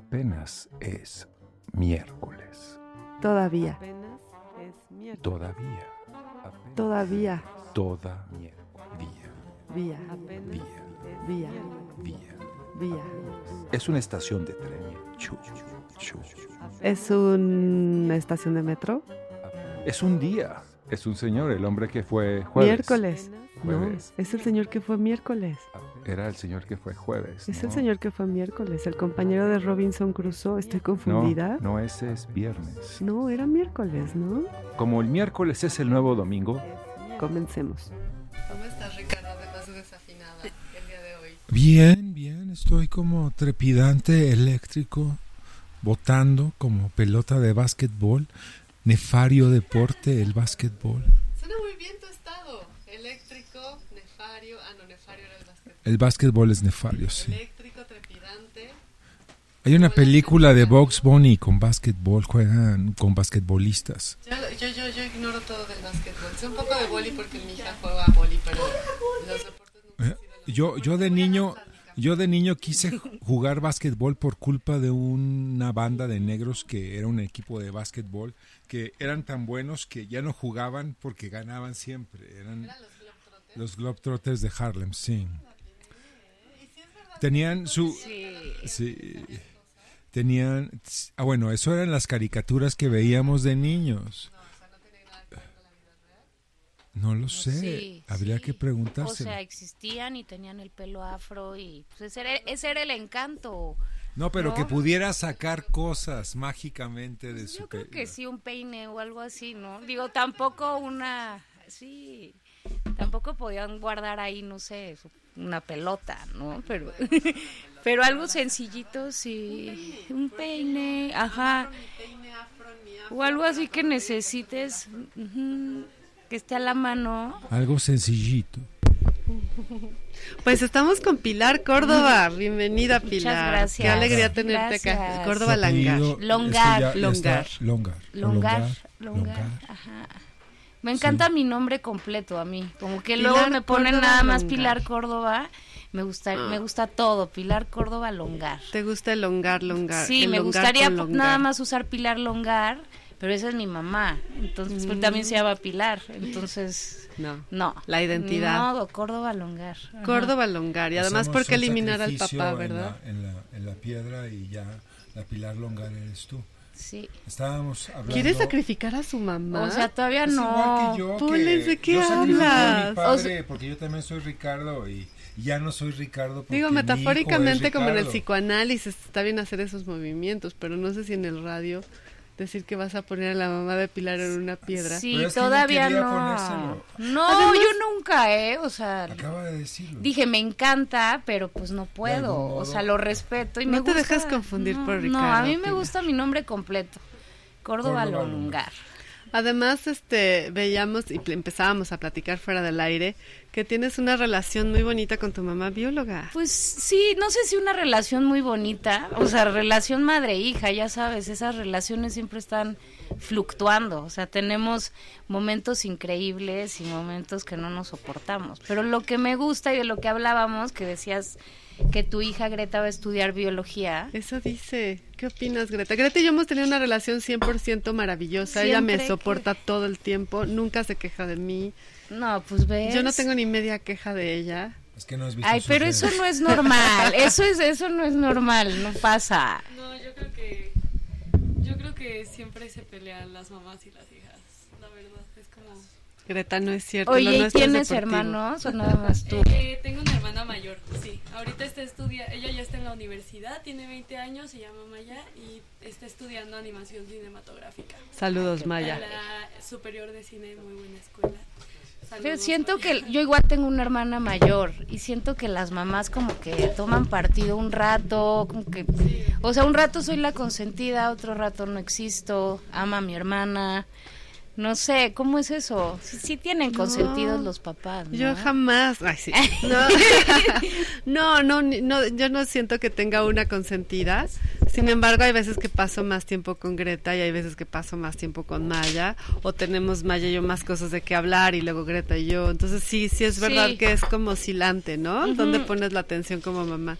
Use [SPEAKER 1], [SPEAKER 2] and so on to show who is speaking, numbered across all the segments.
[SPEAKER 1] Apenas es miércoles.
[SPEAKER 2] Todavía,
[SPEAKER 3] Apenas es miércoles.
[SPEAKER 1] Todavía. Apenas
[SPEAKER 2] todavía,
[SPEAKER 1] es Toda miércoles. Día.
[SPEAKER 2] vía,
[SPEAKER 3] Apenas
[SPEAKER 1] Vía.
[SPEAKER 3] es
[SPEAKER 2] Vía.
[SPEAKER 3] miércoles.
[SPEAKER 1] Día.
[SPEAKER 2] vía.
[SPEAKER 1] Es una estación de tren. Chu, chu, chu.
[SPEAKER 2] ¿Es una estación de metro?
[SPEAKER 1] Es un día. Es un señor, el hombre que fue jueves.
[SPEAKER 2] Miércoles. No,
[SPEAKER 1] Jueves.
[SPEAKER 2] es el señor que fue miércoles.
[SPEAKER 1] Era el señor que fue jueves.
[SPEAKER 2] Es el
[SPEAKER 1] ¿no?
[SPEAKER 2] señor que fue miércoles, el compañero de Robinson Crusoe. Estoy
[SPEAKER 1] No,
[SPEAKER 2] confundida.
[SPEAKER 1] no, ese es viernes.
[SPEAKER 2] No, era miércoles, ¿no?
[SPEAKER 1] Como el miércoles es el nuevo domingo.
[SPEAKER 2] Comencemos.
[SPEAKER 4] ¿Cómo estás, Ricardo? Además de desafinada el día de hoy.
[SPEAKER 5] Bien, bien, estoy como trepidante, eléctrico, botando como pelota de básquetbol, nefario deporte, el básquetbol.
[SPEAKER 4] Suena muy bien tu estado. Eléctrico, nefario. Ah, no, nefario era el básquet.
[SPEAKER 5] El básquetbol es nefario, sí.
[SPEAKER 4] Eléctrico, trepidante.
[SPEAKER 5] Hay una película de Box Bunny con básquetbol, juegan con basquetbolistas.
[SPEAKER 4] Yo, yo, yo, yo ignoro todo del básquetbol. Sé un poco de boli porque mi hija juega a boli, pero los deportes nunca han sido los
[SPEAKER 5] Yo, yo de niño, yo de niño quise ju- jugar básquetbol por culpa de una banda de negros que era un equipo de básquetbol que eran tan buenos que ya no jugaban porque ganaban siempre. Eran los Globetrotters de Harlem, sí. Tenían su sí. Tenían ah bueno, eso eran las caricaturas que veíamos de niños. No lo sé,
[SPEAKER 6] Sí,
[SPEAKER 5] habría
[SPEAKER 6] sí.
[SPEAKER 5] que
[SPEAKER 6] O
[SPEAKER 5] preguntárselo.
[SPEAKER 6] sea, existían y tenían el pelo afro y pues, ese, era, ese era el encanto.
[SPEAKER 5] No, pero
[SPEAKER 6] No. Pues
[SPEAKER 5] que pudiera sacar cosas mágicamente de su
[SPEAKER 6] Yo creo que
[SPEAKER 5] pe-
[SPEAKER 6] sí, un peine o algo así, ¿no? Digo, tampoco una... Sí, tampoco podían guardar ahí, no sé, su- una pelota, ¿no? Pero, pero algo sencillito, sí. Un peine, ajá.
[SPEAKER 4] peine afro en mi afro.
[SPEAKER 6] O algo así que necesites, ujú, que esté a la mano.
[SPEAKER 5] Algo sencillito.
[SPEAKER 3] Pues estamos con Pilar Córdoba. Bienvenida,
[SPEAKER 6] Muchas
[SPEAKER 3] Pilar.
[SPEAKER 6] gracias.
[SPEAKER 3] Qué alegría tenerte acá.
[SPEAKER 6] Gracias.
[SPEAKER 3] Córdoba
[SPEAKER 5] Su
[SPEAKER 3] Langar.
[SPEAKER 5] apellido,
[SPEAKER 6] Longar,
[SPEAKER 5] eso ya- ya está-
[SPEAKER 3] longar.
[SPEAKER 5] Longar. o
[SPEAKER 6] Longar, longar,
[SPEAKER 5] longar.
[SPEAKER 6] ajá. Me encanta mi nombre completo a mí, como que
[SPEAKER 3] Pilar
[SPEAKER 6] luego me ponen
[SPEAKER 3] Córdoba
[SPEAKER 6] nada más
[SPEAKER 3] Longar. Ah.
[SPEAKER 6] Pilar Córdoba, me gusta, me gusta todo, Pilar Córdoba Longar.
[SPEAKER 3] ¿Te gusta el longar, longar?
[SPEAKER 6] Sí,
[SPEAKER 3] el
[SPEAKER 6] me
[SPEAKER 3] longar
[SPEAKER 6] gustaría
[SPEAKER 3] con
[SPEAKER 6] po-
[SPEAKER 3] longar?
[SPEAKER 6] nada más usar Pilar Longar, pero esa es mi mamá, entonces pues, también se llama Pilar, entonces
[SPEAKER 3] No.
[SPEAKER 6] no.
[SPEAKER 3] Mm. La identidad.
[SPEAKER 6] No, Córdoba Longar. ajá.
[SPEAKER 3] Córdoba Longar. Y además,
[SPEAKER 5] Hacemos
[SPEAKER 3] ¿por qué
[SPEAKER 5] un
[SPEAKER 3] eliminar al
[SPEAKER 5] sacrificio
[SPEAKER 3] papá,
[SPEAKER 5] en
[SPEAKER 3] verdad?
[SPEAKER 5] la- En la, en la piedra y ya la pilar longar eres tú.
[SPEAKER 6] Sí.
[SPEAKER 5] Estábamos hablando.
[SPEAKER 3] ¿Quieres sacrificar a su mamá?
[SPEAKER 6] O sea, todavía
[SPEAKER 5] Es igual
[SPEAKER 3] Ah,
[SPEAKER 6] no.
[SPEAKER 5] que yo,
[SPEAKER 3] Ponle,
[SPEAKER 5] que
[SPEAKER 3] ¿de qué
[SPEAKER 5] yo sacrifiqué a
[SPEAKER 3] hablas?
[SPEAKER 5] mi
[SPEAKER 3] O
[SPEAKER 5] padre, porque yo también soy Ricardo y ya no soy Ricardo. porque
[SPEAKER 3] Digo,
[SPEAKER 5] mi hijo es
[SPEAKER 3] metafóricamente, como en el
[SPEAKER 5] Ricardo.
[SPEAKER 3] psicoanálisis, está bien hacer esos movimientos, pero no sé si en el radio decir que vas a poner a la mamá de Pilar en una piedra.
[SPEAKER 6] Sí,
[SPEAKER 5] Pero es que yo
[SPEAKER 6] todavía
[SPEAKER 5] quería
[SPEAKER 6] no.
[SPEAKER 5] ponérselo.
[SPEAKER 6] No,
[SPEAKER 3] Además-
[SPEAKER 6] yo nunca, eh, o sea,
[SPEAKER 5] Acaba de decirlo.
[SPEAKER 6] Dije, me encanta, pero pues no puedo.
[SPEAKER 5] algún
[SPEAKER 6] O sea,
[SPEAKER 5] modo.
[SPEAKER 6] lo respeto y
[SPEAKER 3] No
[SPEAKER 6] me
[SPEAKER 3] te
[SPEAKER 6] gusta-
[SPEAKER 3] dejes confundir por
[SPEAKER 6] No, a
[SPEAKER 3] Ricardo,
[SPEAKER 6] mí me
[SPEAKER 3] Pilar.
[SPEAKER 6] gusta mi nombre completo. Córdoba,
[SPEAKER 5] Córdoba
[SPEAKER 6] Longar.
[SPEAKER 3] Además, este, veíamos y pl- empezábamos a platicar fuera del aire que tienes una relación muy bonita con tu mamá bióloga.
[SPEAKER 6] Pues sí, no sé si una relación muy bonita, o sea, relación madre-hija, ya sabes, esas relaciones siempre están fluctuando, o sea, tenemos momentos increíbles y momentos que no nos soportamos. Pero lo que me gusta y de lo que hablábamos, que decías que tu hija Greta va a estudiar biología,
[SPEAKER 3] Eso dice. ¿Qué opinas, Greta? Greta y yo hemos tenido una relación 100% maravillosa. Ella
[SPEAKER 6] Siempre
[SPEAKER 3] me
[SPEAKER 6] que-
[SPEAKER 3] soporta todo el tiempo, nunca se queja de mí.
[SPEAKER 6] no, pues ves.
[SPEAKER 3] Yo no tengo ni media queja de ella.
[SPEAKER 5] Es que no has visto
[SPEAKER 6] Ay,
[SPEAKER 5] sus
[SPEAKER 6] pero
[SPEAKER 5] redes.
[SPEAKER 6] eso no es normal. Eso es, eso no es normal. No pasa.
[SPEAKER 7] No, yo creo que yo creo que siempre se pelean las mamás y las hijas, la verdad, es como
[SPEAKER 3] Greta, no es cierto. lo
[SPEAKER 6] Oye, ¿y
[SPEAKER 3] nuestro es
[SPEAKER 6] tienes
[SPEAKER 3] deportivo.
[SPEAKER 6] hermanos o nada más tú?
[SPEAKER 7] Eh, tengo una hermana mayor, sí. Ahorita está estudia, ella ya está en la universidad, tiene 20 años, se llama Maya y está estudiando animación cinematográfica.
[SPEAKER 3] Saludos,
[SPEAKER 7] En
[SPEAKER 3] Maya.
[SPEAKER 7] la superior de cine, muy buena escuela.
[SPEAKER 6] Pero
[SPEAKER 7] Saludos,
[SPEAKER 6] siento
[SPEAKER 7] Maya.
[SPEAKER 6] que yo igual tengo una hermana mayor y siento que las mamás como que toman partido un rato, como que, o sea, un rato soy la consentida, otro rato no existo, ama a mi hermana. No sé, ¿cómo es eso? Sí, sí tienen consentidos los papás, ¿no?
[SPEAKER 3] Yo jamás. Ay, sí. No, no, no, ni- no, yo no siento que tenga una consentida. Sin embargo, hay veces que paso más tiempo con Greta y hay veces que paso más tiempo con Maya. O tenemos Maya y yo más cosas de qué hablar y luego Greta y yo. Entonces, sí, sí es verdad
[SPEAKER 6] Sí.
[SPEAKER 3] que es como oscilante, ¿no? Donde pones la atención como mamá.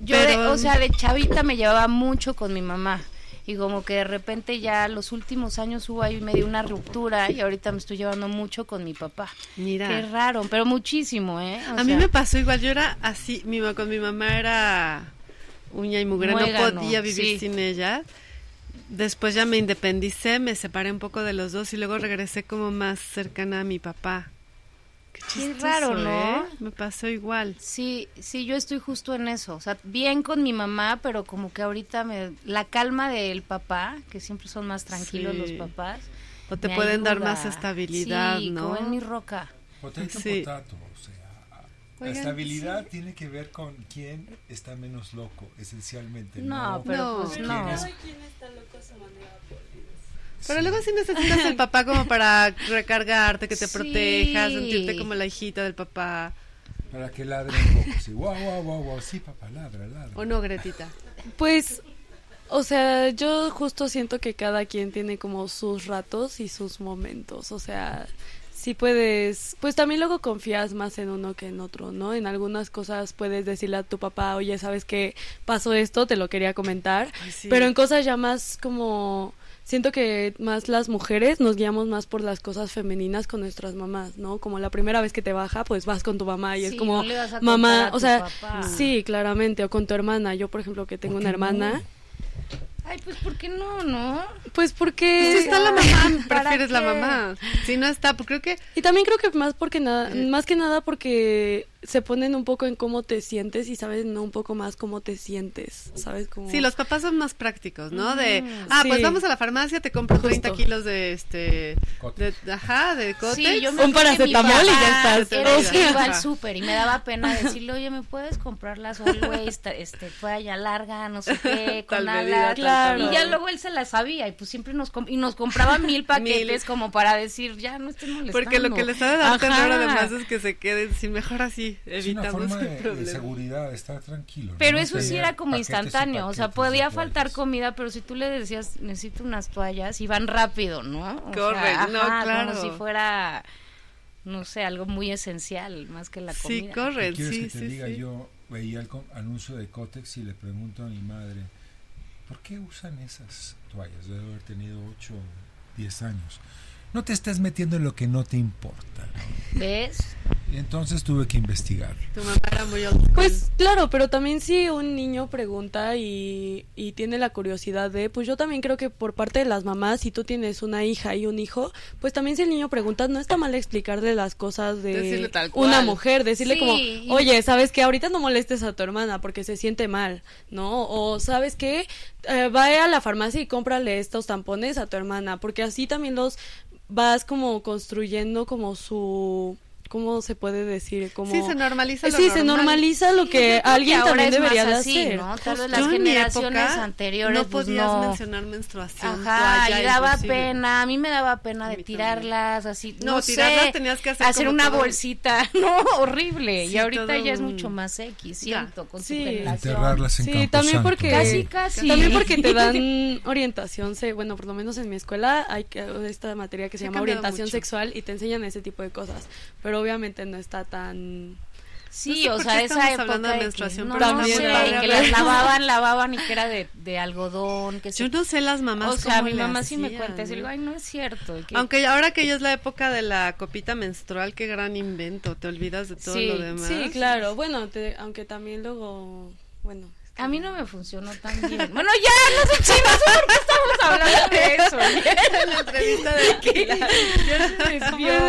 [SPEAKER 6] Yo, de-
[SPEAKER 3] Pero-
[SPEAKER 6] o sea, de chavita me llevaba mucho con mi mamá. Y como que de repente ya los últimos años hubo ahí medio una ruptura y ahorita me estoy llevando mucho con mi papá.
[SPEAKER 3] Mira.
[SPEAKER 6] Qué raro, pero muchísimo, ¿eh? O
[SPEAKER 3] a mí
[SPEAKER 6] sea,
[SPEAKER 3] me pasó igual, yo era así, mi ma- con mi mamá era uña y mugre,
[SPEAKER 6] Muégano,
[SPEAKER 3] no podía vivir
[SPEAKER 6] sí.
[SPEAKER 3] sin ella. Después ya me independicé, me separé un poco de los dos y luego regresé como más cercana a mi papá. Qué, chistoso,
[SPEAKER 6] raro, ¿no?
[SPEAKER 3] ¿eh? Me pasó igual.
[SPEAKER 6] Sí, sí, yo estoy justo en eso. O sea, bien con mi mamá, pero como que ahorita me, la calma del papá, que siempre son más tranquilos
[SPEAKER 3] Sí.
[SPEAKER 6] los papás.
[SPEAKER 3] O te
[SPEAKER 6] me
[SPEAKER 3] pueden dar más
[SPEAKER 6] ayuda.
[SPEAKER 3] estabilidad,
[SPEAKER 6] Sí,
[SPEAKER 3] ¿no?
[SPEAKER 6] como en mi roca.
[SPEAKER 5] Potato,
[SPEAKER 3] Sí.
[SPEAKER 5] potato, o sea, la
[SPEAKER 3] Oigan,
[SPEAKER 5] estabilidad tiene que ver con quién está menos loco, esencialmente.
[SPEAKER 6] No, pero
[SPEAKER 3] No.
[SPEAKER 6] pues
[SPEAKER 7] Pero
[SPEAKER 6] no.
[SPEAKER 7] cada quien está loco a su manera.
[SPEAKER 3] Pero luego sí necesitas al papá como para recargarte, que te
[SPEAKER 6] Sí.
[SPEAKER 3] protejas, sentirte como la hijita del papá.
[SPEAKER 5] Para que ladre un poco. Sí, guau, guau, guau, guau. Sí, papá, ladra, ladra.
[SPEAKER 3] ¿O no, Gretita?
[SPEAKER 7] Pues, o sea, yo justo siento que cada quien tiene como sus ratos y sus momentos. O sea, si puedes, pues también luego confías más en uno que en otro, ¿no? En algunas cosas puedes decirle a tu papá, oye, ¿sabes qué? Pasó esto, te lo quería comentar.
[SPEAKER 3] Ay, sí.
[SPEAKER 7] Pero en cosas ya más como... Siento que más las mujeres nos guiamos más por las cosas femeninas con nuestras mamás, ¿no? Como la primera vez que te baja, pues vas con tu mamá y
[SPEAKER 6] Sí,
[SPEAKER 7] es como
[SPEAKER 6] no le vas a contar
[SPEAKER 7] mamá,
[SPEAKER 6] a
[SPEAKER 7] o
[SPEAKER 6] tu
[SPEAKER 7] sea,
[SPEAKER 6] papá.
[SPEAKER 7] sí, claramente, o con tu hermana. Yo, por ejemplo, que tengo una hermana,
[SPEAKER 6] Ay, pues ¿por qué no, no?
[SPEAKER 7] pues
[SPEAKER 3] Si
[SPEAKER 7] porque
[SPEAKER 3] está la mamá,
[SPEAKER 6] ¿Para
[SPEAKER 3] prefieres la
[SPEAKER 6] qué?
[SPEAKER 3] mamá. Si no está, pues creo que
[SPEAKER 7] y también creo que más porque nada,
[SPEAKER 3] Eh.
[SPEAKER 7] más que nada porque se ponen un poco en cómo te sientes y saben ¿no? un poco más cómo te sientes, ¿sabes? Como
[SPEAKER 3] Sí, los papás son más prácticos, ¿no? De,
[SPEAKER 6] Mm,
[SPEAKER 3] ah, pues
[SPEAKER 7] Sí.
[SPEAKER 3] vamos a la farmacia, te compro 30
[SPEAKER 7] Justo.
[SPEAKER 3] kilos de este.
[SPEAKER 5] Cotex.
[SPEAKER 3] de- ajá, de cotex.
[SPEAKER 6] Sí, yo me
[SPEAKER 7] Un
[SPEAKER 6] acuerdo que mi
[SPEAKER 7] paracetamol y ya
[SPEAKER 6] papá
[SPEAKER 7] estás.
[SPEAKER 6] Era el
[SPEAKER 3] O
[SPEAKER 6] que
[SPEAKER 3] sea.
[SPEAKER 6] iba al súper y me daba pena decirle, oye, ¿me puedes comprar las Always, ta- este, toalla larga, no sé qué, con
[SPEAKER 3] Tal
[SPEAKER 6] alas?
[SPEAKER 3] medida, tal
[SPEAKER 7] Claro.
[SPEAKER 6] Y ya luego él se las sabía y pues siempre nos, com- y nos compraba mil paquetes
[SPEAKER 3] Mil.
[SPEAKER 6] como para decir, ya, no estén molestando.
[SPEAKER 3] Porque lo que les ha de dar
[SPEAKER 6] Ajá.
[SPEAKER 3] terror además es que se queden sin mejor así,
[SPEAKER 5] Es una
[SPEAKER 3] evitamos
[SPEAKER 5] forma
[SPEAKER 3] el
[SPEAKER 5] de, de
[SPEAKER 3] problema.
[SPEAKER 5] seguridad, estar tranquilo.
[SPEAKER 6] Pero
[SPEAKER 5] ¿no?
[SPEAKER 6] eso sí
[SPEAKER 5] Tener
[SPEAKER 6] era como
[SPEAKER 5] paquetes y
[SPEAKER 6] instantáneo, o sea,
[SPEAKER 5] paquetes de
[SPEAKER 6] podía
[SPEAKER 5] toallas.
[SPEAKER 6] faltar comida, pero si tú le decías, necesito unas toallas, iban rápido, ¿no? O sea,
[SPEAKER 3] Correcto, no,
[SPEAKER 6] ajá,
[SPEAKER 3] claro.
[SPEAKER 6] Como si fuera, no sé, algo muy esencial, más que la
[SPEAKER 3] Sí,
[SPEAKER 6] comida.
[SPEAKER 3] corren,
[SPEAKER 5] ¿Qué quieres
[SPEAKER 3] sí,
[SPEAKER 5] que te
[SPEAKER 3] sí,
[SPEAKER 5] diga?
[SPEAKER 3] sí.
[SPEAKER 5] Yo veía el con- anuncio de Cotex y le pregunto a mi madre, ¿por qué usan esas toallas? Yo Debo haber tenido 8 o 10 años. No te estés metiendo en lo que no te importa. ¿no?
[SPEAKER 6] ¿Ves?
[SPEAKER 5] Y entonces tuve que investigar.
[SPEAKER 3] Tu mamá era muy old school.
[SPEAKER 7] Pues claro, pero también si un niño pregunta y, y tiene la curiosidad de, pues yo también creo que por parte de las mamás, si tú tienes una hija y un hijo, pues también si el niño pregunta, no está mal explicarle las cosas de
[SPEAKER 3] Decirle tal
[SPEAKER 7] una
[SPEAKER 3] cual.
[SPEAKER 7] mujer, decirle
[SPEAKER 6] Sí, y-
[SPEAKER 7] como, oye, sabes que ahorita no molestes a tu hermana porque se siente mal, ¿no? O sabes que va a la farmacia y cómprale estos tampones a tu hermana, porque así también los vas como construyendo como su... ¿Cómo se puede decir? Como...
[SPEAKER 3] Sí, se normaliza
[SPEAKER 6] Eh,
[SPEAKER 3] lo
[SPEAKER 7] Sí, se
[SPEAKER 3] normal.
[SPEAKER 7] normaliza lo
[SPEAKER 6] Sí, yo
[SPEAKER 7] que
[SPEAKER 6] creo
[SPEAKER 7] alguien
[SPEAKER 6] ahora
[SPEAKER 7] también
[SPEAKER 6] es más
[SPEAKER 7] debería de
[SPEAKER 6] así,
[SPEAKER 7] hacer.
[SPEAKER 6] ¿no? Tal vez
[SPEAKER 3] Pues Yo
[SPEAKER 6] las
[SPEAKER 3] en mi
[SPEAKER 6] generaciones
[SPEAKER 3] época
[SPEAKER 6] anteriores
[SPEAKER 3] no
[SPEAKER 6] pues,
[SPEAKER 3] podías
[SPEAKER 6] no.
[SPEAKER 3] mencionar menstruación,
[SPEAKER 6] Ajá,
[SPEAKER 3] toalla,
[SPEAKER 6] y daba
[SPEAKER 3] imposible.
[SPEAKER 6] pena, a mí me daba pena
[SPEAKER 3] A
[SPEAKER 6] de
[SPEAKER 3] mí
[SPEAKER 6] tirarlas, así, no,
[SPEAKER 3] No, tirarlas
[SPEAKER 6] sé,
[SPEAKER 3] tenías que hacer como
[SPEAKER 6] una
[SPEAKER 3] todo un-
[SPEAKER 6] bolsita, no, horrible, y
[SPEAKER 3] Sí,
[SPEAKER 6] ahorita
[SPEAKER 3] todo
[SPEAKER 6] ya es
[SPEAKER 3] un-
[SPEAKER 6] mucho más X,
[SPEAKER 3] Ya.
[SPEAKER 6] siento, con
[SPEAKER 7] Sí.
[SPEAKER 6] su relación.
[SPEAKER 5] Enterrarlas en
[SPEAKER 7] Sí,
[SPEAKER 5] Camposanto.
[SPEAKER 7] también porque-
[SPEAKER 6] Casi, casi.
[SPEAKER 7] También porque te dan orientación, se- bueno, por lo menos en mi escuela hay que- esta materia que se
[SPEAKER 3] Sí, ha
[SPEAKER 7] llama
[SPEAKER 3] cambiado
[SPEAKER 7] orientación
[SPEAKER 3] mucho.
[SPEAKER 7] sexual y te enseñan ese tipo de cosas, pero obviamente no está tan...
[SPEAKER 6] Sí,
[SPEAKER 3] No sé
[SPEAKER 6] o
[SPEAKER 3] por
[SPEAKER 6] sea,
[SPEAKER 3] qué
[SPEAKER 6] esa
[SPEAKER 3] estamos
[SPEAKER 6] época
[SPEAKER 3] hablando de
[SPEAKER 6] que
[SPEAKER 3] menstruación,
[SPEAKER 6] no,
[SPEAKER 3] pero
[SPEAKER 6] no
[SPEAKER 7] también
[SPEAKER 6] sé,
[SPEAKER 7] la
[SPEAKER 6] que
[SPEAKER 7] verdad.
[SPEAKER 6] las lavaban, lavaban y que era de, de algodón, que
[SPEAKER 3] Yo
[SPEAKER 6] se-
[SPEAKER 3] no sé las mamás
[SPEAKER 6] o sea,
[SPEAKER 3] cómo
[SPEAKER 6] mi
[SPEAKER 3] le
[SPEAKER 6] mamá sí me
[SPEAKER 3] hacían,
[SPEAKER 6] cuenta, eso, y
[SPEAKER 3] ¿eh?
[SPEAKER 6] digo, ay, no es cierto. y que-
[SPEAKER 3] Aunque ya- ahora que ya es la época de la copita menstrual, qué gran invento, te olvidas de todo
[SPEAKER 6] Sí,
[SPEAKER 3] lo demás.
[SPEAKER 7] Sí, claro, bueno, te- aunque también luego, bueno... es que-
[SPEAKER 6] A mí no me funcionó tan bien. Bueno, ya, no sé, sí, no sé por qué estamos hablando de eso.
[SPEAKER 3] la entrevista de
[SPEAKER 7] Pues está bien,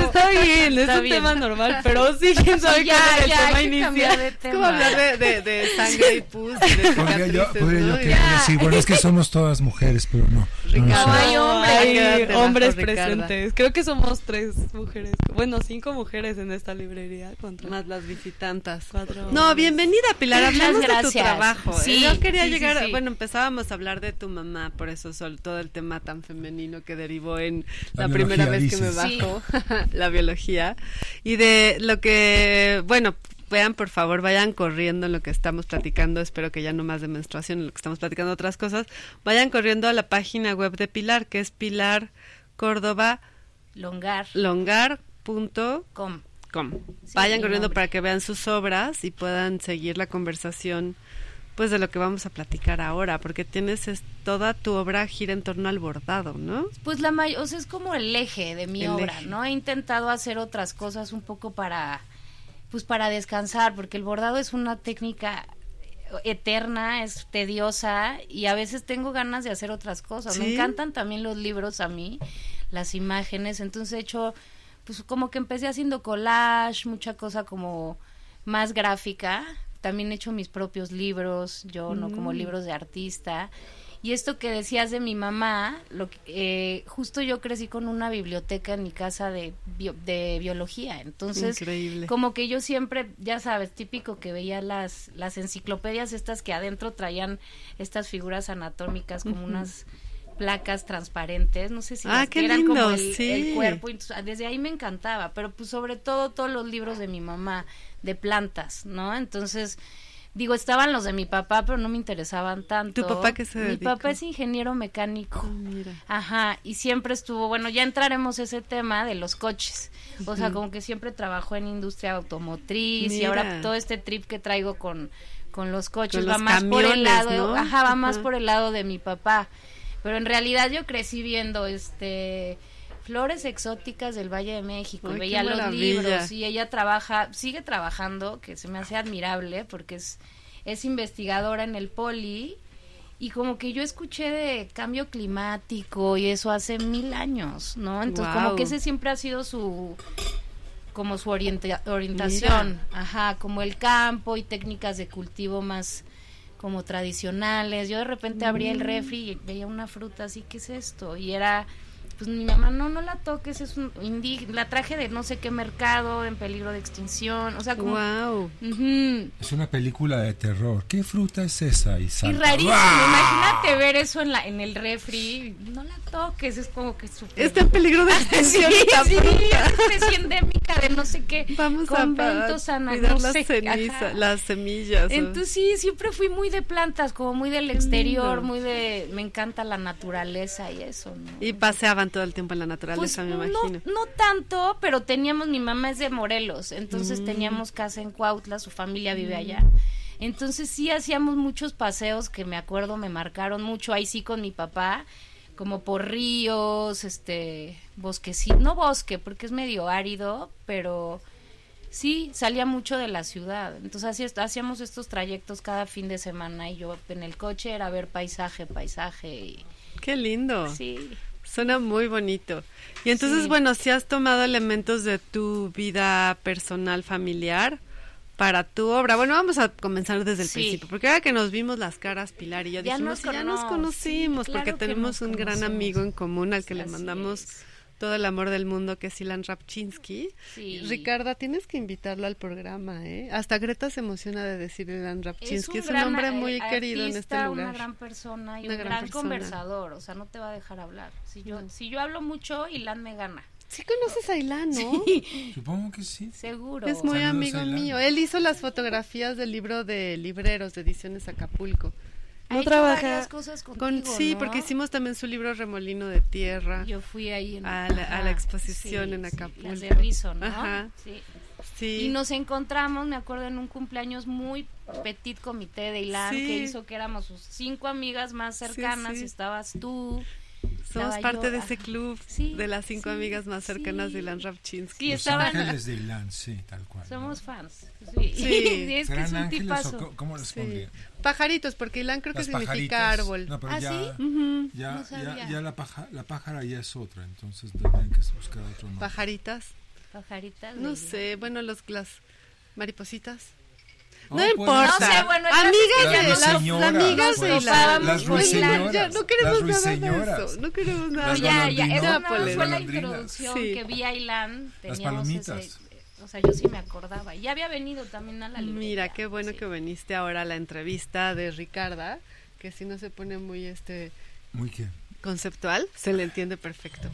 [SPEAKER 7] es
[SPEAKER 6] Está
[SPEAKER 7] un
[SPEAKER 6] bien.
[SPEAKER 7] tema normal, pero sí, quién sabe
[SPEAKER 6] Sí, ya,
[SPEAKER 7] cuál era el
[SPEAKER 6] ya, hay
[SPEAKER 7] tema
[SPEAKER 6] que cambiar
[SPEAKER 7] inicial.
[SPEAKER 6] de
[SPEAKER 3] Es
[SPEAKER 6] tema.
[SPEAKER 3] como hablar de, de, de sangre y pus, y de
[SPEAKER 5] Podría yo, podría
[SPEAKER 3] cicatrices,
[SPEAKER 5] yo
[SPEAKER 3] ¿no?
[SPEAKER 5] que- sí, bueno, es que somos todas mujeres, pero no. no, no
[SPEAKER 3] Ricardo.
[SPEAKER 5] sé.
[SPEAKER 6] Ay, hombre,
[SPEAKER 7] Hay
[SPEAKER 3] quédate
[SPEAKER 7] hombres
[SPEAKER 3] bajo, Ricarda.
[SPEAKER 7] presentes. Creo que somos tres mujeres. Bueno, cinco mujeres en esta librería. Contra
[SPEAKER 3] Más las visitantas.
[SPEAKER 7] Cuatro.
[SPEAKER 3] No, bienvenida Pilar,
[SPEAKER 6] Muchas
[SPEAKER 3] hablamos de tu
[SPEAKER 6] gracias.
[SPEAKER 3] trabajo. ¿eh?
[SPEAKER 6] Sí,
[SPEAKER 3] yo quería
[SPEAKER 6] sí, sí,
[SPEAKER 3] llegar,
[SPEAKER 6] sí.
[SPEAKER 3] bueno, empezábamos a hablar de tu mamá, por eso sol, todo el tema tan femenino que derivó en
[SPEAKER 5] La
[SPEAKER 3] la, primera vez
[SPEAKER 5] biología,
[SPEAKER 3] que me
[SPEAKER 6] dices.
[SPEAKER 3] bajo la biología y de lo que, bueno, vean por favor, vayan corriendo en lo que estamos platicando, espero que ya no más de menstruación, en lo que estamos platicando otras cosas, vayan corriendo a la página web de Pilar, que es pilarcordobaalongar.com
[SPEAKER 6] Longar. Com.
[SPEAKER 3] com.
[SPEAKER 6] Sí,
[SPEAKER 3] Vayan
[SPEAKER 6] mi
[SPEAKER 3] corriendo
[SPEAKER 6] nombre.
[SPEAKER 3] para que vean sus obras y puedan seguir la conversación. pues de lo que vamos a platicar ahora, porque tienes es, toda tu obra gira en torno al bordado, ¿no?
[SPEAKER 6] Pues la may o sea, es como el eje de mi
[SPEAKER 3] El
[SPEAKER 6] obra,
[SPEAKER 3] eje.
[SPEAKER 6] ¿no? He intentado hacer otras cosas un poco para pues para descansar, porque el bordado es una técnica eh, eterna, es tediosa y a veces tengo ganas de hacer otras cosas. Me
[SPEAKER 3] Sí.
[SPEAKER 6] encantan también los libros a mí, las imágenes, entonces he hecho pues como que empecé haciendo collage, mucha cosa como más gráfica. También he hecho mis propios libros, yo no como libros de artista. Y esto que decías de mi mamá, lo que- eh, justo yo crecí con una biblioteca en mi casa de, bio- de biología. Entonces,
[SPEAKER 3] Increíble.
[SPEAKER 6] como que yo siempre, ya sabes, típico que veía las, las enciclopedias estas que adentro traían estas figuras anatómicas como unas placas transparentes, no sé si
[SPEAKER 3] Ah,
[SPEAKER 6] las que
[SPEAKER 3] qué
[SPEAKER 6] eran como
[SPEAKER 3] lindo,
[SPEAKER 6] el,
[SPEAKER 3] sí.
[SPEAKER 6] el cuerpo, entonces, ah, desde ahí me encantaba, pero pues sobre todo todos los libros de mi mamá de plantas, ¿no? Entonces, digo, estaban los de mi papá, pero no me interesaban tanto.
[SPEAKER 3] ¿Tu papá qué se
[SPEAKER 6] Mi
[SPEAKER 3] dedica?
[SPEAKER 6] papá es ingeniero mecánico.
[SPEAKER 3] Mira.
[SPEAKER 6] Ajá, y siempre estuvo, bueno, ya entraremos a ese tema de los coches. O sea, como que siempre trabajó en industria automotriz y
[SPEAKER 3] Mira.
[SPEAKER 6] ahora todo este trip que traigo con, con los coches
[SPEAKER 3] Con
[SPEAKER 6] va
[SPEAKER 3] los
[SPEAKER 6] más por el
[SPEAKER 3] camiones,
[SPEAKER 6] lado,
[SPEAKER 3] ¿no?
[SPEAKER 6] ajá, va más
[SPEAKER 3] Ajá.
[SPEAKER 6] por el lado de mi papá. Pero en realidad yo crecí viendo este flores exóticas del Valle de México
[SPEAKER 3] Ay,
[SPEAKER 6] y
[SPEAKER 3] qué
[SPEAKER 6] veía los
[SPEAKER 3] maravilla.
[SPEAKER 6] libros y ella trabaja, sigue trabajando, que se me hace admirable porque es es investigadora en el Poli y como que yo escuché de cambio climático y eso hace mil años, ¿no? Entonces como
[SPEAKER 3] Guau.
[SPEAKER 6] que ese siempre ha sido su como su orienta- orientación, ajá, como el campo y técnicas de cultivo más como tradicionales. Yo de repente abría el refri y veía una fruta así, ¿qué es esto? Y era pues mi mamá no no la toques, es un indi- la traje de no sé qué mercado en peligro de extinción, o sea, como
[SPEAKER 3] Wow.
[SPEAKER 6] Ujú.
[SPEAKER 5] Es una película de terror. ¿Qué fruta es esa? Y,
[SPEAKER 6] Y
[SPEAKER 5] salta.
[SPEAKER 6] rarísimo,
[SPEAKER 5] ¡Guau!
[SPEAKER 6] imagínate ver eso en, la, en el refri, no la toques, es como que súper...
[SPEAKER 3] Está en peligro de
[SPEAKER 6] Ah, sí,
[SPEAKER 3] extinción.
[SPEAKER 6] sí,
[SPEAKER 3] esta fruta.
[SPEAKER 6] es una especie endémica de no sé qué.
[SPEAKER 3] Vamos
[SPEAKER 6] convento,
[SPEAKER 3] a pa-
[SPEAKER 6] sana,
[SPEAKER 3] cuidar
[SPEAKER 6] no
[SPEAKER 3] las
[SPEAKER 6] sé,
[SPEAKER 3] cenizas,
[SPEAKER 6] ajá.
[SPEAKER 3] las semillas. ¿o?
[SPEAKER 6] Entonces sí, siempre fui muy de plantas, como muy del exterior,
[SPEAKER 3] lindo.
[SPEAKER 6] muy de... Me encanta la naturaleza y eso, ¿no?
[SPEAKER 3] y paseaban todo el tiempo en la
[SPEAKER 6] Pues,
[SPEAKER 3] naturaleza, me
[SPEAKER 6] no,
[SPEAKER 3] imagino.
[SPEAKER 6] no tanto, pero teníamos, mi mamá es de Morelos, entonces
[SPEAKER 3] Mm.
[SPEAKER 6] teníamos casa en Cuautla, su familia vive allá. Entonces sí hacíamos muchos paseos que me acuerdo me marcaron mucho, ahí sí con mi papá, como por ríos, este, bosquecito, no bosque, porque es medio árido, pero sí, salía mucho de la ciudad. Entonces así est- hacíamos estos trayectos cada fin de semana y yo en el coche era ver paisaje, paisaje y
[SPEAKER 3] Qué lindo.
[SPEAKER 6] sí.
[SPEAKER 3] Suena muy bonito. Y entonces,
[SPEAKER 6] Sí.
[SPEAKER 3] bueno, si has tomado elementos de tu vida personal, familiar, para tu obra. Bueno, vamos a comenzar desde el
[SPEAKER 6] Sí.
[SPEAKER 3] principio, porque ahora que nos vimos las caras, Pilar y yo,
[SPEAKER 6] Ya
[SPEAKER 3] dijimos
[SPEAKER 6] nos
[SPEAKER 3] que ya nos
[SPEAKER 6] cono- sí,
[SPEAKER 3] conocimos,
[SPEAKER 6] claro
[SPEAKER 3] porque
[SPEAKER 6] que
[SPEAKER 3] tenemos
[SPEAKER 6] nos
[SPEAKER 3] un gran
[SPEAKER 6] conocemos.
[SPEAKER 3] amigo en común al que le
[SPEAKER 6] Así
[SPEAKER 3] mandamos
[SPEAKER 6] es.
[SPEAKER 3] todo el amor del mundo, que es Ilan Rapchinsky.
[SPEAKER 6] Sí.
[SPEAKER 3] Ricarda, tienes que invitarlo al programa, ¿eh? Hasta Greta se emociona de decir Ilan Rapchinsky, es un,
[SPEAKER 6] gran
[SPEAKER 3] hombre
[SPEAKER 6] a-
[SPEAKER 3] muy
[SPEAKER 6] artista,
[SPEAKER 3] querido en este lugar.
[SPEAKER 6] Una gran persona y
[SPEAKER 3] Una
[SPEAKER 6] un
[SPEAKER 3] gran
[SPEAKER 6] gran,
[SPEAKER 3] persona.
[SPEAKER 6] conversador, o sea, no te va a dejar hablar. Si yo, si yo hablo mucho, Ilan me gana,
[SPEAKER 3] Sí conoces a Ilan, ¿no?
[SPEAKER 5] Supongo que sí.
[SPEAKER 6] seguro.
[SPEAKER 3] Es muy
[SPEAKER 5] Saludos,
[SPEAKER 3] amigo
[SPEAKER 5] Ailán.
[SPEAKER 3] mío. Él hizo las fotografías del libro de libreros de Ediciones Acapulco.
[SPEAKER 6] Ha
[SPEAKER 7] No
[SPEAKER 6] hecho
[SPEAKER 7] trabaja
[SPEAKER 6] varias cosas
[SPEAKER 3] Con,
[SPEAKER 6] contigo,
[SPEAKER 3] sí,
[SPEAKER 6] ¿no?
[SPEAKER 3] porque hicimos también su libro Remolino de Tierra.
[SPEAKER 6] Yo fui ahí en-
[SPEAKER 3] a la- a la
[SPEAKER 6] ajá,
[SPEAKER 3] exposición
[SPEAKER 6] sí,
[SPEAKER 3] en
[SPEAKER 6] sí,
[SPEAKER 3] Acapulco.
[SPEAKER 6] las de Rizzo, ¿no?
[SPEAKER 3] Ajá.
[SPEAKER 6] Sí.
[SPEAKER 3] Sí.
[SPEAKER 6] Y nos encontramos, me acuerdo, en un cumpleaños muy petit comité de Ilan
[SPEAKER 3] Sí.
[SPEAKER 6] que hizo que éramos sus cinco amigas más
[SPEAKER 3] Sí,
[SPEAKER 6] cercanas.
[SPEAKER 3] sí.
[SPEAKER 6] Estabas tú.
[SPEAKER 3] Somos
[SPEAKER 6] estaba yo,
[SPEAKER 3] parte de ese
[SPEAKER 6] ajá.
[SPEAKER 3] club
[SPEAKER 6] Sí,
[SPEAKER 3] de las cinco
[SPEAKER 6] sí,
[SPEAKER 3] amigas más cercanas
[SPEAKER 6] sí.
[SPEAKER 3] de Ilan Rapchinsky.
[SPEAKER 6] Sí,
[SPEAKER 5] Los
[SPEAKER 6] estaban.
[SPEAKER 5] ángeles de Ilan, sí, tal cual.
[SPEAKER 6] Somos fans. Sí.
[SPEAKER 3] Sí.
[SPEAKER 6] es que
[SPEAKER 5] ¿Serán
[SPEAKER 6] es un
[SPEAKER 5] ángeles
[SPEAKER 6] tipazo.
[SPEAKER 5] o co- cómo les
[SPEAKER 3] Sí.
[SPEAKER 5] pondrían?
[SPEAKER 3] Pajaritos, porque Ilan creo
[SPEAKER 5] Las
[SPEAKER 3] que significa
[SPEAKER 5] pajaritas.
[SPEAKER 3] árbol.
[SPEAKER 5] No, pero
[SPEAKER 6] ¿Ah,
[SPEAKER 5] ya,
[SPEAKER 6] sí?
[SPEAKER 5] ya,
[SPEAKER 6] No
[SPEAKER 5] ya-
[SPEAKER 6] sabía.
[SPEAKER 5] ya la, paja- la pájara ya es otra, entonces tendrían que buscar otro nombre.
[SPEAKER 3] Pajaritas.
[SPEAKER 6] Pajaritas.
[SPEAKER 3] No
[SPEAKER 6] de-
[SPEAKER 3] sé, bueno, los, las maripositas. no
[SPEAKER 5] Oh, puede
[SPEAKER 3] importa.
[SPEAKER 5] ser.
[SPEAKER 6] No sé, bueno, el caso es que
[SPEAKER 3] amigas
[SPEAKER 5] ya
[SPEAKER 3] de
[SPEAKER 5] nos-
[SPEAKER 3] las,
[SPEAKER 5] Ruiseñoras,
[SPEAKER 3] amigas
[SPEAKER 5] pues,
[SPEAKER 3] de
[SPEAKER 6] nos
[SPEAKER 3] la-
[SPEAKER 6] topábamos Las con
[SPEAKER 5] ruiseñoras,
[SPEAKER 3] Ya, no queremos nada
[SPEAKER 5] las
[SPEAKER 3] de
[SPEAKER 5] ruiseñoras.
[SPEAKER 3] eso. No queremos nada.
[SPEAKER 6] No,
[SPEAKER 5] Las
[SPEAKER 6] ya, ya.
[SPEAKER 5] golondrinas,
[SPEAKER 6] Esa
[SPEAKER 3] las
[SPEAKER 6] fue la
[SPEAKER 5] golondrinas.
[SPEAKER 6] introducción
[SPEAKER 3] Sí.
[SPEAKER 6] que vi a Ilan.
[SPEAKER 5] Las
[SPEAKER 6] Teníamos
[SPEAKER 5] palomitas.
[SPEAKER 6] ese- eh, o sea, yo sí me acordaba. Y Ya había venido también a la librería.
[SPEAKER 3] Mira, qué bueno
[SPEAKER 6] sí.
[SPEAKER 3] que viniste ahora a la entrevista de Ricarda, que si no se pone muy este
[SPEAKER 5] Muy que.
[SPEAKER 3] conceptual, se le entiende perfecto.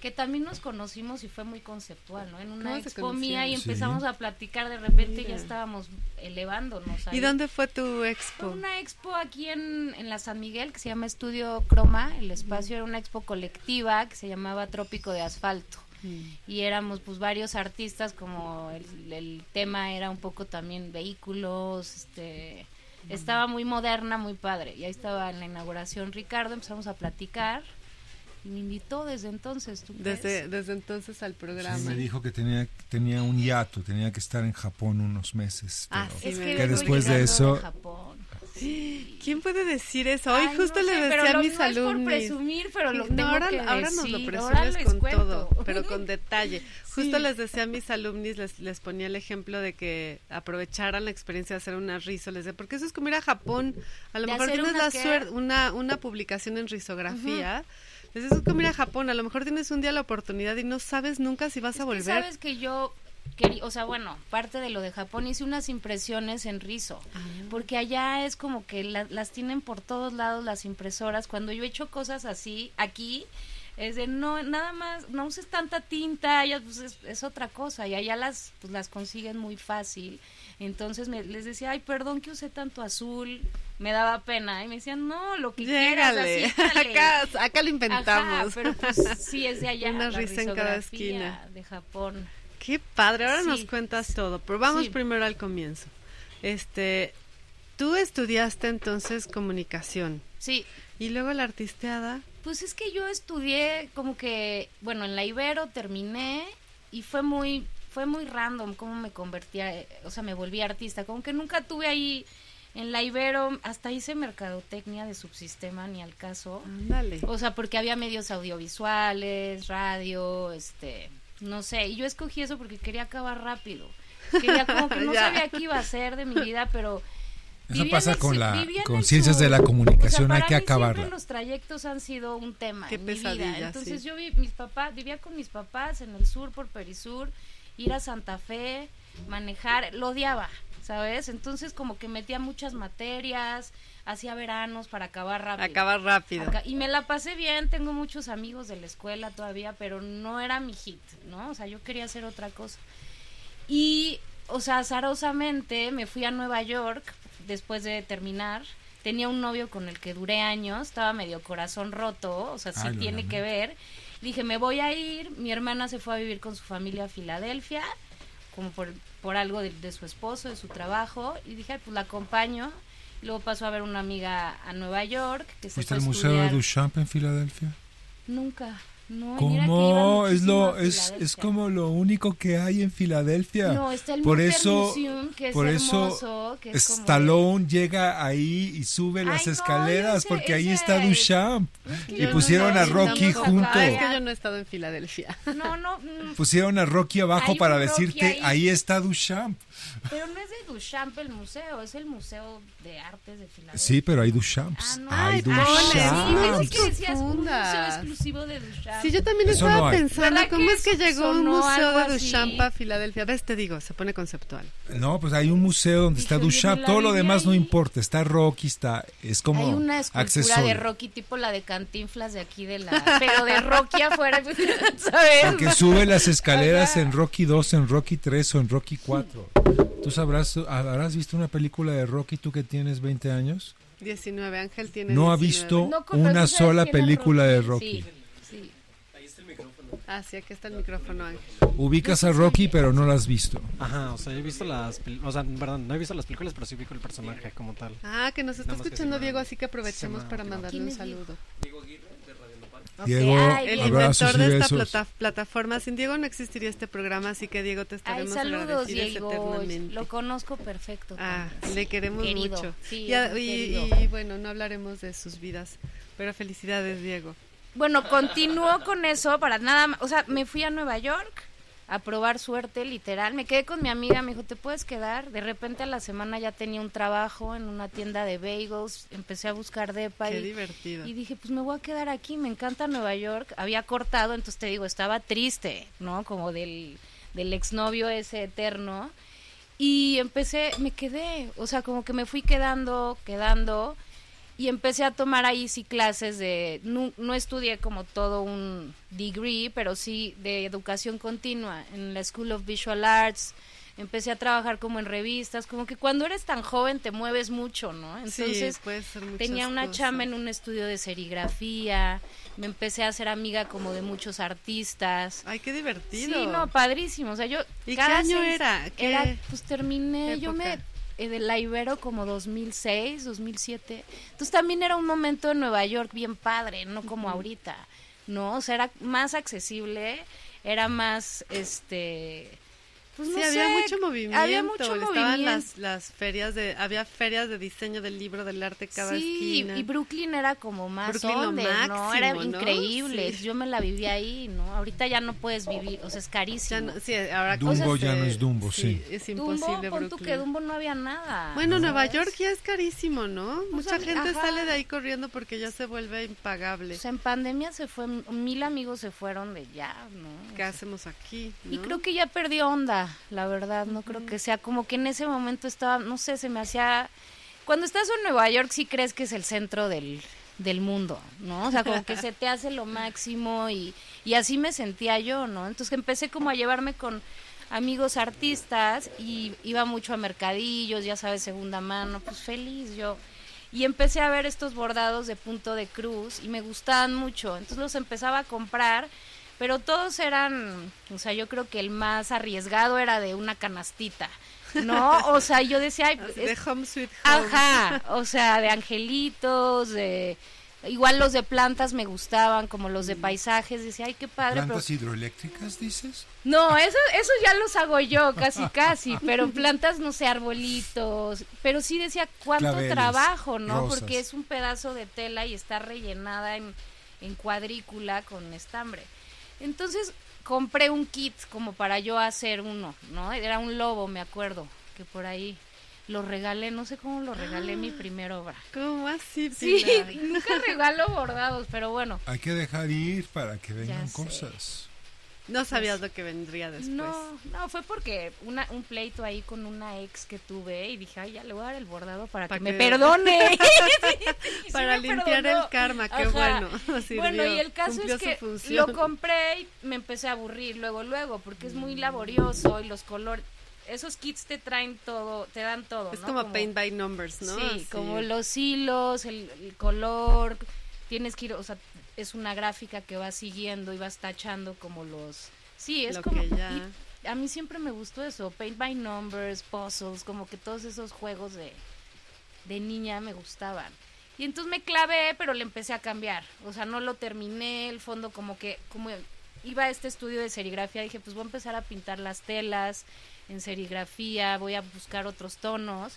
[SPEAKER 6] Que también nos conocimos y fue muy conceptual, ¿no? En una
[SPEAKER 3] ¿Cómo se
[SPEAKER 6] expo mía y
[SPEAKER 5] conocieron? Sí.
[SPEAKER 6] empezamos a platicar. De repente
[SPEAKER 3] Mira.
[SPEAKER 6] ya estábamos elevándonos. ahí.
[SPEAKER 3] ¿Y dónde fue tu expo?
[SPEAKER 6] Una expo aquí en, en la San Miguel que se llama Estudio Croma. El espacio era una expo colectiva que se llamaba Trópico de Asfalto.
[SPEAKER 3] Mm.
[SPEAKER 6] Y éramos pues varios artistas, como el, el tema era un poco también vehículos, este
[SPEAKER 3] Mm.
[SPEAKER 6] Estaba muy moderna, muy padre. Y ahí estaba en la inauguración Ricardo, empezamos a platicar. Y me invitó desde entonces. ¿tú crees?
[SPEAKER 3] Desde, desde entonces al programa.
[SPEAKER 5] Sí, me dijo que tenía, tenía un hiato, tenía que estar en Japón unos meses.
[SPEAKER 3] Ah,
[SPEAKER 5] pero-
[SPEAKER 3] sí,
[SPEAKER 6] Es
[SPEAKER 3] me
[SPEAKER 6] que,
[SPEAKER 3] dijo.
[SPEAKER 5] que
[SPEAKER 6] vengo
[SPEAKER 5] después de
[SPEAKER 6] llegando
[SPEAKER 5] eso-
[SPEAKER 6] Japón.
[SPEAKER 3] ¿Quién puede decir eso? pues, Hoy
[SPEAKER 6] Ay,
[SPEAKER 3] justo
[SPEAKER 6] no
[SPEAKER 3] le
[SPEAKER 6] sé, pero
[SPEAKER 3] decía a
[SPEAKER 6] lo-
[SPEAKER 3] mis
[SPEAKER 6] no es por
[SPEAKER 3] alumnos.
[SPEAKER 6] presumir, pero lo
[SPEAKER 3] No,
[SPEAKER 6] tengo
[SPEAKER 3] ahora,
[SPEAKER 6] que
[SPEAKER 3] ahora nos lo
[SPEAKER 6] decir,
[SPEAKER 3] presumes
[SPEAKER 6] ahora les
[SPEAKER 3] con
[SPEAKER 6] cuento.
[SPEAKER 3] todo, pero con detalle. Justo
[SPEAKER 6] Sí.
[SPEAKER 3] les decía a mis alumnos, les, les ponía el ejemplo de que aprovecharan la experiencia de hacer una riso. Les decía, porque eso es como ir a Japón. A lo
[SPEAKER 6] ¿De
[SPEAKER 3] mejor
[SPEAKER 6] hacer
[SPEAKER 3] tienes
[SPEAKER 6] una
[SPEAKER 3] la
[SPEAKER 6] qué?
[SPEAKER 3] suerte, una, una publicación en risografía. Les decía, eso es como ir a Japón. A lo mejor tienes un día la oportunidad y no sabes nunca si vas a
[SPEAKER 6] Es que
[SPEAKER 3] volver.
[SPEAKER 6] sabes que yo quería, o sea, bueno, parte de lo de Japón hice unas impresiones en rizo,
[SPEAKER 3] Ah.
[SPEAKER 6] porque allá es como que la- las tienen por todos lados las impresoras. Cuando yo he hecho cosas así aquí es de no nada más no uses tanta tinta, ya pues, es, es otra cosa y allá las pues, las consiguen muy fácil. Entonces me- les decía, "Ay, perdón que usé tanto azul." Me daba pena y me decían, "No, lo que
[SPEAKER 3] Llégale.
[SPEAKER 6] quieras, así, échale".
[SPEAKER 3] acá, acá lo inventamos.
[SPEAKER 6] Ajá, pero pues sí es de allá.
[SPEAKER 3] Una
[SPEAKER 6] la
[SPEAKER 3] risa en cada
[SPEAKER 6] risografía
[SPEAKER 3] esquina.
[SPEAKER 6] De Japón.
[SPEAKER 3] Qué padre, ahora
[SPEAKER 6] Sí.
[SPEAKER 3] nos cuentas todo, pero vamos
[SPEAKER 6] Sí.
[SPEAKER 3] primero al comienzo. Este, tú estudiaste entonces comunicación
[SPEAKER 6] Sí,
[SPEAKER 3] y luego la artisteada.
[SPEAKER 6] pues es que yo estudié como que, bueno, en la Ibero terminé y fue muy, fue muy random cómo me convertía, eh, o sea, me volví artista, como que nunca tuve ahí en la Ibero, hasta hice mercadotecnia de subsistema ni al caso.
[SPEAKER 3] Ándale.
[SPEAKER 6] O sea, porque había medios audiovisuales, radio, este, no sé, y yo escogí eso porque quería acabar rápido. Quería como que no
[SPEAKER 3] Ya.
[SPEAKER 6] sabía qué iba a hacer de mi vida, pero
[SPEAKER 5] Eso
[SPEAKER 6] Vivía en
[SPEAKER 5] pasa
[SPEAKER 6] el
[SPEAKER 5] con
[SPEAKER 6] sur-
[SPEAKER 5] la
[SPEAKER 6] vivía en
[SPEAKER 5] con
[SPEAKER 6] el
[SPEAKER 5] ciencias
[SPEAKER 6] sur.
[SPEAKER 5] de la
[SPEAKER 6] O sea,
[SPEAKER 5] comunicación,
[SPEAKER 6] para
[SPEAKER 5] hay que
[SPEAKER 6] mí siempre
[SPEAKER 5] acabarla.
[SPEAKER 6] los trayectos han sido un tema
[SPEAKER 3] Qué
[SPEAKER 6] en mi
[SPEAKER 3] pesadilla,
[SPEAKER 6] vida. Entonces
[SPEAKER 3] sí.
[SPEAKER 6] yo vi, mis papás, vivía con mis papás en el sur por Perisur, ir a Santa Fe, manejar, lo odiaba, ¿sabes? Entonces como que metía muchas materias, hacía veranos para acabar rápido.
[SPEAKER 3] Acaba rápido.
[SPEAKER 6] Acá- y me la pasé bien, tengo muchos amigos de la escuela todavía, pero no era mi hit, ¿no? O sea, yo quería hacer otra cosa. Y, o sea, azarosamente me fui a Nueva York después de terminar. Tenía un novio con el que duré años, estaba medio corazón roto, o sea, sí
[SPEAKER 5] Ay, lo
[SPEAKER 6] tiene
[SPEAKER 5] lamento.
[SPEAKER 6] que ver. Dije, me voy a ir. Mi hermana se fue a vivir con su familia a Filadelfia, como por, por algo de, de su esposo, de su trabajo. Y dije, "Ay, pues la acompaño. Luego pasó a ver una amiga a Nueva York. Que se
[SPEAKER 5] ¿Fuiste
[SPEAKER 6] fue
[SPEAKER 5] al
[SPEAKER 6] a
[SPEAKER 5] Museo de
[SPEAKER 6] estudiar.
[SPEAKER 5] Duchamp en Filadelfia?
[SPEAKER 6] Nunca. No, y mira que
[SPEAKER 5] ¿Cómo?
[SPEAKER 6] iba
[SPEAKER 5] Es lo
[SPEAKER 6] muchísimo a
[SPEAKER 5] es, es
[SPEAKER 6] Filadelfia.
[SPEAKER 5] como lo único que hay en Filadelfia.
[SPEAKER 6] No, está el
[SPEAKER 5] por
[SPEAKER 6] Mutter
[SPEAKER 5] eso
[SPEAKER 6] Museum, que es
[SPEAKER 5] por
[SPEAKER 6] hermoso,
[SPEAKER 5] eso
[SPEAKER 6] que es como-
[SPEAKER 5] Stallone llega ahí y sube
[SPEAKER 6] Ay,
[SPEAKER 5] las
[SPEAKER 6] no,
[SPEAKER 5] escaleras
[SPEAKER 6] yo sé,
[SPEAKER 5] porque ahí
[SPEAKER 6] ese
[SPEAKER 5] está
[SPEAKER 6] es-
[SPEAKER 5] Duchamp
[SPEAKER 6] que
[SPEAKER 5] y
[SPEAKER 6] yo no
[SPEAKER 5] pusieron
[SPEAKER 6] sé,
[SPEAKER 5] a Rocky
[SPEAKER 6] estamos acá.
[SPEAKER 5] junto.
[SPEAKER 3] Ah, es que yo no he estado en Filadelfia.
[SPEAKER 6] No, no, mm,
[SPEAKER 5] Pusieron a Rocky abajo
[SPEAKER 6] Hay
[SPEAKER 5] para
[SPEAKER 6] un Rocky
[SPEAKER 5] decirte,
[SPEAKER 6] ahí.
[SPEAKER 5] ahí. está Duchamp.
[SPEAKER 6] pero no es de Duchamp el museo, es el Museo de Artes de Filadelfia.
[SPEAKER 5] Sí, pero hay Duchamps.
[SPEAKER 6] Ah, no.
[SPEAKER 5] hay
[SPEAKER 6] Ay, sí,
[SPEAKER 3] no
[SPEAKER 6] pensé
[SPEAKER 5] Duchamps.
[SPEAKER 3] nos
[SPEAKER 6] que decías un museo
[SPEAKER 3] confundas.
[SPEAKER 6] exclusivo de Duchamp.
[SPEAKER 3] Sí, yo también
[SPEAKER 5] Eso
[SPEAKER 3] estaba
[SPEAKER 5] no hay.
[SPEAKER 3] pensando,
[SPEAKER 6] ¿Verdad
[SPEAKER 3] ¿cómo
[SPEAKER 6] que
[SPEAKER 3] es que llegó un
[SPEAKER 6] sonó
[SPEAKER 3] museo de
[SPEAKER 6] algo así?
[SPEAKER 3] Duchamp a Filadelfia? Ves, te digo, se pone conceptual.
[SPEAKER 5] No, pues hay un museo donde está
[SPEAKER 6] Dije, oye,
[SPEAKER 5] Duchamp.
[SPEAKER 6] la
[SPEAKER 5] Todo lo
[SPEAKER 6] viví
[SPEAKER 5] demás no
[SPEAKER 6] ahí.
[SPEAKER 5] importa. Está Rocky, está. Es como.
[SPEAKER 6] Hay una escultura
[SPEAKER 5] accesorio.
[SPEAKER 6] de Rocky, tipo la de Cantinflas de aquí de la... Pero de Rocky afuera, ¿sabes?
[SPEAKER 5] El que sube las escaleras
[SPEAKER 6] Ajá.
[SPEAKER 5] en Rocky 2, en Rocky 3 o en Rocky 4. ¿Tú sabrás, habrás visto una película de Rocky tú que tienes 20 años?
[SPEAKER 3] 19, Ángel tiene
[SPEAKER 5] No ha
[SPEAKER 3] 19.
[SPEAKER 5] visto
[SPEAKER 6] pero
[SPEAKER 5] una
[SPEAKER 6] ¿sí sabes
[SPEAKER 5] sola
[SPEAKER 6] quién es
[SPEAKER 5] película de
[SPEAKER 6] Sí,
[SPEAKER 5] Rocky.
[SPEAKER 6] sí.
[SPEAKER 3] Ah, sí, aquí está el micrófono, Ángel.
[SPEAKER 5] Ubicas a Rocky, pero no la has visto.
[SPEAKER 8] Ajá, o sea, he visto las películas, o sea, perdón, no he visto las películas, pero sí ubico el personaje como tal.
[SPEAKER 3] Ah, que nos está
[SPEAKER 8] Nada más que
[SPEAKER 3] escuchando
[SPEAKER 8] se me-
[SPEAKER 3] Diego, así que
[SPEAKER 8] se me
[SPEAKER 3] aprovechemos para
[SPEAKER 8] olvidó.
[SPEAKER 3] mandarle
[SPEAKER 6] ¿Quién
[SPEAKER 3] un
[SPEAKER 6] es Diego?
[SPEAKER 3] saludo.
[SPEAKER 5] Diego,
[SPEAKER 6] ay,
[SPEAKER 3] El
[SPEAKER 6] Bien.
[SPEAKER 5] abrazos
[SPEAKER 3] inventor
[SPEAKER 5] y
[SPEAKER 3] de esta
[SPEAKER 5] besos.
[SPEAKER 3] plata- plataforma. Sin Diego no existiría este programa, así que Diego te
[SPEAKER 6] Ay,
[SPEAKER 3] estaremos
[SPEAKER 6] saludos,
[SPEAKER 3] agradecidos
[SPEAKER 6] Diego.
[SPEAKER 3] eternamente.
[SPEAKER 6] Lo conozco perfecto.
[SPEAKER 3] Ah,
[SPEAKER 6] también,
[SPEAKER 3] le
[SPEAKER 6] sí.
[SPEAKER 3] queremos
[SPEAKER 6] Querido,
[SPEAKER 3] mucho.
[SPEAKER 6] sí,
[SPEAKER 3] y, a-
[SPEAKER 6] es un
[SPEAKER 3] y-
[SPEAKER 6] querido.
[SPEAKER 3] y bueno, no hablaremos de sus vidas, pero felicidades, Diego.
[SPEAKER 6] Bueno, continuó con eso para nada más. O sea, me fui a Nueva York a probar suerte, literal. Me quedé con mi amiga, me dijo, ¿te puedes quedar? De repente a la semana ya tenía un trabajo en una tienda de bagels. Empecé a buscar depa
[SPEAKER 3] Qué
[SPEAKER 6] y,
[SPEAKER 3] divertido.
[SPEAKER 6] y dije, pues me voy a quedar aquí, me encanta Nueva York. Había cortado, entonces te digo, estaba triste, ¿no? Como del, del exnovio ese eterno. Y empecé, me quedé, o sea, como que me fui quedando, quedando. Y empecé a tomar ahí sí clases de, no, no estudié como todo un degree, pero sí de educación continua en la School of Visual Arts. Empecé a trabajar como en revistas, como que cuando eres tan joven te mueves mucho, ¿no? Entonces,
[SPEAKER 3] sí, puede ser muchas
[SPEAKER 6] Tenía una
[SPEAKER 3] cosas.
[SPEAKER 6] chamba en un estudio de serigrafía, me empecé a hacer amiga como de muchos artistas.
[SPEAKER 3] Ay, qué divertido.
[SPEAKER 6] Sí, no, padrísimo. O sea, yo.
[SPEAKER 3] Ah, ¿Y qué
[SPEAKER 6] cada
[SPEAKER 3] año
[SPEAKER 6] seis-
[SPEAKER 3] era? ¿Qué
[SPEAKER 6] Era, pues terminé,
[SPEAKER 3] época?
[SPEAKER 6] yo me. eh, de la Ibero como 2006, 2007. Entonces también era un momento en Nueva York bien padre, no como ahorita, ¿no? O sea, era más accesible, era más, este... Pues no
[SPEAKER 3] sí, había
[SPEAKER 6] sé,
[SPEAKER 3] mucho movimiento.
[SPEAKER 6] Había mucho
[SPEAKER 3] Estaban
[SPEAKER 6] movimiento.
[SPEAKER 3] las, las ferias de, había ferias de diseño del libro del arte cada
[SPEAKER 6] sí,
[SPEAKER 3] esquina.
[SPEAKER 6] y Brooklyn era como más
[SPEAKER 3] Brooklyn lo
[SPEAKER 6] under, ¿no?
[SPEAKER 3] máximo,
[SPEAKER 6] Era
[SPEAKER 3] ¿no?
[SPEAKER 6] increíble.
[SPEAKER 3] Sí.
[SPEAKER 6] Yo me la viví ahí, ¿no? Ahorita ya no puedes vivir, o sea, es
[SPEAKER 3] Ya
[SPEAKER 6] carísimo.
[SPEAKER 3] no- sí, ahora
[SPEAKER 5] Dumbo
[SPEAKER 3] como
[SPEAKER 5] ya no es Dumbo, sí.
[SPEAKER 3] Es
[SPEAKER 6] Dumbo,
[SPEAKER 3] imposible
[SPEAKER 6] pon tú que
[SPEAKER 3] Brooklyn.
[SPEAKER 6] Dumbo no había nada.
[SPEAKER 3] Bueno,
[SPEAKER 6] Ah, ¿no
[SPEAKER 3] Nueva
[SPEAKER 6] ves?
[SPEAKER 3] York ya es carísimo, ¿no? Mucha
[SPEAKER 6] a mí-
[SPEAKER 3] gente
[SPEAKER 6] ajá.
[SPEAKER 3] sale de ahí corriendo porque ya se vuelve impagable.
[SPEAKER 6] O sea, en pandemia se fue, mil amigos se fueron de ya, ¿no?
[SPEAKER 3] ¿Qué hacemos aquí?
[SPEAKER 6] Y
[SPEAKER 3] no?
[SPEAKER 6] creo que ya perdió onda, la verdad, no creo que sea como que en ese momento estaba, no sé, se me hacía... Cuando estás en Nueva York sí crees que es el centro del, del mundo, ¿no? O sea, como que se te hace lo máximo y, y así me sentía yo, ¿no? Entonces que empecé como a llevarme con amigos artistas y iba mucho a mercadillos, ya sabes, segunda mano, pues feliz yo. Y empecé a ver estos bordados de punto de cruz y me gustaban mucho, entonces los empezaba a comprar pero todos eran, o sea, yo creo que el más arriesgado era de una canastita, ¿no? O sea, yo decía, ay,
[SPEAKER 3] Así
[SPEAKER 6] es-
[SPEAKER 3] de Home Sweet Home.
[SPEAKER 6] ajá, o sea, de angelitos, de igual los de plantas me gustaban, como los de paisajes, decía, ay, qué padre, pero
[SPEAKER 5] ¿Plantas hidroeléctricas dices?
[SPEAKER 6] no, eso, eso ya los hago yo, casi, casi, pero plantas, no sé, arbolitos, pero sí decía cuánto
[SPEAKER 5] Claveles,
[SPEAKER 6] trabajo, ¿no?
[SPEAKER 5] rosas.
[SPEAKER 6] Porque es un pedazo de tela y está rellenada en, en cuadrícula con estambre. Entonces compré un kit como para yo hacer uno, ¿no? Era un lobo, me acuerdo, que por ahí lo regalé, no sé cómo lo regalé mi primera obra.
[SPEAKER 3] ¿Cómo así?
[SPEAKER 6] Sí,
[SPEAKER 3] Pilar?
[SPEAKER 6] nunca regalo bordados, pero bueno.
[SPEAKER 5] Hay que dejar ir para que vengan
[SPEAKER 6] sé.
[SPEAKER 5] cosas.
[SPEAKER 3] No sabías lo que vendría después.
[SPEAKER 6] No, no, fue porque una, un pleito ahí con una ex que tuve y dije, ay, ya le voy a dar el bordado para
[SPEAKER 3] Pa'
[SPEAKER 6] que, me
[SPEAKER 3] que-
[SPEAKER 6] perdone. Sí
[SPEAKER 3] Para
[SPEAKER 6] me
[SPEAKER 3] limpiar
[SPEAKER 6] perdonó.
[SPEAKER 3] el karma, qué
[SPEAKER 6] Ajá.
[SPEAKER 3] bueno. sirvió,
[SPEAKER 6] Bueno, y el caso
[SPEAKER 3] cumplió
[SPEAKER 6] es
[SPEAKER 3] su
[SPEAKER 6] que
[SPEAKER 3] función.
[SPEAKER 6] lo compré y me empecé a aburrir luego, luego, porque es muy laborioso y los colores, esos kits te traen todo, te dan todo.
[SPEAKER 3] Es
[SPEAKER 6] ¿no?
[SPEAKER 3] como paint by numbers, ¿no?
[SPEAKER 6] Sí,
[SPEAKER 3] Así.
[SPEAKER 6] como los hilos, el, el color, tienes que ir, o sea, es una gráfica que vas siguiendo y vas tachando como los... Sí, es
[SPEAKER 3] Lo
[SPEAKER 6] como...
[SPEAKER 3] que ya-
[SPEAKER 6] y a mí siempre me gustó eso, paint by numbers, puzzles, como que todos esos juegos de, de niña me gustaban. Y entonces me clavé, pero le empecé a cambiar. O sea, no lo terminé, el fondo como que, como iba a este estudio de serigrafía, dije, pues voy a empezar a pintar las telas en serigrafía, voy a buscar otros tonos.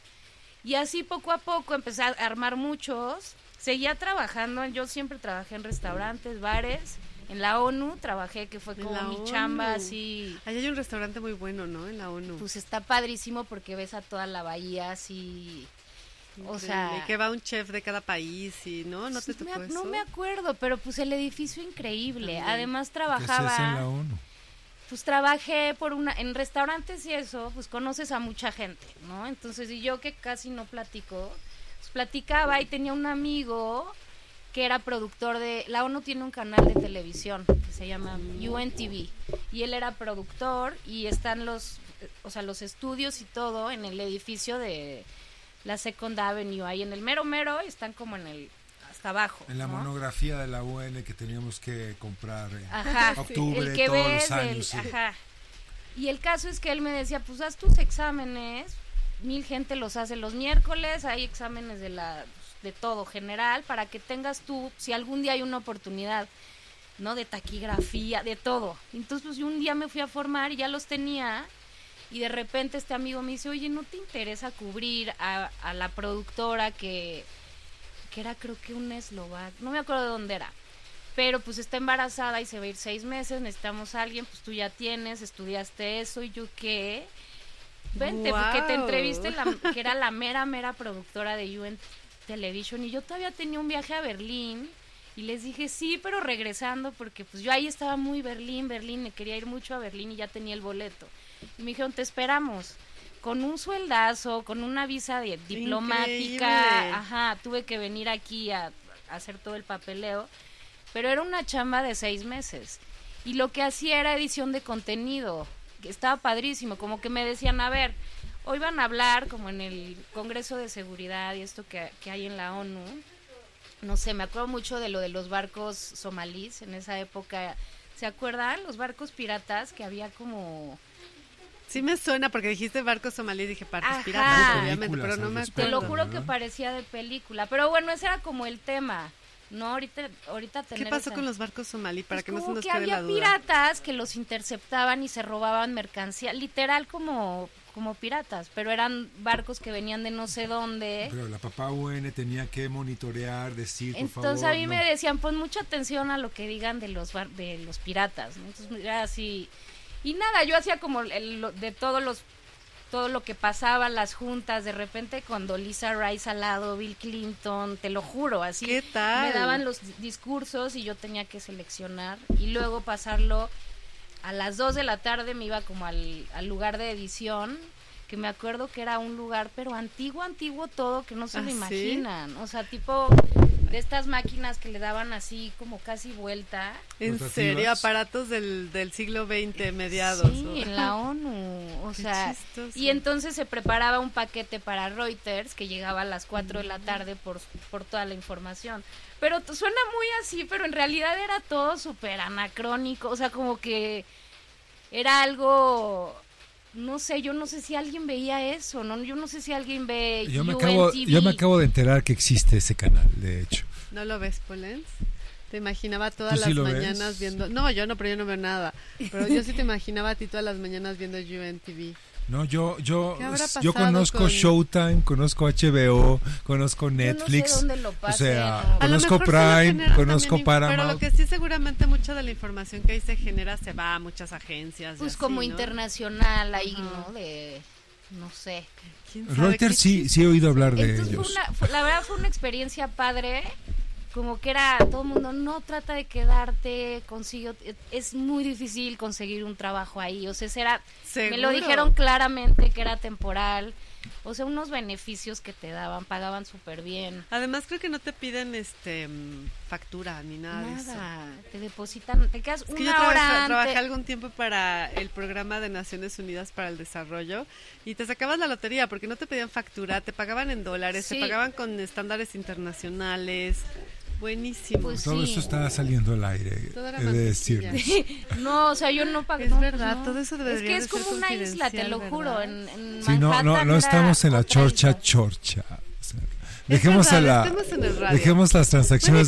[SPEAKER 6] Y así poco a poco empecé a armar muchos. Seguía trabajando, yo siempre trabajé en restaurantes, bares. En la ONU trabajé, que fue
[SPEAKER 3] En
[SPEAKER 6] como
[SPEAKER 3] la
[SPEAKER 6] mi chamba
[SPEAKER 3] ONU.
[SPEAKER 6] así.
[SPEAKER 3] Ahí hay un restaurante muy bueno, ¿no? En la ONU.
[SPEAKER 6] Pues está padrísimo porque ves a toda la bahía así. O
[SPEAKER 3] Increíble.
[SPEAKER 6] sea. pues
[SPEAKER 3] Y que va un chef de cada país y, ¿no? ¿No te
[SPEAKER 6] me
[SPEAKER 3] tocó
[SPEAKER 6] ac-
[SPEAKER 3] eso?
[SPEAKER 6] no me acuerdo, pero pues el edificio increíble.
[SPEAKER 3] También.
[SPEAKER 6] Además
[SPEAKER 5] ¿Qué se hace en
[SPEAKER 6] trabajaba,
[SPEAKER 5] la ONU?
[SPEAKER 6] pues trabajé por una en restaurantes y eso, pues conoces a mucha gente, ¿no? Entonces, y yo que casi no platico, pues platicaba y tenía un amigo que era productor de la ONU tiene un canal de televisión que se llama UNTV y él era productor y están los eh, o sea, los estudios y todo en el edificio de la Second Avenue, ahí en el mero mero, están como en el hasta abajo.
[SPEAKER 5] En la
[SPEAKER 6] ¿no?
[SPEAKER 5] monografía de la UN que teníamos que comprar eh, en
[SPEAKER 6] Ajá.
[SPEAKER 5] octubre
[SPEAKER 6] el que
[SPEAKER 5] todos
[SPEAKER 6] ves,
[SPEAKER 5] los años.
[SPEAKER 6] el-
[SPEAKER 5] sí.
[SPEAKER 6] ajá. Y el caso es que él me decía, pues haz tus exámenes, mil gente los hace los miércoles, hay exámenes de la de todo general para que tengas tú, si algún día hay una oportunidad, ¿no? De taquigrafía, de todo. Entonces, pues yo un día me fui a formar y ya los tenía. Y de repente este amigo me dice, oye, ¿no te interesa cubrir a, a la productora que, que era creo que una eslovaca? No me acuerdo de dónde era. Pero pues está embarazada y se va a ir seis meses, necesitamos a alguien, pues tú ya tienes, estudiaste eso y yo qué. Vente, pues, que te
[SPEAKER 3] Guau.
[SPEAKER 6] entreviste, la- que era la mera, mera productora de UN Television. Y yo todavía tenía un viaje a Berlín y les dije sí, pero regresando porque pues yo ahí estaba muy Berlín, Berlín, me quería ir mucho a Berlín y ya tenía el boleto. Y me dijeron, te esperamos. Con un sueldazo, con una visa de- diplomática,
[SPEAKER 3] Increíble.
[SPEAKER 6] ajá, tuve que venir aquí a, a hacer todo el papeleo, pero era una chamba de seis meses. Y lo que hacía era edición de contenido, que estaba padrísimo, como que me decían, a ver, hoy van a hablar como en el Congreso de Seguridad y esto que, que hay en la ONU, no sé, me acuerdo mucho de lo de los barcos somalíes en esa época. ¿Se acuerdan? Los barcos piratas que había como...
[SPEAKER 3] Sí me suena porque dijiste barcos somalíes, dije barcos
[SPEAKER 6] Ajá.
[SPEAKER 3] piratas, obviamente,
[SPEAKER 5] Películas
[SPEAKER 3] pero no
[SPEAKER 5] al
[SPEAKER 3] me
[SPEAKER 5] respecto,
[SPEAKER 6] Te
[SPEAKER 3] acuerdo.
[SPEAKER 6] lo juro que
[SPEAKER 5] ¿verdad?
[SPEAKER 6] parecía de película. Pero bueno, ese era como el tema. No, ahorita, ahorita
[SPEAKER 3] ¿Qué
[SPEAKER 6] tener
[SPEAKER 3] pasó
[SPEAKER 6] esa-
[SPEAKER 3] con los barcos somalíes? Para
[SPEAKER 6] Pues
[SPEAKER 3] que no se
[SPEAKER 6] como
[SPEAKER 3] nos
[SPEAKER 6] que
[SPEAKER 3] quede
[SPEAKER 6] había
[SPEAKER 3] la duda.
[SPEAKER 6] piratas que los interceptaban y se robaban mercancía, literal como como piratas, pero eran barcos que venían de no sé dónde.
[SPEAKER 5] Pero la papá UN tenía que monitorear, decir, por
[SPEAKER 6] Entonces
[SPEAKER 5] favor,
[SPEAKER 6] a mí
[SPEAKER 5] no.
[SPEAKER 6] me decían, pon mucha atención a lo que digan de los bar- de los piratas. ¿no? Entonces era así. Y nada, yo hacía como el- lo- de todos los todo lo que pasaba, las juntas, de repente con Dolisa Rice al lado, Bill Clinton, te lo juro, así.
[SPEAKER 3] ¿Qué tal?
[SPEAKER 6] Me daban los dis- discursos y yo tenía que seleccionar y luego pasarlo a las 2 de la tarde me iba como al, al lugar de edición, que me acuerdo que era un lugar, pero antiguo, antiguo todo, que no se
[SPEAKER 3] ¿Ah,
[SPEAKER 6] lo
[SPEAKER 3] sí?
[SPEAKER 6] imaginan. O sea, tipo de estas máquinas que le daban así como casi vuelta.
[SPEAKER 3] En
[SPEAKER 5] Rotativas.
[SPEAKER 3] serio, aparatos del, del siglo XX, mediados.
[SPEAKER 6] Sí,
[SPEAKER 3] ¿no?
[SPEAKER 6] en la ONU. O
[SPEAKER 3] Qué
[SPEAKER 6] sea,
[SPEAKER 3] chistoso.
[SPEAKER 6] y entonces se preparaba un paquete para Reuters que llegaba a las 4 de la tarde por, por toda la información. Pero t- suena muy así, pero en realidad era todo súper anacrónico. O sea, como que era algo. No sé, yo no sé si alguien veía eso, ¿no? Yo no sé si alguien ve.
[SPEAKER 5] Yo me, acabo, yo me
[SPEAKER 6] UNTV.
[SPEAKER 5] acabo de enterar que existe ese canal, de hecho.
[SPEAKER 3] ¿No lo ves, Polens? Te imaginaba todas
[SPEAKER 5] ¿Tú sí
[SPEAKER 3] las
[SPEAKER 5] lo
[SPEAKER 3] mañanas
[SPEAKER 5] ves?
[SPEAKER 3] viendo... No, yo no, pero yo no veo nada. Pero yo sí te imaginaba a ti todas las mañanas viendo UNTV.
[SPEAKER 5] No, yo, yo,
[SPEAKER 3] ¿Qué habrá pasado
[SPEAKER 5] yo conozco
[SPEAKER 3] con-
[SPEAKER 5] Showtime, conozco HBO, conozco
[SPEAKER 6] sé
[SPEAKER 5] Netflix.
[SPEAKER 6] dónde lo
[SPEAKER 5] o sea,
[SPEAKER 6] pasen, o- A
[SPEAKER 3] A lo
[SPEAKER 5] conozco
[SPEAKER 3] mejor se va a
[SPEAKER 5] Prime,
[SPEAKER 3] generar
[SPEAKER 5] conozco
[SPEAKER 3] también inf- Pero lo
[SPEAKER 5] Paramount.
[SPEAKER 3] que sí seguramente mucha de la información que ahí se genera se va a muchas agencias. y
[SPEAKER 6] Pues
[SPEAKER 3] así, ¿no?
[SPEAKER 6] como internacional ahí,
[SPEAKER 3] Ajá.
[SPEAKER 6] ¿no? De. No sé.
[SPEAKER 3] ¿Quién sabe
[SPEAKER 5] Reuters
[SPEAKER 3] qué
[SPEAKER 5] sí, sí he oído hablar de
[SPEAKER 6] Entonces Fue
[SPEAKER 5] ellos.
[SPEAKER 6] una- fue- la verdad fue una experiencia padre, como que era todo el mundo, no trata de quedarte, consigo, es muy difícil conseguir un trabajo ahí, o sea, ese era, me
[SPEAKER 3] Seguro.
[SPEAKER 6] lo dijeron claramente que era temporal, o sea, unos beneficios que te daban, pagaban súper bien.
[SPEAKER 3] Además creo que no te piden este mm, factura ni nada, de eso.
[SPEAKER 6] Nada, te depositan, te quedas
[SPEAKER 3] Es que yo
[SPEAKER 6] una hora
[SPEAKER 3] trabaja- trabajé
[SPEAKER 6] antes.
[SPEAKER 3] algún tiempo para el programa de Naciones Unidas para el Desarrollo y te sacabas la lotería porque no te pedían factura, te pagaban en dólares,
[SPEAKER 6] Sí.
[SPEAKER 3] te pagaban con estándares internacionales. Buenísimo.
[SPEAKER 6] Pues-
[SPEAKER 5] Todo
[SPEAKER 6] sí.
[SPEAKER 5] esto está saliendo al aire,
[SPEAKER 3] Todo era
[SPEAKER 5] he de
[SPEAKER 3] mantequilla.
[SPEAKER 5] decirnos.
[SPEAKER 6] No, o sea, yo no pagué.
[SPEAKER 3] Es
[SPEAKER 6] no, pues
[SPEAKER 3] verdad,
[SPEAKER 6] no.
[SPEAKER 3] todo eso
[SPEAKER 6] Es
[SPEAKER 3] debería
[SPEAKER 6] que
[SPEAKER 3] de
[SPEAKER 6] es
[SPEAKER 3] ser
[SPEAKER 6] como una isla, te lo
[SPEAKER 3] confidencial,
[SPEAKER 6] juro.
[SPEAKER 3] ¿verdad?
[SPEAKER 6] En, en
[SPEAKER 5] Sí, no, no,
[SPEAKER 6] Manhattan
[SPEAKER 5] no
[SPEAKER 6] era
[SPEAKER 5] estamos en la
[SPEAKER 6] otra isla.
[SPEAKER 5] chorcha, chorcha. O sea, dejemos,
[SPEAKER 3] verdad,
[SPEAKER 5] a la,
[SPEAKER 3] estamos en el radio.
[SPEAKER 5] dejemos las transacciones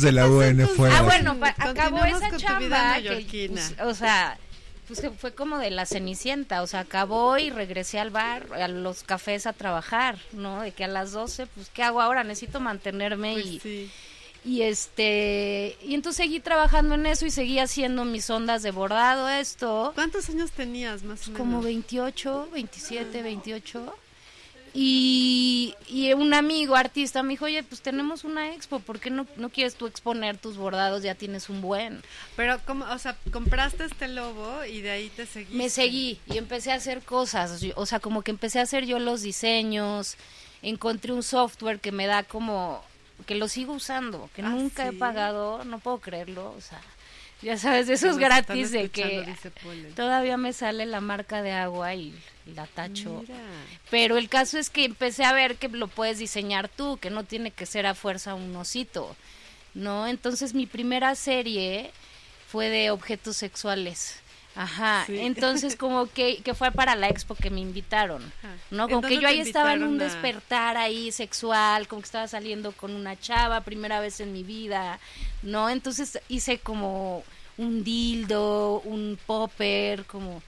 [SPEAKER 3] Bueno, ¿y qué
[SPEAKER 5] de la
[SPEAKER 3] pasó
[SPEAKER 5] UN
[SPEAKER 3] entonces?
[SPEAKER 5] fuera.
[SPEAKER 6] Ah,
[SPEAKER 5] de-
[SPEAKER 6] bueno, pa-
[SPEAKER 3] Continuamos
[SPEAKER 6] acabó esa
[SPEAKER 3] con tu
[SPEAKER 6] chamba.
[SPEAKER 3] vida
[SPEAKER 6] que,
[SPEAKER 3] neoyorquina.
[SPEAKER 6] pues, o sea, pues, que fue como de la cenicienta. O sea, acabó y regresé al bar, a los cafés a trabajar, ¿no? De que a las 12, pues, ¿qué hago ahora? Necesito mantenerme
[SPEAKER 3] Pues
[SPEAKER 6] y,
[SPEAKER 3] sí.
[SPEAKER 6] y este. Y entonces seguí trabajando en eso y seguí haciendo mis ondas de bordado, esto.
[SPEAKER 3] ¿Cuántos años tenías más o menos?
[SPEAKER 6] Pues, Como 28, 27, 28. Y, y un amigo artista me dijo, oye, pues tenemos una expo, ¿por qué no, no quieres tú exponer tus bordados? Ya tienes un buen.
[SPEAKER 3] Pero como, o sea, compraste este lobo y de ahí te seguí.
[SPEAKER 6] Me seguí y empecé a hacer cosas, o sea, o sea, como que empecé a hacer yo los diseños, encontré un software que me da como que lo sigo usando, que
[SPEAKER 3] Ah,
[SPEAKER 6] nunca he
[SPEAKER 3] ¿sí?
[SPEAKER 6] pagado, no puedo creerlo, o sea, ya sabes, de
[SPEAKER 3] Nos
[SPEAKER 6] esos
[SPEAKER 3] están
[SPEAKER 6] gratis de que
[SPEAKER 3] escuchando, dice Polen.
[SPEAKER 6] todavía me sale la marca de agua y la tacho.
[SPEAKER 3] Mira.
[SPEAKER 6] Pero el caso es que empecé a ver que lo puedes diseñar tú, que no tiene que ser a fuerza un osito, ¿no? Entonces mi primera serie fue de objetos sexuales. Ajá,
[SPEAKER 3] Sí.
[SPEAKER 6] entonces como que, que fue para la expo que me invitaron,
[SPEAKER 3] Ajá.
[SPEAKER 6] ¿no?
[SPEAKER 3] ¿En
[SPEAKER 6] Como
[SPEAKER 3] dónde
[SPEAKER 6] que yo
[SPEAKER 3] te
[SPEAKER 6] ahí estaba en un
[SPEAKER 3] invitaron a-
[SPEAKER 6] despertar ahí sexual, como que estaba saliendo con una chava, primera vez en mi vida, ¿no? Entonces hice como un dildo, un popper, como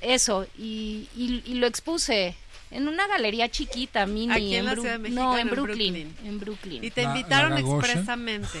[SPEAKER 6] eso, y, y- y lo expuse en una galería chiquita, mini.
[SPEAKER 3] Aquí en la
[SPEAKER 6] Bru-
[SPEAKER 3] Ciudad de México,
[SPEAKER 6] No,
[SPEAKER 3] en
[SPEAKER 6] en Brooklyn.
[SPEAKER 3] Brooklyn.
[SPEAKER 6] En Brooklyn.
[SPEAKER 3] Y te
[SPEAKER 5] La- la
[SPEAKER 3] invitaron
[SPEAKER 5] Gagosha.
[SPEAKER 3] expresamente.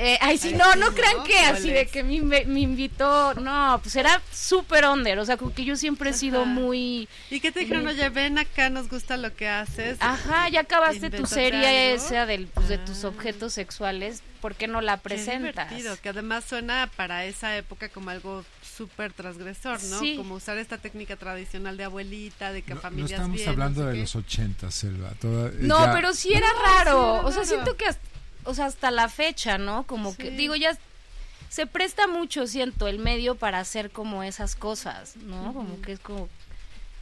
[SPEAKER 6] Eh, ay, sí,
[SPEAKER 3] Ay,
[SPEAKER 6] no,
[SPEAKER 3] sí,
[SPEAKER 6] no
[SPEAKER 3] ¿no?
[SPEAKER 6] crean que así
[SPEAKER 3] Híjole.
[SPEAKER 6] de que me, inve- me invitó. No, pues era súper under. O sea, como que yo siempre he sido
[SPEAKER 3] Ajá.
[SPEAKER 6] muy.
[SPEAKER 3] ¿Y qué te dijeron? Oye, ven acá, nos gusta lo que haces.
[SPEAKER 6] Ajá, ya acabaste tu
[SPEAKER 3] Invéntate
[SPEAKER 6] serie
[SPEAKER 3] algo.
[SPEAKER 6] esa del, pues, de tus
[SPEAKER 3] Ah.
[SPEAKER 6] objetos sexuales. ¿Por qué no la
[SPEAKER 3] Qué
[SPEAKER 6] presentas?
[SPEAKER 3] divertido, que además suena para esa época como algo súper transgresor, ¿no?
[SPEAKER 6] Sí.
[SPEAKER 3] Como usar esta técnica tradicional de abuelita, de que
[SPEAKER 5] No, no
[SPEAKER 3] familias
[SPEAKER 5] estamos
[SPEAKER 3] bien,
[SPEAKER 5] hablando
[SPEAKER 3] sé
[SPEAKER 5] de
[SPEAKER 3] qué.
[SPEAKER 5] los 80, Selva. toda- eh,
[SPEAKER 6] No,
[SPEAKER 5] ya-
[SPEAKER 6] pero sí era
[SPEAKER 3] sí
[SPEAKER 6] raro.
[SPEAKER 3] era
[SPEAKER 6] o sea,
[SPEAKER 3] raro.
[SPEAKER 6] siento que hasta, o sea, hasta la fecha, ¿no? Como que
[SPEAKER 3] Sí.
[SPEAKER 6] digo, ya se presta mucho, siento, el medio para hacer como esas cosas, ¿no? Como que es como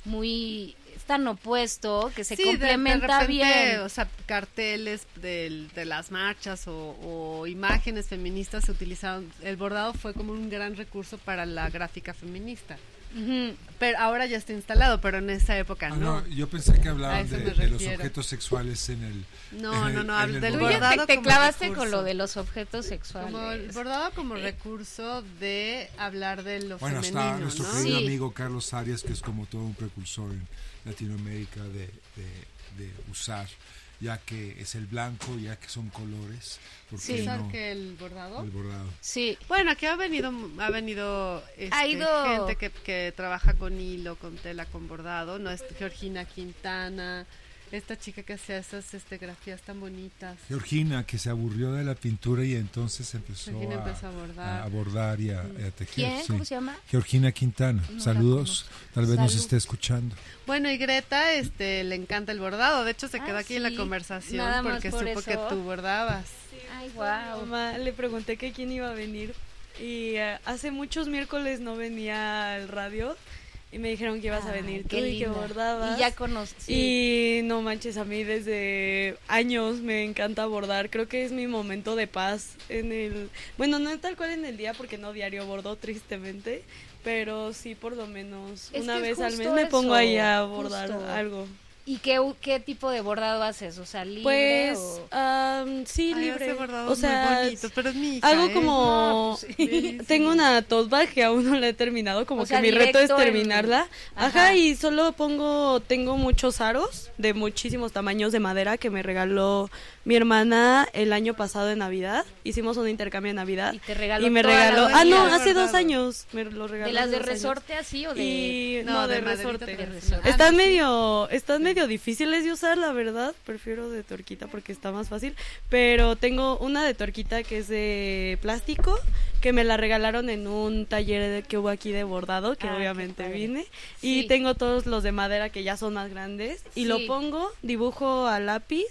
[SPEAKER 6] muy es tan opuesto que se
[SPEAKER 3] Sí, de- de
[SPEAKER 6] complementa
[SPEAKER 3] repente,
[SPEAKER 6] bien.
[SPEAKER 3] O sea, carteles del- de las marchas o, o imágenes feministas se utilizaron. El bordado fue como un gran recurso para la gráfica feminista. Ujú, Pero ahora ya está instalado, pero en esa época
[SPEAKER 5] Ah,
[SPEAKER 3] no.
[SPEAKER 5] no, yo pensé que
[SPEAKER 3] A
[SPEAKER 5] hablaban
[SPEAKER 3] eso me
[SPEAKER 5] de, de los
[SPEAKER 3] refiero.
[SPEAKER 5] objetos sexuales en el.
[SPEAKER 3] No,
[SPEAKER 5] en
[SPEAKER 3] no,
[SPEAKER 5] el-
[SPEAKER 3] no,
[SPEAKER 5] en el
[SPEAKER 3] del
[SPEAKER 6] Tú
[SPEAKER 5] bordado.
[SPEAKER 6] ya te,
[SPEAKER 3] Bordado
[SPEAKER 6] te
[SPEAKER 3] como
[SPEAKER 6] clavaste
[SPEAKER 3] recurso.
[SPEAKER 6] con lo de los objetos
[SPEAKER 3] Como el
[SPEAKER 6] sexuales.
[SPEAKER 3] bordado como recurso de hablar de lo
[SPEAKER 5] Bueno, está
[SPEAKER 3] femenino,
[SPEAKER 5] nuestro
[SPEAKER 3] ¿no?
[SPEAKER 5] querido
[SPEAKER 6] Sí.
[SPEAKER 5] amigo Carlos Arias, que es como todo un precursor en Latinoamérica de, de- de usar, ya que es el blanco, ya que son colores, porque
[SPEAKER 6] Sí.
[SPEAKER 5] no
[SPEAKER 3] que el bordado.
[SPEAKER 5] el bordado.
[SPEAKER 6] Sí,
[SPEAKER 3] Bueno, aquí ha venido, ha venido este,
[SPEAKER 6] Ha ido-
[SPEAKER 3] gente que, que trabaja con hilo, con tela, con bordado, ¿no? Es Georgina Quintana, esta chica que hacía esas este, grafías tan bonitas.
[SPEAKER 5] Georgina, que se aburrió de la pintura y entonces empezó,
[SPEAKER 3] Georgina
[SPEAKER 5] a,
[SPEAKER 3] empezó a bordar.
[SPEAKER 5] a abordar y a, a tejer.
[SPEAKER 6] ¿quién?
[SPEAKER 5] sí.
[SPEAKER 6] ¿Cómo se llama?
[SPEAKER 5] Georgina Quintana,
[SPEAKER 6] No la
[SPEAKER 5] saludos, tal vez nos
[SPEAKER 6] Salud.
[SPEAKER 5] esté escuchando.
[SPEAKER 3] Bueno, y Greta este, le encanta el bordado, de hecho se
[SPEAKER 6] Ah,
[SPEAKER 3] quedó aquí en la
[SPEAKER 6] sí.
[SPEAKER 3] conversación
[SPEAKER 6] Nada más
[SPEAKER 3] porque
[SPEAKER 6] por
[SPEAKER 3] supo que
[SPEAKER 6] eso.
[SPEAKER 3] tú bordabas.
[SPEAKER 6] Ay,
[SPEAKER 7] Mi
[SPEAKER 6] wow.
[SPEAKER 7] mamá le pregunté que quién iba a venir y eh, hace muchos miércoles no venía al radio y me dijeron que ibas a venir tú y que bordabas.
[SPEAKER 6] Y ya conocí.
[SPEAKER 7] Y no manches, a mí desde años me encanta bordar. Creo que es mi momento de paz en el... Bueno, no tal cual en el día porque no diario bordo, tristemente, pero sí por lo menos
[SPEAKER 6] Es
[SPEAKER 7] una
[SPEAKER 6] que
[SPEAKER 7] vez al mes
[SPEAKER 6] justo
[SPEAKER 7] me
[SPEAKER 6] eso,
[SPEAKER 7] pongo ahí a bordar
[SPEAKER 6] justo.
[SPEAKER 7] algo.
[SPEAKER 6] ¿Y qué, qué tipo de bordado haces? O sea, libre
[SPEAKER 7] Pues,
[SPEAKER 6] o...
[SPEAKER 7] am, sí,
[SPEAKER 3] Ay,
[SPEAKER 7] libre.
[SPEAKER 3] hace bordados
[SPEAKER 7] O sea,
[SPEAKER 3] muy bonitos, pero es mi hija,
[SPEAKER 7] Hago
[SPEAKER 3] ¿eh?
[SPEAKER 7] como...
[SPEAKER 3] Bellísimo.
[SPEAKER 7] Tengo una tote bag que aún no la he terminado, como
[SPEAKER 6] pues O
[SPEAKER 7] que
[SPEAKER 6] sea,
[SPEAKER 7] mi reto es
[SPEAKER 6] directo en-
[SPEAKER 7] terminarla. Ajá.
[SPEAKER 6] Ajá.
[SPEAKER 7] y solo pongo, tengo muchos aros de muchísimos tamaños de madera que me regaló mi hermana el año pasado de Navidad. Hicimos un intercambio de Navidad.
[SPEAKER 6] Y te regaló
[SPEAKER 7] me
[SPEAKER 6] toda la
[SPEAKER 7] regaló... Ah, no,
[SPEAKER 6] varilla.
[SPEAKER 7] hace dos
[SPEAKER 3] Bordado.
[SPEAKER 7] años me lo regaló.
[SPEAKER 6] ¿De las de
[SPEAKER 7] hace dos años.
[SPEAKER 6] resorte así o de...?
[SPEAKER 7] Y... No,
[SPEAKER 3] No,
[SPEAKER 7] de,
[SPEAKER 3] de maderita
[SPEAKER 7] resorte.
[SPEAKER 6] de resorte?
[SPEAKER 7] Están Ah, medio, están medio difíciles de usar, la verdad. Prefiero de torquita porque está más fácil. Pero tengo una de torquita que es de plástico, que me la regalaron en un taller de- que hubo aquí de bordado, que
[SPEAKER 6] Ah, qué
[SPEAKER 7] obviamente
[SPEAKER 6] padre.
[SPEAKER 7] vine.
[SPEAKER 6] Sí.
[SPEAKER 7] Y tengo todos los de madera que ya son más grandes. Y lo
[SPEAKER 6] Sí.
[SPEAKER 7] pongo, dibujo a lápiz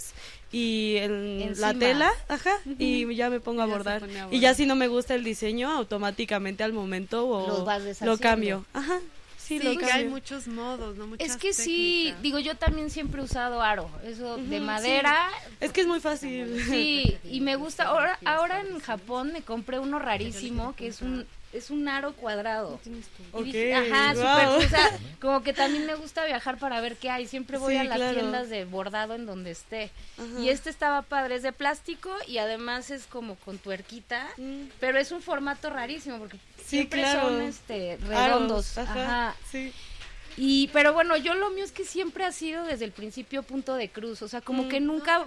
[SPEAKER 7] y en
[SPEAKER 6] Encima.
[SPEAKER 7] la tela, ajá, y ya me pongo a
[SPEAKER 3] Y ya se
[SPEAKER 7] bordar.
[SPEAKER 3] pone a
[SPEAKER 7] Y ya
[SPEAKER 3] bordar.
[SPEAKER 7] si no me gusta el diseño, automáticamente al momento o
[SPEAKER 6] Lo vas
[SPEAKER 7] lo
[SPEAKER 6] deshaciendo.
[SPEAKER 7] cambio. Ajá. Sí,
[SPEAKER 3] Sí,
[SPEAKER 7] lo
[SPEAKER 3] que
[SPEAKER 7] cambio.
[SPEAKER 3] hay muchos modos, ¿no? Muchas
[SPEAKER 6] Es que sí,
[SPEAKER 3] técnicas.
[SPEAKER 6] digo, yo también siempre he usado aro, eso de
[SPEAKER 7] Ujú,
[SPEAKER 6] madera.
[SPEAKER 7] Es que es muy fácil.
[SPEAKER 6] Este, Sí, y me gusta. Ahora, ahora en Japón me compré uno rarísimo que es un es un aro cuadrado. Y dije,
[SPEAKER 7] Ok,
[SPEAKER 6] ajá,
[SPEAKER 7] guau.
[SPEAKER 6] súper, o sea, como que también me gusta viajar para ver qué hay. Siempre voy
[SPEAKER 7] Sí,
[SPEAKER 6] a las
[SPEAKER 7] claro.
[SPEAKER 6] tiendas de bordado en donde esté. Y este estaba padre, es de plástico y además es como con tuerquita,
[SPEAKER 7] Mm.
[SPEAKER 6] pero es un formato rarísimo porque siempre
[SPEAKER 7] claro.
[SPEAKER 6] son este redondos.
[SPEAKER 7] Aros,
[SPEAKER 6] ajá.
[SPEAKER 7] Sí.
[SPEAKER 6] Y, pero bueno, yo lo mío es que siempre ha sido desde el principio punto de cruz, o sea, como que
[SPEAKER 7] Mm,
[SPEAKER 6] nunca,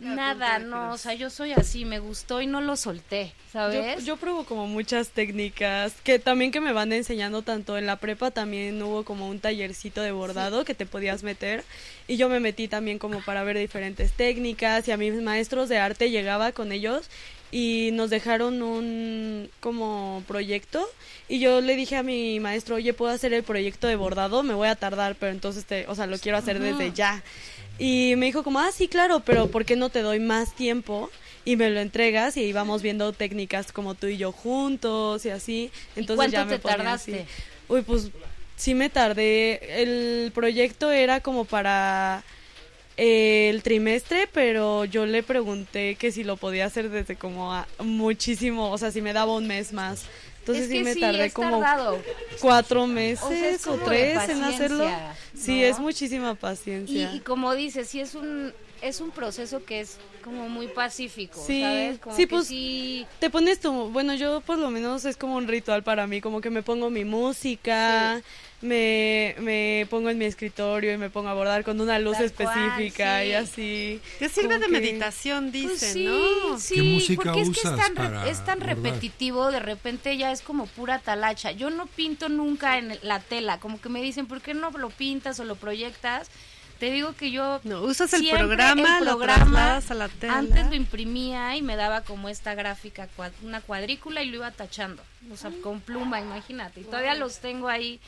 [SPEAKER 6] nada, no, o sea, yo soy así, me gustó y no lo solté,
[SPEAKER 7] Yo,
[SPEAKER 6] ¿sabes?
[SPEAKER 7] yo pruebo como muchas técnicas que también que me van enseñando tanto en la prepa también hubo como un tallercito de bordado que te podías meter y yo me metí también como para ver diferentes técnicas y a mis maestros de arte llegaba con ellos y nos dejaron un como proyecto y yo le dije a mi maestro, "Oye, puedo hacer el proyecto de bordado, me voy a tardar, pero entonces te, o sea, lo quiero hacer desde ya." Y me dijo como, ah, sí, claro, pero ¿por qué no te doy más tiempo? Y me lo entregas y íbamos viendo técnicas como tú y yo juntos y así.
[SPEAKER 6] ¿Y
[SPEAKER 7] Entonces
[SPEAKER 6] cuánto
[SPEAKER 7] ya me
[SPEAKER 6] te
[SPEAKER 7] ponía
[SPEAKER 6] tardaste?
[SPEAKER 7] así. Uy, pues sí me tardé. El proyecto era como para el trimestre, pero yo le pregunté que si lo podía hacer desde como a- muchísimo, o sea, si me daba un mes más. Entonces
[SPEAKER 6] es que
[SPEAKER 7] sí me
[SPEAKER 6] sí,
[SPEAKER 7] tardé
[SPEAKER 6] es
[SPEAKER 7] como
[SPEAKER 6] tardado.
[SPEAKER 7] cuatro meses
[SPEAKER 6] O sea, es
[SPEAKER 7] o,
[SPEAKER 6] como de
[SPEAKER 7] tres en hacerlo.
[SPEAKER 6] paciencia,
[SPEAKER 7] Sí,
[SPEAKER 6] ¿no?
[SPEAKER 7] es muchísima
[SPEAKER 6] Y,
[SPEAKER 7] paciencia.
[SPEAKER 6] y como dices, sí es un, es un proceso que es como muy pacífico,
[SPEAKER 7] Sí,
[SPEAKER 6] ¿sabes? Como
[SPEAKER 7] sí,
[SPEAKER 6] que
[SPEAKER 7] pues,
[SPEAKER 6] sí,
[SPEAKER 7] Te pones tu, bueno, yo por lo menos es como un ritual para mí, como que me pongo mi música, me, me pongo en mi escritorio y me pongo a bordar con una luz
[SPEAKER 6] Tal cual,
[SPEAKER 7] específica
[SPEAKER 6] sí.
[SPEAKER 7] y así.
[SPEAKER 3] Que sirve de
[SPEAKER 7] Como que-
[SPEAKER 3] meditación, dicen,
[SPEAKER 6] Pues sí,
[SPEAKER 3] ¿no?
[SPEAKER 6] sí,
[SPEAKER 5] ¿Qué música
[SPEAKER 6] porque es que
[SPEAKER 5] usas
[SPEAKER 6] es tan, re-
[SPEAKER 5] para
[SPEAKER 6] es tan
[SPEAKER 5] bordar?
[SPEAKER 6] repetitivo, de repente ya es como pura talacha. Yo no pinto nunca en el- la tela, como que me dicen, ¿por qué no lo pintas o lo proyectas? Te digo que yo
[SPEAKER 3] No, usas el
[SPEAKER 6] siempre
[SPEAKER 3] programa,
[SPEAKER 6] el
[SPEAKER 3] lo
[SPEAKER 6] programa,
[SPEAKER 3] trasladas a la tela.
[SPEAKER 6] Antes lo imprimía y me daba como esta gráfica, cua- una cuadrícula y lo iba tachando, o sea, con pluma, imagínate. Y todavía los tengo ahí.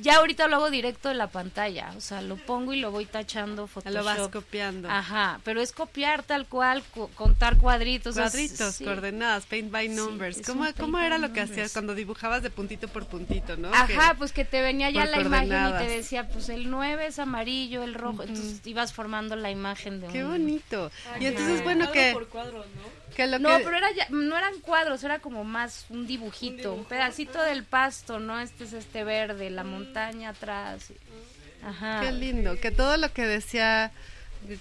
[SPEAKER 6] Ya ahorita lo hago directo de la pantalla, o sea, lo pongo y lo voy tachando Photoshop.
[SPEAKER 3] Lo vas copiando.
[SPEAKER 6] Ajá, pero es copiar tal cual, co- contar cuadritos. o sea,
[SPEAKER 3] Cuadritos,
[SPEAKER 6] sí.
[SPEAKER 3] coordenadas, paint by
[SPEAKER 6] Sí,
[SPEAKER 3] numbers.
[SPEAKER 6] es
[SPEAKER 3] ¿Cómo,
[SPEAKER 6] un paint
[SPEAKER 3] cómo
[SPEAKER 6] by
[SPEAKER 3] era lo que hacías
[SPEAKER 6] numbers.
[SPEAKER 3] cuando dibujabas de puntito por puntito, no?
[SPEAKER 6] Ajá,
[SPEAKER 3] Que-
[SPEAKER 6] pues que te venía ya
[SPEAKER 3] Por
[SPEAKER 6] la imagen y
[SPEAKER 3] coordenadas.
[SPEAKER 6] te decía, pues el 9 es amarillo, el rojo, entonces ibas formando la imagen de
[SPEAKER 3] Qué
[SPEAKER 6] un-
[SPEAKER 3] bonito. Y entonces, bueno,
[SPEAKER 7] Cuadro
[SPEAKER 3] que
[SPEAKER 7] por cuadro, ¿no?
[SPEAKER 3] Que lo
[SPEAKER 6] No,
[SPEAKER 3] que-
[SPEAKER 6] pero era ya- no eran cuadros, era como más un dibujito, un, pedacito del pasto, ¿no? Este es este verde, la montaña atrás. y- Ajá.
[SPEAKER 3] Qué lindo, que todo lo que decía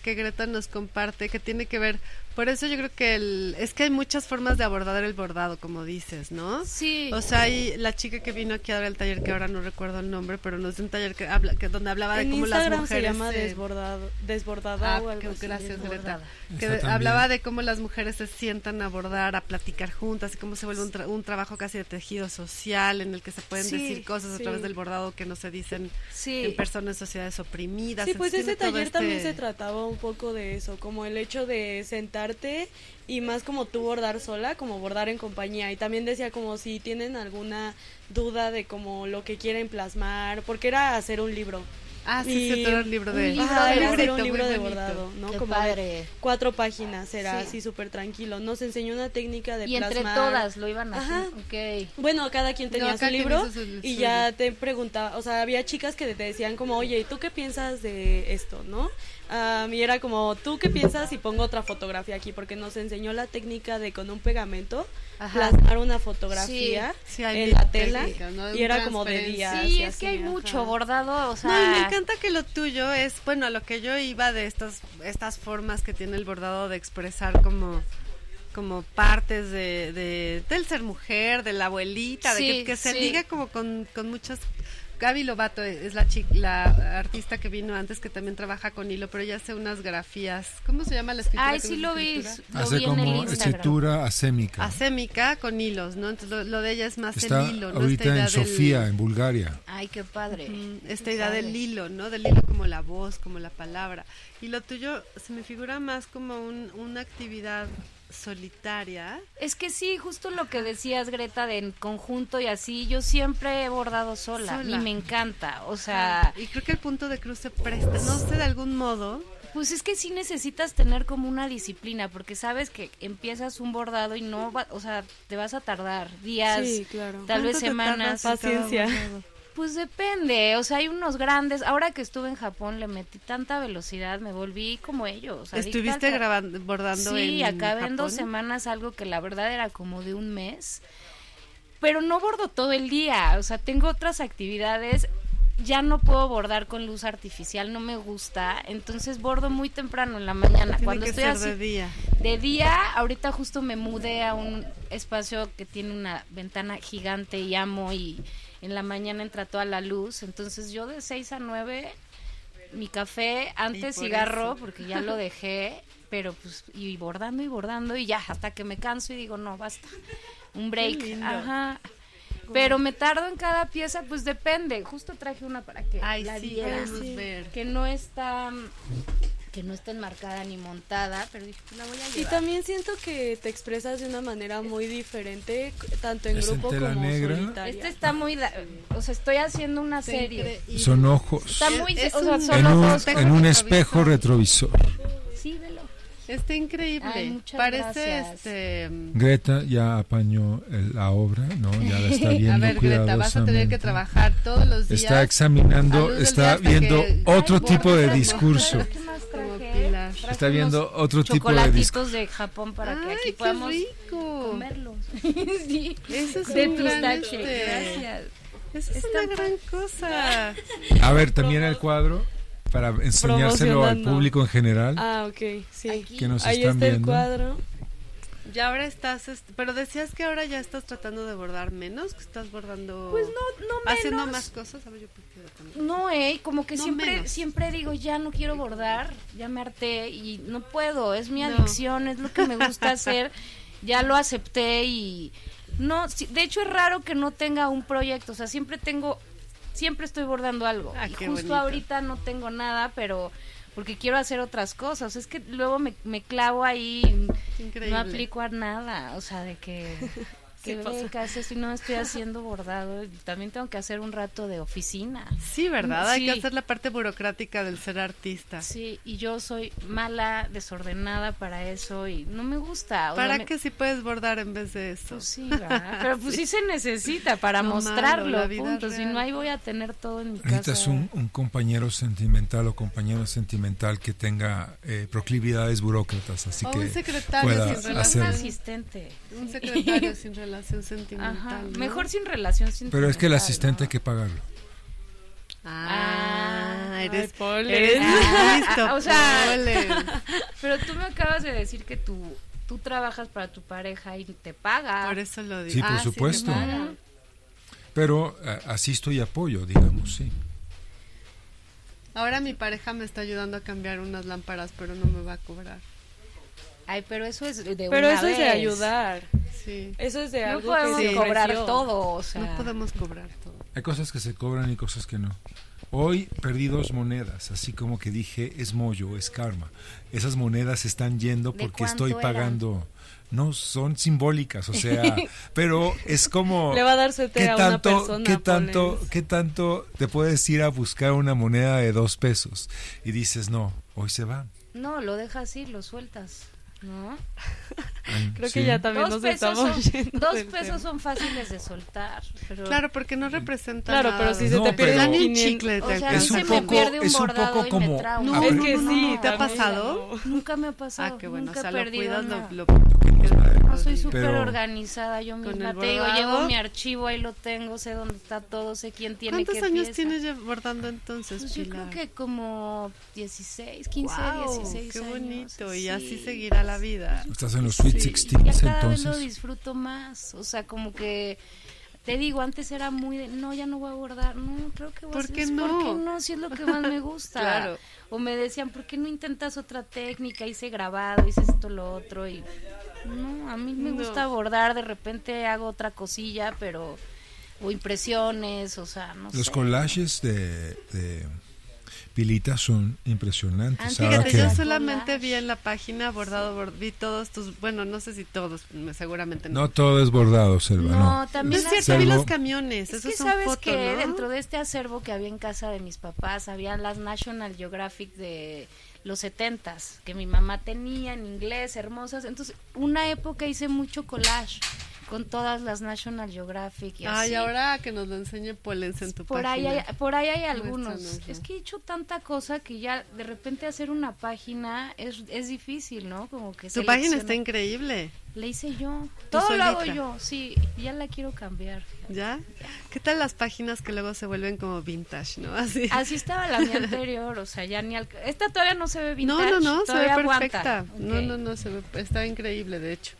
[SPEAKER 3] que Greta nos comparte, que tiene que ver, por eso yo creo que el, es que hay muchas formas de abordar el bordado, como dices, ¿no?
[SPEAKER 6] Sí.
[SPEAKER 3] O sea, hay la chica que vino aquí a dar el taller, que ahora no recuerdo el nombre, pero no es de un taller que habla, que donde hablaba de
[SPEAKER 7] En
[SPEAKER 3] cómo las
[SPEAKER 7] Instagram se
[SPEAKER 3] mujeres
[SPEAKER 7] llama
[SPEAKER 3] se-
[SPEAKER 7] desbordado, desbordada
[SPEAKER 3] Ah,
[SPEAKER 7] o algo
[SPEAKER 3] qué-
[SPEAKER 7] así.
[SPEAKER 3] gracias, Greta.
[SPEAKER 6] Desbordada.
[SPEAKER 3] Que
[SPEAKER 5] Está
[SPEAKER 3] de-
[SPEAKER 5] también.
[SPEAKER 3] hablaba de cómo las mujeres se sientan a abordar, a platicar juntas y cómo se vuelve un, tra- un trabajo casi de tejido social en el que se pueden
[SPEAKER 6] Sí,
[SPEAKER 3] decir cosas a
[SPEAKER 7] sí.
[SPEAKER 3] través del bordado que no se dicen en
[SPEAKER 6] sí.
[SPEAKER 3] personas en sociedades oprimidas.
[SPEAKER 7] Sí, pues
[SPEAKER 3] en fin,
[SPEAKER 7] ese
[SPEAKER 3] todo
[SPEAKER 7] taller también
[SPEAKER 3] este-
[SPEAKER 7] se trataba un poco de eso, como el hecho de sentarte y más como tú bordar sola, como bordar en compañía. Y también decía como si tienen alguna duda de como lo que quieren plasmar, porque era hacer un libro.
[SPEAKER 3] Ah, sí,
[SPEAKER 7] Y
[SPEAKER 3] se trató el libro de...
[SPEAKER 6] un libro
[SPEAKER 7] Ajá,
[SPEAKER 6] de
[SPEAKER 7] era hacer
[SPEAKER 6] bordado.
[SPEAKER 7] un
[SPEAKER 3] muy
[SPEAKER 7] libro de
[SPEAKER 3] bonito.
[SPEAKER 7] bordado, ¿no?
[SPEAKER 6] Qué
[SPEAKER 7] como de
[SPEAKER 6] padre.
[SPEAKER 7] cuatro páginas, era
[SPEAKER 6] Sí.
[SPEAKER 7] así súper tranquilo. Nos enseñó una técnica de
[SPEAKER 6] Y entre
[SPEAKER 7] plasmar.
[SPEAKER 6] todas lo iban a
[SPEAKER 7] Ajá.
[SPEAKER 6] hacer. Ok.
[SPEAKER 7] Bueno, cada quien tenía
[SPEAKER 3] No,
[SPEAKER 7] su
[SPEAKER 3] cada quien
[SPEAKER 7] libro
[SPEAKER 3] hizo su-
[SPEAKER 7] y
[SPEAKER 3] su
[SPEAKER 7] ya te preguntaba, o sea, había chicas que te decían como, oye, ¿y tú qué piensas de esto, no? Am, y era como, ¿tú qué piensas? Y pongo otra fotografía aquí, porque nos enseñó la técnica de con un pegamento
[SPEAKER 3] Ajá.
[SPEAKER 7] plasmar una fotografía
[SPEAKER 3] Sí, hay
[SPEAKER 7] en
[SPEAKER 3] mil
[SPEAKER 7] la tela
[SPEAKER 3] técnicas, ¿no?
[SPEAKER 7] y era como de
[SPEAKER 3] Transparencia.
[SPEAKER 7] día.
[SPEAKER 6] Sí,
[SPEAKER 7] así,
[SPEAKER 6] es que hay
[SPEAKER 7] así,
[SPEAKER 6] mucho
[SPEAKER 7] ajá.
[SPEAKER 6] bordado, o sea.
[SPEAKER 3] No, y me encanta que lo tuyo es, bueno, a lo que yo iba de estas, estas formas que tiene el bordado de expresar como como partes de, de- del ser mujer, de la abuelita, de
[SPEAKER 6] Sí,
[SPEAKER 3] que, que se
[SPEAKER 6] sí.
[SPEAKER 3] liga como con, con muchas... Gaby Lobato es la chi- la artista que vino antes que también trabaja con hilo, pero ella hace unas grafías. ¿Cómo se llama la escritura?
[SPEAKER 6] Ay,
[SPEAKER 3] que no
[SPEAKER 6] sí
[SPEAKER 3] es
[SPEAKER 6] lo vi.
[SPEAKER 3] escritura?
[SPEAKER 6] lo
[SPEAKER 5] Hace
[SPEAKER 6] vi en el
[SPEAKER 5] como
[SPEAKER 6] Instagram.
[SPEAKER 5] escritura asémica.
[SPEAKER 3] Acémica con hilos, ¿no? Entonces lo, lo de ella es más
[SPEAKER 5] Está
[SPEAKER 3] el hilo, ¿no?
[SPEAKER 5] ahorita
[SPEAKER 3] Esta idea
[SPEAKER 5] en
[SPEAKER 3] del-
[SPEAKER 5] Sofía, en Bulgaria.
[SPEAKER 6] Ay, qué padre.
[SPEAKER 3] Mm, Esta idea del
[SPEAKER 6] Padre.
[SPEAKER 3] hilo, ¿no? Del hilo como la voz, como la palabra. Y lo tuyo se me figura más como un- una actividad solitaria.
[SPEAKER 6] Es que sí, justo lo que decías, Greta, de en conjunto y así, yo siempre he bordado sola,
[SPEAKER 3] Sola.
[SPEAKER 6] y me encanta. O sea,
[SPEAKER 3] Y creo que el punto de cruz se presta, no sé, de algún modo.
[SPEAKER 6] pues es que sí necesitas tener como una disciplina, porque sabes que empiezas un bordado y no, va, o sea, te vas a tardar días,
[SPEAKER 7] Sí, claro.
[SPEAKER 6] tal vez
[SPEAKER 3] ¿Cuánto te
[SPEAKER 6] semanas.
[SPEAKER 3] tardas en cada
[SPEAKER 7] Paciencia.
[SPEAKER 3] bordado?
[SPEAKER 6] Pues depende, o sea, hay unos grandes. Ahora que estuve en Japón le metí tanta velocidad, me volví como ellos. adicta
[SPEAKER 3] Estuviste
[SPEAKER 6] al tra-
[SPEAKER 3] grabando, bordando
[SPEAKER 6] Sí,
[SPEAKER 3] en
[SPEAKER 6] acabé en
[SPEAKER 3] Japón?
[SPEAKER 6] dos semanas algo que la verdad era como de un mes. Pero no bordo todo el día, o sea, tengo otras actividades. Ya no puedo bordar con luz artificial, no me gusta. Entonces bordo muy temprano en la mañana.
[SPEAKER 3] Tiene
[SPEAKER 6] Cuando
[SPEAKER 3] que
[SPEAKER 6] estoy
[SPEAKER 3] ser
[SPEAKER 6] así
[SPEAKER 3] de día.
[SPEAKER 6] de día, ahorita justo me mudé a un espacio que tiene una ventana gigante y amo y en la mañana entra toda la luz. Entonces yo de 6 a 9, mi café, antes
[SPEAKER 3] por
[SPEAKER 6] cigarro,
[SPEAKER 3] eso.
[SPEAKER 6] porque ya lo dejé, pero pues y bordando y bordando y ya, hasta que me canso y digo, no, basta. Un break. Ajá. Pero me tardo en cada pieza, pues depende. Justo traje una para que
[SPEAKER 3] Ay,
[SPEAKER 6] la
[SPEAKER 3] sí,
[SPEAKER 6] vieran
[SPEAKER 3] podemos ver.
[SPEAKER 6] que no está que no está enmarcada ni montada, pero dije, pues la voy a
[SPEAKER 7] Y
[SPEAKER 6] llevar.
[SPEAKER 7] también siento que te expresas de una manera muy diferente, c- tanto en
[SPEAKER 5] Es en
[SPEAKER 7] grupo
[SPEAKER 5] tela
[SPEAKER 7] como
[SPEAKER 5] negra.
[SPEAKER 7] solitaria.
[SPEAKER 6] Este está muy, da- o sea, estoy haciendo una serie.
[SPEAKER 5] Son ojos.
[SPEAKER 6] Está muy,
[SPEAKER 3] Es
[SPEAKER 6] o sea,
[SPEAKER 3] un-
[SPEAKER 6] son
[SPEAKER 5] En
[SPEAKER 6] los
[SPEAKER 5] un,
[SPEAKER 6] dos.
[SPEAKER 3] espejo
[SPEAKER 5] en un
[SPEAKER 3] retrovisor.
[SPEAKER 5] espejo retrovisor.
[SPEAKER 6] Sí, velo.
[SPEAKER 3] Está increíble.
[SPEAKER 6] Ay, muchas
[SPEAKER 3] Parece
[SPEAKER 6] gracias.
[SPEAKER 3] este. mm,
[SPEAKER 5] Greta ya apañó el- la obra, ¿no? Ya la está viendo
[SPEAKER 3] A ver, Greta, vas a tener que
[SPEAKER 5] cuidadosamente.
[SPEAKER 3] trabajar todos los días.
[SPEAKER 5] Está
[SPEAKER 3] a
[SPEAKER 5] examinando,
[SPEAKER 3] luz del día
[SPEAKER 5] está
[SPEAKER 3] hasta
[SPEAKER 5] viendo
[SPEAKER 3] que-
[SPEAKER 5] otro
[SPEAKER 6] Ay,
[SPEAKER 5] tipo
[SPEAKER 6] guarda,
[SPEAKER 5] de
[SPEAKER 6] traje-
[SPEAKER 5] discurso.
[SPEAKER 6] ¿Qué más
[SPEAKER 3] Como
[SPEAKER 6] traje?
[SPEAKER 3] Pilar.
[SPEAKER 6] Traje
[SPEAKER 5] Está viendo
[SPEAKER 6] unos
[SPEAKER 5] otro tipo de discurso.
[SPEAKER 6] chocolatitos de Japón para que
[SPEAKER 3] Ay,
[SPEAKER 6] aquí
[SPEAKER 3] qué
[SPEAKER 6] podamos
[SPEAKER 3] rico.
[SPEAKER 6] comerlos. sí.
[SPEAKER 3] Eso es
[SPEAKER 6] De
[SPEAKER 3] un gran,
[SPEAKER 6] pistache.
[SPEAKER 3] este,
[SPEAKER 6] Gracias.
[SPEAKER 3] Eso es
[SPEAKER 6] Está
[SPEAKER 3] una gran cosa.
[SPEAKER 5] A ver, también el cuadro para enseñárselo al
[SPEAKER 7] Promocionando.
[SPEAKER 5] público en general
[SPEAKER 7] Ah, ok, sí.
[SPEAKER 6] Aquí.
[SPEAKER 5] que nos
[SPEAKER 7] Ahí
[SPEAKER 5] están
[SPEAKER 7] está el
[SPEAKER 5] viendo.
[SPEAKER 7] cuadro.
[SPEAKER 3] Ya ahora estás, est- pero decías que ahora ya estás tratando de bordar menos, que estás bordando...
[SPEAKER 6] Pues no, no menos.
[SPEAKER 3] Haciendo más cosas, a ver, yo por qué lo pongo.
[SPEAKER 6] No, eh, como que
[SPEAKER 3] No
[SPEAKER 6] siempre
[SPEAKER 3] menos.
[SPEAKER 6] siempre digo, ya no quiero bordar, ya me harté y no puedo, es mi
[SPEAKER 3] No.
[SPEAKER 6] adicción, es lo que me gusta hacer, ya lo acepté y no, sí, de hecho es raro que no tenga un proyecto, o sea, siempre tengo siempre estoy bordando algo
[SPEAKER 3] Ah,
[SPEAKER 6] y
[SPEAKER 3] qué
[SPEAKER 6] justo
[SPEAKER 3] bonito.
[SPEAKER 6] ahorita no tengo nada, pero porque quiero hacer otras cosas, es que luego me, me clavo ahí, y
[SPEAKER 3] Increíble.
[SPEAKER 6] no aplico a nada, o sea, de que que
[SPEAKER 7] Sí pasa.
[SPEAKER 6] becas, esto, y no estoy haciendo bordado. y También tengo que hacer un rato de oficina.
[SPEAKER 3] Sí, ¿verdad? Hay que
[SPEAKER 6] Sí.
[SPEAKER 3] hacer la parte burocrática del ser artista.
[SPEAKER 6] Sí, y yo soy mala, desordenada para eso y no me gusta. o sea,
[SPEAKER 3] ¿Para
[SPEAKER 6] me-
[SPEAKER 3] qué si puedes bordar en vez de eso?
[SPEAKER 6] Pues sí, ¿verdad? pero pues sí se necesita para
[SPEAKER 3] No, mano,
[SPEAKER 6] mostrarlo,
[SPEAKER 3] la vida
[SPEAKER 6] punto. Si
[SPEAKER 3] real.
[SPEAKER 6] no, ahí voy a tener todo en mi casa.
[SPEAKER 5] Necesitas un, un compañero sentimental o compañera sentimental que tenga eh, proclividades burócratas, así
[SPEAKER 3] O
[SPEAKER 5] que
[SPEAKER 3] un secretario
[SPEAKER 5] pueda
[SPEAKER 3] sin
[SPEAKER 6] un
[SPEAKER 3] relación.
[SPEAKER 5] hacer.
[SPEAKER 6] asistente.
[SPEAKER 3] Un secretario sin relación sentimental.
[SPEAKER 6] Pues Ajá,
[SPEAKER 3] ¿no?
[SPEAKER 6] Mejor sin relación sin
[SPEAKER 5] Pero es que el asistente hay que pagarlo.
[SPEAKER 3] Ah, eres,
[SPEAKER 7] Ay, Paul,
[SPEAKER 3] eres
[SPEAKER 6] eres-
[SPEAKER 3] muy listo.
[SPEAKER 6] Ah, o sea-
[SPEAKER 3] Paul.
[SPEAKER 6] Pero tú me acabas de decir que tú, tú trabajas para tu pareja y te paga.
[SPEAKER 3] por eso lo digo.
[SPEAKER 5] Sí, por
[SPEAKER 3] Ah, te
[SPEAKER 5] supuesto.
[SPEAKER 3] pagan.
[SPEAKER 5] Pero eh, asisto y apoyo, digamos, sí.
[SPEAKER 3] Ahora mi pareja me está ayudando a cambiar unas lámparas, pero no me va a cobrar.
[SPEAKER 6] Ay, pero eso es de
[SPEAKER 7] Pero
[SPEAKER 6] una
[SPEAKER 7] eso es de
[SPEAKER 6] vez.
[SPEAKER 7] ayudar.
[SPEAKER 3] Sí.
[SPEAKER 7] Eso es de
[SPEAKER 6] No
[SPEAKER 7] algo
[SPEAKER 6] podemos
[SPEAKER 3] Sí.
[SPEAKER 7] que se
[SPEAKER 6] cobrar
[SPEAKER 7] ofreció.
[SPEAKER 6] todo, o sea.
[SPEAKER 3] No podemos cobrar todo.
[SPEAKER 5] Hay cosas que se cobran y cosas que no. Hoy perdí dos monedas, así como que dije, es mollo, es karma. Esas monedas están yendo
[SPEAKER 6] ¿De
[SPEAKER 5] porque estoy
[SPEAKER 6] cuánto eran?
[SPEAKER 5] pagando. No, son simbólicas, o sea, pero es como...
[SPEAKER 7] Le va a dar sete
[SPEAKER 5] ¿Qué
[SPEAKER 7] a una
[SPEAKER 5] tanto,
[SPEAKER 7] persona,
[SPEAKER 5] ¿qué, tanto,
[SPEAKER 7] ponle.
[SPEAKER 5] ¿Qué tanto te puedes ir a buscar una moneda de dos pesos? Y dices, no, hoy se va.
[SPEAKER 6] No, lo dejas ir, lo sueltas. ¿No?
[SPEAKER 5] Ay,
[SPEAKER 7] Creo
[SPEAKER 5] sí.
[SPEAKER 7] que ya también
[SPEAKER 6] dos
[SPEAKER 7] nos
[SPEAKER 6] pesos,
[SPEAKER 7] estamos
[SPEAKER 6] son,
[SPEAKER 7] yendo
[SPEAKER 6] dos
[SPEAKER 7] del tema.
[SPEAKER 6] pesos son fáciles de soltar. Pero
[SPEAKER 3] Claro, porque no representa
[SPEAKER 7] Claro,
[SPEAKER 3] nada.
[SPEAKER 7] pero si
[SPEAKER 5] No,
[SPEAKER 7] se
[SPEAKER 5] pero-
[SPEAKER 7] te pierde
[SPEAKER 3] Dan
[SPEAKER 7] un
[SPEAKER 3] ni
[SPEAKER 7] quinientos-
[SPEAKER 3] chicle te
[SPEAKER 6] O sea, a mí
[SPEAKER 5] Es
[SPEAKER 3] alcanza.
[SPEAKER 5] un
[SPEAKER 6] se
[SPEAKER 5] poco-
[SPEAKER 6] me pierde un
[SPEAKER 5] es un
[SPEAKER 6] bordado
[SPEAKER 5] poco
[SPEAKER 6] y
[SPEAKER 5] como-
[SPEAKER 6] me trauma.
[SPEAKER 3] No,
[SPEAKER 7] Es
[SPEAKER 3] no,
[SPEAKER 7] que
[SPEAKER 3] no, no,
[SPEAKER 7] sí,
[SPEAKER 3] no. ¿te ha
[SPEAKER 7] también.
[SPEAKER 3] pasado?
[SPEAKER 6] Nunca me ha pasado.
[SPEAKER 3] Ah, qué bueno,
[SPEAKER 6] nunca
[SPEAKER 3] o sea,
[SPEAKER 6] he
[SPEAKER 3] lo
[SPEAKER 6] perdido
[SPEAKER 3] cuidas,
[SPEAKER 6] nada.
[SPEAKER 3] lo, lo- lo-
[SPEAKER 6] No, soy súper
[SPEAKER 5] Pero-
[SPEAKER 6] organizada yo
[SPEAKER 3] Con
[SPEAKER 6] misma.
[SPEAKER 3] el
[SPEAKER 6] Te digo,
[SPEAKER 3] bordado.
[SPEAKER 6] llevo mi archivo, ahí lo tengo, sé dónde está todo, sé quién tiene
[SPEAKER 3] ¿Cuántos
[SPEAKER 6] qué
[SPEAKER 3] años
[SPEAKER 6] pieza.
[SPEAKER 3] tienes ya bordando entonces,
[SPEAKER 6] Pues yo
[SPEAKER 3] Pilar?
[SPEAKER 6] creo que como 16, 15,
[SPEAKER 3] Guau,
[SPEAKER 6] 16
[SPEAKER 3] qué
[SPEAKER 6] años.
[SPEAKER 3] bonito. Y
[SPEAKER 6] sí.
[SPEAKER 3] así seguirá la vida.
[SPEAKER 5] Estás en los Sweet
[SPEAKER 6] Sí,
[SPEAKER 5] Sixteens
[SPEAKER 6] ya cada vez lo
[SPEAKER 5] entonces.
[SPEAKER 6] disfruto más. O sea, como que te digo, antes era muy de, no, ya no voy a abordar. No, creo que voy
[SPEAKER 3] ¿Por
[SPEAKER 6] a hacer
[SPEAKER 3] qué
[SPEAKER 6] eso.
[SPEAKER 3] no?
[SPEAKER 6] ¿Por qué no? Si es lo que más me gusta.
[SPEAKER 3] Claro.
[SPEAKER 6] O me decían, ¿por qué no intentas otra técnica? Hice grabado, hice esto, lo otro. Y no, a mí me
[SPEAKER 3] No.
[SPEAKER 6] gusta abordar. De repente hago otra cosilla, pero. O impresiones, o sea, no
[SPEAKER 5] Los
[SPEAKER 6] sé.
[SPEAKER 5] collages de, de Pilita son impresionantes.
[SPEAKER 6] Ah,
[SPEAKER 5] Ahora
[SPEAKER 3] Fíjate,
[SPEAKER 5] que
[SPEAKER 3] yo
[SPEAKER 6] qué?
[SPEAKER 3] solamente vi en la página bordado, bord- vi todos tus, bueno, no sé si todos, mm, seguramente no.
[SPEAKER 5] No todo es bordado, Selva. No,
[SPEAKER 6] No, también
[SPEAKER 3] es
[SPEAKER 6] las-
[SPEAKER 3] cierto, vi
[SPEAKER 5] Salvo-
[SPEAKER 3] los camiones,
[SPEAKER 6] Es
[SPEAKER 3] esos
[SPEAKER 6] que
[SPEAKER 3] son
[SPEAKER 6] sabes
[SPEAKER 3] foto,
[SPEAKER 6] que
[SPEAKER 3] ¿no?
[SPEAKER 6] dentro de este acervo que había en casa de mis papás, había las National Geographic de los 70s, que mi mamá tenía en inglés, hermosas. Entonces, una época hice mucho collage con todas las National Geographic y
[SPEAKER 3] Ay,
[SPEAKER 6] así.
[SPEAKER 3] ahora que nos lo enseñe Polens en tu
[SPEAKER 6] por ahí,
[SPEAKER 3] página.
[SPEAKER 6] hay, por ahí hay
[SPEAKER 3] Muéstranos,
[SPEAKER 6] algunos.
[SPEAKER 3] ¿no?
[SPEAKER 6] Es que he hecho tanta cosa que ya de repente hacer una página es, es difícil, ¿no? Como que
[SPEAKER 3] Tu página está
[SPEAKER 6] seleccionar.
[SPEAKER 3] increíble,
[SPEAKER 6] Le hice yo. Todo lo hago
[SPEAKER 3] solita.
[SPEAKER 6] yo, sí. Ya la quiero cambiar.
[SPEAKER 3] ¿ya? ¿Qué tal las páginas que luego se vuelven como vintage, no? Así.
[SPEAKER 6] Así estaba la mía anterior, o sea, ya ni al... Esta todavía no se ve vintage.
[SPEAKER 3] no, no, no, se ve
[SPEAKER 6] todavía
[SPEAKER 3] perfecta.
[SPEAKER 6] aguanta.
[SPEAKER 3] No,
[SPEAKER 6] Ok.
[SPEAKER 3] no, no, se ve, está increíble, de hecho.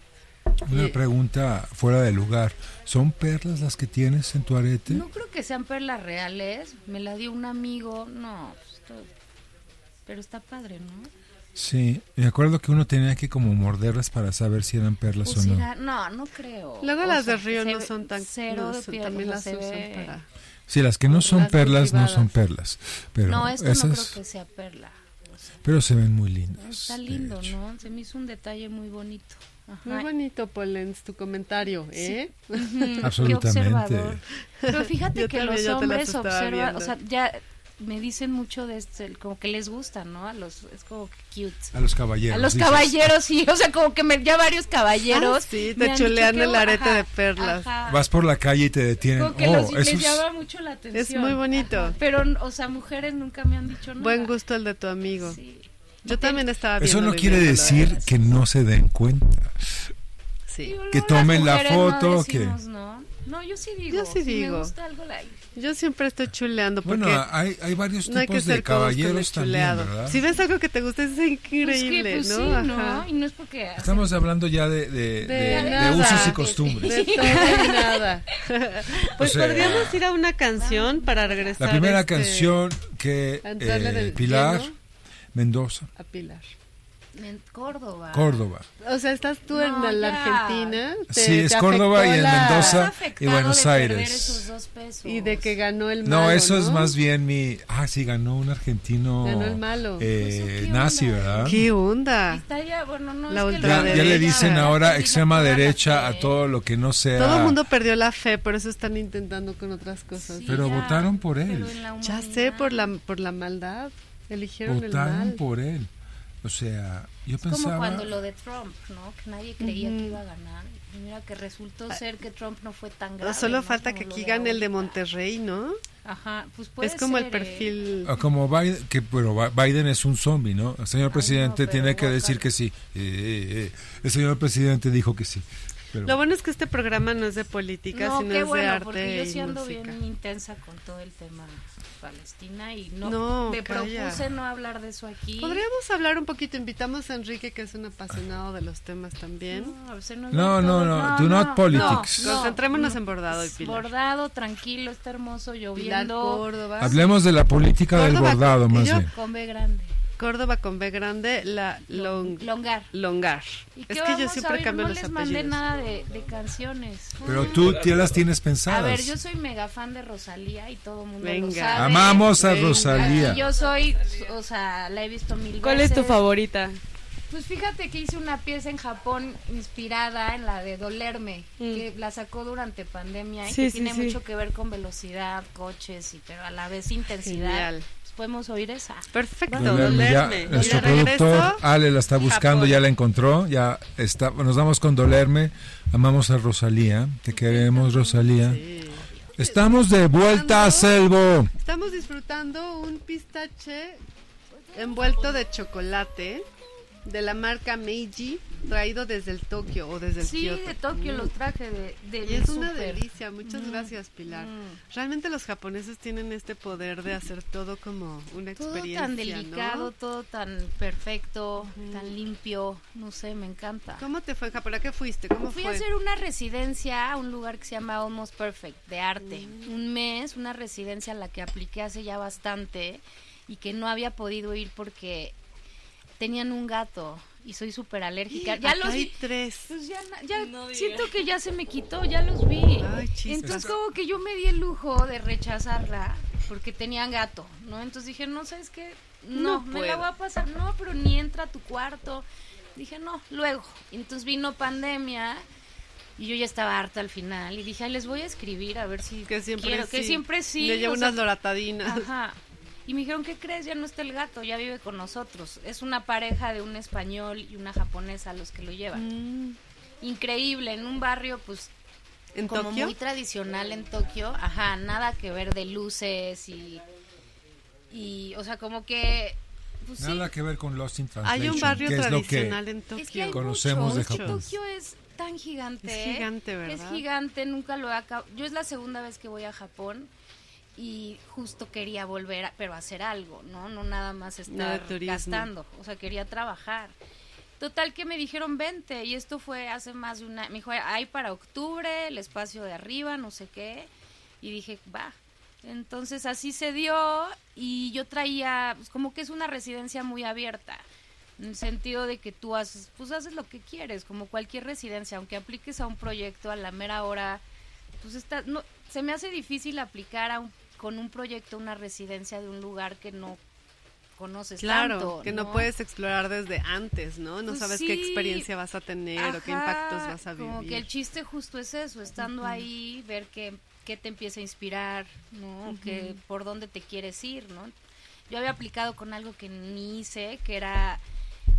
[SPEAKER 5] Una pregunta fuera de lugar. ¿Son perlas las que tienes en tu arete?
[SPEAKER 6] No creo que sean perlas reales, me la dio un amigo, no, pues, todo. pero está padre, ¿no?
[SPEAKER 5] Sí, me acuerdo que uno tenía que como morderlas para saber si eran perlas
[SPEAKER 6] Pues
[SPEAKER 5] o no.
[SPEAKER 6] era- no, no creo.
[SPEAKER 3] Luego
[SPEAKER 6] O
[SPEAKER 3] las
[SPEAKER 6] sea,
[SPEAKER 3] de Río
[SPEAKER 6] se
[SPEAKER 3] no
[SPEAKER 6] ve
[SPEAKER 3] son tan
[SPEAKER 6] cero
[SPEAKER 3] no
[SPEAKER 6] de
[SPEAKER 3] son-
[SPEAKER 6] piel,
[SPEAKER 3] también
[SPEAKER 6] o
[SPEAKER 3] las
[SPEAKER 6] sea, se
[SPEAKER 3] usan
[SPEAKER 6] ve-
[SPEAKER 3] para
[SPEAKER 5] Sí, las que no son
[SPEAKER 3] Las
[SPEAKER 5] perlas no
[SPEAKER 3] cultivadas.
[SPEAKER 5] son perlas, pero
[SPEAKER 6] No, esto no
[SPEAKER 5] esas
[SPEAKER 6] creo que sea perla. o sea,
[SPEAKER 5] pero se ven muy lindas.
[SPEAKER 6] está
[SPEAKER 5] de
[SPEAKER 6] lindo,
[SPEAKER 5] hecho.
[SPEAKER 6] ¿no? Se me hizo un detalle muy bonito. Ajá.
[SPEAKER 3] Muy bonito, Polens, tu comentario, ¿eh?
[SPEAKER 6] Ujú, qué
[SPEAKER 5] Absolutamente.
[SPEAKER 6] observador. Pero fíjate
[SPEAKER 3] Yo
[SPEAKER 6] que
[SPEAKER 3] también,
[SPEAKER 6] los
[SPEAKER 3] yo te las
[SPEAKER 6] hombres
[SPEAKER 3] estaba
[SPEAKER 6] observan,
[SPEAKER 3] viendo.
[SPEAKER 6] o sea, ya me dicen mucho de esto, el- como que les gusta, ¿no? A los, es como que cute.
[SPEAKER 5] A Ah, los caballeros.
[SPEAKER 6] A los
[SPEAKER 5] dices.
[SPEAKER 6] caballeros, sí, o sea, como que me, ya varios caballeros.
[SPEAKER 3] Ah, sí, te
[SPEAKER 6] me han dicho
[SPEAKER 3] chulean
[SPEAKER 6] que-
[SPEAKER 3] el arete
[SPEAKER 6] ajá,
[SPEAKER 3] de perlas.
[SPEAKER 6] ajá.
[SPEAKER 5] Vas por la calle y te detienen.
[SPEAKER 6] Como que
[SPEAKER 5] oh,
[SPEAKER 6] los-
[SPEAKER 5] eso
[SPEAKER 6] les
[SPEAKER 5] es-
[SPEAKER 6] llama mucho la atención.
[SPEAKER 3] Es muy bonito.
[SPEAKER 6] Pero, o sea, mujeres nunca me han dicho nada.
[SPEAKER 3] Buen gusto el de tu amigo.
[SPEAKER 6] Sí.
[SPEAKER 3] Yo también estaba
[SPEAKER 5] eso no
[SPEAKER 3] viéndolo y
[SPEAKER 5] quiere
[SPEAKER 3] viéndolo, ¿eh?
[SPEAKER 5] decir que no se den cuenta.
[SPEAKER 3] Sí.
[SPEAKER 6] Digo,
[SPEAKER 5] que
[SPEAKER 6] no, las
[SPEAKER 5] tomen la
[SPEAKER 6] mujeres
[SPEAKER 5] foto,
[SPEAKER 6] No,
[SPEAKER 5] que-
[SPEAKER 6] decimos, ¿no? No, yo sí digo.
[SPEAKER 3] Yo sí
[SPEAKER 6] si
[SPEAKER 3] digo.
[SPEAKER 6] Me gusta algo pues la-
[SPEAKER 3] Yo siempre estoy chuleando porque
[SPEAKER 5] Bueno, hay, hay varios
[SPEAKER 3] no hay que
[SPEAKER 5] tipos de
[SPEAKER 3] ser codos con el
[SPEAKER 5] caballeros también,
[SPEAKER 3] chuleado.
[SPEAKER 5] ¿verdad?
[SPEAKER 3] si ves algo que te gusta es
[SPEAKER 6] Pues que,
[SPEAKER 3] increíble,
[SPEAKER 6] pues,
[SPEAKER 3] ¿no?
[SPEAKER 6] sí,
[SPEAKER 3] Ajá.
[SPEAKER 6] ¿no? Y no es porque. ah,
[SPEAKER 5] Estamos hablando ya de, de- de- de
[SPEAKER 3] nada.
[SPEAKER 5] usos y costumbres.
[SPEAKER 3] De todo y nada. pues
[SPEAKER 5] O sea,
[SPEAKER 3] podríamos ir a una canción para regresar.
[SPEAKER 5] La primera
[SPEAKER 3] este,
[SPEAKER 5] canción que
[SPEAKER 3] a entrarle
[SPEAKER 5] eh,
[SPEAKER 3] del
[SPEAKER 5] Pilar
[SPEAKER 3] lleno.
[SPEAKER 5] Mendoza
[SPEAKER 3] A Pilar.
[SPEAKER 6] En
[SPEAKER 3] Ah,
[SPEAKER 6] Córdoba.
[SPEAKER 5] Córdoba.
[SPEAKER 3] O sea, estás tú
[SPEAKER 6] No,
[SPEAKER 3] en la
[SPEAKER 6] ya.
[SPEAKER 3] Argentina. te-
[SPEAKER 5] Sí, es
[SPEAKER 3] te
[SPEAKER 5] Córdoba y
[SPEAKER 3] afectó
[SPEAKER 5] en
[SPEAKER 3] la-
[SPEAKER 5] Mendoza.
[SPEAKER 6] Estás afectado
[SPEAKER 5] y Buenos
[SPEAKER 6] de
[SPEAKER 5] Aires.
[SPEAKER 6] perder esos dos pesos.
[SPEAKER 3] Y de que ganó el malo.
[SPEAKER 5] No, eso es
[SPEAKER 3] ¿no?
[SPEAKER 5] más bien mi. Ah, sí, ganó un argentino.
[SPEAKER 3] Ganó el malo.
[SPEAKER 5] eh,
[SPEAKER 6] Pues, ¿qué onda?
[SPEAKER 5] nazi, ¿verdad?
[SPEAKER 3] ¿Qué onda?
[SPEAKER 6] Está ya, bueno, no
[SPEAKER 3] La
[SPEAKER 6] es que
[SPEAKER 5] Ya,
[SPEAKER 3] ultraderecha.
[SPEAKER 5] ya le dicen
[SPEAKER 3] ¿verdad?
[SPEAKER 5] ahora extrema derecha a todo lo que no sea.
[SPEAKER 3] Todo el mundo perdió la fe, por eso están intentando con otras cosas.
[SPEAKER 5] Pero votaron por él.
[SPEAKER 3] Ya sé, por la, por la maldad. Eligieron el
[SPEAKER 5] Votaron
[SPEAKER 3] mal.
[SPEAKER 5] por él. O sea, yo
[SPEAKER 6] Es como
[SPEAKER 5] pensaba.
[SPEAKER 6] cuando lo de Trump, ¿no? Que nadie creía que iba a ganar. Y mira que resultó ser que Trump no fue tan grave.
[SPEAKER 3] Ah. Solo
[SPEAKER 6] ¿no?
[SPEAKER 3] falta
[SPEAKER 6] Como
[SPEAKER 3] que
[SPEAKER 6] lo
[SPEAKER 3] aquí gane el de
[SPEAKER 6] ahorita.
[SPEAKER 3] Monterrey, ¿no?
[SPEAKER 6] Ajá, pues puede
[SPEAKER 3] Es como el
[SPEAKER 6] ser, ¿eh?
[SPEAKER 3] perfil.
[SPEAKER 5] Ah, Como Biden, que, pero Ba- Biden es un zombie, ¿no? El señor presidente
[SPEAKER 6] pero
[SPEAKER 5] tiene que
[SPEAKER 6] guácala.
[SPEAKER 5] decir que sí. Eh, eh, eh. El señor presidente dijo que sí. Pero,
[SPEAKER 3] Lo bueno es que este programa no es de política,
[SPEAKER 6] No,
[SPEAKER 3] sino
[SPEAKER 6] qué
[SPEAKER 3] es de
[SPEAKER 6] bueno,
[SPEAKER 3] arte
[SPEAKER 6] porque yo sí
[SPEAKER 3] y
[SPEAKER 6] ando
[SPEAKER 3] música.
[SPEAKER 6] bien intensa con todo el tema Palestina y no,
[SPEAKER 3] No,
[SPEAKER 6] me
[SPEAKER 3] calla.
[SPEAKER 6] propuse no hablar de eso aquí.
[SPEAKER 3] Podríamos hablar un poquito. Invitamos a Enrique, que es un apasionado de los temas también.
[SPEAKER 6] No, se nos
[SPEAKER 5] No,
[SPEAKER 6] va
[SPEAKER 5] no,
[SPEAKER 6] todo.
[SPEAKER 5] no, do not politics.
[SPEAKER 6] no,
[SPEAKER 3] Concentrémonos
[SPEAKER 6] no.
[SPEAKER 3] en bordado y Pilar.
[SPEAKER 6] Bordado, tranquilo, está hermoso,
[SPEAKER 3] Pilar
[SPEAKER 6] lloviendo.
[SPEAKER 3] Córdoba.
[SPEAKER 5] hablemos de la política del
[SPEAKER 3] Córdoba,
[SPEAKER 5] bordado, más
[SPEAKER 3] yo-
[SPEAKER 5] bien.
[SPEAKER 6] Come grande.
[SPEAKER 3] Córdoba con B grande, la long,
[SPEAKER 6] Longar.
[SPEAKER 3] Longar.
[SPEAKER 6] ¿Y qué
[SPEAKER 3] Es que yo
[SPEAKER 6] vamos a
[SPEAKER 3] siempre
[SPEAKER 6] oír?
[SPEAKER 3] cambio
[SPEAKER 6] no
[SPEAKER 3] los
[SPEAKER 6] les mandé
[SPEAKER 3] apellidos.
[SPEAKER 6] nada de, de canciones.
[SPEAKER 5] Pero tú ya las tienes pensadas.
[SPEAKER 6] A ver, yo soy mega fan de Rosalía y todo el mundo lo
[SPEAKER 3] Venga.
[SPEAKER 6] sabe.
[SPEAKER 5] Amamos a
[SPEAKER 3] Venga.
[SPEAKER 5] Rosalía.
[SPEAKER 6] Y yo soy, o sea, la he visto mil
[SPEAKER 7] ¿Cuál es
[SPEAKER 6] veces.
[SPEAKER 7] tu favorita?
[SPEAKER 6] Pues fíjate que hice una pieza en Japón inspirada en la de Dolerme,
[SPEAKER 3] Mm.
[SPEAKER 6] que la sacó durante pandemia y
[SPEAKER 7] Sí,
[SPEAKER 6] que
[SPEAKER 7] sí,
[SPEAKER 6] tiene
[SPEAKER 7] sí.
[SPEAKER 6] mucho que ver con velocidad, coches, y pero a la vez intensidad.
[SPEAKER 3] Genial.
[SPEAKER 6] Pues podemos oír esa.
[SPEAKER 3] Perfecto,
[SPEAKER 5] Ya,
[SPEAKER 3] dolerme. Y
[SPEAKER 5] nuestro
[SPEAKER 3] de regreso,
[SPEAKER 5] productor Ale la está buscando,
[SPEAKER 3] Japón.
[SPEAKER 5] ya la encontró, ya está. Nos damos con dolerme. Amamos a Rosalía, te queremos Rosalía. Estamos de vuelta a Selvo.
[SPEAKER 3] estamos disfrutando un pistache envuelto de chocolate de la marca Meiji, traído desde el Tokio o desde el
[SPEAKER 6] Sí,
[SPEAKER 3] Kioto.
[SPEAKER 6] de Tokio los traje de, del
[SPEAKER 3] Y es una
[SPEAKER 6] súper. Mm,
[SPEAKER 3] delicia, muchas gracias Pilar. Realmente los japoneses tienen este poder de hacer todo como una
[SPEAKER 6] Todo
[SPEAKER 3] experiencia,
[SPEAKER 6] tan
[SPEAKER 3] ¿no?
[SPEAKER 6] delicado, todo tan perfecto, tan limpio, no sé, me encanta.
[SPEAKER 3] ¿Cómo te fue en Japón? ¿A qué fuiste? ¿Cómo
[SPEAKER 6] Fui
[SPEAKER 3] fue?
[SPEAKER 6] a hacer una residencia a un lugar que se llama Almost Perfect de arte.
[SPEAKER 3] Mm.
[SPEAKER 6] Un mes, una residencia a la que apliqué hace ya bastante y que no había podido ir porque tenían un gato y soy súper alérgica. Ya
[SPEAKER 3] Acá
[SPEAKER 6] los
[SPEAKER 3] hay
[SPEAKER 6] vi.
[SPEAKER 3] tres.
[SPEAKER 6] Pues ya, na- ya
[SPEAKER 7] No digas.
[SPEAKER 6] siento que ya se me quitó, ya los vi.
[SPEAKER 3] Ay, chispas.
[SPEAKER 6] Entonces como que yo me di el lujo de rechazarla porque tenían gato, ¿no? Entonces dije, no, ¿sabes qué? No,
[SPEAKER 3] No
[SPEAKER 6] me la
[SPEAKER 3] puedo.
[SPEAKER 6] voy a pasar. No, pero ni entra a tu cuarto. Dije, no, luego. Entonces vino pandemia y yo ya estaba harta al final y dije, "Ay, les voy a escribir a ver si
[SPEAKER 3] Que siempre
[SPEAKER 6] quiero,
[SPEAKER 3] sí.
[SPEAKER 6] que siempre sí.
[SPEAKER 3] Le llevo
[SPEAKER 6] o sea,
[SPEAKER 3] unas loratadinas.
[SPEAKER 6] Ajá. Y me dijeron, ¿qué crees? Ya no está el gato, ya vive con nosotros. Es una pareja de un español y una japonesa los que lo llevan.
[SPEAKER 3] Mm.
[SPEAKER 6] Increíble, en un barrio pues
[SPEAKER 3] ¿En
[SPEAKER 6] como
[SPEAKER 3] Tokio?
[SPEAKER 6] muy tradicional en Tokio, ajá, nada que ver de luces y y o sea, como que pues, sí,
[SPEAKER 5] Nada que ver con Lost in Translation.
[SPEAKER 3] Hay un barrio
[SPEAKER 5] que es lo que-
[SPEAKER 3] tradicional en Tokio.
[SPEAKER 6] es que hay
[SPEAKER 5] conocemos
[SPEAKER 6] mucho.
[SPEAKER 5] de Japón.
[SPEAKER 6] Tokio es tan gigante.
[SPEAKER 3] Es gigante, ¿verdad?
[SPEAKER 6] Es gigante, nunca lo he acabado. Yo es la segunda vez que voy a Japón y justo quería volver, a- pero hacer algo, ¿no? No nada más
[SPEAKER 3] Nada de
[SPEAKER 6] estar
[SPEAKER 3] turismo.
[SPEAKER 6] gastando, o sea, quería trabajar. Total que me dijeron vente y esto fue hace más de una, me dijo, hay para octubre, el espacio de arriba, no sé qué, y dije, va. Entonces así se dio y yo traía, pues, como que es una residencia muy abierta, en el sentido de que tú haces, pues haces lo que quieres, como cualquier residencia, aunque apliques a un proyecto a la mera hora, pues está, no, se me hace difícil aplicar a un- con un proyecto una residencia de un lugar que no conoces
[SPEAKER 3] Claro,
[SPEAKER 6] tanto,
[SPEAKER 3] que no. puedes explorar desde antes, ¿no? No
[SPEAKER 6] Pues
[SPEAKER 3] sabes
[SPEAKER 6] sí.
[SPEAKER 3] qué experiencia vas a tener o qué
[SPEAKER 6] Ajá,
[SPEAKER 3] impactos vas a
[SPEAKER 6] Como que el
[SPEAKER 3] vivir.
[SPEAKER 6] chiste justo es eso, estando ahí, ver qué, qué te empieza a inspirar, ¿no? Que por dónde te quieres ir, ¿no? Yo había aplicado con algo que ni hice, que era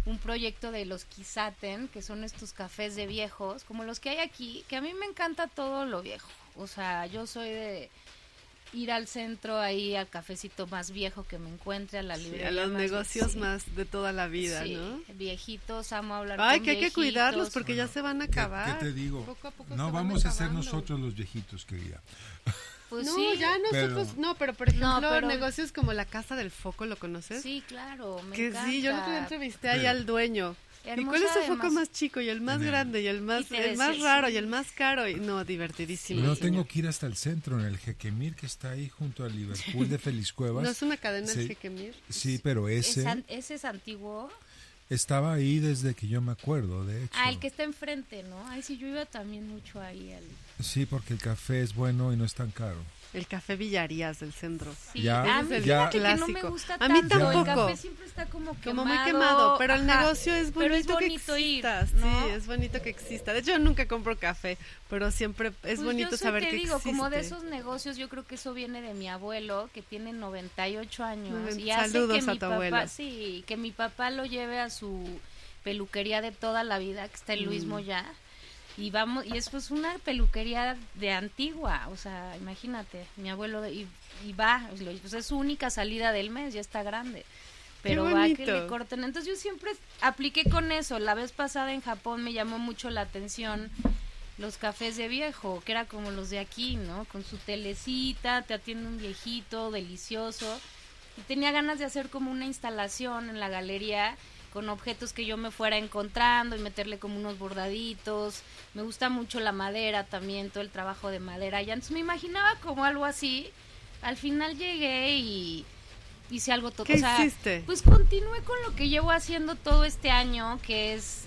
[SPEAKER 6] un proyecto de los Kisaten, que son estos cafés de viejos, como los que hay aquí, que a mí me encanta todo lo viejo. O sea, yo soy de ir al centro ahí al cafecito más viejo que me encuentre, a la
[SPEAKER 3] Sí,
[SPEAKER 6] librería.
[SPEAKER 3] a los
[SPEAKER 6] más-
[SPEAKER 3] negocios
[SPEAKER 6] sí,
[SPEAKER 3] más de toda la vida,
[SPEAKER 6] sí,
[SPEAKER 3] ¿no?
[SPEAKER 6] Viejitos, amo hablar
[SPEAKER 3] Ay,
[SPEAKER 6] con
[SPEAKER 3] que hay que
[SPEAKER 6] viejitos.
[SPEAKER 3] cuidarlos porque ya se van a
[SPEAKER 5] ¿Qué-
[SPEAKER 3] acabar.
[SPEAKER 5] ¿Qué, te digo?
[SPEAKER 3] Poco a poco se
[SPEAKER 5] no
[SPEAKER 3] van
[SPEAKER 5] vamos a ser
[SPEAKER 3] acabando.
[SPEAKER 5] nosotros los viejitos, querida.
[SPEAKER 6] Pues
[SPEAKER 3] no,
[SPEAKER 6] sí,
[SPEAKER 3] ya nosotros,
[SPEAKER 5] Pero-
[SPEAKER 3] no, pero por ejemplo,
[SPEAKER 6] pero-
[SPEAKER 3] negocios como la Casa del Foco, ¿lo conoces?
[SPEAKER 6] Sí, claro, me
[SPEAKER 3] que
[SPEAKER 6] encanta.
[SPEAKER 3] sí, yo lo entrevisté ahí al dueño. ¿Y
[SPEAKER 6] Hermosa
[SPEAKER 3] cuál es su foco
[SPEAKER 6] además.
[SPEAKER 3] más chico y el más grande y el
[SPEAKER 6] Y
[SPEAKER 3] más,
[SPEAKER 6] te
[SPEAKER 3] el más
[SPEAKER 6] decía,
[SPEAKER 3] raro
[SPEAKER 6] sí.
[SPEAKER 3] y el más caro? Y- no, divertidísimo.
[SPEAKER 5] no
[SPEAKER 3] sí.
[SPEAKER 5] tengo que ir hasta el centro, en el Jequemir, que está ahí junto al Liverpool de Feliz Cuevas.
[SPEAKER 3] ¿No es una cadena
[SPEAKER 5] Sí.
[SPEAKER 3] que mir
[SPEAKER 5] Sí, pero
[SPEAKER 6] Es
[SPEAKER 5] ese...
[SPEAKER 6] an- ese es antiguo.
[SPEAKER 5] Estaba ahí desde que yo me acuerdo, de hecho.
[SPEAKER 6] Ah, el que está enfrente, ¿no? Ay, sí, yo iba también mucho ahí. Al...
[SPEAKER 5] Sí, porque el café es bueno y no es tan caro.
[SPEAKER 3] El café Villarías del centro.
[SPEAKER 6] Sí,
[SPEAKER 5] Ya,
[SPEAKER 6] a mí
[SPEAKER 5] ya.
[SPEAKER 6] fíjate que no me
[SPEAKER 3] Clásico.
[SPEAKER 6] gusta
[SPEAKER 3] A mí
[SPEAKER 6] tanto. El
[SPEAKER 3] tampoco.
[SPEAKER 6] café siempre está como quemado.
[SPEAKER 3] Como muy quemado, pero el
[SPEAKER 6] Ajá.
[SPEAKER 3] negocio es bonito,
[SPEAKER 6] Pero es
[SPEAKER 3] que
[SPEAKER 6] bonito ir,
[SPEAKER 3] exista.
[SPEAKER 6] ¿no?
[SPEAKER 3] Sí, es bonito que exista. De hecho, yo nunca compro café, pero siempre es
[SPEAKER 6] Pues
[SPEAKER 3] bonito
[SPEAKER 6] yo soy,
[SPEAKER 3] saber
[SPEAKER 6] te
[SPEAKER 3] que
[SPEAKER 6] digo,
[SPEAKER 3] existe.
[SPEAKER 6] como de esos negocios, yo creo que eso viene de mi abuelo, que tiene 98 años.
[SPEAKER 3] Noven-
[SPEAKER 6] Y hace
[SPEAKER 3] Saludos
[SPEAKER 6] que
[SPEAKER 3] a
[SPEAKER 6] mi
[SPEAKER 3] tu
[SPEAKER 6] papá,
[SPEAKER 3] abuelo.
[SPEAKER 6] Sí, que mi papá lo lleve a su peluquería de toda la vida, que está en
[SPEAKER 3] Mm.
[SPEAKER 6] Luis Moya. Y vamos, y es pues una peluquería de antigua, o sea, imagínate, mi abuelo de- y, y va, y lo- pues es su única salida del mes, ya está grande. Pero va a que le
[SPEAKER 3] bonito.
[SPEAKER 6] corten. Entonces yo siempre apliqué con eso. La vez pasada en Japón me llamó mucho la atención los cafés de viejo, que era como los de aquí, ¿no? Con su telecita, te atiende un viejito, delicioso. Y tenía ganas de hacer como una instalación en la galería con objetos que yo me fuera encontrando y meterle como unos bordaditos. Me gusta mucho la madera también, todo el trabajo de madera. Y antes me imaginaba como algo así. Al final llegué y hice algo todo.
[SPEAKER 3] ¿Qué hiciste?
[SPEAKER 6] Pues continué con lo que llevo haciendo todo este año, que es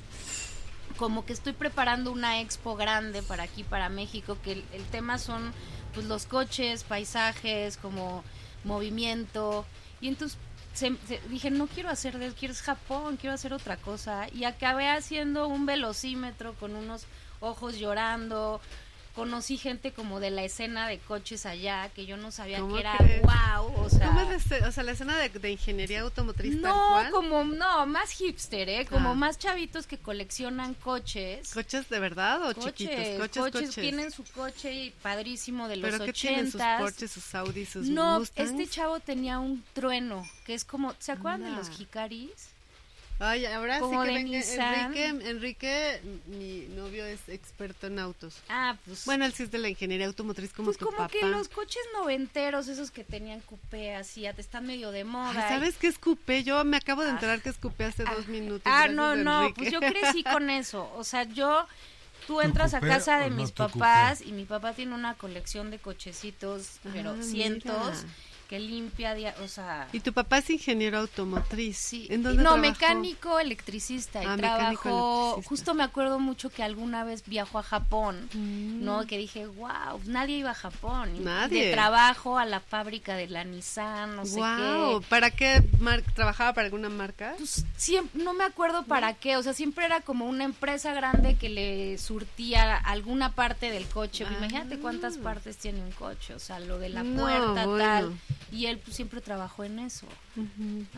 [SPEAKER 6] como que estoy preparando una expo grande para aquí, para México, que el, el tema son pues los coches, paisajes, como movimiento. Y entonces se- se- dije, no quiero hacer de quiero es Japón, quiero hacer otra cosa. Y acabé haciendo un velocímetro con unos ojos llorando. Conocí gente como de la escena de coches allá, que yo no sabía
[SPEAKER 3] ¿Cómo
[SPEAKER 6] que era
[SPEAKER 3] crees?
[SPEAKER 6] wow. O sea,
[SPEAKER 3] ¿Cómo es la escena- o sea, la escena de, de ingeniería automotriz tal
[SPEAKER 6] no,
[SPEAKER 3] cual?
[SPEAKER 6] como, no, más hipster, ¿eh? Como
[SPEAKER 3] Ah.
[SPEAKER 6] más chavitos que coleccionan coches.
[SPEAKER 3] ¿Coches de verdad o
[SPEAKER 6] coches,
[SPEAKER 3] chiquitos? Coches,
[SPEAKER 6] coches,
[SPEAKER 3] coches.
[SPEAKER 6] tienen su coche y padrísimo de los
[SPEAKER 3] ¿Pero qué tienen sus
[SPEAKER 6] 80s.
[SPEAKER 3] Porsches, sus Audis, sus
[SPEAKER 6] no,
[SPEAKER 3] Mustangs?
[SPEAKER 6] este chavo tenía un trueno, que es como, ¿se acuerdan
[SPEAKER 3] Anda.
[SPEAKER 6] de los Hikaris?
[SPEAKER 3] Ay, ahora sí
[SPEAKER 6] como
[SPEAKER 3] que
[SPEAKER 6] de
[SPEAKER 3] venga-
[SPEAKER 6] Nissan.
[SPEAKER 3] Enrique, Enrique, mi novio es experto en autos.
[SPEAKER 6] Ah, pues.
[SPEAKER 3] Bueno, él sí es de la ingeniería automotriz como
[SPEAKER 6] pues
[SPEAKER 3] tu
[SPEAKER 6] como
[SPEAKER 3] papá.
[SPEAKER 6] que los coches noventeros, esos que tenían coupé así, ya te están medio de moda.
[SPEAKER 3] Ay,
[SPEAKER 6] y-
[SPEAKER 3] ¿Sabes qué es coupé? Yo me acabo de enterar que es coupé hace dos minutos.
[SPEAKER 6] Ah,
[SPEAKER 3] gracias,
[SPEAKER 6] no, no,
[SPEAKER 3] Enrique.
[SPEAKER 6] pues yo crecí con eso. O sea, yo, tú entras a
[SPEAKER 5] coupé
[SPEAKER 6] casa
[SPEAKER 5] o
[SPEAKER 6] de
[SPEAKER 5] no
[SPEAKER 6] mis
[SPEAKER 5] tu
[SPEAKER 6] papás y mi papá tiene una colección de cochecitos, pero
[SPEAKER 3] Ah,
[SPEAKER 6] cientos,
[SPEAKER 3] mira.
[SPEAKER 6] que limpia, dia- o sea...
[SPEAKER 3] Y tu papá es ingeniero automotriz.
[SPEAKER 6] Sí,
[SPEAKER 3] ¿En dónde
[SPEAKER 6] no,
[SPEAKER 3] trabajó?
[SPEAKER 6] mecánico electricista y
[SPEAKER 3] Ah, mecánico
[SPEAKER 6] trabajó,
[SPEAKER 3] electricista.
[SPEAKER 6] justo me acuerdo mucho que alguna vez viajó a Japón,
[SPEAKER 3] Mm.
[SPEAKER 6] ¿no? Que dije, wow, nadie iba a Japón, y
[SPEAKER 3] Nadie.
[SPEAKER 6] de trabajo a la fábrica de la Nissan, no sé
[SPEAKER 3] Guau,
[SPEAKER 6] qué.
[SPEAKER 3] ¿Para qué mar- trabajaba para alguna marca?
[SPEAKER 6] Pues siempre, no me acuerdo para qué, o sea, siempre era como una empresa grande que le surtía alguna parte del coche. Pues,
[SPEAKER 3] Ah.
[SPEAKER 6] Imagínate cuántas partes tiene un coche, o sea, lo de la
[SPEAKER 3] No,
[SPEAKER 6] puerta,
[SPEAKER 3] bueno.
[SPEAKER 6] tal. Y él pues, siempre trabajó en eso.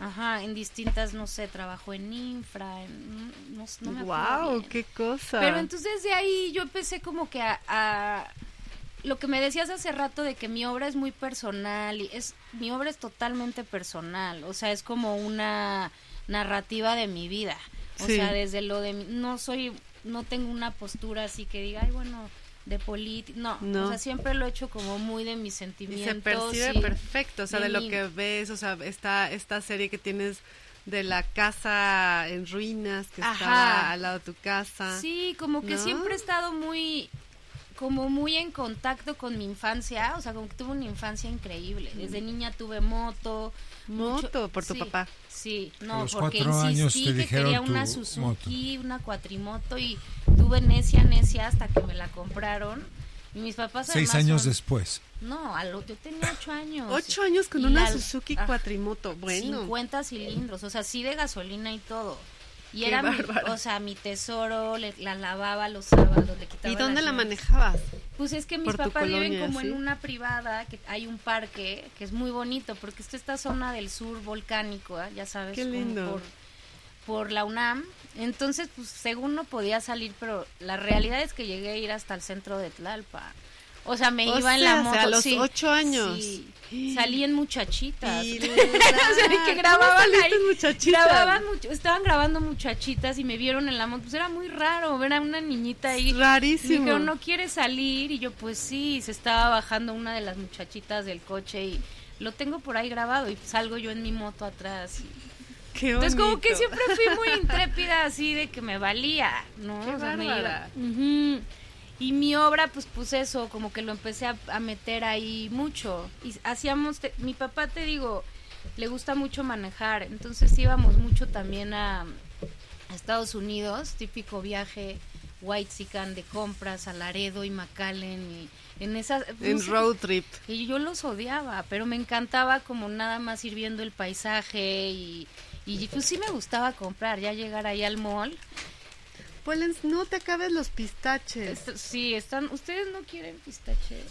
[SPEAKER 6] Ajá, en distintas, no sé, trabajó en infra, en, no, no me acuerdo.
[SPEAKER 3] Guau,
[SPEAKER 6] bien.
[SPEAKER 3] qué cosa.
[SPEAKER 6] Pero entonces de ahí yo empecé como que a, a- lo que me decías hace rato de que mi obra es muy personal y es mi obra es totalmente personal, o sea, es como una narrativa de mi vida. O
[SPEAKER 3] Sí.
[SPEAKER 6] sea, desde lo de mi- no soy no tengo una postura así que diga, ay, bueno, de política, no,
[SPEAKER 3] No.
[SPEAKER 6] o sea, siempre lo he hecho como muy de mis
[SPEAKER 3] Y se
[SPEAKER 6] sentimientos.
[SPEAKER 3] percibe
[SPEAKER 6] y-
[SPEAKER 3] perfecto, o sea, de
[SPEAKER 6] de
[SPEAKER 3] lo
[SPEAKER 6] mí.
[SPEAKER 3] que ves, o sea, esta, esta serie que tienes de la casa en ruinas que
[SPEAKER 6] Ajá.
[SPEAKER 3] estaba al lado de tu casa.
[SPEAKER 6] Sí, como que
[SPEAKER 3] ¿No?
[SPEAKER 6] siempre he estado muy como muy en contacto con mi infancia, o sea, como que tuve una infancia increíble. Desde niña tuve moto.
[SPEAKER 3] Mm. Moto,
[SPEAKER 6] mucho-
[SPEAKER 3] por tu
[SPEAKER 6] sí,
[SPEAKER 3] papá.
[SPEAKER 6] Sí,
[SPEAKER 5] A
[SPEAKER 6] no,
[SPEAKER 5] los
[SPEAKER 6] porque
[SPEAKER 5] cuatro años
[SPEAKER 6] insistí
[SPEAKER 5] te
[SPEAKER 6] que
[SPEAKER 5] dijeron
[SPEAKER 6] quería una
[SPEAKER 5] tu
[SPEAKER 6] Suzuki, una cuatrimoto y tuve necia, necia hasta que me la compraron. Y mis papás
[SPEAKER 5] Seis
[SPEAKER 6] además
[SPEAKER 5] años
[SPEAKER 6] son-
[SPEAKER 5] después.
[SPEAKER 6] No, a lo- yo tenía ocho años.
[SPEAKER 3] Ocho años con
[SPEAKER 6] Y
[SPEAKER 3] una
[SPEAKER 6] al-
[SPEAKER 3] Suzuki
[SPEAKER 6] ajá.
[SPEAKER 3] cuatrimoto, bueno.
[SPEAKER 6] 50 cilindros, o sea, sí de gasolina y todo. Y
[SPEAKER 3] Qué
[SPEAKER 6] era, mi,
[SPEAKER 3] bárbaro.
[SPEAKER 6] o sea, mi tesoro, le- la lavaba los sábados, le quitaba.
[SPEAKER 3] ¿Y dónde
[SPEAKER 6] las
[SPEAKER 3] la
[SPEAKER 6] llaves.
[SPEAKER 3] manejabas?
[SPEAKER 6] Pues es que mis
[SPEAKER 3] Por tu
[SPEAKER 6] papás viven
[SPEAKER 3] colonia,
[SPEAKER 6] como
[SPEAKER 3] ¿sí?
[SPEAKER 6] en una privada, que hay un parque, que es muy bonito, porque está esta zona del sur volcánico, ¿eh? ya sabes.
[SPEAKER 3] Qué
[SPEAKER 6] como
[SPEAKER 3] lindo.
[SPEAKER 6] Por, por la UNAM. Entonces, pues según no podía salir, pero la realidad es que llegué a ir hasta el centro de Tlalpa. O sea, me
[SPEAKER 3] O
[SPEAKER 6] iba en la
[SPEAKER 3] sea,
[SPEAKER 6] moto.
[SPEAKER 3] a los
[SPEAKER 6] sí.
[SPEAKER 3] ocho años.
[SPEAKER 6] Sí. Salí en muchachitas.
[SPEAKER 3] Y
[SPEAKER 6] O sea, de que
[SPEAKER 3] ¿Cómo
[SPEAKER 6] grababan
[SPEAKER 3] saliste
[SPEAKER 6] ahí,
[SPEAKER 3] en muchachitas?
[SPEAKER 6] grababan mucho- estaban grabando muchachitas y me vieron en la moto, pues era muy raro ver a una niñita ahí.
[SPEAKER 3] Rarísimo.
[SPEAKER 6] Me dijeron, no quiere salir, y yo, pues sí, se estaba bajando una de las muchachitas del coche y lo tengo por ahí grabado y salgo yo en mi moto atrás. y-
[SPEAKER 3] Qué
[SPEAKER 6] Entonces como que
[SPEAKER 3] bonito.
[SPEAKER 6] siempre fui muy intrépida así de que me valía, ¿no?
[SPEAKER 3] Qué
[SPEAKER 6] O sea, me iba.
[SPEAKER 3] bárbara.
[SPEAKER 6] Ujú. Y mi obra, pues, pues eso, como que lo empecé a, a meter ahí mucho. Y hacíamos, te- mi papá, te digo, le gusta mucho manejar, entonces íbamos mucho también a, a Estados Unidos, típico viaje white de compras a Laredo y McAllen y en esas no
[SPEAKER 3] En
[SPEAKER 6] sé,
[SPEAKER 3] road trip.
[SPEAKER 6] y yo los odiaba, pero me encantaba como nada más ir viendo el paisaje y, y pues sí me gustaba comprar, ya llegar ahí al mall.
[SPEAKER 3] Polens, no te acabes los pistaches.
[SPEAKER 6] Esto- sí, están, ustedes no quieren pistaches,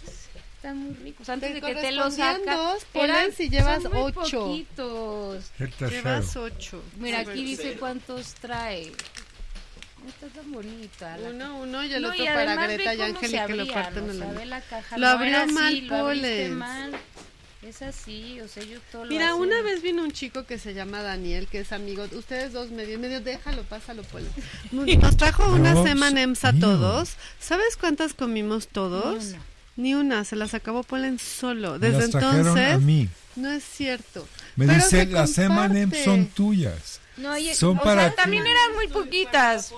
[SPEAKER 6] están muy ricos. Antes
[SPEAKER 3] Te
[SPEAKER 6] de que te los
[SPEAKER 3] correspondían
[SPEAKER 6] saca,
[SPEAKER 3] dos,
[SPEAKER 6] eran-
[SPEAKER 3] Polen, si llevas
[SPEAKER 6] son muy
[SPEAKER 3] ocho.
[SPEAKER 6] poquitos.
[SPEAKER 5] El tercero.
[SPEAKER 3] Llevas ocho.
[SPEAKER 6] Mira,
[SPEAKER 3] Sí,
[SPEAKER 6] aquí dice
[SPEAKER 3] pero-
[SPEAKER 6] cuántos trae. Está tan bonita. la
[SPEAKER 3] Uno, uno y el
[SPEAKER 6] No,
[SPEAKER 3] otro
[SPEAKER 6] además
[SPEAKER 3] para
[SPEAKER 6] ve
[SPEAKER 3] Greta y
[SPEAKER 6] cómo se
[SPEAKER 3] Ángel que lo
[SPEAKER 6] abría,
[SPEAKER 3] parten
[SPEAKER 6] ¿no?
[SPEAKER 3] en la
[SPEAKER 6] O sea,
[SPEAKER 3] mitad.
[SPEAKER 6] ve la caja,
[SPEAKER 3] Lo
[SPEAKER 6] no
[SPEAKER 3] abrió
[SPEAKER 6] era así,
[SPEAKER 3] mal,
[SPEAKER 6] lo abriste
[SPEAKER 3] Polen.
[SPEAKER 6] mal. Es así, o sea, yo todo lo
[SPEAKER 3] Mira,
[SPEAKER 6] hacía.
[SPEAKER 3] una vez vino un chico que se llama Daniel, que es amigo, ustedes dos medio, medio, déjalo, pásalo, Polo. Nos trajo unas
[SPEAKER 5] Dios
[SPEAKER 3] M&M's a
[SPEAKER 5] mío.
[SPEAKER 3] todos. ¿Sabes cuántas comimos todos?
[SPEAKER 6] Ni una.
[SPEAKER 3] Ni una, se las acabó Polen solo.
[SPEAKER 5] Me
[SPEAKER 3] Desde
[SPEAKER 5] las trajeron a
[SPEAKER 3] entonces,
[SPEAKER 5] mí.
[SPEAKER 3] no es cierto.
[SPEAKER 5] Me
[SPEAKER 3] Pero
[SPEAKER 5] dice,
[SPEAKER 3] se
[SPEAKER 5] las
[SPEAKER 3] comparte.
[SPEAKER 5] M&M son tuyas.
[SPEAKER 6] No, y-
[SPEAKER 5] Son
[SPEAKER 6] o
[SPEAKER 5] para
[SPEAKER 6] sea, también
[SPEAKER 5] ti.
[SPEAKER 6] eran muy poquitas.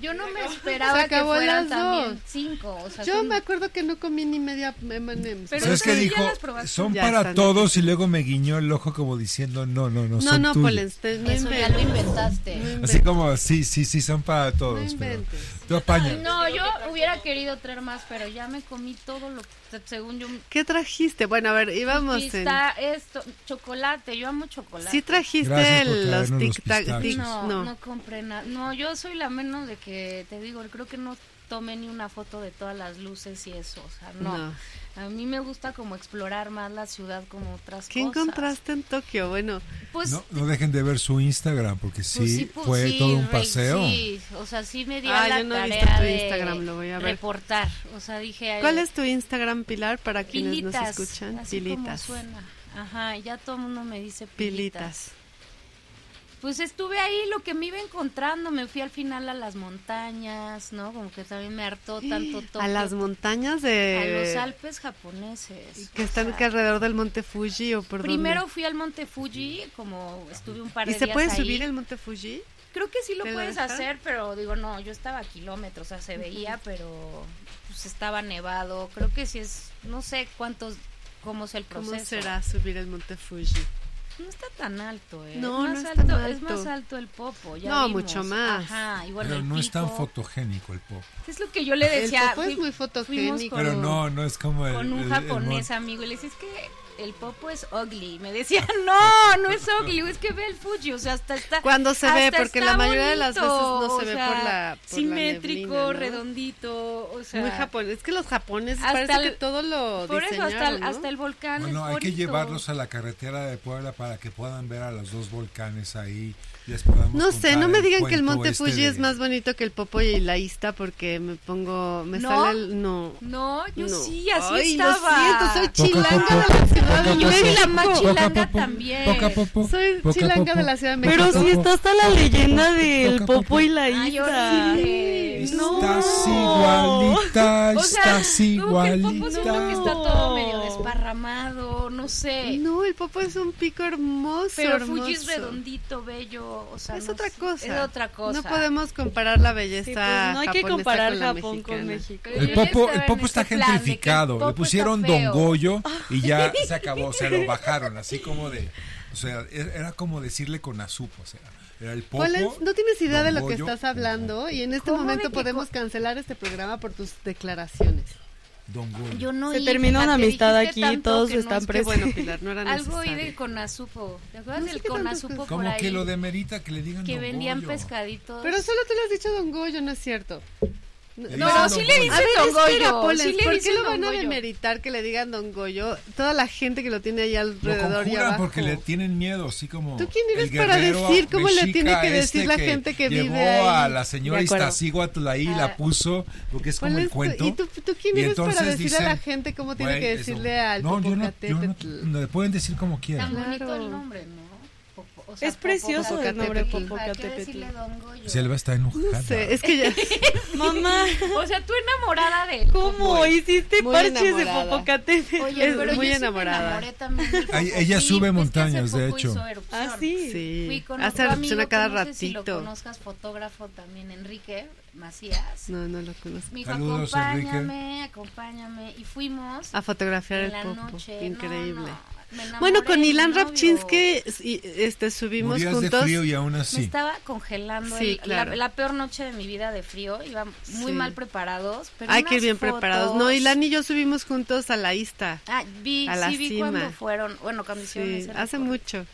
[SPEAKER 6] Yo no me
[SPEAKER 3] Se
[SPEAKER 6] esperaba que
[SPEAKER 3] acabó
[SPEAKER 6] fueran
[SPEAKER 3] las dos.
[SPEAKER 6] también cinco, o sea,
[SPEAKER 3] Yo
[SPEAKER 6] son-
[SPEAKER 3] me acuerdo que no comí ni media M&M's.
[SPEAKER 6] Pero
[SPEAKER 5] ¿Sabes qué
[SPEAKER 6] ustedes
[SPEAKER 5] dijo?
[SPEAKER 6] ya las probaste.
[SPEAKER 5] Son
[SPEAKER 3] Ya
[SPEAKER 5] para
[SPEAKER 3] están
[SPEAKER 5] todos y luego me guiñó el ojo como diciendo, no, no, no,
[SPEAKER 3] no,
[SPEAKER 5] son
[SPEAKER 3] no, pues
[SPEAKER 5] tuyas.
[SPEAKER 3] Polen, te- no
[SPEAKER 6] Eso ya lo
[SPEAKER 3] inventes. No
[SPEAKER 6] inventaste.
[SPEAKER 5] Así como, sí, sí, sí, son para todos. pero
[SPEAKER 3] inventes.
[SPEAKER 5] tú apañas.
[SPEAKER 6] No, yo hubiera querido traer más, pero ya me comí todo lo que, según yo,
[SPEAKER 3] ¿Qué trajiste? Bueno, a ver, íbamos en...
[SPEAKER 6] pista, esto, chocolate, yo amo chocolate.
[SPEAKER 3] Sí trajiste
[SPEAKER 5] Gracias por
[SPEAKER 3] el- los
[SPEAKER 5] traernos los
[SPEAKER 3] tic-tac.
[SPEAKER 5] pistachos.
[SPEAKER 3] tic-
[SPEAKER 6] No,
[SPEAKER 3] no.
[SPEAKER 6] no, compré nada. No, yo soy la menos de que, te digo, creo que no tomé ni una foto de todas las luces y eso. O sea, no.
[SPEAKER 3] No.
[SPEAKER 6] A mí me gusta como explorar más la ciudad como otras
[SPEAKER 3] ¿Qué
[SPEAKER 6] cosas.
[SPEAKER 3] encontraste en Tokio? Bueno,
[SPEAKER 6] Pues,
[SPEAKER 5] No, no dejen de ver su Instagram porque sí,
[SPEAKER 6] pues sí, pues
[SPEAKER 5] fue
[SPEAKER 6] sí,
[SPEAKER 5] todo un
[SPEAKER 6] re-
[SPEAKER 5] paseo.
[SPEAKER 6] Sí, o sea, sí me dio
[SPEAKER 3] Ah,
[SPEAKER 6] la
[SPEAKER 3] yo no he visto
[SPEAKER 6] tarea
[SPEAKER 3] tu
[SPEAKER 6] de
[SPEAKER 3] Instagram, lo voy a ver.
[SPEAKER 6] reportar. O sea, dije... ay,
[SPEAKER 3] ¿cuál es tu Instagram, Pilar, para quienes
[SPEAKER 6] Pilitas,
[SPEAKER 3] nos escuchan?
[SPEAKER 6] así
[SPEAKER 3] Pilitas.
[SPEAKER 6] como suena. Ajá, ya todo el mundo me dice pilitas.
[SPEAKER 3] Pilitas.
[SPEAKER 6] Pues estuve ahí lo que me iba encontrando, me fui al final a las montañas, ¿no? Como que también me hartó tanto todo.
[SPEAKER 3] A las montañas
[SPEAKER 6] A los
[SPEAKER 3] de...
[SPEAKER 6] Alpes japoneses.
[SPEAKER 3] que
[SPEAKER 6] o
[SPEAKER 3] están
[SPEAKER 6] sea,
[SPEAKER 3] que alrededor del monte Fuji o por dónde?
[SPEAKER 6] Primero fui al Monte Fuji, como estuve un par de
[SPEAKER 3] ¿Y se
[SPEAKER 6] días
[SPEAKER 3] puede
[SPEAKER 6] ahí.
[SPEAKER 3] subir el monte Fuji?
[SPEAKER 6] Creo que sí lo
[SPEAKER 3] ¿Te lo
[SPEAKER 6] puedes
[SPEAKER 3] dejan?
[SPEAKER 6] hacer, pero digo, no, yo estaba a kilómetros, o sea, se veía, pero pues estaba nevado. Creo que sí es, no sé cuántos, cómo es el
[SPEAKER 3] ¿Cómo
[SPEAKER 6] proceso.
[SPEAKER 3] será subir el monte Fuji?
[SPEAKER 6] No está tan alto, ¿eh?
[SPEAKER 3] No,
[SPEAKER 6] es
[SPEAKER 3] no
[SPEAKER 6] más
[SPEAKER 3] es tan
[SPEAKER 6] alto, Es
[SPEAKER 3] alto.
[SPEAKER 6] más alto el popo, ya
[SPEAKER 3] No,
[SPEAKER 6] vimos.
[SPEAKER 3] mucho más.
[SPEAKER 6] Ajá, igual
[SPEAKER 5] Pero
[SPEAKER 6] el
[SPEAKER 5] no es tan
[SPEAKER 6] pico.
[SPEAKER 5] fotogénico el pop.
[SPEAKER 6] Es lo que yo le decía.
[SPEAKER 3] popo es
[SPEAKER 6] fui-
[SPEAKER 3] muy fotogénico.
[SPEAKER 6] fuimos con-
[SPEAKER 5] Pero no, no es como el.
[SPEAKER 6] con un
[SPEAKER 5] el- el
[SPEAKER 6] japonés amigo y le decía, es que el popo es ugly. Y me decía, no, no es ugly, es que ve el Fuji, o sea, hasta está...
[SPEAKER 3] Cuando se ve,
[SPEAKER 6] hasta
[SPEAKER 3] porque
[SPEAKER 6] está
[SPEAKER 3] la mayoría de las veces
[SPEAKER 6] bonito,
[SPEAKER 3] no se
[SPEAKER 6] o
[SPEAKER 3] ve
[SPEAKER 6] sea,
[SPEAKER 3] por la... por la
[SPEAKER 6] simétrico,
[SPEAKER 3] neblina, ¿no?
[SPEAKER 6] redondito, o sea...
[SPEAKER 3] Muy japonés. Es que los japoneses
[SPEAKER 6] Hasta
[SPEAKER 3] parece que
[SPEAKER 6] el-
[SPEAKER 3] todo lo
[SPEAKER 6] Por eso, hasta
[SPEAKER 3] diseñaron,
[SPEAKER 6] el,
[SPEAKER 3] ¿no?
[SPEAKER 6] hasta el volcán
[SPEAKER 5] Bueno,
[SPEAKER 6] es
[SPEAKER 5] hay que
[SPEAKER 6] bonito.
[SPEAKER 5] llevarlos a la carretera de Puebla para que puedan ver a los dos volcanes ahí. Les podamos
[SPEAKER 3] No sé,
[SPEAKER 5] contar
[SPEAKER 3] no me digan que el
[SPEAKER 5] Pues, cuento
[SPEAKER 3] monte
[SPEAKER 5] este
[SPEAKER 3] Fuji
[SPEAKER 5] de-
[SPEAKER 3] es más bonito que el Popoy y la Ista porque me pongo, me
[SPEAKER 6] ¿No?
[SPEAKER 3] sale el, no.
[SPEAKER 6] No, yo
[SPEAKER 3] no.
[SPEAKER 6] sí, así
[SPEAKER 3] Ay,
[SPEAKER 6] estaba.
[SPEAKER 3] Lo siento, soy
[SPEAKER 5] Poco a
[SPEAKER 3] chilanga de
[SPEAKER 5] poco,
[SPEAKER 3] la Ciudad
[SPEAKER 5] poco a
[SPEAKER 3] de
[SPEAKER 6] Yo soy la
[SPEAKER 3] México.
[SPEAKER 6] más
[SPEAKER 5] poco. Poco a
[SPEAKER 6] chilanga
[SPEAKER 5] poco,
[SPEAKER 6] también.
[SPEAKER 5] poco a poco,
[SPEAKER 3] Soy
[SPEAKER 5] poco a
[SPEAKER 3] chilanga
[SPEAKER 5] poco.
[SPEAKER 3] de la Ciudad de México.
[SPEAKER 2] Pero si está hasta la leyenda del
[SPEAKER 5] Poco a poco.
[SPEAKER 2] Popo y la
[SPEAKER 6] Ay,
[SPEAKER 2] Isa.
[SPEAKER 6] horrible. No.
[SPEAKER 5] Estás igualita,
[SPEAKER 6] O sea,
[SPEAKER 5] estás
[SPEAKER 6] como que el popo
[SPEAKER 5] igualita.
[SPEAKER 6] siento que está todo medio desparramado, no sé.
[SPEAKER 3] No, el Popo es un pico hermoso,
[SPEAKER 6] pero
[SPEAKER 3] hermoso.
[SPEAKER 6] Fuji es redondito, bello, o sea,
[SPEAKER 3] Es
[SPEAKER 6] no
[SPEAKER 3] otra
[SPEAKER 6] sé,
[SPEAKER 3] cosa.
[SPEAKER 6] Es otra cosa.
[SPEAKER 3] No podemos comparar la belleza
[SPEAKER 7] Sí, pues, no hay que
[SPEAKER 3] japonesa
[SPEAKER 7] comparar
[SPEAKER 3] con la
[SPEAKER 7] Japón
[SPEAKER 3] mexicana.
[SPEAKER 7] con México.
[SPEAKER 6] Pero yo
[SPEAKER 5] El
[SPEAKER 6] ya
[SPEAKER 5] popo,
[SPEAKER 6] estaba
[SPEAKER 5] el
[SPEAKER 6] en
[SPEAKER 5] popo está
[SPEAKER 6] este plan de que el
[SPEAKER 5] gentrificado.
[SPEAKER 6] popo
[SPEAKER 5] Le
[SPEAKER 6] está
[SPEAKER 5] pusieron Don
[SPEAKER 6] feo.
[SPEAKER 5] Goyo y ya se acabó. Se lo bajaron, así como de. O sea, er- era como decirle con azupo. O sea, era el popo.
[SPEAKER 3] Polens, no tienes idea de
[SPEAKER 5] Don
[SPEAKER 3] lo que
[SPEAKER 5] Goyo,
[SPEAKER 3] estás hablando y en este
[SPEAKER 6] ¿Cómo de
[SPEAKER 3] momento
[SPEAKER 6] que
[SPEAKER 3] podemos cancelar este programa por tus declaraciones.
[SPEAKER 5] Don Goyo.
[SPEAKER 6] Yo no
[SPEAKER 7] Se
[SPEAKER 6] oí,
[SPEAKER 7] terminó
[SPEAKER 6] fíjate,
[SPEAKER 7] una amistad
[SPEAKER 6] dijiste
[SPEAKER 7] aquí,
[SPEAKER 6] tanto
[SPEAKER 7] todos
[SPEAKER 6] que no
[SPEAKER 7] están
[SPEAKER 6] es que
[SPEAKER 7] presentes.
[SPEAKER 6] bueno,
[SPEAKER 3] Pilar, no era
[SPEAKER 6] Pues, Algo oí
[SPEAKER 3] necesario.
[SPEAKER 6] del conazupo. ¿Te acuerdas
[SPEAKER 3] No sé
[SPEAKER 6] del
[SPEAKER 3] qué tantas
[SPEAKER 6] conazupo
[SPEAKER 3] cosas.
[SPEAKER 6] por
[SPEAKER 5] Como
[SPEAKER 6] ahí?
[SPEAKER 5] que lo demerita que le digan
[SPEAKER 6] que
[SPEAKER 5] Don
[SPEAKER 6] vendían
[SPEAKER 5] Goyo.
[SPEAKER 6] pescaditos.
[SPEAKER 3] Pero solo tú le has dicho a Don Goyo, no es cierto.
[SPEAKER 5] Le
[SPEAKER 6] No, sí
[SPEAKER 5] dicen Don
[SPEAKER 6] le
[SPEAKER 5] Goyo.
[SPEAKER 6] dicen Don
[SPEAKER 3] espera,
[SPEAKER 6] Goyo,
[SPEAKER 3] Polens,
[SPEAKER 6] sí le
[SPEAKER 3] ¿por qué
[SPEAKER 6] dicen
[SPEAKER 3] lo van
[SPEAKER 6] Don
[SPEAKER 3] a
[SPEAKER 6] Goyo.
[SPEAKER 3] demeritar que le digan Don Goyo? Toda la gente que lo tiene ahí
[SPEAKER 5] Lo
[SPEAKER 3] alrededor y
[SPEAKER 5] conjuran
[SPEAKER 3] abajo.
[SPEAKER 5] porque le tienen miedo, así como.
[SPEAKER 3] ¿Tú quién eres
[SPEAKER 5] el
[SPEAKER 3] para
[SPEAKER 5] guerrero
[SPEAKER 3] decir cómo le
[SPEAKER 5] mexica
[SPEAKER 3] tiene que decir la
[SPEAKER 5] que
[SPEAKER 3] gente que
[SPEAKER 5] llegó
[SPEAKER 3] vive ahí?
[SPEAKER 5] a la señora
[SPEAKER 2] De acuerdo.
[SPEAKER 5] Iztaccíhuatl ahí y
[SPEAKER 6] Ah.
[SPEAKER 5] la puso, porque es como
[SPEAKER 3] Polens,
[SPEAKER 5] el
[SPEAKER 3] tú-
[SPEAKER 5] cuento.
[SPEAKER 3] ¿Y tú, tú quién
[SPEAKER 5] Y
[SPEAKER 3] eres para
[SPEAKER 5] entonces
[SPEAKER 3] decirle a la
[SPEAKER 5] dicen,
[SPEAKER 3] gente cómo tiene
[SPEAKER 5] "Güey,
[SPEAKER 3] que
[SPEAKER 5] eso".
[SPEAKER 3] decirle al
[SPEAKER 5] No, yo no, yo no,
[SPEAKER 3] Popocatépetl?
[SPEAKER 5] no, le pueden decir como
[SPEAKER 6] Tan
[SPEAKER 5] quieran.
[SPEAKER 6] bonito
[SPEAKER 3] Claro.
[SPEAKER 6] el nombre, ¿no? Popo- o
[SPEAKER 7] Es precioso
[SPEAKER 3] el nombre
[SPEAKER 6] Popocatépetl.
[SPEAKER 7] Popocatépetl.
[SPEAKER 6] ¿Para qué decirle Don Goyo?
[SPEAKER 5] Selva está enojada.
[SPEAKER 3] No sé, es que ya...
[SPEAKER 7] Mamá,
[SPEAKER 6] O sea, tú enamorada de él.
[SPEAKER 7] ¿cómo hiciste
[SPEAKER 3] Muy
[SPEAKER 7] parches
[SPEAKER 3] enamorada.
[SPEAKER 7] de Popocatépetl?
[SPEAKER 6] Oye,
[SPEAKER 3] Es muy
[SPEAKER 6] pero yo sí me
[SPEAKER 3] enamorada.
[SPEAKER 6] enamoré también del
[SPEAKER 5] Ay,
[SPEAKER 6] Popo.
[SPEAKER 5] ella
[SPEAKER 6] Sí,
[SPEAKER 5] sube
[SPEAKER 6] pues, que
[SPEAKER 5] montañas,
[SPEAKER 6] hace
[SPEAKER 5] de
[SPEAKER 6] poco
[SPEAKER 5] hecho.
[SPEAKER 6] hizo erupción.
[SPEAKER 7] Ah, sí.
[SPEAKER 6] Fui
[SPEAKER 3] Sí,
[SPEAKER 6] con
[SPEAKER 3] hace
[SPEAKER 6] otro
[SPEAKER 3] erupción a
[SPEAKER 6] amigo
[SPEAKER 3] cada
[SPEAKER 6] que no sé si lo
[SPEAKER 3] ratito.
[SPEAKER 6] conozcas, fotógrafo también, Enrique Macías.
[SPEAKER 3] No, no lo conozco.
[SPEAKER 6] Me dijo,
[SPEAKER 5] Saludos,
[SPEAKER 6] acompáñame, acompáñame. Y fuimos
[SPEAKER 3] A fotografiar
[SPEAKER 6] en
[SPEAKER 3] el
[SPEAKER 6] la
[SPEAKER 3] popo,
[SPEAKER 6] noche. No,
[SPEAKER 3] increíble.
[SPEAKER 6] no.
[SPEAKER 3] Bueno, con
[SPEAKER 6] enamoré
[SPEAKER 3] Ilan
[SPEAKER 6] del novio.
[SPEAKER 3] Rapchinsky y, este, subimos
[SPEAKER 5] Morías de
[SPEAKER 3] juntos.
[SPEAKER 5] frío y aún
[SPEAKER 6] Me
[SPEAKER 5] así.
[SPEAKER 6] estaba congelando.
[SPEAKER 3] Sí,
[SPEAKER 6] el- la-
[SPEAKER 3] claro.
[SPEAKER 6] la, peor noche de mi vida de frío. Iba muy
[SPEAKER 3] Sí.
[SPEAKER 6] mal preparados. Pero
[SPEAKER 3] Hay que ir
[SPEAKER 6] unas
[SPEAKER 3] bien preparados. No,
[SPEAKER 6] fotos-
[SPEAKER 3] Ilan y yo subimos juntos a la Ista.
[SPEAKER 6] Ah, vi,
[SPEAKER 3] a la
[SPEAKER 6] sí vi
[SPEAKER 3] cima.
[SPEAKER 6] cuando fueron. Bueno, cuando hicieron
[SPEAKER 3] Sí,
[SPEAKER 6] ese
[SPEAKER 3] hace
[SPEAKER 6] recorrido.
[SPEAKER 3] mucho.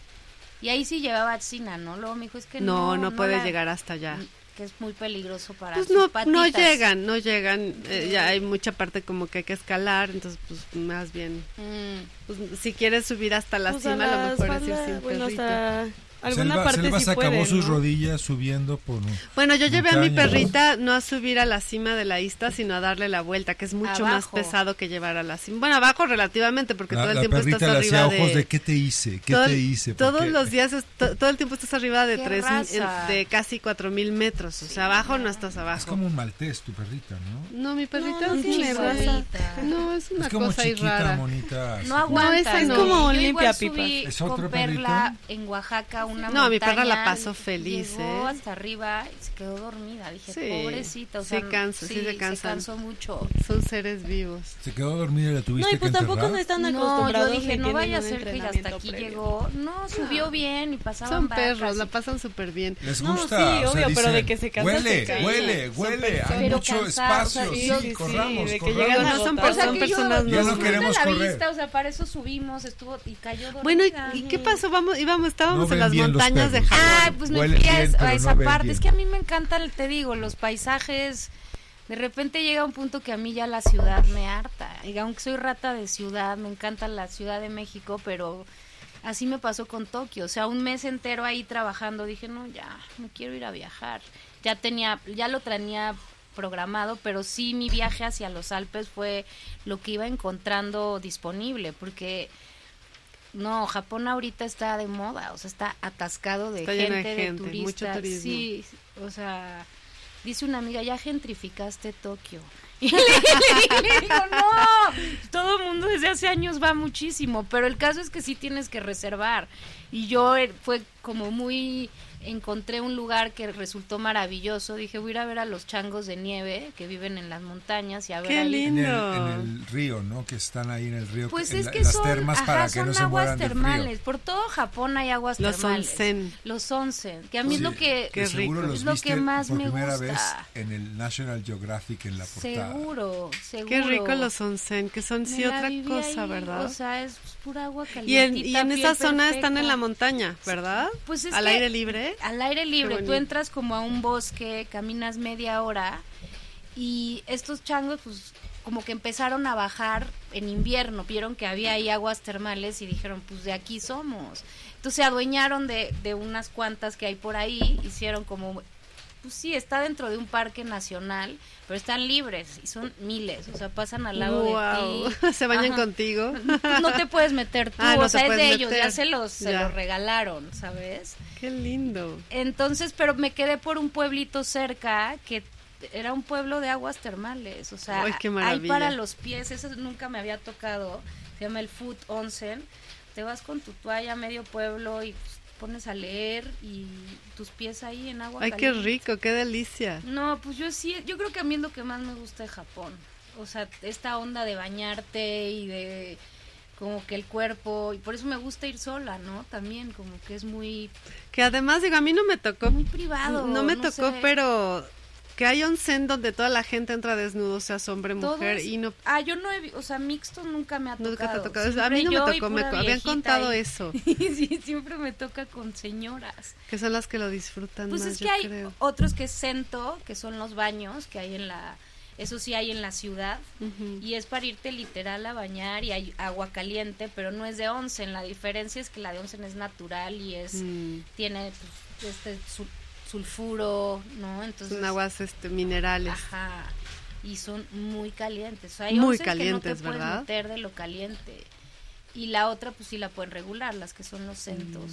[SPEAKER 6] Y ahí sí llevaba China, ¿no? Luego me dijo, es que no.
[SPEAKER 3] No, no puede
[SPEAKER 6] la-
[SPEAKER 3] llegar hasta allá.
[SPEAKER 6] Que es muy peligroso para
[SPEAKER 3] Pues
[SPEAKER 6] sus
[SPEAKER 3] no, no
[SPEAKER 6] patitas.
[SPEAKER 3] llegan, no llegan. eh, ya hay mucha parte como que hay que escalar, entonces pues más bien,
[SPEAKER 6] Mm.
[SPEAKER 3] pues, si quieres subir hasta la
[SPEAKER 7] Pues a
[SPEAKER 3] cima, a lo
[SPEAKER 7] las
[SPEAKER 3] mejor es ir
[SPEAKER 7] faldas,
[SPEAKER 3] sin
[SPEAKER 7] bueno,
[SPEAKER 3] perrito.
[SPEAKER 7] hasta alguna
[SPEAKER 5] Selva,
[SPEAKER 7] parte
[SPEAKER 5] Selva
[SPEAKER 7] sí
[SPEAKER 5] se acabó
[SPEAKER 7] puede,
[SPEAKER 5] sus
[SPEAKER 7] ¿no?
[SPEAKER 5] rodillas subiendo por...
[SPEAKER 3] Bueno, yo llevé a mi
[SPEAKER 5] Montañas.
[SPEAKER 3] perrita no a subir a la cima de la ista, sino a darle la vuelta, que es mucho más
[SPEAKER 6] Abajo.
[SPEAKER 3] pesado que llevar a la cima. Bueno, abajo relativamente, porque
[SPEAKER 5] La,
[SPEAKER 3] todo el
[SPEAKER 5] la
[SPEAKER 3] tiempo estás
[SPEAKER 5] perrita le hacía
[SPEAKER 3] arriba
[SPEAKER 5] ojos de... ¿qué te hice? ¿Qué
[SPEAKER 3] todo-
[SPEAKER 5] te hice? ¿Por
[SPEAKER 3] Todos
[SPEAKER 5] qué?
[SPEAKER 3] los días, es- to- todo el tiempo estás arriba de
[SPEAKER 6] ¡Qué
[SPEAKER 3] tres,
[SPEAKER 6] raza!
[SPEAKER 3] de casi cuatro mil metros. O sea, abajo no estás
[SPEAKER 5] Es
[SPEAKER 3] abajo.
[SPEAKER 5] como un maltés tu perrita, ¿no?
[SPEAKER 3] No, mi perrita
[SPEAKER 6] No,
[SPEAKER 3] no,
[SPEAKER 6] no
[SPEAKER 3] tiene
[SPEAKER 6] tiene
[SPEAKER 3] raza.
[SPEAKER 6] bolita.
[SPEAKER 3] No, es una
[SPEAKER 5] es como
[SPEAKER 3] cosa ahí
[SPEAKER 5] chiquita,
[SPEAKER 3] rara.
[SPEAKER 5] monita. así.
[SPEAKER 6] No aguanta.
[SPEAKER 3] esa
[SPEAKER 6] güey.
[SPEAKER 3] no.
[SPEAKER 7] Como un
[SPEAKER 6] Yo igual
[SPEAKER 7] limpiapipas.
[SPEAKER 6] subí
[SPEAKER 5] ¿Es otro
[SPEAKER 6] con Perla
[SPEAKER 5] perrito?
[SPEAKER 6] en Oaxaca una
[SPEAKER 3] No, mi
[SPEAKER 6] montaña,
[SPEAKER 3] perra la pasó feliz,
[SPEAKER 6] Llegó
[SPEAKER 3] ¿eh?
[SPEAKER 6] hasta arriba y se quedó dormida. Dije,
[SPEAKER 3] Sí,
[SPEAKER 6] pobrecita. O
[SPEAKER 3] sí
[SPEAKER 6] sea,
[SPEAKER 3] cansa, sí se cansan.
[SPEAKER 6] cansó mucho.
[SPEAKER 3] Son seres vivos.
[SPEAKER 5] Se quedó dormida y la tuviste
[SPEAKER 7] No, y pues
[SPEAKER 5] que
[SPEAKER 7] tampoco
[SPEAKER 5] encerrar.
[SPEAKER 7] no están
[SPEAKER 6] No, yo
[SPEAKER 7] acostumbrados. ni
[SPEAKER 6] dije, no
[SPEAKER 7] tienen
[SPEAKER 6] vaya a
[SPEAKER 7] un
[SPEAKER 6] ser que hasta
[SPEAKER 7] entrenamiento
[SPEAKER 6] aquí
[SPEAKER 7] previo.
[SPEAKER 6] llegó. No, subió bien y pasaban
[SPEAKER 3] Ah. Son
[SPEAKER 6] vacas
[SPEAKER 3] perros,
[SPEAKER 6] y
[SPEAKER 3] la pasan súper bien.
[SPEAKER 5] Les
[SPEAKER 7] No,
[SPEAKER 5] gusta.
[SPEAKER 7] sí,
[SPEAKER 5] o sea,
[SPEAKER 7] obvio, pero de
[SPEAKER 5] dicen,
[SPEAKER 7] que se cansa,
[SPEAKER 5] Huele,
[SPEAKER 7] se cansa".
[SPEAKER 5] huele, huele. Hay
[SPEAKER 6] Pero
[SPEAKER 5] mucho
[SPEAKER 6] cansado, o sea,
[SPEAKER 5] espacio.
[SPEAKER 6] sí,
[SPEAKER 5] Sí,
[SPEAKER 6] sí, sí,
[SPEAKER 5] corramos,
[SPEAKER 7] de que
[SPEAKER 5] corramos.
[SPEAKER 7] llegan
[SPEAKER 3] No, son,
[SPEAKER 7] agotados.
[SPEAKER 3] personas-
[SPEAKER 6] O sea, que
[SPEAKER 3] son
[SPEAKER 6] yo-
[SPEAKER 3] personas
[SPEAKER 5] Ya no
[SPEAKER 3] normales.
[SPEAKER 5] queremos-
[SPEAKER 6] Disfruta la
[SPEAKER 5] correr.
[SPEAKER 6] vista, o sea, para eso subimos, estuvo y cayó dormida.
[SPEAKER 3] Bueno, ¿y, y qué pasó? Vamos, íbamos,
[SPEAKER 5] No
[SPEAKER 3] estábamos
[SPEAKER 5] ven
[SPEAKER 3] en las
[SPEAKER 5] bien los
[SPEAKER 3] montañas de
[SPEAKER 5] perros.
[SPEAKER 3] Hawái.
[SPEAKER 6] Ay, pues me
[SPEAKER 5] Huele
[SPEAKER 6] fui a,
[SPEAKER 5] bien,
[SPEAKER 6] esa- a
[SPEAKER 5] pero no
[SPEAKER 6] esa
[SPEAKER 5] ven
[SPEAKER 6] parte.
[SPEAKER 5] bien.
[SPEAKER 6] Es que a mí me encantan, te digo, los paisajes. De repente llega un punto que a mí ya la ciudad me harta. Y aunque soy rata de ciudad, me encanta la Ciudad de México, pero así me pasó con Tokio. O sea, un mes entero ahí trabajando, dije, no, ya, me quiero ir a viajar. Ya tenía, ya lo tenía programado, pero sí mi viaje hacia los Alpes fue lo que iba encontrando disponible, porque no, Japón ahorita está de moda, o sea, está atascado de
[SPEAKER 3] Está lleno
[SPEAKER 6] gente,
[SPEAKER 3] de
[SPEAKER 6] de,
[SPEAKER 3] gente, mucho
[SPEAKER 6] turistas.
[SPEAKER 3] turismo.
[SPEAKER 6] Sí, o sea, dice una amiga, ya gentrificaste Tokio. Y le, le- le digo, no, todo el mundo desde hace años va muchísimo, pero el caso es que sí tienes que reservar. Y yo eh, fue como muy, encontré un lugar que resultó maravilloso, dije, voy a ir a ver a los changos de nieve que viven en las montañas y a ver
[SPEAKER 3] Qué
[SPEAKER 6] ahí".
[SPEAKER 3] lindo.
[SPEAKER 5] En el, en el río, ¿no? Que están ahí en el río.
[SPEAKER 6] Pues
[SPEAKER 5] en
[SPEAKER 6] es
[SPEAKER 5] la-
[SPEAKER 6] que
[SPEAKER 5] en las
[SPEAKER 6] son,
[SPEAKER 5] termas
[SPEAKER 6] ajá,
[SPEAKER 5] para que
[SPEAKER 6] son
[SPEAKER 5] no se
[SPEAKER 6] aguas
[SPEAKER 5] mueran de
[SPEAKER 6] termales.
[SPEAKER 5] frío.
[SPEAKER 6] Por todo Japón hay aguas
[SPEAKER 3] Los
[SPEAKER 6] termales.
[SPEAKER 3] onsen.
[SPEAKER 6] Los onsen. Que a mí es
[SPEAKER 5] Sí.
[SPEAKER 6] lo que.
[SPEAKER 3] Qué
[SPEAKER 5] Y seguro
[SPEAKER 3] rico.
[SPEAKER 5] los
[SPEAKER 6] Es lo que
[SPEAKER 5] viste
[SPEAKER 6] más
[SPEAKER 5] por
[SPEAKER 6] me
[SPEAKER 5] primera
[SPEAKER 6] gusta.
[SPEAKER 5] vez en el National Geographic en la portada.
[SPEAKER 6] Seguro, seguro.
[SPEAKER 3] Qué rico los onsen, que son
[SPEAKER 6] Me
[SPEAKER 3] sí
[SPEAKER 6] la
[SPEAKER 3] otra
[SPEAKER 6] viví
[SPEAKER 3] cosa,
[SPEAKER 6] ahí,
[SPEAKER 3] ¿verdad?
[SPEAKER 6] O sea, es pura agua caliente.
[SPEAKER 3] y en, y en esa zona están en la montaña, ¿verdad?
[SPEAKER 6] Pues es
[SPEAKER 3] Al
[SPEAKER 6] que-
[SPEAKER 3] aire libre.
[SPEAKER 6] Al aire libre, tú
[SPEAKER 3] bonito.
[SPEAKER 6] entras como a un bosque, caminas media hora y estos changos pues como que empezaron a bajar en invierno, vieron que había ahí aguas termales y dijeron pues de aquí somos. Entonces se adueñaron de, de unas cuantas que hay por ahí, hicieron como, pues sí, está dentro de un parque nacional, pero están libres y son miles, o sea, pasan al lado de
[SPEAKER 3] Guau,
[SPEAKER 6] ti.
[SPEAKER 3] Se bañan
[SPEAKER 6] Ajá.
[SPEAKER 3] contigo.
[SPEAKER 6] Pues, no te puedes meter tú,
[SPEAKER 3] Ah, no
[SPEAKER 6] o
[SPEAKER 3] te
[SPEAKER 6] sea, es de
[SPEAKER 3] puedes
[SPEAKER 6] ellos,
[SPEAKER 3] meter.
[SPEAKER 6] ya se los, se
[SPEAKER 3] Ya.
[SPEAKER 6] los regalaron, ¿sabes?
[SPEAKER 3] Qué lindo.
[SPEAKER 6] Entonces, pero me quedé por un pueblito cerca que era un pueblo de aguas termales, o sea,
[SPEAKER 3] Ay, qué
[SPEAKER 6] hay
[SPEAKER 3] maravilla.
[SPEAKER 6] para los pies, eso nunca me había tocado, se llama el Food Onsen, te vas con tu toalla a medio pueblo y pues, pones a leer y tus pies ahí en agua
[SPEAKER 3] Ay, qué
[SPEAKER 6] caliente.
[SPEAKER 3] rico, qué delicia.
[SPEAKER 6] No, pues yo sí, yo creo que a mí es lo que más me gusta de Japón. O sea, esta onda de bañarte y de como que el cuerpo, y por eso me gusta ir sola, ¿no? También como que es muy,
[SPEAKER 3] Que además, digo, a mí no me tocó.
[SPEAKER 6] muy privado.
[SPEAKER 3] No me tocó,
[SPEAKER 6] sé.
[SPEAKER 3] pero que hay onsen donde toda la gente entra desnudo, seas hombre,
[SPEAKER 6] Todos-
[SPEAKER 3] mujer, y no
[SPEAKER 6] Ah, yo no he, vi- o sea, mixto nunca me ha tocado.
[SPEAKER 3] nunca te ha tocado. eso. A
[SPEAKER 6] Siempre
[SPEAKER 3] mí no
[SPEAKER 6] yo
[SPEAKER 3] me
[SPEAKER 6] y
[SPEAKER 3] tocó, me
[SPEAKER 6] pura
[SPEAKER 3] co- habían
[SPEAKER 6] viejita
[SPEAKER 3] contado
[SPEAKER 6] ahí.
[SPEAKER 3] eso,
[SPEAKER 6] sí, siempre me toca con señoras.
[SPEAKER 3] que son las que lo disfrutan
[SPEAKER 6] Pues
[SPEAKER 3] más,
[SPEAKER 6] es que
[SPEAKER 3] yo
[SPEAKER 6] hay
[SPEAKER 3] creo.
[SPEAKER 6] otros que es cento, que son los baños que hay en la, eso sí hay en la ciudad,
[SPEAKER 3] Ujú.
[SPEAKER 6] y es para irte literal a bañar y hay agua caliente, pero no es de onsen. La diferencia es que la de onsen es natural y es,
[SPEAKER 3] Mm,
[SPEAKER 6] tiene pues, este sul- sulfuro, ¿no? Entonces,
[SPEAKER 3] Son aguas este, minerales.
[SPEAKER 6] Ajá. Y son muy calientes. O sea, hay
[SPEAKER 3] Muy
[SPEAKER 6] onces que no
[SPEAKER 3] calientes,
[SPEAKER 6] te puedes
[SPEAKER 3] ¿verdad?
[SPEAKER 6] meter de lo caliente. Y la otra, pues sí la pueden regular, las que son los centos.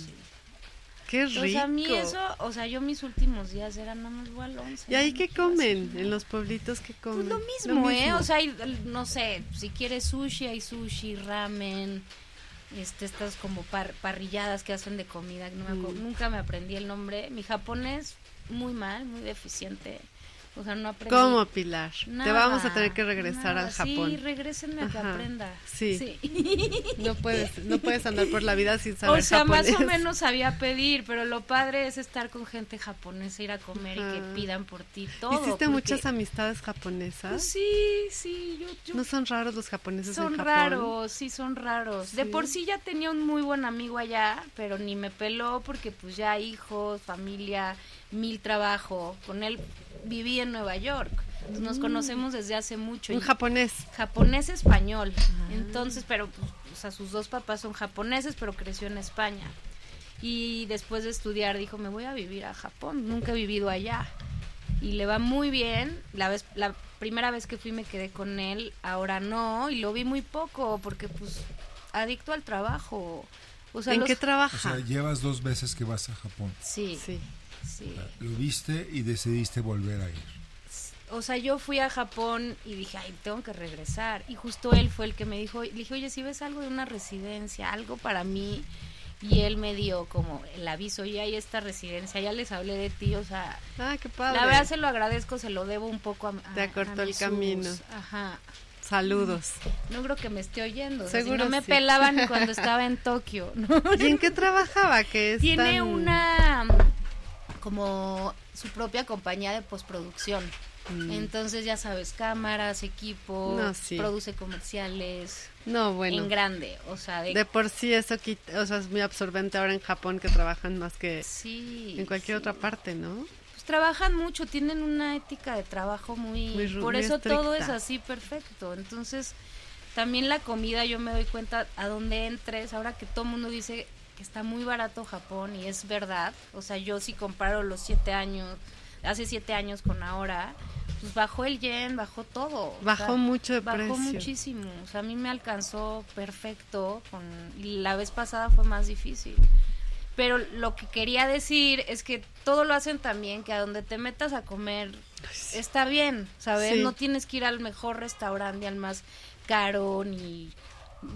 [SPEAKER 3] Qué Mm, rico.
[SPEAKER 6] Entonces, a mí eso, o sea, yo mis últimos días eran no más voy al once.
[SPEAKER 3] ¿Y ahí
[SPEAKER 6] no
[SPEAKER 3] qué
[SPEAKER 6] me voy a
[SPEAKER 3] comen?
[SPEAKER 6] cenar".
[SPEAKER 3] En los pueblitos que comen.
[SPEAKER 6] Pues lo mismo, ¿eh? O sea, hay, no sé, si quieres sushi, hay sushi, ramen, este, estas como par- parrilladas que hacen de
[SPEAKER 3] Mm.
[SPEAKER 6] comida, que no me acuerdo- nunca me aprendí el nombre. Mi japonés, muy mal, muy deficiente. O sea, no aprendí.
[SPEAKER 3] ¿Cómo, Pilar? Te
[SPEAKER 6] Nada,
[SPEAKER 3] vamos a tener que regresar
[SPEAKER 6] nada.
[SPEAKER 3] al Japón.
[SPEAKER 6] Sí, regrésenme a que
[SPEAKER 3] Ajá.
[SPEAKER 6] aprenda.
[SPEAKER 3] Sí.
[SPEAKER 6] sí.
[SPEAKER 3] No puedes, no puedes andar por la vida sin saber
[SPEAKER 6] O sea, más o
[SPEAKER 3] japonés.
[SPEAKER 6] menos sabía pedir, pero lo padre es estar con gente japonesa, ir a comer y que
[SPEAKER 3] Ajá.
[SPEAKER 6] pidan por ti todo.
[SPEAKER 3] ¿Hiciste
[SPEAKER 6] porque-
[SPEAKER 3] muchas amistades
[SPEAKER 6] Pues
[SPEAKER 3] japonesas?
[SPEAKER 6] sí, sí, yo, yo-
[SPEAKER 3] ¿No son raros los japoneses
[SPEAKER 6] son
[SPEAKER 3] en Japón?
[SPEAKER 6] raros, sí son raros. De
[SPEAKER 3] Sí.
[SPEAKER 6] por sí ya tenía un muy buen amigo allá, pero ni me peló porque pues ya hijos, familia, mil trabajo. Con él viví en Nueva York. Entonces,
[SPEAKER 3] Mm.
[SPEAKER 6] Nos conocemos desde hace mucho.
[SPEAKER 3] Un
[SPEAKER 6] y-
[SPEAKER 3] japonés.
[SPEAKER 6] japonés español. Entonces, pero pues, o sea, sus dos papás son japoneses, pero creció en España. Y después de estudiar dijo, "Me voy a vivir a Japón, nunca he vivido allá." Y le va muy bien. La vez la primera vez que fui me quedé con él, ahora no y lo vi muy poco porque pues adicto al trabajo. O sea,
[SPEAKER 3] ¿En
[SPEAKER 6] los-
[SPEAKER 3] qué
[SPEAKER 5] O
[SPEAKER 3] trabaja?
[SPEAKER 5] sea, llevas dos veces que vas a Japón.
[SPEAKER 6] sí, sí,
[SPEAKER 3] sí.
[SPEAKER 5] Lo viste y decidiste volver a ir.
[SPEAKER 6] O sea, yo fui a Japón y dije, ay, tengo que regresar. Y justo él fue el que me dijo, le dije, oye, si ves algo de una residencia, algo para mí. Y él me dio como el aviso, y hay esta residencia, ya les hablé de ti, o sea,
[SPEAKER 3] Ah, qué padre.
[SPEAKER 6] la verdad se lo agradezco, se lo debo un poco a... a-
[SPEAKER 3] Te acortó
[SPEAKER 6] a
[SPEAKER 3] el
[SPEAKER 6] mis
[SPEAKER 3] camino.
[SPEAKER 6] sus. Ajá.
[SPEAKER 3] Saludos.
[SPEAKER 6] No creo que me esté oyendo. o sea, si
[SPEAKER 3] Seguro
[SPEAKER 6] no me
[SPEAKER 3] sí.
[SPEAKER 6] pelaban ni cuando estaba en Tokio. ¿no?
[SPEAKER 3] ¿Y en qué trabajaba? Que es
[SPEAKER 6] Tiene
[SPEAKER 3] tan-
[SPEAKER 6] una mm, como su propia compañía de postproducción.
[SPEAKER 3] mm,
[SPEAKER 6] Entonces ya sabes, cámaras, equipo,
[SPEAKER 3] No, sí.
[SPEAKER 6] produce comerciales
[SPEAKER 3] No, bueno.
[SPEAKER 6] en grande, o sea, de,
[SPEAKER 3] De por sí eso quita- o sea, es muy absorbente ahora en Japón que trabajan más que
[SPEAKER 6] sí,
[SPEAKER 3] en cualquier
[SPEAKER 6] sí.
[SPEAKER 3] otra parte, ¿no?
[SPEAKER 6] Pues trabajan mucho, tienen una ética de trabajo muy,
[SPEAKER 3] Muy ru-
[SPEAKER 6] por
[SPEAKER 3] muy
[SPEAKER 6] eso todo es
[SPEAKER 3] estricta.
[SPEAKER 6] así perfecto. Entonces, también la comida yo me doy cuenta a dónde entres, ahora que todo el mundo dice que está muy barato Japón y es verdad, o sea, yo si comparo los siete años, hace siete años con ahora, pues bajó el yen, bajó todo. o
[SPEAKER 3] Bajó
[SPEAKER 6] sea,
[SPEAKER 3] mucho de
[SPEAKER 6] Bajó
[SPEAKER 3] precio.
[SPEAKER 6] muchísimo, o sea, a mí me alcanzó perfecto, con, y la vez pasada fue más difícil. Pero lo que quería decir es que todo lo hacen también, que a donde te metas a comer está bien, ¿sabes?
[SPEAKER 3] Sí.
[SPEAKER 6] No tienes que ir al mejor restaurante, ni al más caro, ni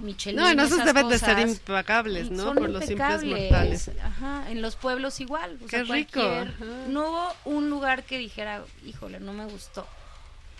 [SPEAKER 6] Michelin.
[SPEAKER 3] No, en esos
[SPEAKER 6] esas
[SPEAKER 3] deben de ser
[SPEAKER 6] cosas.
[SPEAKER 3] implacables,
[SPEAKER 6] Y
[SPEAKER 3] ¿no?
[SPEAKER 6] son
[SPEAKER 3] Por los simples
[SPEAKER 6] impecables.
[SPEAKER 3] mortales.
[SPEAKER 6] Ajá, en los pueblos igual. o sea,
[SPEAKER 3] Qué rico,
[SPEAKER 6] cualquier-
[SPEAKER 3] ajá.
[SPEAKER 6] No hubo un lugar que dijera, híjole, no me gustó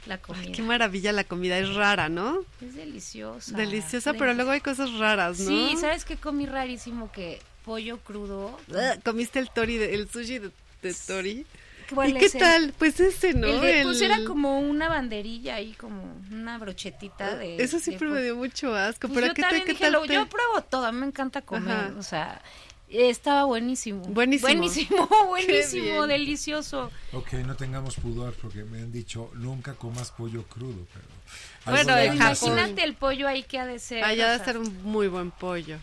[SPEAKER 6] la comida.
[SPEAKER 3] Ay, qué maravilla la comida, es rara, ¿no?
[SPEAKER 6] es deliciosa.
[SPEAKER 3] Deliciosa, pero luego hay cosas raras, ¿no?
[SPEAKER 6] Sí, ¿sabes qué comí rarísimo? Que pollo crudo.
[SPEAKER 3] Ah, ¿Comiste el tori, de- el sushi de, de tori?
[SPEAKER 6] ¿Cuál
[SPEAKER 3] ¿Y qué
[SPEAKER 6] es el-
[SPEAKER 3] tal? Pues ese, ¿no?
[SPEAKER 6] El de- pues
[SPEAKER 3] El-
[SPEAKER 6] era como una banderilla ahí, como una brochetita
[SPEAKER 3] Ah,
[SPEAKER 6] de...
[SPEAKER 3] Eh, Eso siempre
[SPEAKER 6] de
[SPEAKER 3] me dio mucho asco,
[SPEAKER 6] pues
[SPEAKER 3] pero
[SPEAKER 6] yo
[SPEAKER 3] ¿qué, te,
[SPEAKER 6] también
[SPEAKER 3] qué
[SPEAKER 6] dije,
[SPEAKER 3] tal
[SPEAKER 6] "Lo-
[SPEAKER 3] te-
[SPEAKER 6] yo pruebo todo, a mí me encanta comer,
[SPEAKER 3] Ajá.
[SPEAKER 6] o sea, eh, estaba buenísimo.
[SPEAKER 3] Buenísimo.
[SPEAKER 6] Buenísimo, buenísimo,
[SPEAKER 3] bien.
[SPEAKER 6] delicioso.
[SPEAKER 5] Ok, no tengamos pudor porque me han dicho nunca comas pollo crudo, pero...
[SPEAKER 3] Bueno,
[SPEAKER 5] algo
[SPEAKER 3] de
[SPEAKER 5] le han Ah, de hacer.
[SPEAKER 3] Japón.
[SPEAKER 6] Imagínate el pollo ahí que ha de ser.
[SPEAKER 3] Allá
[SPEAKER 6] o
[SPEAKER 3] Ah, debe
[SPEAKER 6] sea,
[SPEAKER 3] ser un muy buen pollo,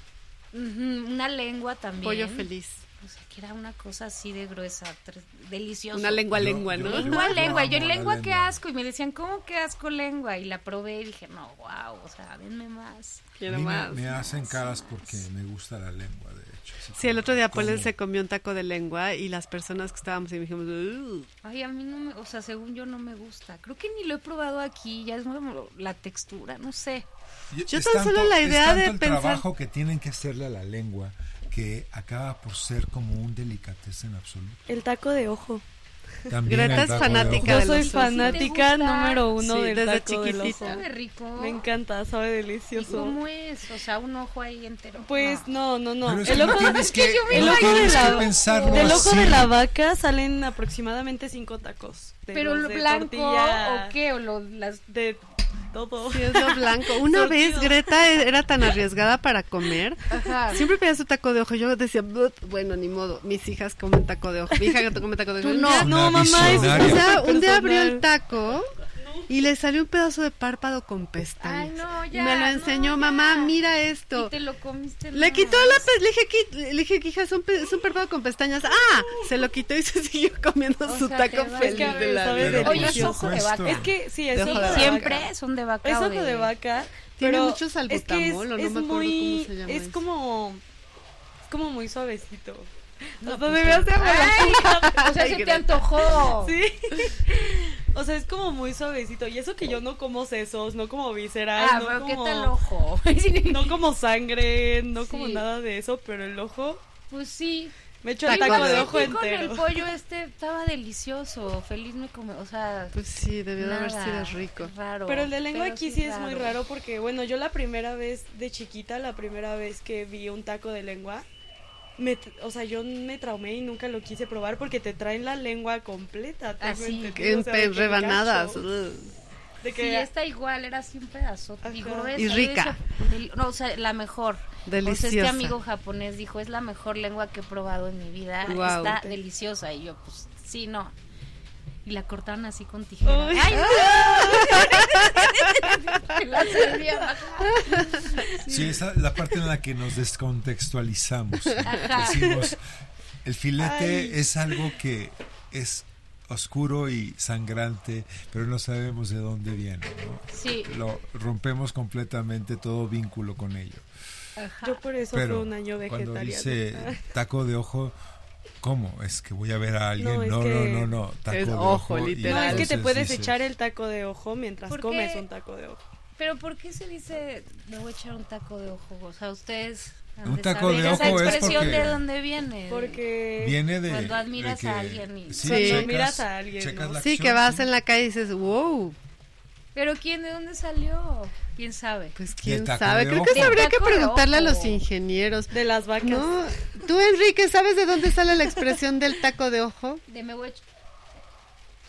[SPEAKER 6] ujú, una lengua también.
[SPEAKER 3] pollo feliz.
[SPEAKER 6] O sea, que era una cosa así de gruesa, tres- delicioso.
[SPEAKER 3] Una lengua
[SPEAKER 5] Yo-
[SPEAKER 3] lengua,
[SPEAKER 5] yo-
[SPEAKER 3] ¿no?
[SPEAKER 5] yo-
[SPEAKER 6] Lengua, lengua, yo
[SPEAKER 5] amo la
[SPEAKER 6] lengua, qué
[SPEAKER 5] lengua.
[SPEAKER 6] asco. Y me decían, ¿cómo qué asco lengua? Y la probé y dije, no, wow, o sea, denme más.
[SPEAKER 5] A
[SPEAKER 3] Quiero
[SPEAKER 5] mí me,
[SPEAKER 3] más.
[SPEAKER 5] me hacen caras porque me gusta la lengua, de hecho. así
[SPEAKER 3] Sí, el
[SPEAKER 5] como-
[SPEAKER 3] otro día Polen
[SPEAKER 5] como-
[SPEAKER 3] se comió un taco de lengua y las personas que estábamos y dijimos, "Ugh".
[SPEAKER 6] Ay, a mí no me, o sea, según yo no me gusta. Creo que ni lo he probado aquí, ya es como la textura, no sé.
[SPEAKER 5] Y
[SPEAKER 3] Yo
[SPEAKER 5] es
[SPEAKER 3] tan solo la idea
[SPEAKER 5] es tanto
[SPEAKER 3] de
[SPEAKER 5] el
[SPEAKER 3] pensar-
[SPEAKER 5] trabajo que tienen que hacerle a la lengua que acaba por ser como un delicatessen absoluto.
[SPEAKER 7] El taco de ojo.
[SPEAKER 5] También
[SPEAKER 3] Greta
[SPEAKER 5] el
[SPEAKER 3] es
[SPEAKER 5] taco de
[SPEAKER 3] fanática
[SPEAKER 5] ojo.
[SPEAKER 7] Yo
[SPEAKER 3] de
[SPEAKER 7] soy
[SPEAKER 3] los ojos.
[SPEAKER 7] fanática
[SPEAKER 6] ¿Te gusta?
[SPEAKER 7] número uno
[SPEAKER 3] Sí,
[SPEAKER 7] del
[SPEAKER 3] desde
[SPEAKER 7] taco del
[SPEAKER 3] chiquitita.
[SPEAKER 7] ojo.
[SPEAKER 6] Sabe rico.
[SPEAKER 7] Ah, Me encanta, sabe
[SPEAKER 6] ¿Y
[SPEAKER 7] delicioso.
[SPEAKER 6] cómo es? O sea, un ojo ahí entero.
[SPEAKER 7] Pues no, no, no.
[SPEAKER 5] Pero es que
[SPEAKER 7] El
[SPEAKER 5] no
[SPEAKER 7] ojo,
[SPEAKER 5] tienes que,
[SPEAKER 6] yo me
[SPEAKER 5] no
[SPEAKER 7] el ojo
[SPEAKER 5] tienes
[SPEAKER 7] de
[SPEAKER 5] que
[SPEAKER 7] la-
[SPEAKER 5] pensarlo
[SPEAKER 7] del ojo de
[SPEAKER 5] así.
[SPEAKER 7] la vaca salen aproximadamente cinco tacos. De
[SPEAKER 6] Pero
[SPEAKER 7] los
[SPEAKER 6] lo
[SPEAKER 7] de
[SPEAKER 6] blanco
[SPEAKER 7] tortilla,
[SPEAKER 6] o qué o lo- las
[SPEAKER 7] De todo.
[SPEAKER 3] Sí, es lo blanco. Una vez
[SPEAKER 7] Surtido.
[SPEAKER 3] Greta e- era tan arriesgada para comer.
[SPEAKER 6] Ajá.
[SPEAKER 3] Siempre pedía su taco de ojo. Yo decía, "But, bueno, ni modo. Mis hijas comen taco de ojo. Mi hija come taco de ojo.
[SPEAKER 7] Tú
[SPEAKER 3] No.
[SPEAKER 7] ya- no, mamá, es
[SPEAKER 5] visionaria.
[SPEAKER 3] O sea, un día abrió el
[SPEAKER 7] personal.
[SPEAKER 3] taco y le salió un pedazo de párpado con pestañas.
[SPEAKER 6] Ay, no, ya.
[SPEAKER 3] Y me lo
[SPEAKER 6] no,
[SPEAKER 3] enseñó,
[SPEAKER 6] ya.
[SPEAKER 3] mamá, mira esto.
[SPEAKER 6] Y te lo comiste.
[SPEAKER 3] Le
[SPEAKER 6] no.
[SPEAKER 3] quitó la pe- le dije, "Qui- le dije, hija, es un, pe- es un párpado con pestañas. Ah, se lo quitó y se siguió comiendo
[SPEAKER 6] O
[SPEAKER 3] su
[SPEAKER 6] sea, te
[SPEAKER 3] taco
[SPEAKER 6] vas-
[SPEAKER 3] feliz
[SPEAKER 7] Es que a ver,
[SPEAKER 3] de la
[SPEAKER 7] sabe
[SPEAKER 3] vida.
[SPEAKER 5] Pero por
[SPEAKER 6] Oye, es ojo de
[SPEAKER 5] supuesto.
[SPEAKER 6] vaca.
[SPEAKER 7] Es que sí, es
[SPEAKER 3] De ojo
[SPEAKER 7] ojo
[SPEAKER 3] de
[SPEAKER 7] de
[SPEAKER 6] Siempre
[SPEAKER 7] vaca.
[SPEAKER 6] son de vaca.
[SPEAKER 7] Es
[SPEAKER 6] o
[SPEAKER 7] ojo de vaca.
[SPEAKER 3] Tiene
[SPEAKER 7] pero
[SPEAKER 3] mucho
[SPEAKER 7] es que es,
[SPEAKER 3] salbutamol, o no
[SPEAKER 7] es
[SPEAKER 3] me acuerdo
[SPEAKER 7] muy,
[SPEAKER 3] cómo se llama
[SPEAKER 7] es
[SPEAKER 3] eso.
[SPEAKER 7] como, es como muy suavecito.
[SPEAKER 6] No,
[SPEAKER 7] o sea,
[SPEAKER 6] pues,
[SPEAKER 7] de verdad se me la
[SPEAKER 6] O sea,
[SPEAKER 3] Ay,
[SPEAKER 6] se te
[SPEAKER 3] Greta.
[SPEAKER 6] antojó.
[SPEAKER 7] Sí. O sea, es como muy suavecito. Y eso que yo no como sesos, no como vísceras,
[SPEAKER 6] Ah,
[SPEAKER 7] no,
[SPEAKER 6] pero qué
[SPEAKER 7] como,
[SPEAKER 6] tal ojo.
[SPEAKER 7] no como sangre, no como
[SPEAKER 6] Sí.
[SPEAKER 7] nada de eso, pero el ojo.
[SPEAKER 6] Pues sí,
[SPEAKER 7] Me echo el taco
[SPEAKER 6] Cuando
[SPEAKER 7] de
[SPEAKER 6] me
[SPEAKER 7] ojo
[SPEAKER 6] fui con el
[SPEAKER 7] entero.
[SPEAKER 6] pollo este estaba delicioso, feliz me come, o sea,
[SPEAKER 3] Pues sí, debió de haber
[SPEAKER 6] nada,
[SPEAKER 3] sido rico.
[SPEAKER 6] Raro.
[SPEAKER 7] Pero el de lengua
[SPEAKER 6] pero
[SPEAKER 7] aquí sí es muy raro porque, bueno, yo la primera vez de chiquita, la primera vez que vi un taco de lengua, me, t- o sea, yo me traumé y nunca lo quise probar porque te traen la lengua completa. tengo
[SPEAKER 6] Así,
[SPEAKER 7] entendido,
[SPEAKER 3] En
[SPEAKER 7] o sea, de
[SPEAKER 3] pe-
[SPEAKER 7] que el gancho,
[SPEAKER 3] rebanadas.
[SPEAKER 7] de que
[SPEAKER 6] Sí, esta igual era así un pedazote y
[SPEAKER 7] Ajá.
[SPEAKER 6] gruesa.
[SPEAKER 3] Y
[SPEAKER 6] yo
[SPEAKER 3] rica.
[SPEAKER 6] decía, del- no, o sea, la mejor. Pues este
[SPEAKER 3] Deliciosa.
[SPEAKER 6] amigo japonés dijo, es la mejor lengua que he probado en mi vida.
[SPEAKER 3] Guau.
[SPEAKER 6] Está deliciosa. Y yo, pues, sí, no. Y la cortaron así con tijera.
[SPEAKER 7] Uy.
[SPEAKER 6] ¡Ay, no! Y la servían.
[SPEAKER 5] Sí, esa es la parte en la que nos descontextualizamos. ¿no?
[SPEAKER 6] Ajá.
[SPEAKER 5] Decimos, el filete
[SPEAKER 7] Ay.
[SPEAKER 5] es algo que es oscuro y sangrante, pero no sabemos de dónde viene. ¿no?
[SPEAKER 6] Sí,
[SPEAKER 5] Lo rompemos completamente todo vínculo con ello.
[SPEAKER 7] Yo por eso
[SPEAKER 5] pero
[SPEAKER 7] fue un año
[SPEAKER 5] cuando
[SPEAKER 7] vegetariano. Ah.
[SPEAKER 5] dice taco de ojo, ¿cómo? Es que voy a ver a alguien. No,
[SPEAKER 7] No, es
[SPEAKER 5] no,
[SPEAKER 7] que-
[SPEAKER 5] no, no, Taco
[SPEAKER 3] Es
[SPEAKER 5] de
[SPEAKER 3] ojo,
[SPEAKER 5] y
[SPEAKER 7] No,
[SPEAKER 3] literal.
[SPEAKER 7] es que te
[SPEAKER 5] entonces
[SPEAKER 7] puedes
[SPEAKER 5] dices,
[SPEAKER 7] echar el taco de ojo mientras
[SPEAKER 6] ¿Por
[SPEAKER 7] comes
[SPEAKER 6] qué?
[SPEAKER 7] un taco de ojo.
[SPEAKER 6] pero ¿por qué se dice, me voy a echar un taco de ojo? O sea, ustedes... han
[SPEAKER 5] Un taco
[SPEAKER 6] saber
[SPEAKER 5] de
[SPEAKER 6] esa
[SPEAKER 5] ojo es
[SPEAKER 6] expresión
[SPEAKER 5] porque-
[SPEAKER 6] de dónde viene.
[SPEAKER 7] Porque...
[SPEAKER 5] Viene de.
[SPEAKER 6] Cuando
[SPEAKER 5] de
[SPEAKER 6] admiras
[SPEAKER 5] que-
[SPEAKER 6] a alguien y-
[SPEAKER 5] sí,
[SPEAKER 3] Cuando
[SPEAKER 5] checas-
[SPEAKER 7] miras a alguien,
[SPEAKER 5] checas
[SPEAKER 7] ¿no?
[SPEAKER 5] la
[SPEAKER 3] Sí,
[SPEAKER 5] acción,
[SPEAKER 3] que vas
[SPEAKER 5] sí.
[SPEAKER 3] en la calle y dices, wow,
[SPEAKER 6] Pero ¿quién de dónde salió? ¿Quién sabe?
[SPEAKER 3] pues quién
[SPEAKER 5] taco
[SPEAKER 3] sabe.
[SPEAKER 5] de
[SPEAKER 3] Creo que
[SPEAKER 5] ojo.
[SPEAKER 3] eso habría que
[SPEAKER 6] Taco de
[SPEAKER 3] preguntarle a
[SPEAKER 6] ojo.
[SPEAKER 3] los ingenieros.
[SPEAKER 7] De las vacas.
[SPEAKER 3] No, tú Enrique, ¿sabes de dónde sale la expresión del taco de ojo?
[SPEAKER 6] De me voy a ech-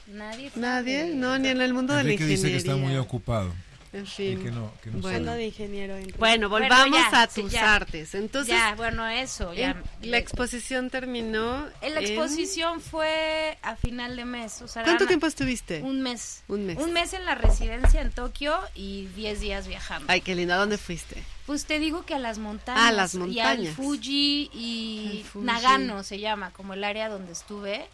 [SPEAKER 6] Nadie. sabe.
[SPEAKER 3] Nadie, no, ni en el mundo de la
[SPEAKER 5] Enrique
[SPEAKER 3] ingeniería.
[SPEAKER 5] dice que está muy ocupado.
[SPEAKER 3] En
[SPEAKER 5] y
[SPEAKER 3] fin.
[SPEAKER 5] que no, que no
[SPEAKER 3] Bueno.
[SPEAKER 7] Anda
[SPEAKER 5] sabe.
[SPEAKER 7] de ingeniero. Enrique.
[SPEAKER 3] Bueno,
[SPEAKER 6] Bueno,
[SPEAKER 3] volvamos
[SPEAKER 6] ya,
[SPEAKER 3] a
[SPEAKER 6] sí,
[SPEAKER 3] tus
[SPEAKER 6] ya.
[SPEAKER 3] artes. Entonces,
[SPEAKER 6] ya, bueno, eso. Ya.
[SPEAKER 3] en- la exposición terminó.
[SPEAKER 6] Eh, la
[SPEAKER 3] en-
[SPEAKER 6] exposición fue a final de mes. O sea,
[SPEAKER 3] ¿Cuánto
[SPEAKER 6] eran-
[SPEAKER 3] tiempo estuviste?
[SPEAKER 6] Un mes.
[SPEAKER 3] Un mes.
[SPEAKER 6] Un mes en la residencia en Tokio y 10 días viajando.
[SPEAKER 3] Ay, qué linda, ¿a dónde fuiste?
[SPEAKER 6] Pues te digo que a las montañas.
[SPEAKER 3] A Ah, las
[SPEAKER 6] Y al
[SPEAKER 3] montañas.
[SPEAKER 6] Fuji y
[SPEAKER 3] Al Fuji.
[SPEAKER 6] Nagano se llama, como el área donde estuve.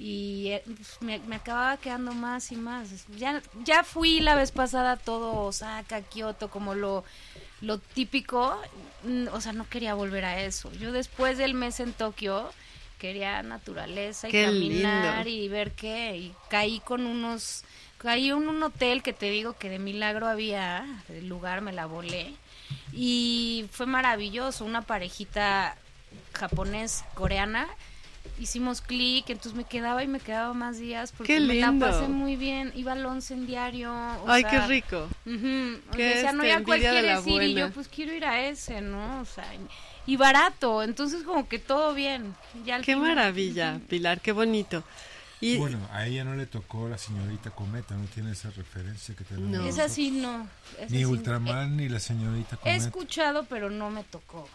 [SPEAKER 6] Y eh, pues, me, me acababa quedando más y más. Ya, ya fui la vez pasada a todo Osaka, Kioto, como lo, lo típico. Mm, O sea, no quería volver a eso. Yo después del mes en Tokio quería naturaleza y
[SPEAKER 3] Qué
[SPEAKER 6] caminar
[SPEAKER 3] lindo.
[SPEAKER 6] y ver qué. Y caí con unos... Caí en un hotel que te digo que de milagro había, el lugar me la volé. Y fue maravilloso, una parejita japonés-coreana. Hicimos clic, entonces me quedaba y me quedaba más días porque
[SPEAKER 3] ¡Qué
[SPEAKER 6] me
[SPEAKER 3] lindo!
[SPEAKER 6] la pasé muy bien. Iba al once en diario. o
[SPEAKER 3] Ay, qué
[SPEAKER 6] sea,
[SPEAKER 3] rico.
[SPEAKER 6] ujú,
[SPEAKER 3] Qué,
[SPEAKER 6] decía, no,
[SPEAKER 3] este,
[SPEAKER 6] ya
[SPEAKER 3] envidia de
[SPEAKER 6] cualquiera
[SPEAKER 3] la
[SPEAKER 6] es ir", y yo,
[SPEAKER 3] buena.
[SPEAKER 6] pues quiero ir a ese, ¿no? O sea, y- y barato, entonces como que todo bien. Ya al
[SPEAKER 3] Qué
[SPEAKER 6] final-
[SPEAKER 3] maravilla, Pilar, qué bonito. Y
[SPEAKER 5] Bueno, a ella no le tocó la señorita Cometa, no tiene esa referencia que tenemos.
[SPEAKER 3] No.
[SPEAKER 6] Es
[SPEAKER 5] nosotros.
[SPEAKER 6] así, no. esa
[SPEAKER 5] pues, Ni
[SPEAKER 6] sí no.
[SPEAKER 5] Ultraman ni la señorita
[SPEAKER 6] He
[SPEAKER 5] Cometa.
[SPEAKER 6] escuchado, pero no me tocó.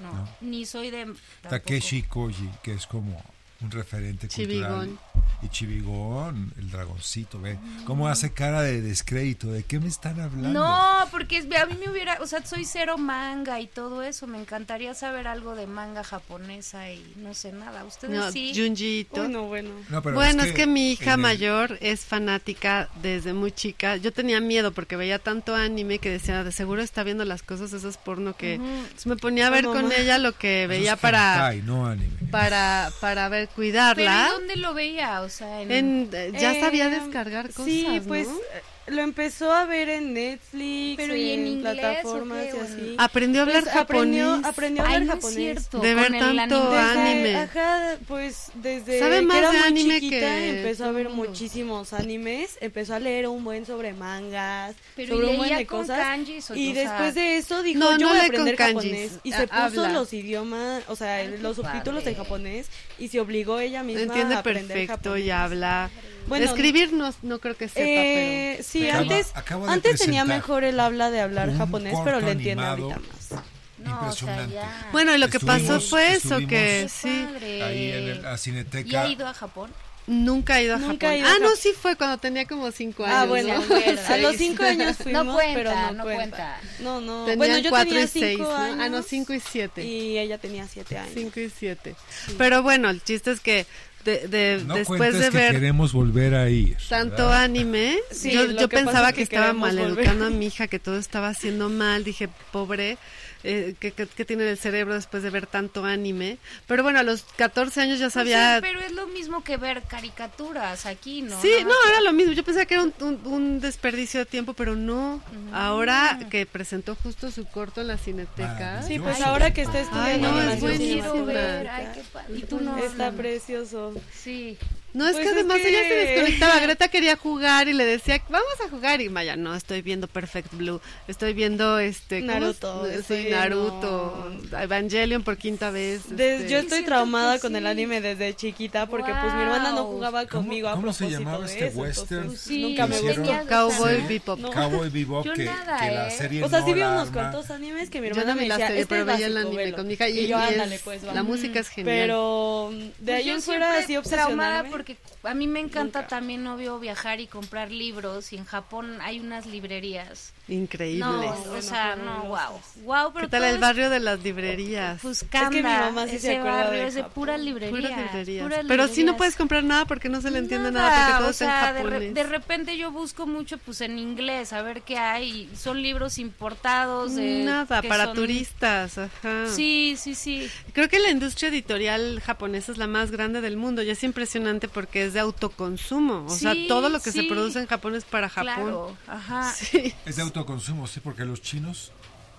[SPEAKER 6] No,
[SPEAKER 5] No.
[SPEAKER 6] ni soy de... tampoco.
[SPEAKER 5] Takeshi Koji, que es como un referente
[SPEAKER 3] Chibigón.
[SPEAKER 5] cultural. Y Chibigón, el dragoncito, ve. ¿Cómo hace cara de descrédito? ¿De qué me están hablando?
[SPEAKER 6] No, porque es- a mí me hubiera, o sea, soy cero manga y todo eso. Me encantaría saber algo de manga japonesa y no sé nada. Ustedes
[SPEAKER 3] no,
[SPEAKER 6] sí.
[SPEAKER 3] Junji Ito.
[SPEAKER 7] Uy, no, bueno.
[SPEAKER 5] No, pero
[SPEAKER 3] bueno, es que, mi hija
[SPEAKER 5] en el-
[SPEAKER 3] mayor es fanática desde muy chica. Yo tenía miedo porque veía tanto anime que decía, de seguro está viendo las cosas esas porno que... Entonces me ponía a ver
[SPEAKER 7] Ay,
[SPEAKER 3] con
[SPEAKER 7] mamá.
[SPEAKER 3] ella lo que
[SPEAKER 5] eso
[SPEAKER 3] veía
[SPEAKER 5] es
[SPEAKER 3] para,
[SPEAKER 5] hentai, no anime.
[SPEAKER 3] para, para ver,
[SPEAKER 6] Pero ¿y
[SPEAKER 3] cuidarla.
[SPEAKER 6] dónde lo veía? O sea, en,
[SPEAKER 3] En- ya sabía
[SPEAKER 7] Eh,
[SPEAKER 3] descargar cosas,
[SPEAKER 7] Sí, pues
[SPEAKER 3] ¿no?
[SPEAKER 7] eh, lo empezó a ver en Netflix,
[SPEAKER 6] Pero, ¿y
[SPEAKER 7] en,
[SPEAKER 6] en inglés o
[SPEAKER 7] plataformas
[SPEAKER 6] qué?
[SPEAKER 7] y así.
[SPEAKER 3] Aprendió a hablar
[SPEAKER 7] Pues
[SPEAKER 3] japonés.
[SPEAKER 7] aprendió, aprendió a
[SPEAKER 6] Ay,
[SPEAKER 7] hablar
[SPEAKER 6] no es
[SPEAKER 7] japonés.
[SPEAKER 6] cierto.
[SPEAKER 3] De ver
[SPEAKER 6] con el
[SPEAKER 3] tanto
[SPEAKER 6] anime.
[SPEAKER 7] Desde-
[SPEAKER 3] anime.
[SPEAKER 7] Ajá, pues desde
[SPEAKER 3] Sabe
[SPEAKER 7] que
[SPEAKER 3] más
[SPEAKER 7] era
[SPEAKER 3] de
[SPEAKER 7] muy
[SPEAKER 3] anime
[SPEAKER 7] chiquita
[SPEAKER 3] que
[SPEAKER 7] empezó a
[SPEAKER 3] todo
[SPEAKER 7] ver
[SPEAKER 3] mundo.
[SPEAKER 7] muchísimos animes, empezó a leer un buen sobre mangas,
[SPEAKER 6] Pero
[SPEAKER 7] sobre
[SPEAKER 6] y
[SPEAKER 7] un buen
[SPEAKER 6] leía
[SPEAKER 7] de
[SPEAKER 6] con
[SPEAKER 7] cosas.
[SPEAKER 6] kanjis, o-
[SPEAKER 7] y
[SPEAKER 6] o sea-
[SPEAKER 7] después de eso dijo,
[SPEAKER 3] No,
[SPEAKER 7] yo
[SPEAKER 3] no
[SPEAKER 7] voy a
[SPEAKER 3] lee con
[SPEAKER 7] aprender
[SPEAKER 3] kanjis,
[SPEAKER 7] japonés y
[SPEAKER 3] ha-
[SPEAKER 7] se puso
[SPEAKER 3] habla.
[SPEAKER 7] los idiomas, o sea,
[SPEAKER 6] Ay, Ah, qué
[SPEAKER 7] los subtítulos
[SPEAKER 6] padre.
[SPEAKER 7] en japonés y se obligó ella misma
[SPEAKER 3] Entiende
[SPEAKER 7] a aprender
[SPEAKER 3] perfecto
[SPEAKER 7] japonés.
[SPEAKER 3] y habla.
[SPEAKER 7] Bueno,
[SPEAKER 3] Escribir no, no creo que sepa,
[SPEAKER 7] Eh, sí,
[SPEAKER 5] Acaba-
[SPEAKER 7] antes,
[SPEAKER 5] acaba de
[SPEAKER 7] antes tenía
[SPEAKER 5] presentar
[SPEAKER 7] mejor el habla de hablar
[SPEAKER 5] un
[SPEAKER 7] japonés,
[SPEAKER 5] corto
[SPEAKER 7] pero le entiende ahorita
[SPEAKER 5] animado.
[SPEAKER 7] más.
[SPEAKER 6] No, o sea,
[SPEAKER 5] Impresionante.
[SPEAKER 6] ya.
[SPEAKER 3] pero... Bueno, y lo que pasó
[SPEAKER 5] Estuvimos-
[SPEAKER 3] fue eso,
[SPEAKER 5] estuvimos
[SPEAKER 3] que
[SPEAKER 6] Qué
[SPEAKER 3] sí,
[SPEAKER 6] padre.
[SPEAKER 5] Ahí en el, la Cineteca.
[SPEAKER 6] ¿Y ha eh, ido a Japón?
[SPEAKER 3] nunca he ido a
[SPEAKER 7] Nunca
[SPEAKER 3] Japón.
[SPEAKER 7] he ido a
[SPEAKER 3] ah, no,
[SPEAKER 7] Japón.
[SPEAKER 3] sí fue cuando tenía como cinco años.
[SPEAKER 7] Ah, bueno,
[SPEAKER 3] ¿no?
[SPEAKER 7] a los cinco años fuimos,
[SPEAKER 6] No cuenta,
[SPEAKER 7] pero no,
[SPEAKER 6] no
[SPEAKER 7] cuenta.
[SPEAKER 6] cuenta.
[SPEAKER 7] No, no.
[SPEAKER 3] Tenían
[SPEAKER 7] bueno, yo
[SPEAKER 3] cuatro
[SPEAKER 7] tenía
[SPEAKER 3] y seis,
[SPEAKER 7] cinco
[SPEAKER 3] ¿no?
[SPEAKER 7] años.
[SPEAKER 3] Ah, no, cinco y siete.
[SPEAKER 7] Y ella tenía siete años.
[SPEAKER 3] 5 y 7. Pero bueno, el chiste es que de- de-
[SPEAKER 5] No
[SPEAKER 3] después
[SPEAKER 5] cuentes
[SPEAKER 3] de
[SPEAKER 5] que
[SPEAKER 3] ver
[SPEAKER 5] queremos volver a ir.
[SPEAKER 3] tanto
[SPEAKER 5] ¿verdad?
[SPEAKER 3] anime,
[SPEAKER 7] Sí,
[SPEAKER 3] yo,
[SPEAKER 7] lo
[SPEAKER 3] yo
[SPEAKER 7] que pasa
[SPEAKER 3] pensaba
[SPEAKER 7] es
[SPEAKER 3] que,
[SPEAKER 7] que
[SPEAKER 3] estaba
[SPEAKER 7] queremos
[SPEAKER 3] mal
[SPEAKER 7] volver.
[SPEAKER 3] educando a mi hija, que todo estaba haciendo mal. Dije, pobre, eh, que, que- que tiene en el cerebro después de ver tanto anime. Pero bueno, a los 14 años ya sabía...
[SPEAKER 6] pero es lo mismo que ver caricaturas aquí, ¿no?
[SPEAKER 3] Sí,
[SPEAKER 6] Nada
[SPEAKER 3] no,
[SPEAKER 6] más
[SPEAKER 3] era lo mismo. Yo pensaba que era un, un- un desperdicio de tiempo, pero no. Ahora que presentó justo su corto en la Cineteca.
[SPEAKER 7] Sí, pues ahora que está
[SPEAKER 3] Ay,
[SPEAKER 7] estudiando
[SPEAKER 3] no, es
[SPEAKER 7] animación, sí,
[SPEAKER 3] buenísimo.
[SPEAKER 6] quiero ver,
[SPEAKER 7] está-
[SPEAKER 6] ay, qué padre. Y tú no.
[SPEAKER 7] Está
[SPEAKER 6] Alan.
[SPEAKER 7] precioso.
[SPEAKER 6] Sí.
[SPEAKER 3] No, es
[SPEAKER 7] Pues
[SPEAKER 3] que
[SPEAKER 7] es
[SPEAKER 3] además
[SPEAKER 7] que-
[SPEAKER 3] ella se desconectaba. Greta quería jugar y le decía, vamos a jugar. Y Maya, no, estoy viendo Perfect Blue. Estoy viendo este. ¿cómo es?
[SPEAKER 7] Naruto,
[SPEAKER 3] Sí,
[SPEAKER 7] estoy-
[SPEAKER 3] Naruto. Evangelion por quinta vez. este.
[SPEAKER 7] Des- yo
[SPEAKER 6] siento
[SPEAKER 7] estoy
[SPEAKER 6] que
[SPEAKER 7] traumada
[SPEAKER 6] sí.
[SPEAKER 7] con el anime desde chiquita porque pues mi hermana no
[SPEAKER 6] Wow.
[SPEAKER 7] jugaba
[SPEAKER 5] ¿Cómo-
[SPEAKER 7] conmigo a
[SPEAKER 5] cómo se
[SPEAKER 7] propósito
[SPEAKER 5] llamaba
[SPEAKER 7] de
[SPEAKER 5] este
[SPEAKER 7] eso, entonces,
[SPEAKER 5] western?
[SPEAKER 6] Pues sí,
[SPEAKER 7] nunca me
[SPEAKER 6] yo
[SPEAKER 7] gustó.
[SPEAKER 6] tenía dos
[SPEAKER 3] Cowboy
[SPEAKER 6] años.
[SPEAKER 3] Bebop.
[SPEAKER 7] No.
[SPEAKER 5] Cowboy Bebop,
[SPEAKER 6] Yo
[SPEAKER 5] que,
[SPEAKER 6] nada,
[SPEAKER 5] que la
[SPEAKER 6] ¿eh?
[SPEAKER 5] serie
[SPEAKER 7] O sea, sí
[SPEAKER 5] no
[SPEAKER 7] vi
[SPEAKER 5] la
[SPEAKER 7] unos
[SPEAKER 5] arma.
[SPEAKER 7] cuantos animes que mi
[SPEAKER 3] Yo
[SPEAKER 7] hermana
[SPEAKER 3] no
[SPEAKER 7] me
[SPEAKER 3] vi la
[SPEAKER 7] decía,
[SPEAKER 3] serie,
[SPEAKER 7] "Este
[SPEAKER 3] pero
[SPEAKER 7] es
[SPEAKER 3] veía el
[SPEAKER 7] básico,
[SPEAKER 3] anime
[SPEAKER 7] velo".
[SPEAKER 3] con mi hija. Y,
[SPEAKER 7] Y yo,
[SPEAKER 3] y es-
[SPEAKER 7] ándale, pues, va.
[SPEAKER 3] La música es genial. Pues
[SPEAKER 7] Pero mm, de ahí
[SPEAKER 6] Pues Yo
[SPEAKER 7] en fuera
[SPEAKER 6] siempre
[SPEAKER 7] así
[SPEAKER 6] traumada
[SPEAKER 7] obsesionada
[SPEAKER 6] porque a mí me encanta
[SPEAKER 7] Nunca.
[SPEAKER 6] también, obvio, viajar y comprar libros. Y en Japón hay unas librerías.
[SPEAKER 3] Increíble.
[SPEAKER 6] No,
[SPEAKER 7] Bueno,
[SPEAKER 6] o sea, no, wow. Wow, pero
[SPEAKER 3] ¿Qué tal
[SPEAKER 6] todo
[SPEAKER 3] el
[SPEAKER 6] es-
[SPEAKER 3] barrio de las librerías?
[SPEAKER 6] Pues
[SPEAKER 7] que mi
[SPEAKER 6] Kanda,
[SPEAKER 7] mamá sí se
[SPEAKER 6] ese
[SPEAKER 7] acuerda de
[SPEAKER 6] barrio es de
[SPEAKER 7] Japón.
[SPEAKER 6] pura librería.
[SPEAKER 3] Puras librerías.
[SPEAKER 6] puras
[SPEAKER 3] Pero sí no
[SPEAKER 6] librerías.
[SPEAKER 3] puedes comprar nada porque no se le entiende nada, porque todo
[SPEAKER 6] o
[SPEAKER 3] está
[SPEAKER 6] sea,
[SPEAKER 3] en
[SPEAKER 6] de, re-
[SPEAKER 3] japonés.
[SPEAKER 6] de repente yo busco mucho pues en inglés, a ver qué hay. y Son libros importados. de-
[SPEAKER 3] nada,
[SPEAKER 6] que
[SPEAKER 3] para
[SPEAKER 6] son-
[SPEAKER 3] turistas, ajá.
[SPEAKER 6] Sí, sí, sí.
[SPEAKER 3] Creo que la industria editorial japonesa es la más grande del mundo y es impresionante porque es de autoconsumo. O sea,
[SPEAKER 6] Sí,
[SPEAKER 3] todo lo que se
[SPEAKER 6] sí.
[SPEAKER 3] produce en Japón es para Japón.
[SPEAKER 6] Claro, ajá.
[SPEAKER 3] Sí.
[SPEAKER 5] Es de autoconsumo, sí, porque los chinos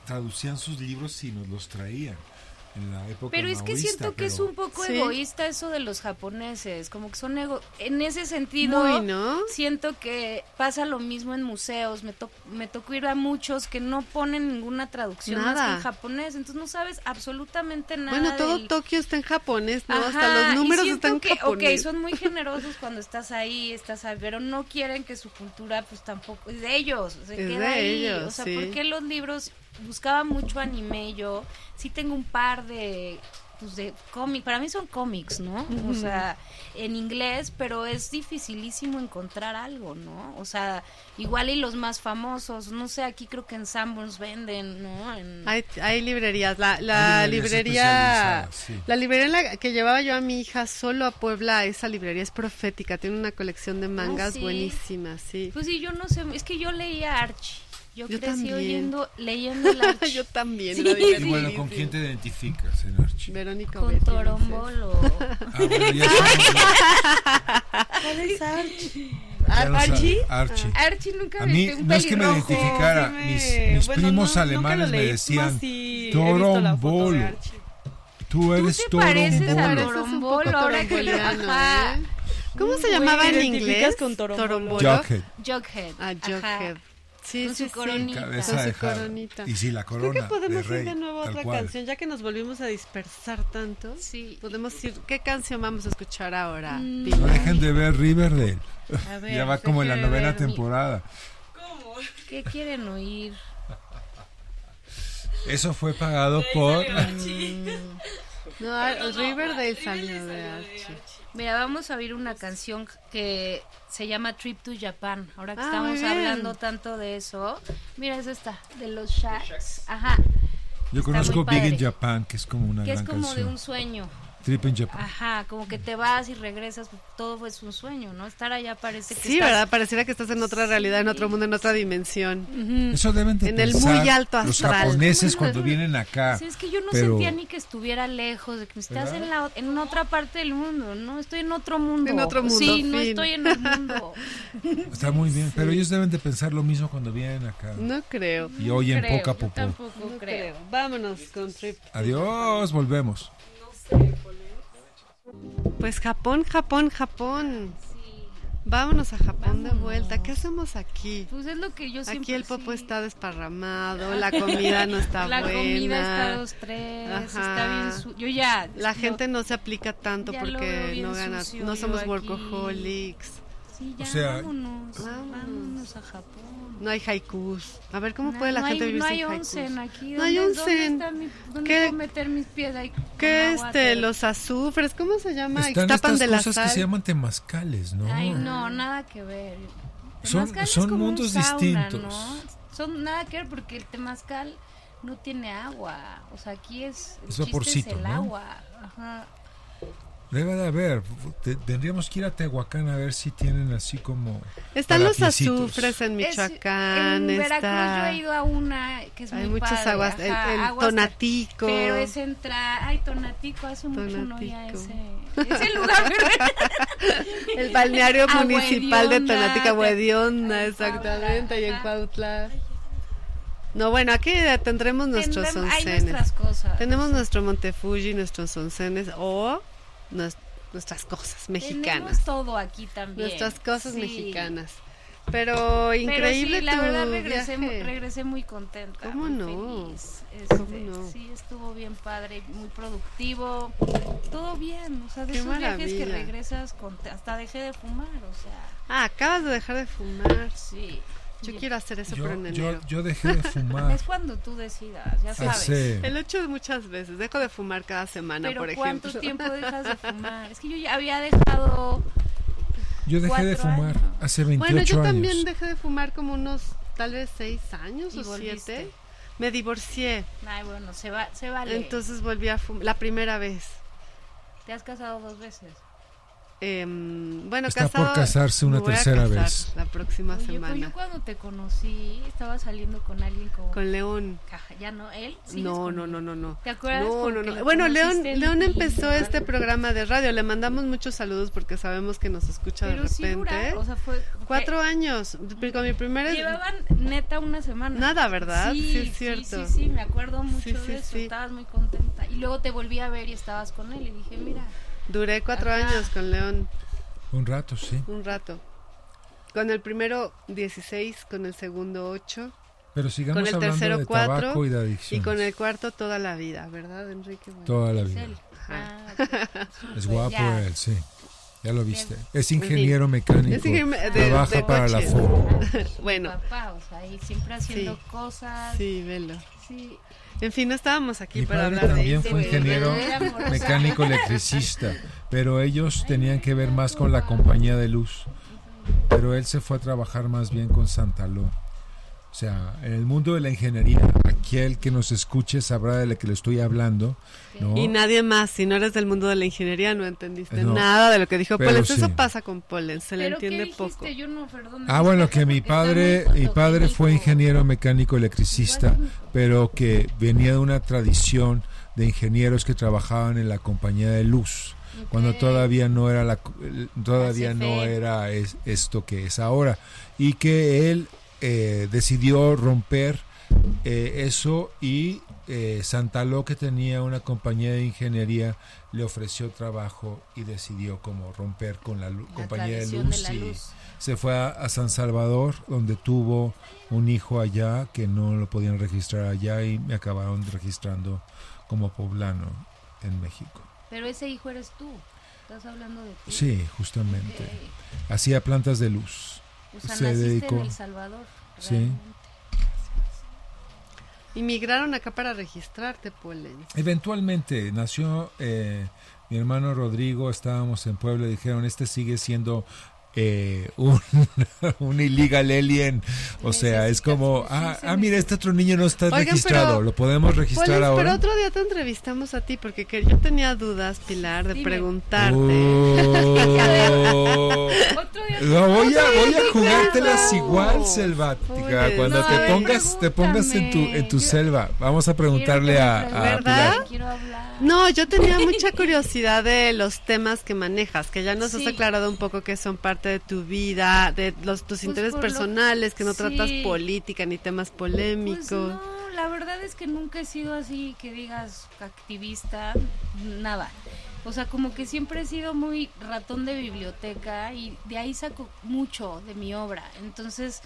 [SPEAKER 5] traducían sus libros y nos los traían en la época
[SPEAKER 6] Pero es que
[SPEAKER 5] maoísta,
[SPEAKER 6] siento que
[SPEAKER 5] pero-
[SPEAKER 6] es un poco
[SPEAKER 3] Sí.
[SPEAKER 6] egoísta eso de los japoneses, como que son ego en ese sentido.
[SPEAKER 3] Muy, ¿no?
[SPEAKER 6] Siento que pasa lo mismo en museos, me, to- me tocó ir a muchos que no ponen ninguna traducción más que
[SPEAKER 3] Nada.
[SPEAKER 6] en japonés, entonces no sabes absolutamente nada.
[SPEAKER 3] Bueno, todo
[SPEAKER 6] del-
[SPEAKER 3] Tokio está en japonés, ¿no?
[SPEAKER 6] Ajá,
[SPEAKER 3] Hasta
[SPEAKER 6] y
[SPEAKER 3] los números
[SPEAKER 6] siento
[SPEAKER 3] están en
[SPEAKER 6] que,
[SPEAKER 3] japonés.
[SPEAKER 6] Ok, son muy generosos cuando estás ahí, estás ahí, pero no quieren que su cultura, pues tampoco, es de ellos, se
[SPEAKER 3] Es
[SPEAKER 6] queda
[SPEAKER 3] de
[SPEAKER 6] ahí.
[SPEAKER 3] ellos,
[SPEAKER 6] o sea,
[SPEAKER 3] sí.
[SPEAKER 6] ¿por qué los libros? Buscaba mucho anime yo, sí tengo un par de pues de cómics, para mí son cómics, ¿no? O sea, en inglés, pero es dificilísimo encontrar algo, ¿no? O sea, igual y los más famosos, no sé, aquí creo que en Sanborns venden, ¿no? En-
[SPEAKER 3] Hay, hay librerías. La, la
[SPEAKER 5] Hay
[SPEAKER 3] librería.
[SPEAKER 5] librerías especializadas, sí.
[SPEAKER 3] La librería en la que llevaba yo a mi hija solo a Puebla, esa librería es profética. Tiene una colección de mangas
[SPEAKER 6] sí.
[SPEAKER 3] buenísimas, sí.
[SPEAKER 6] Pues sí, yo no sé, es que yo leía Archie. Yo,
[SPEAKER 3] Yo
[SPEAKER 6] crecí
[SPEAKER 3] también.
[SPEAKER 6] oyendo, leyendo el Archie.
[SPEAKER 3] yo también.
[SPEAKER 6] Pues, Sí,
[SPEAKER 3] lo dije.
[SPEAKER 5] Y bueno, ¿con quién te identificas en Archie?
[SPEAKER 3] Verónica
[SPEAKER 6] con
[SPEAKER 3] Obetti, dices.
[SPEAKER 6] Torombolo.
[SPEAKER 5] Ah, bueno, ya sabemos-
[SPEAKER 7] ¿Cuál
[SPEAKER 5] ya no sabe-
[SPEAKER 7] es Archie? ¿Archie?
[SPEAKER 5] Archie.
[SPEAKER 3] Ah.
[SPEAKER 6] Archie nunca
[SPEAKER 5] A
[SPEAKER 6] me
[SPEAKER 5] mí
[SPEAKER 6] viste, un
[SPEAKER 5] no es que me
[SPEAKER 6] pelirrojo.
[SPEAKER 5] identificara,
[SPEAKER 7] Sí me-
[SPEAKER 5] mis, mis
[SPEAKER 7] bueno,
[SPEAKER 5] primos
[SPEAKER 7] no-
[SPEAKER 5] alemanes
[SPEAKER 7] nunca lo
[SPEAKER 5] me
[SPEAKER 7] leí,
[SPEAKER 5] decían,
[SPEAKER 7] más sí he visto la foto de
[SPEAKER 5] Torombolo,
[SPEAKER 7] Archie.
[SPEAKER 5] tú
[SPEAKER 6] Tú
[SPEAKER 5] eres
[SPEAKER 6] te pareces a
[SPEAKER 5] Torombolo.
[SPEAKER 6] Torombolo ahora que lo
[SPEAKER 3] toromboliano,
[SPEAKER 6] ajá.
[SPEAKER 3] ¿eh? ¿Cómo se
[SPEAKER 7] Güey,
[SPEAKER 3] llamaba en
[SPEAKER 7] ¿te
[SPEAKER 3] inglés?
[SPEAKER 7] identificas con Torombolo?
[SPEAKER 5] Jughead,
[SPEAKER 6] Jughead.
[SPEAKER 3] Ah, Jughead.
[SPEAKER 6] ajá.
[SPEAKER 3] Sí,
[SPEAKER 6] Con
[SPEAKER 3] sí,
[SPEAKER 6] su
[SPEAKER 3] sí.
[SPEAKER 6] coronita.
[SPEAKER 5] cabeza
[SPEAKER 3] Con su
[SPEAKER 5] de jarra.
[SPEAKER 3] coronita.
[SPEAKER 5] Y sí, la corona
[SPEAKER 3] Creo que podemos
[SPEAKER 5] de rey,
[SPEAKER 3] ir de nuevo a
[SPEAKER 5] tal
[SPEAKER 3] otra
[SPEAKER 5] cual.
[SPEAKER 3] canción, ya que nos volvimos a dispersar tanto.
[SPEAKER 6] Sí.
[SPEAKER 3] Podemos ir. ¿Qué canción vamos a escuchar ahora?
[SPEAKER 6] Mm.
[SPEAKER 5] No
[SPEAKER 3] Pili?
[SPEAKER 5] dejen de ver Riverdale,
[SPEAKER 6] A ver,
[SPEAKER 5] ya va como en la
[SPEAKER 6] déjame
[SPEAKER 5] novena
[SPEAKER 6] ver mi-
[SPEAKER 5] temporada.
[SPEAKER 6] ¿Qué quieren oír?
[SPEAKER 5] Eso fue pagado por...
[SPEAKER 3] No, Ar- Riverdale salió de Archie.
[SPEAKER 6] Mira, vamos a oír una canción que se llama Trip to Japan. Ahora que
[SPEAKER 3] Ah, muy
[SPEAKER 6] estamos
[SPEAKER 3] bien.
[SPEAKER 6] hablando tanto de eso. Mira, es esta, de los Shacks. Ajá.
[SPEAKER 5] Yo
[SPEAKER 6] Está
[SPEAKER 5] conozco
[SPEAKER 6] muy
[SPEAKER 5] Big in
[SPEAKER 6] padre.
[SPEAKER 5] Japan, que es como una
[SPEAKER 6] Que es
[SPEAKER 5] gran
[SPEAKER 6] como de
[SPEAKER 5] canción.
[SPEAKER 6] un sueño.
[SPEAKER 5] Trip in Japan.
[SPEAKER 6] Ajá, como que te vas y regresas, pues, todo es un sueño, ¿no? Estar allá parece que
[SPEAKER 3] Sí,
[SPEAKER 6] estás-
[SPEAKER 3] ¿verdad? Pareciera que estás en otra realidad, en otro mundo, en otra dimensión.
[SPEAKER 5] Eso deben de
[SPEAKER 3] Mm. En el
[SPEAKER 5] pensar
[SPEAKER 3] muy alto
[SPEAKER 5] los
[SPEAKER 3] astral.
[SPEAKER 6] Bueno,
[SPEAKER 5] japoneses cuando
[SPEAKER 6] no-
[SPEAKER 5] vienen acá.
[SPEAKER 6] Sí, es que yo no
[SPEAKER 5] pero-
[SPEAKER 6] sentía ni que estuviera lejos, de que estás
[SPEAKER 5] ¿Verdad?
[SPEAKER 6] en, la, o- en otra parte del mundo, ¿no? Estoy en otro mundo.
[SPEAKER 3] En otro mundo,
[SPEAKER 6] Sí, no
[SPEAKER 3] fin.
[SPEAKER 6] estoy en el mundo.
[SPEAKER 5] Está muy bien, pero ellos deben de pensar lo mismo cuando vienen acá.
[SPEAKER 3] No creo.
[SPEAKER 5] y oyen
[SPEAKER 6] Creo,
[SPEAKER 5] poca
[SPEAKER 6] yo
[SPEAKER 5] popó.
[SPEAKER 6] tampoco
[SPEAKER 3] No
[SPEAKER 6] creo.
[SPEAKER 3] creo. Vámonos con Trip.
[SPEAKER 5] Adiós, volvemos.
[SPEAKER 3] Pues Japón, Japón, Japón. Vámonos a Japón de vuelta. ¿Qué hacemos aquí?
[SPEAKER 6] Pues es lo que yo siempre...
[SPEAKER 3] Aquí el popo
[SPEAKER 6] sí.
[SPEAKER 3] está desparramado, la comida no está
[SPEAKER 6] La
[SPEAKER 3] buena.
[SPEAKER 6] comida está dos, tres, está
[SPEAKER 3] Ajá.
[SPEAKER 6] bien su- Yo ya...
[SPEAKER 3] La
[SPEAKER 6] yo-
[SPEAKER 3] gente no se aplica tanto
[SPEAKER 6] Ya lo veo
[SPEAKER 3] porque
[SPEAKER 6] bien
[SPEAKER 3] no gana,
[SPEAKER 6] sucio
[SPEAKER 3] no
[SPEAKER 6] yo
[SPEAKER 3] somos
[SPEAKER 6] aquí.
[SPEAKER 3] workaholics,
[SPEAKER 6] Sí, ya,
[SPEAKER 5] o sea-
[SPEAKER 6] vámonos,
[SPEAKER 3] Vámonos.
[SPEAKER 6] vámonos a Japón.
[SPEAKER 3] no hay haikus. A ver cómo
[SPEAKER 6] No,
[SPEAKER 3] puede la
[SPEAKER 6] no
[SPEAKER 3] gente
[SPEAKER 6] hay,
[SPEAKER 3] vivir
[SPEAKER 6] no
[SPEAKER 3] sin
[SPEAKER 6] hay
[SPEAKER 3] haikus.
[SPEAKER 6] onsen aquí.
[SPEAKER 3] No hay
[SPEAKER 6] ¿Dónde-
[SPEAKER 3] onsen.
[SPEAKER 6] ¿Dónde, está mi- dónde
[SPEAKER 3] ¿Qué-
[SPEAKER 6] puedo meter mis pies? Ahí con
[SPEAKER 3] ¿Qué
[SPEAKER 6] agua,
[SPEAKER 3] este
[SPEAKER 6] pero-
[SPEAKER 3] los azufres? ¿Cómo se llama?
[SPEAKER 5] Están
[SPEAKER 3] Tapan
[SPEAKER 5] estas
[SPEAKER 3] de la
[SPEAKER 5] cosas que se
[SPEAKER 3] sal.
[SPEAKER 5] llaman temazcales, ¿no?
[SPEAKER 6] Ay, no, nada que ver.
[SPEAKER 5] Son-
[SPEAKER 6] Temazcal es
[SPEAKER 5] son
[SPEAKER 6] como un
[SPEAKER 5] mundos
[SPEAKER 6] sauna,
[SPEAKER 5] distintos.
[SPEAKER 6] ¿no? Son nada que ver porque el temazcal no tiene agua. O sea, aquí es. el
[SPEAKER 5] Es
[SPEAKER 6] chiste
[SPEAKER 5] vaporcito,
[SPEAKER 6] el
[SPEAKER 5] ¿no?
[SPEAKER 6] agua. Ajá.
[SPEAKER 5] Debe de haber. Te- tendríamos que ir a Tehuacán a ver si tienen así como.
[SPEAKER 3] Están los
[SPEAKER 5] parapisitos.
[SPEAKER 3] azufres en Michoacán.
[SPEAKER 6] en Veracruz yo
[SPEAKER 3] está...
[SPEAKER 6] he ido a una que es
[SPEAKER 3] Hay
[SPEAKER 6] muy
[SPEAKER 3] muchas
[SPEAKER 6] padre,
[SPEAKER 3] aguas. El,
[SPEAKER 6] ajá,
[SPEAKER 3] el
[SPEAKER 6] aguas-
[SPEAKER 3] tonatico.
[SPEAKER 6] Pero es entra, ay Tonatico hace mucho no voy a ese,
[SPEAKER 3] Tonatico.
[SPEAKER 6] ese lugar.
[SPEAKER 3] El balneario
[SPEAKER 6] Agua
[SPEAKER 3] municipal de
[SPEAKER 6] Hedionda,
[SPEAKER 3] Tonatica,
[SPEAKER 6] te-
[SPEAKER 3] Guedionda,
[SPEAKER 6] Ah, Ay,
[SPEAKER 3] exactamente,
[SPEAKER 6] Paula,
[SPEAKER 3] y en
[SPEAKER 6] ajá.
[SPEAKER 3] Cuautla. No, bueno, aquí tendremos nuestros
[SPEAKER 6] Tendremos- hay
[SPEAKER 3] oncenes.
[SPEAKER 6] nuestras cosas.
[SPEAKER 3] Tenemos nuestro Montefuji, nuestros oncenes o nues- nuestras cosas mexicanas.
[SPEAKER 6] Tenemos todo aquí también.
[SPEAKER 3] Nuestras cosas
[SPEAKER 6] Sí.
[SPEAKER 3] mexicanas. Pero
[SPEAKER 6] Pero
[SPEAKER 3] increíble
[SPEAKER 6] sí, la
[SPEAKER 3] tu
[SPEAKER 6] verdad regresé, mu-
[SPEAKER 3] viaje.
[SPEAKER 6] regresé muy contenta.
[SPEAKER 3] ¿Cómo
[SPEAKER 6] muy
[SPEAKER 3] no?
[SPEAKER 6] Feliz.
[SPEAKER 3] ¿Cómo
[SPEAKER 6] Este,
[SPEAKER 3] no?
[SPEAKER 6] Sí, estuvo bien padre, muy productivo. Todo bien, o sea, de
[SPEAKER 3] Qué
[SPEAKER 6] esos viajes que
[SPEAKER 3] maravilla.
[SPEAKER 6] regresas con, hasta dejé de fumar, o sea,
[SPEAKER 3] Ah, acabas de dejar de fumar.
[SPEAKER 6] sí.
[SPEAKER 3] Yo
[SPEAKER 6] Y-
[SPEAKER 3] quiero hacer eso,
[SPEAKER 5] Yo,
[SPEAKER 3] pero en enero.
[SPEAKER 5] yo, yo dejé de fumar
[SPEAKER 6] Es cuando tú decidas, ya sabes.
[SPEAKER 5] hace.
[SPEAKER 3] El hecho de muchas veces. Dejo de fumar cada semana,
[SPEAKER 6] Pero
[SPEAKER 3] por ejemplo.
[SPEAKER 6] ¿cuánto tiempo dejas de fumar? Es que yo ya había dejado
[SPEAKER 5] Yo dejé
[SPEAKER 6] cuatro
[SPEAKER 5] de fumar
[SPEAKER 6] años.
[SPEAKER 5] hace
[SPEAKER 3] Bueno,
[SPEAKER 5] 28
[SPEAKER 3] yo también
[SPEAKER 5] años.
[SPEAKER 3] dejé de fumar como unos tal vez seis años
[SPEAKER 6] Y
[SPEAKER 3] o
[SPEAKER 6] volviste.
[SPEAKER 3] siete. Me divorcié,
[SPEAKER 6] Ay, bueno, se, va, se vale.
[SPEAKER 3] entonces volví a fumar la primera vez.
[SPEAKER 6] Te has casado dos veces.
[SPEAKER 3] Em, bueno,
[SPEAKER 5] Está
[SPEAKER 3] casado-
[SPEAKER 5] por casarse una
[SPEAKER 3] me voy a
[SPEAKER 5] tercera
[SPEAKER 3] casar
[SPEAKER 5] vez.
[SPEAKER 3] La próxima
[SPEAKER 6] Oye, pues
[SPEAKER 3] semana
[SPEAKER 6] yo cuando te conocí estaba saliendo con alguien como...
[SPEAKER 3] con León.
[SPEAKER 6] Caja. Ya no, él. ¿Sigues
[SPEAKER 3] No,
[SPEAKER 6] con
[SPEAKER 3] no,
[SPEAKER 6] él?
[SPEAKER 3] no, no, no.
[SPEAKER 6] ¿Te acuerdas?
[SPEAKER 3] No,
[SPEAKER 6] como
[SPEAKER 3] no,
[SPEAKER 6] que
[SPEAKER 3] no.
[SPEAKER 6] lo
[SPEAKER 3] Bueno, León,
[SPEAKER 6] conociste en
[SPEAKER 3] León empezó
[SPEAKER 6] Lima?
[SPEAKER 3] este programa de radio. Le mandamos muchos saludos porque sabemos que nos escucha
[SPEAKER 6] Pero
[SPEAKER 3] de
[SPEAKER 6] sí dura,
[SPEAKER 3] repente.
[SPEAKER 6] o sea, fue... fue-
[SPEAKER 3] Cuatro años. Con mi primera.
[SPEAKER 6] Llevaban neta una semana.
[SPEAKER 3] Nada, ¿verdad? Sí, es
[SPEAKER 6] Sí,
[SPEAKER 3] cierto.
[SPEAKER 6] sí, me acuerdo mucho
[SPEAKER 3] Sí, sí,
[SPEAKER 6] de eso.
[SPEAKER 3] sí.
[SPEAKER 6] Estabas muy contenta. Y luego te volví a ver y estabas con él y dije, mira,
[SPEAKER 3] Duré cuatro
[SPEAKER 6] Ajá.
[SPEAKER 3] años con León.
[SPEAKER 5] Un rato, sí.
[SPEAKER 3] Un rato. Con el primero 16, con el segundo 8
[SPEAKER 5] Pero sigamos
[SPEAKER 3] Con el
[SPEAKER 5] hablando
[SPEAKER 3] tercero
[SPEAKER 5] de
[SPEAKER 3] cuatro,
[SPEAKER 5] tabaco y de
[SPEAKER 3] y
[SPEAKER 5] adicción.
[SPEAKER 3] con el cuarto toda la vida, ¿verdad, Enrique? Bueno,
[SPEAKER 5] Toda la
[SPEAKER 6] es
[SPEAKER 5] vida.
[SPEAKER 6] él.
[SPEAKER 3] Ajá.
[SPEAKER 6] Ah, ok.
[SPEAKER 5] Es guapo
[SPEAKER 6] Ya.
[SPEAKER 5] él, sí. Ya lo viste. Es
[SPEAKER 3] En fin.
[SPEAKER 5] ingeniero mecánico.
[SPEAKER 3] Pues Es ingeniero de- de
[SPEAKER 5] trabaja para la
[SPEAKER 3] coches.
[SPEAKER 5] Ford.
[SPEAKER 3] Bueno.
[SPEAKER 6] Pues Papá, o sea, ahí siempre haciendo
[SPEAKER 3] Sí.
[SPEAKER 6] cosas. Sí.
[SPEAKER 3] Sí, velo. En fin, no estábamos aquí
[SPEAKER 5] Mi
[SPEAKER 3] para
[SPEAKER 5] padre
[SPEAKER 3] hablar de
[SPEAKER 5] también
[SPEAKER 3] eso.
[SPEAKER 5] fue
[SPEAKER 6] de-
[SPEAKER 5] ingeniero
[SPEAKER 6] de- de-
[SPEAKER 5] mecánico electricista, pero ellos tenían que ver más con la compañía de luz. Pero él se fue a trabajar más bien con Santaló. O sea, en el mundo de la ingeniería, aquel que nos escuche sabrá de la que le estoy hablando. ¿no?
[SPEAKER 3] Y nadie más, si no eres del mundo de la ingeniería, no entendiste
[SPEAKER 5] No.
[SPEAKER 3] nada de lo que dijo
[SPEAKER 5] Pero
[SPEAKER 3] Pollens. Eso
[SPEAKER 5] sí.
[SPEAKER 3] pasa con Pollens, se le
[SPEAKER 6] Pero ¿qué
[SPEAKER 3] entiende
[SPEAKER 6] dijiste?
[SPEAKER 3] poco.
[SPEAKER 6] Yo no, perdón.
[SPEAKER 5] Ah, bueno, que
[SPEAKER 6] porque
[SPEAKER 5] mi
[SPEAKER 6] está muy
[SPEAKER 5] padre, mi padre fue
[SPEAKER 6] fotogénico.
[SPEAKER 5] ingeniero mecánico electricista, pero que venía de una tradición de ingenieros que trabajaban en la compañía de luz, cuando todavía no era la, co- el- todavía no
[SPEAKER 6] CFE.
[SPEAKER 5] era es- esto que es ahora, y que él eh, decidió romper eh, eso y eh, Santaló, que tenía una compañía de ingeniería, le ofreció trabajo y decidió como romper con la, lu-
[SPEAKER 6] La
[SPEAKER 5] compañía de
[SPEAKER 6] tradición
[SPEAKER 5] luz,
[SPEAKER 6] de la
[SPEAKER 5] y
[SPEAKER 6] luz.
[SPEAKER 5] se fue a, a San Salvador, donde tuvo un hijo allá que no lo podían registrar allá y me acabaron registrando como poblano en México.
[SPEAKER 6] Pero ese hijo eres tú. Estás hablando de ti. Eh,
[SPEAKER 5] Sí,
[SPEAKER 6] Ok.
[SPEAKER 5] justamente. Hacía plantas de luz.
[SPEAKER 6] O sea,
[SPEAKER 5] Se
[SPEAKER 6] naciste
[SPEAKER 5] dedicó.
[SPEAKER 6] en El Salvador.
[SPEAKER 5] Sí.
[SPEAKER 6] realmente.
[SPEAKER 3] Y migraron acá para registrarte, Pollens.
[SPEAKER 5] Eventualmente nació eh, mi hermano Rodrigo, estábamos en Puebla, y dijeron, este sigue siendo eh, un, un illegal alien. O sea, es como, ah, ah, mira, este otro niño no está
[SPEAKER 3] Oigan,
[SPEAKER 5] registrado,
[SPEAKER 3] pero-
[SPEAKER 5] lo podemos registrar
[SPEAKER 3] Pollens,
[SPEAKER 5] ahora.
[SPEAKER 3] pero otro día te entrevistamos a ti porque que yo tenía dudas, Pilar, de
[SPEAKER 6] Dime.
[SPEAKER 3] preguntarte.
[SPEAKER 5] Oh.
[SPEAKER 6] Otro día
[SPEAKER 5] No, voy a, voy a
[SPEAKER 3] Ay,
[SPEAKER 5] jugártelas
[SPEAKER 3] no.
[SPEAKER 5] igual, selvática.
[SPEAKER 3] Oye,
[SPEAKER 5] Cuando
[SPEAKER 3] no,
[SPEAKER 5] te
[SPEAKER 3] a ver,
[SPEAKER 5] pongas, te pongas en tu, en tu
[SPEAKER 6] pregúntame.
[SPEAKER 5] selva. Vamos a preguntarle
[SPEAKER 6] quiero
[SPEAKER 5] a,
[SPEAKER 6] que me
[SPEAKER 5] a
[SPEAKER 6] preguntes,
[SPEAKER 5] Pilar.
[SPEAKER 3] ¿Verdad?
[SPEAKER 6] Quiero hablar.
[SPEAKER 3] No, yo tenía mucha curiosidad de los temas que manejas, que ya nos
[SPEAKER 6] Sí.
[SPEAKER 3] has aclarado un poco que son parte de tu vida, de los tus
[SPEAKER 6] Pues
[SPEAKER 3] intereses
[SPEAKER 6] por lo-
[SPEAKER 3] personales, que no tratas
[SPEAKER 6] sí.
[SPEAKER 3] política ni temas polémicos.
[SPEAKER 6] Pues no, la verdad es que nunca he sido así que digas activista, nada. O sea, como que siempre he sido muy ratón de biblioteca y de ahí saco mucho de mi obra. Entonces,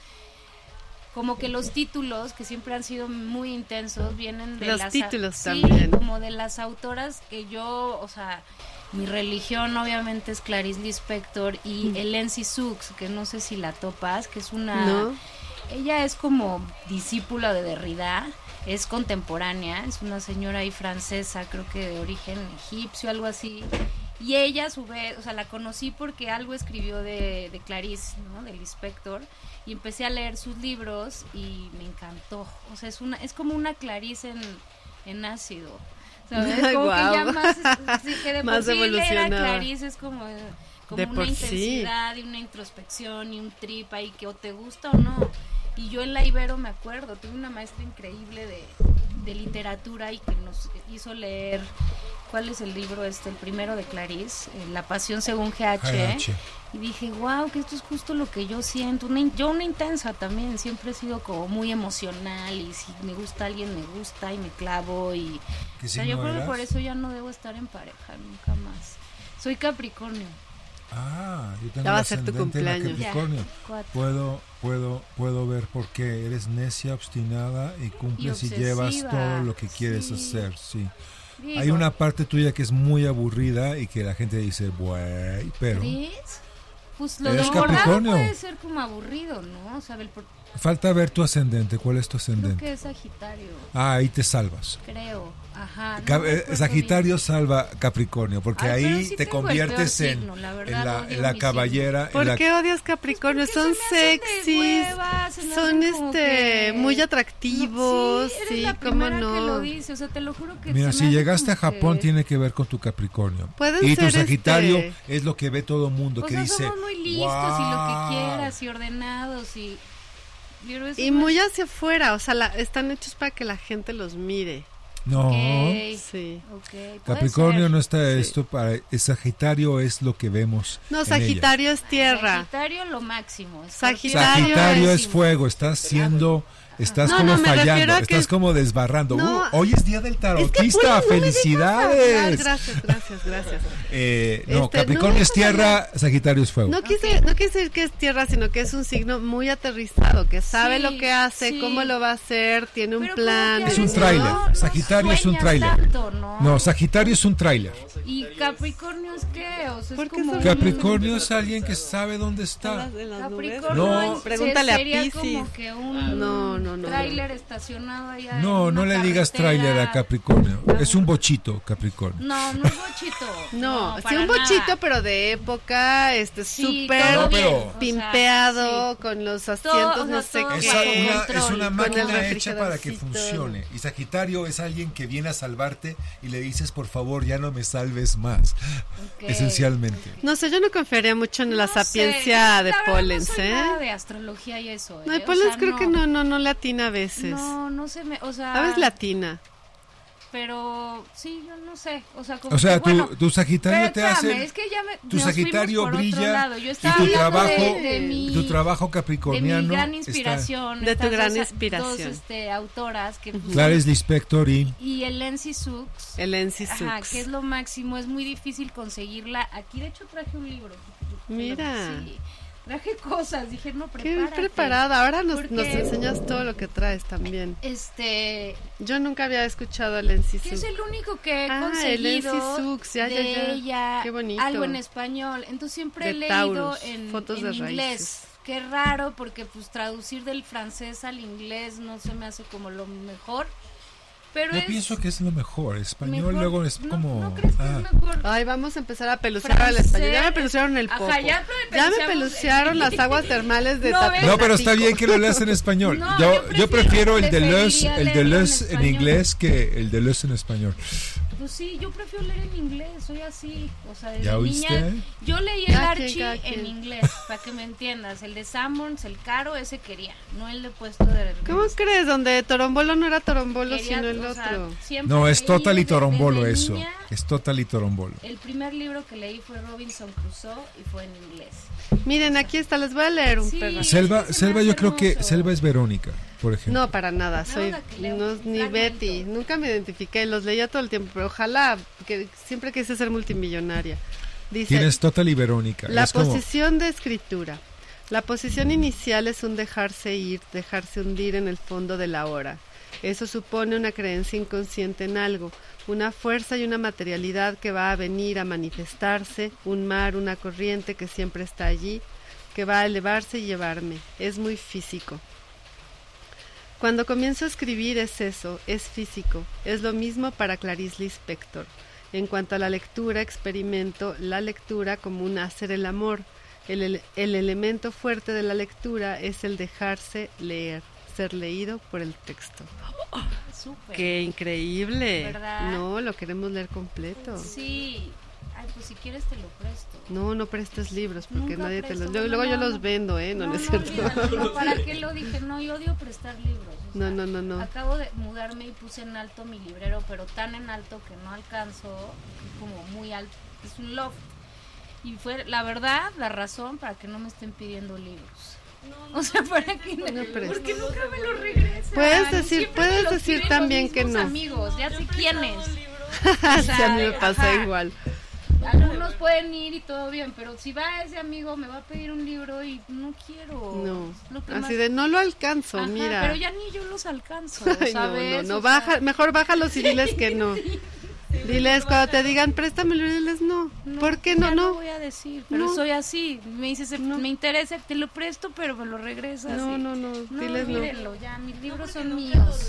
[SPEAKER 6] como que los títulos, que siempre han sido muy intensos, vienen de
[SPEAKER 3] Los
[SPEAKER 6] las...
[SPEAKER 3] títulos
[SPEAKER 6] sí,
[SPEAKER 3] también.
[SPEAKER 6] como de las autoras que yo, o sea, mi religión obviamente es Clarice Lispector y
[SPEAKER 3] Mm.
[SPEAKER 6] Helen Six, que no sé si la topas, que es una...
[SPEAKER 3] ¿No?
[SPEAKER 6] Ella es como discípula de Derrida, es contemporánea, es una señora ahí francesa, creo que de origen egipcio, algo así. Y ella, a su vez, o sea, la conocí porque algo escribió de, de Clarice, ¿no? Del inspector. Y empecé a leer sus libros y me encantó. O sea, es, una, es como una Clarice en, en ácido. ¿sabes? Como
[SPEAKER 3] Guau.
[SPEAKER 6] que ya más, sí, que de
[SPEAKER 3] Más
[SPEAKER 6] por sí leer a
[SPEAKER 3] evolucionada.
[SPEAKER 6] Clarice es como, como
[SPEAKER 3] De
[SPEAKER 6] una
[SPEAKER 3] por sí.
[SPEAKER 6] intensidad y una introspección y un trip ahí que o te gusta o no. Y yo en la Ibero me acuerdo, tuve una maestra increíble de, de literatura y que nos hizo leer, ¿cuál es el libro este? El primero de Clarice, eh, La Pasión según E.
[SPEAKER 5] GH.
[SPEAKER 6] y dije, wow, que esto es justo lo que yo siento. Una in- yo una intensa también, siempre he sido como muy emocional y si me gusta alguien, me gusta y me clavo. Y,
[SPEAKER 5] ¿Qué
[SPEAKER 6] o sea,
[SPEAKER 5] signo
[SPEAKER 6] yo creo que
[SPEAKER 5] eras?
[SPEAKER 6] por eso ya no debo estar en pareja nunca más. Soy Capricornio.
[SPEAKER 5] Ah, yo tengo
[SPEAKER 3] Ya va a
[SPEAKER 5] el
[SPEAKER 3] ser tu
[SPEAKER 5] ascendente en la
[SPEAKER 3] cumpleaños.
[SPEAKER 5] Capricornio.
[SPEAKER 6] Cuatro.
[SPEAKER 5] Puedo, puedo, puedo ver por qué eres necia, obstinada y cumples y,
[SPEAKER 6] obsesiva,
[SPEAKER 5] llevas todo lo que quieres
[SPEAKER 6] sí.
[SPEAKER 5] hacer, sí.
[SPEAKER 6] Digo,
[SPEAKER 5] Hay una parte tuya que es muy aburrida y que la gente dice, "Güey", pero
[SPEAKER 6] ¿Crees? Pues lo
[SPEAKER 5] Eres
[SPEAKER 6] demorado
[SPEAKER 5] Capricornio.
[SPEAKER 6] puede ser como aburrido, ¿no? O sea, el por-
[SPEAKER 5] falta ver tu ascendente. ¿Cuál es tu
[SPEAKER 6] creo
[SPEAKER 5] ascendente?
[SPEAKER 6] que es Sagitario,
[SPEAKER 5] Ah, ahí te salvas.
[SPEAKER 6] creo. Ajá. no
[SPEAKER 5] Ca-
[SPEAKER 6] me
[SPEAKER 5] eh,
[SPEAKER 6] acuerdo
[SPEAKER 5] Sagitario salva Capricornio, porque
[SPEAKER 6] Ay, pero
[SPEAKER 5] ahí
[SPEAKER 6] sí
[SPEAKER 5] te
[SPEAKER 6] tengo el
[SPEAKER 5] conviertes
[SPEAKER 6] peor
[SPEAKER 5] en,
[SPEAKER 6] signo, la
[SPEAKER 5] en
[SPEAKER 6] verdad,
[SPEAKER 5] la,
[SPEAKER 6] odio
[SPEAKER 5] en la
[SPEAKER 6] mi signo.
[SPEAKER 5] caballera. en
[SPEAKER 3] ¿Por
[SPEAKER 5] la-
[SPEAKER 3] qué odias Capricornio?
[SPEAKER 6] bien.
[SPEAKER 3] son
[SPEAKER 6] Pues Se me hacen de
[SPEAKER 3] sexys,
[SPEAKER 6] hueva, se me
[SPEAKER 3] son
[SPEAKER 6] hacen como
[SPEAKER 3] este
[SPEAKER 6] que-
[SPEAKER 3] muy
[SPEAKER 6] No,
[SPEAKER 3] atractivos,
[SPEAKER 6] sí, eres
[SPEAKER 3] sí,
[SPEAKER 6] la
[SPEAKER 3] cómo
[SPEAKER 6] primera que lo
[SPEAKER 3] no.
[SPEAKER 6] dice, o sea, te lo juro que
[SPEAKER 5] Mira,
[SPEAKER 6] se
[SPEAKER 5] si
[SPEAKER 6] me hace
[SPEAKER 5] llegaste a
[SPEAKER 6] como
[SPEAKER 5] Japón
[SPEAKER 6] que-
[SPEAKER 5] tiene que ver con tu Capricornio.
[SPEAKER 3] Pueden
[SPEAKER 5] Y tu
[SPEAKER 3] ser,
[SPEAKER 5] Sagitario
[SPEAKER 3] este,
[SPEAKER 5] es lo que ve todo mundo,
[SPEAKER 6] o
[SPEAKER 5] que
[SPEAKER 6] sea,
[SPEAKER 5] dice...
[SPEAKER 6] somos muy listos y lo
[SPEAKER 5] "Guau".
[SPEAKER 6] que quieras y ordenados y pero eso
[SPEAKER 3] Y
[SPEAKER 6] no
[SPEAKER 3] muy
[SPEAKER 6] es-
[SPEAKER 3] hacia afuera, o sea, la- están hechos para que la gente los mire.
[SPEAKER 5] No,
[SPEAKER 6] Ok,
[SPEAKER 3] Sí.
[SPEAKER 6] ok, puede
[SPEAKER 5] Capricornio
[SPEAKER 6] ser.
[SPEAKER 5] no está
[SPEAKER 3] Sí.
[SPEAKER 5] esto para... es Sagitario es lo que vemos
[SPEAKER 3] No,
[SPEAKER 5] en ella.
[SPEAKER 3] Sagitario es tierra.
[SPEAKER 6] Sagitario lo máximo.
[SPEAKER 3] Sagitario
[SPEAKER 6] Escorpio lo
[SPEAKER 5] Sagitario es
[SPEAKER 6] máximo.
[SPEAKER 5] fuego, estás siendo... Estás
[SPEAKER 3] No,
[SPEAKER 5] como
[SPEAKER 3] no, me refiero
[SPEAKER 5] fallando,
[SPEAKER 3] a que-
[SPEAKER 5] estás como desbarrando.
[SPEAKER 3] No.
[SPEAKER 5] Uh, hoy es día del
[SPEAKER 3] puras no
[SPEAKER 5] tarotista,
[SPEAKER 3] me dejas Ah,
[SPEAKER 5] felicidades.
[SPEAKER 3] gracias, gracias, gracias.
[SPEAKER 5] Eh, no,
[SPEAKER 3] Este,
[SPEAKER 5] Capricornio
[SPEAKER 3] no,
[SPEAKER 5] es tierra, Sagitario es fuego.
[SPEAKER 3] No quise, no quise decir que es tierra, sino que es un signo muy aterrizado, que sabe
[SPEAKER 6] Sí,
[SPEAKER 3] lo que hace,
[SPEAKER 6] sí.
[SPEAKER 3] cómo lo va a hacer, tiene un
[SPEAKER 6] Pero
[SPEAKER 3] plan.
[SPEAKER 6] como que
[SPEAKER 5] Es
[SPEAKER 6] a
[SPEAKER 5] un
[SPEAKER 6] veces
[SPEAKER 5] tráiler.
[SPEAKER 6] no- no
[SPEAKER 5] Sagitario es un
[SPEAKER 6] sueñas
[SPEAKER 5] tráiler.
[SPEAKER 6] tanto, ¿no?
[SPEAKER 5] No, Sagitario es un tráiler.
[SPEAKER 6] y Capricornio es qué? O sea, es
[SPEAKER 3] ¿Por qué
[SPEAKER 6] como
[SPEAKER 3] son-
[SPEAKER 6] un-
[SPEAKER 5] Capricornio es alguien que sabe dónde está.
[SPEAKER 2] en las nubes.
[SPEAKER 6] Capricornio
[SPEAKER 5] No.
[SPEAKER 6] es-
[SPEAKER 3] Pregúntale a
[SPEAKER 6] sería
[SPEAKER 3] Piscis.
[SPEAKER 6] como que un
[SPEAKER 3] No, no, no.
[SPEAKER 6] tráiler estacionado allá.
[SPEAKER 5] No,
[SPEAKER 6] en
[SPEAKER 5] no
[SPEAKER 6] una
[SPEAKER 5] le digas
[SPEAKER 6] carretera.
[SPEAKER 5] tráiler a Capricornio. Es un bochito, Capricornio.
[SPEAKER 6] No, no es bochito.
[SPEAKER 3] No, sí,
[SPEAKER 6] para
[SPEAKER 3] un bochito,
[SPEAKER 6] nada.
[SPEAKER 3] pero de época, este,
[SPEAKER 6] Sí,
[SPEAKER 3] súper
[SPEAKER 6] todo
[SPEAKER 5] No, pero-
[SPEAKER 6] bien, o sea,
[SPEAKER 3] pimpeado,
[SPEAKER 6] sí.
[SPEAKER 3] con los
[SPEAKER 6] Todo, o
[SPEAKER 3] asientos,
[SPEAKER 6] sea,
[SPEAKER 3] no sé
[SPEAKER 6] todo
[SPEAKER 3] qué.
[SPEAKER 5] Es
[SPEAKER 6] bajo
[SPEAKER 5] una,
[SPEAKER 6] control,
[SPEAKER 5] es una
[SPEAKER 6] con
[SPEAKER 5] máquina
[SPEAKER 3] el
[SPEAKER 5] hecha para que
[SPEAKER 3] refrigeradorcito.
[SPEAKER 5] funcione. Y Sagitario es alguien que viene a salvarte y le dices, por favor, ya no me salves más.
[SPEAKER 6] Ok.
[SPEAKER 5] Esencialmente.
[SPEAKER 3] No sé, yo no confiaría mucho en la
[SPEAKER 6] No sé,
[SPEAKER 3] sapiencia
[SPEAKER 6] yo
[SPEAKER 3] de
[SPEAKER 6] la verdad
[SPEAKER 3] Pollens,
[SPEAKER 6] no soy
[SPEAKER 3] ¿eh?
[SPEAKER 6] nada de astrología y eso. ¿eh?
[SPEAKER 3] No, de
[SPEAKER 6] O
[SPEAKER 3] Pollens
[SPEAKER 6] sea,
[SPEAKER 3] creo que no, no, no latina a veces.
[SPEAKER 6] No, ah. no se me, o sea,
[SPEAKER 3] A veces latina.
[SPEAKER 6] pero sí, yo no sé, o sea, como
[SPEAKER 5] O sea,
[SPEAKER 6] que,
[SPEAKER 5] tu,
[SPEAKER 6] bueno,
[SPEAKER 5] tu Sagitario
[SPEAKER 6] pero
[SPEAKER 5] te
[SPEAKER 6] espérame,
[SPEAKER 5] hace...
[SPEAKER 6] es que ya me-
[SPEAKER 5] Tu
[SPEAKER 6] nos fuimos
[SPEAKER 5] Sagitario
[SPEAKER 6] por otro
[SPEAKER 5] brilla
[SPEAKER 6] lado. Yo
[SPEAKER 5] y
[SPEAKER 6] estaba
[SPEAKER 5] tu
[SPEAKER 6] hablando de-
[SPEAKER 5] trabajo-
[SPEAKER 6] de mi-
[SPEAKER 5] Tu trabajo
[SPEAKER 6] de mi
[SPEAKER 5] capricorniano
[SPEAKER 6] gran
[SPEAKER 5] está...
[SPEAKER 6] inspiración,
[SPEAKER 3] De tu
[SPEAKER 6] estas
[SPEAKER 3] gran
[SPEAKER 6] dos-
[SPEAKER 3] inspiración.
[SPEAKER 6] dos este, autoras que
[SPEAKER 5] Clarice Lispector y...
[SPEAKER 6] y el Nancy Sux,
[SPEAKER 3] El Ensis
[SPEAKER 6] Ajá, que es lo máximo, es muy difícil conseguirla. Aquí de hecho traje un libro.
[SPEAKER 3] Mira.
[SPEAKER 6] Sí, traje cosas, dije, no,
[SPEAKER 3] Qué bien
[SPEAKER 6] prepárate.
[SPEAKER 3] preparada. Ahora nos,
[SPEAKER 6] Porque-
[SPEAKER 3] nos enseñas todo lo que traes también.
[SPEAKER 6] Este,
[SPEAKER 3] Yo nunca había escuchado al Ensis
[SPEAKER 6] que es el único que he
[SPEAKER 3] Ah, el
[SPEAKER 6] conseguido
[SPEAKER 3] Nancy Sux, ya,
[SPEAKER 6] de
[SPEAKER 3] ya, ya.
[SPEAKER 6] ella,
[SPEAKER 3] Qué bonito.
[SPEAKER 6] algo en español. Entonces siempre
[SPEAKER 3] De
[SPEAKER 6] he leído
[SPEAKER 3] Taurus,
[SPEAKER 6] en,
[SPEAKER 3] fotos
[SPEAKER 6] en
[SPEAKER 3] de
[SPEAKER 6] inglés.
[SPEAKER 3] raíces.
[SPEAKER 6] Qué raro, porque pues traducir del francés al inglés no se me hace como lo mejor. Pero
[SPEAKER 5] Yo
[SPEAKER 6] es
[SPEAKER 5] pienso que es lo mejor. Español
[SPEAKER 6] mejor.
[SPEAKER 5] luego es
[SPEAKER 6] No-
[SPEAKER 5] como.
[SPEAKER 6] ¿No crees que
[SPEAKER 5] ah,
[SPEAKER 6] es mejor?
[SPEAKER 3] Ay, vamos a empezar a pelucear al
[SPEAKER 6] Francés.
[SPEAKER 3] español. Ya me pelucearon el
[SPEAKER 6] Ajá,
[SPEAKER 3] popo.
[SPEAKER 6] ya
[SPEAKER 3] ya,
[SPEAKER 6] me
[SPEAKER 3] me
[SPEAKER 6] peluceamos
[SPEAKER 3] pelucearon
[SPEAKER 6] el-
[SPEAKER 3] las aguas termales de
[SPEAKER 6] No,
[SPEAKER 3] Tatu-
[SPEAKER 6] ¿ves?
[SPEAKER 5] No, pero está bien que lo leas en español.
[SPEAKER 6] No, yo
[SPEAKER 5] yo, yo
[SPEAKER 6] prefiero-
[SPEAKER 5] prefiero el Deleuze,
[SPEAKER 6] preferiría
[SPEAKER 5] el
[SPEAKER 6] leerlo en
[SPEAKER 5] Deleuze en
[SPEAKER 6] español.
[SPEAKER 5] inglés que el Deleuze en español.
[SPEAKER 6] Pues sí, yo prefiero leer en inglés, soy así. O sea, desde
[SPEAKER 5] ¿Ya
[SPEAKER 6] niña.
[SPEAKER 5] oíste?
[SPEAKER 6] Yo leí el
[SPEAKER 3] Cada quien, cada
[SPEAKER 6] Archie
[SPEAKER 3] quien.
[SPEAKER 6] en inglés, para que me entiendas. El de Sammons, el caro, ese quería. No el de puesto de.
[SPEAKER 3] ¿Cómo crees? Donde Torombolo no era Torombolo,
[SPEAKER 6] Quería,
[SPEAKER 3] sino el
[SPEAKER 6] o
[SPEAKER 3] otro.
[SPEAKER 6] sea, siempre
[SPEAKER 5] No, es
[SPEAKER 6] leí
[SPEAKER 5] total y
[SPEAKER 6] desde-
[SPEAKER 5] torombolo
[SPEAKER 6] desde
[SPEAKER 5] eso.
[SPEAKER 6] niña.
[SPEAKER 5] Es total y torombolo.
[SPEAKER 6] El primer libro que leí fue Robinson Crusoe y fue en inglés.
[SPEAKER 3] Miren, aquí está, les voy a leer un
[SPEAKER 6] Sí.
[SPEAKER 3] perro.
[SPEAKER 5] Selva,
[SPEAKER 6] ese se me
[SPEAKER 5] Selva
[SPEAKER 6] hace
[SPEAKER 5] yo creo que
[SPEAKER 6] hermoso.
[SPEAKER 5] Selva es Verónica, por ejemplo.
[SPEAKER 3] No, para nada, soy
[SPEAKER 6] onda que leo
[SPEAKER 3] no,
[SPEAKER 6] un
[SPEAKER 3] ni
[SPEAKER 6] fragmento.
[SPEAKER 3] Betty, nunca me identifiqué, los leía todo el tiempo, pero ojalá, que siempre quise ser multimillonaria. Dice,
[SPEAKER 5] Tienes total y Verónica.
[SPEAKER 3] La
[SPEAKER 5] es como-
[SPEAKER 3] posición de escritura. La posición inicial es un dejarse ir, dejarse hundir en el fondo de la hora. Eso supone una creencia inconsciente en algo, una fuerza y una materialidad que va a venir a manifestarse, un mar, una corriente que siempre está allí, que va a elevarse y llevarme. Es muy físico. Cuando comienzo a escribir es eso, es físico. Es lo mismo para Clarice Lispector. En cuanto a la lectura, experimento la lectura como un hacer el amor. El, el- el elemento fuerte de la lectura es el dejarse leer, ser leído por el texto.
[SPEAKER 6] Súper.
[SPEAKER 3] Qué increíble.
[SPEAKER 6] ¿Verdad?
[SPEAKER 3] No, lo queremos leer completo.
[SPEAKER 6] Sí. Ay, pues si quieres te lo presto.
[SPEAKER 3] No, no prestes libros porque
[SPEAKER 6] Nunca
[SPEAKER 3] nadie te los.
[SPEAKER 6] presto,
[SPEAKER 3] yo-
[SPEAKER 6] no,
[SPEAKER 3] luego
[SPEAKER 6] no,
[SPEAKER 3] yo
[SPEAKER 6] no.
[SPEAKER 3] los vendo, ¿eh? No, no,
[SPEAKER 6] no,
[SPEAKER 3] es cierto.
[SPEAKER 6] olvídalo, no, ¿para qué lo dije? No, yo odio prestar libros. o
[SPEAKER 3] No,
[SPEAKER 6] sea,
[SPEAKER 3] no, no, no.
[SPEAKER 6] Acabo de mudarme y puse en alto mi librero, pero tan en alto que no alcanzo, y como muy alto, es un loft. Y fue la verdad, la razón para que no me estén pidiendo libros. o sea, para que no,
[SPEAKER 3] prestes.
[SPEAKER 6] porque nunca me los regresan.
[SPEAKER 3] Puedes decir-
[SPEAKER 6] Siempre me
[SPEAKER 3] puedes
[SPEAKER 6] los
[SPEAKER 3] decir
[SPEAKER 6] piden
[SPEAKER 3] también
[SPEAKER 6] los
[SPEAKER 3] que
[SPEAKER 6] mismos
[SPEAKER 3] no.
[SPEAKER 6] amigos, ya sé quiénes.
[SPEAKER 3] Sí, a mí me pasa
[SPEAKER 6] Ajá.
[SPEAKER 3] igual.
[SPEAKER 6] Algunos pueden ir y todo bien, pero si va ese amigo me va a pedir un libro y no quiero.
[SPEAKER 3] No.
[SPEAKER 6] Es lo que Oh. pues más-
[SPEAKER 3] Así de no lo alcanzo,
[SPEAKER 6] Ajá,
[SPEAKER 3] mira.
[SPEAKER 6] Pero ya ni yo los alcanzo,
[SPEAKER 3] Ay, no,
[SPEAKER 6] ¿sabes?
[SPEAKER 3] no, no,
[SPEAKER 6] O sea,
[SPEAKER 3] baja, mejor bájalos y diles que no. Diles cuando te digan préstamelo y diles no.
[SPEAKER 6] no,
[SPEAKER 3] ¿Por qué no?
[SPEAKER 6] ya lo
[SPEAKER 3] No,
[SPEAKER 6] voy a decir, pero
[SPEAKER 3] No.
[SPEAKER 6] soy así. Me dices, "Se- me interesa, te lo presto, pero me lo regresas.
[SPEAKER 3] no,
[SPEAKER 6] y-
[SPEAKER 3] no, no,
[SPEAKER 6] No,
[SPEAKER 3] diles no.
[SPEAKER 6] olvídenlo ya, mis libros son míos.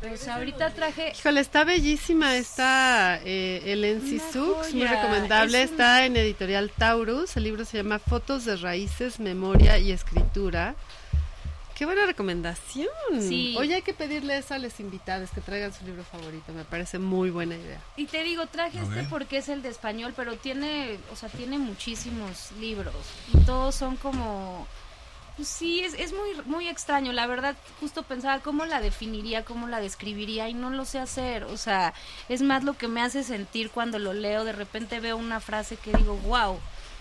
[SPEAKER 6] O sea, ahorita traje
[SPEAKER 3] Híjole, está bellísima esta eh, Ellen
[SPEAKER 6] Una
[SPEAKER 3] Sisux, muy
[SPEAKER 6] joya,
[SPEAKER 3] recomendable.
[SPEAKER 6] es un-
[SPEAKER 3] Está en editorial Taurus. El libro se llama Fotos de Raíces, Memoria y Escritura. Qué buena recomendación.
[SPEAKER 6] Sí.
[SPEAKER 3] Oye, hay que pedirle eso a los invitados que traigan su libro favorito. Me parece muy buena idea.
[SPEAKER 6] Y te digo, traje
[SPEAKER 5] A
[SPEAKER 6] este
[SPEAKER 5] ver.
[SPEAKER 6] porque es el de español, pero tiene, o sea, tiene muchísimos libros y todos son como pues sí, es, es muy muy extraño, la verdad, justo pensaba cómo la definiría, cómo la describiría y no lo sé hacer, o sea, es más lo que me hace sentir cuando lo leo, de repente veo una frase que digo, wow,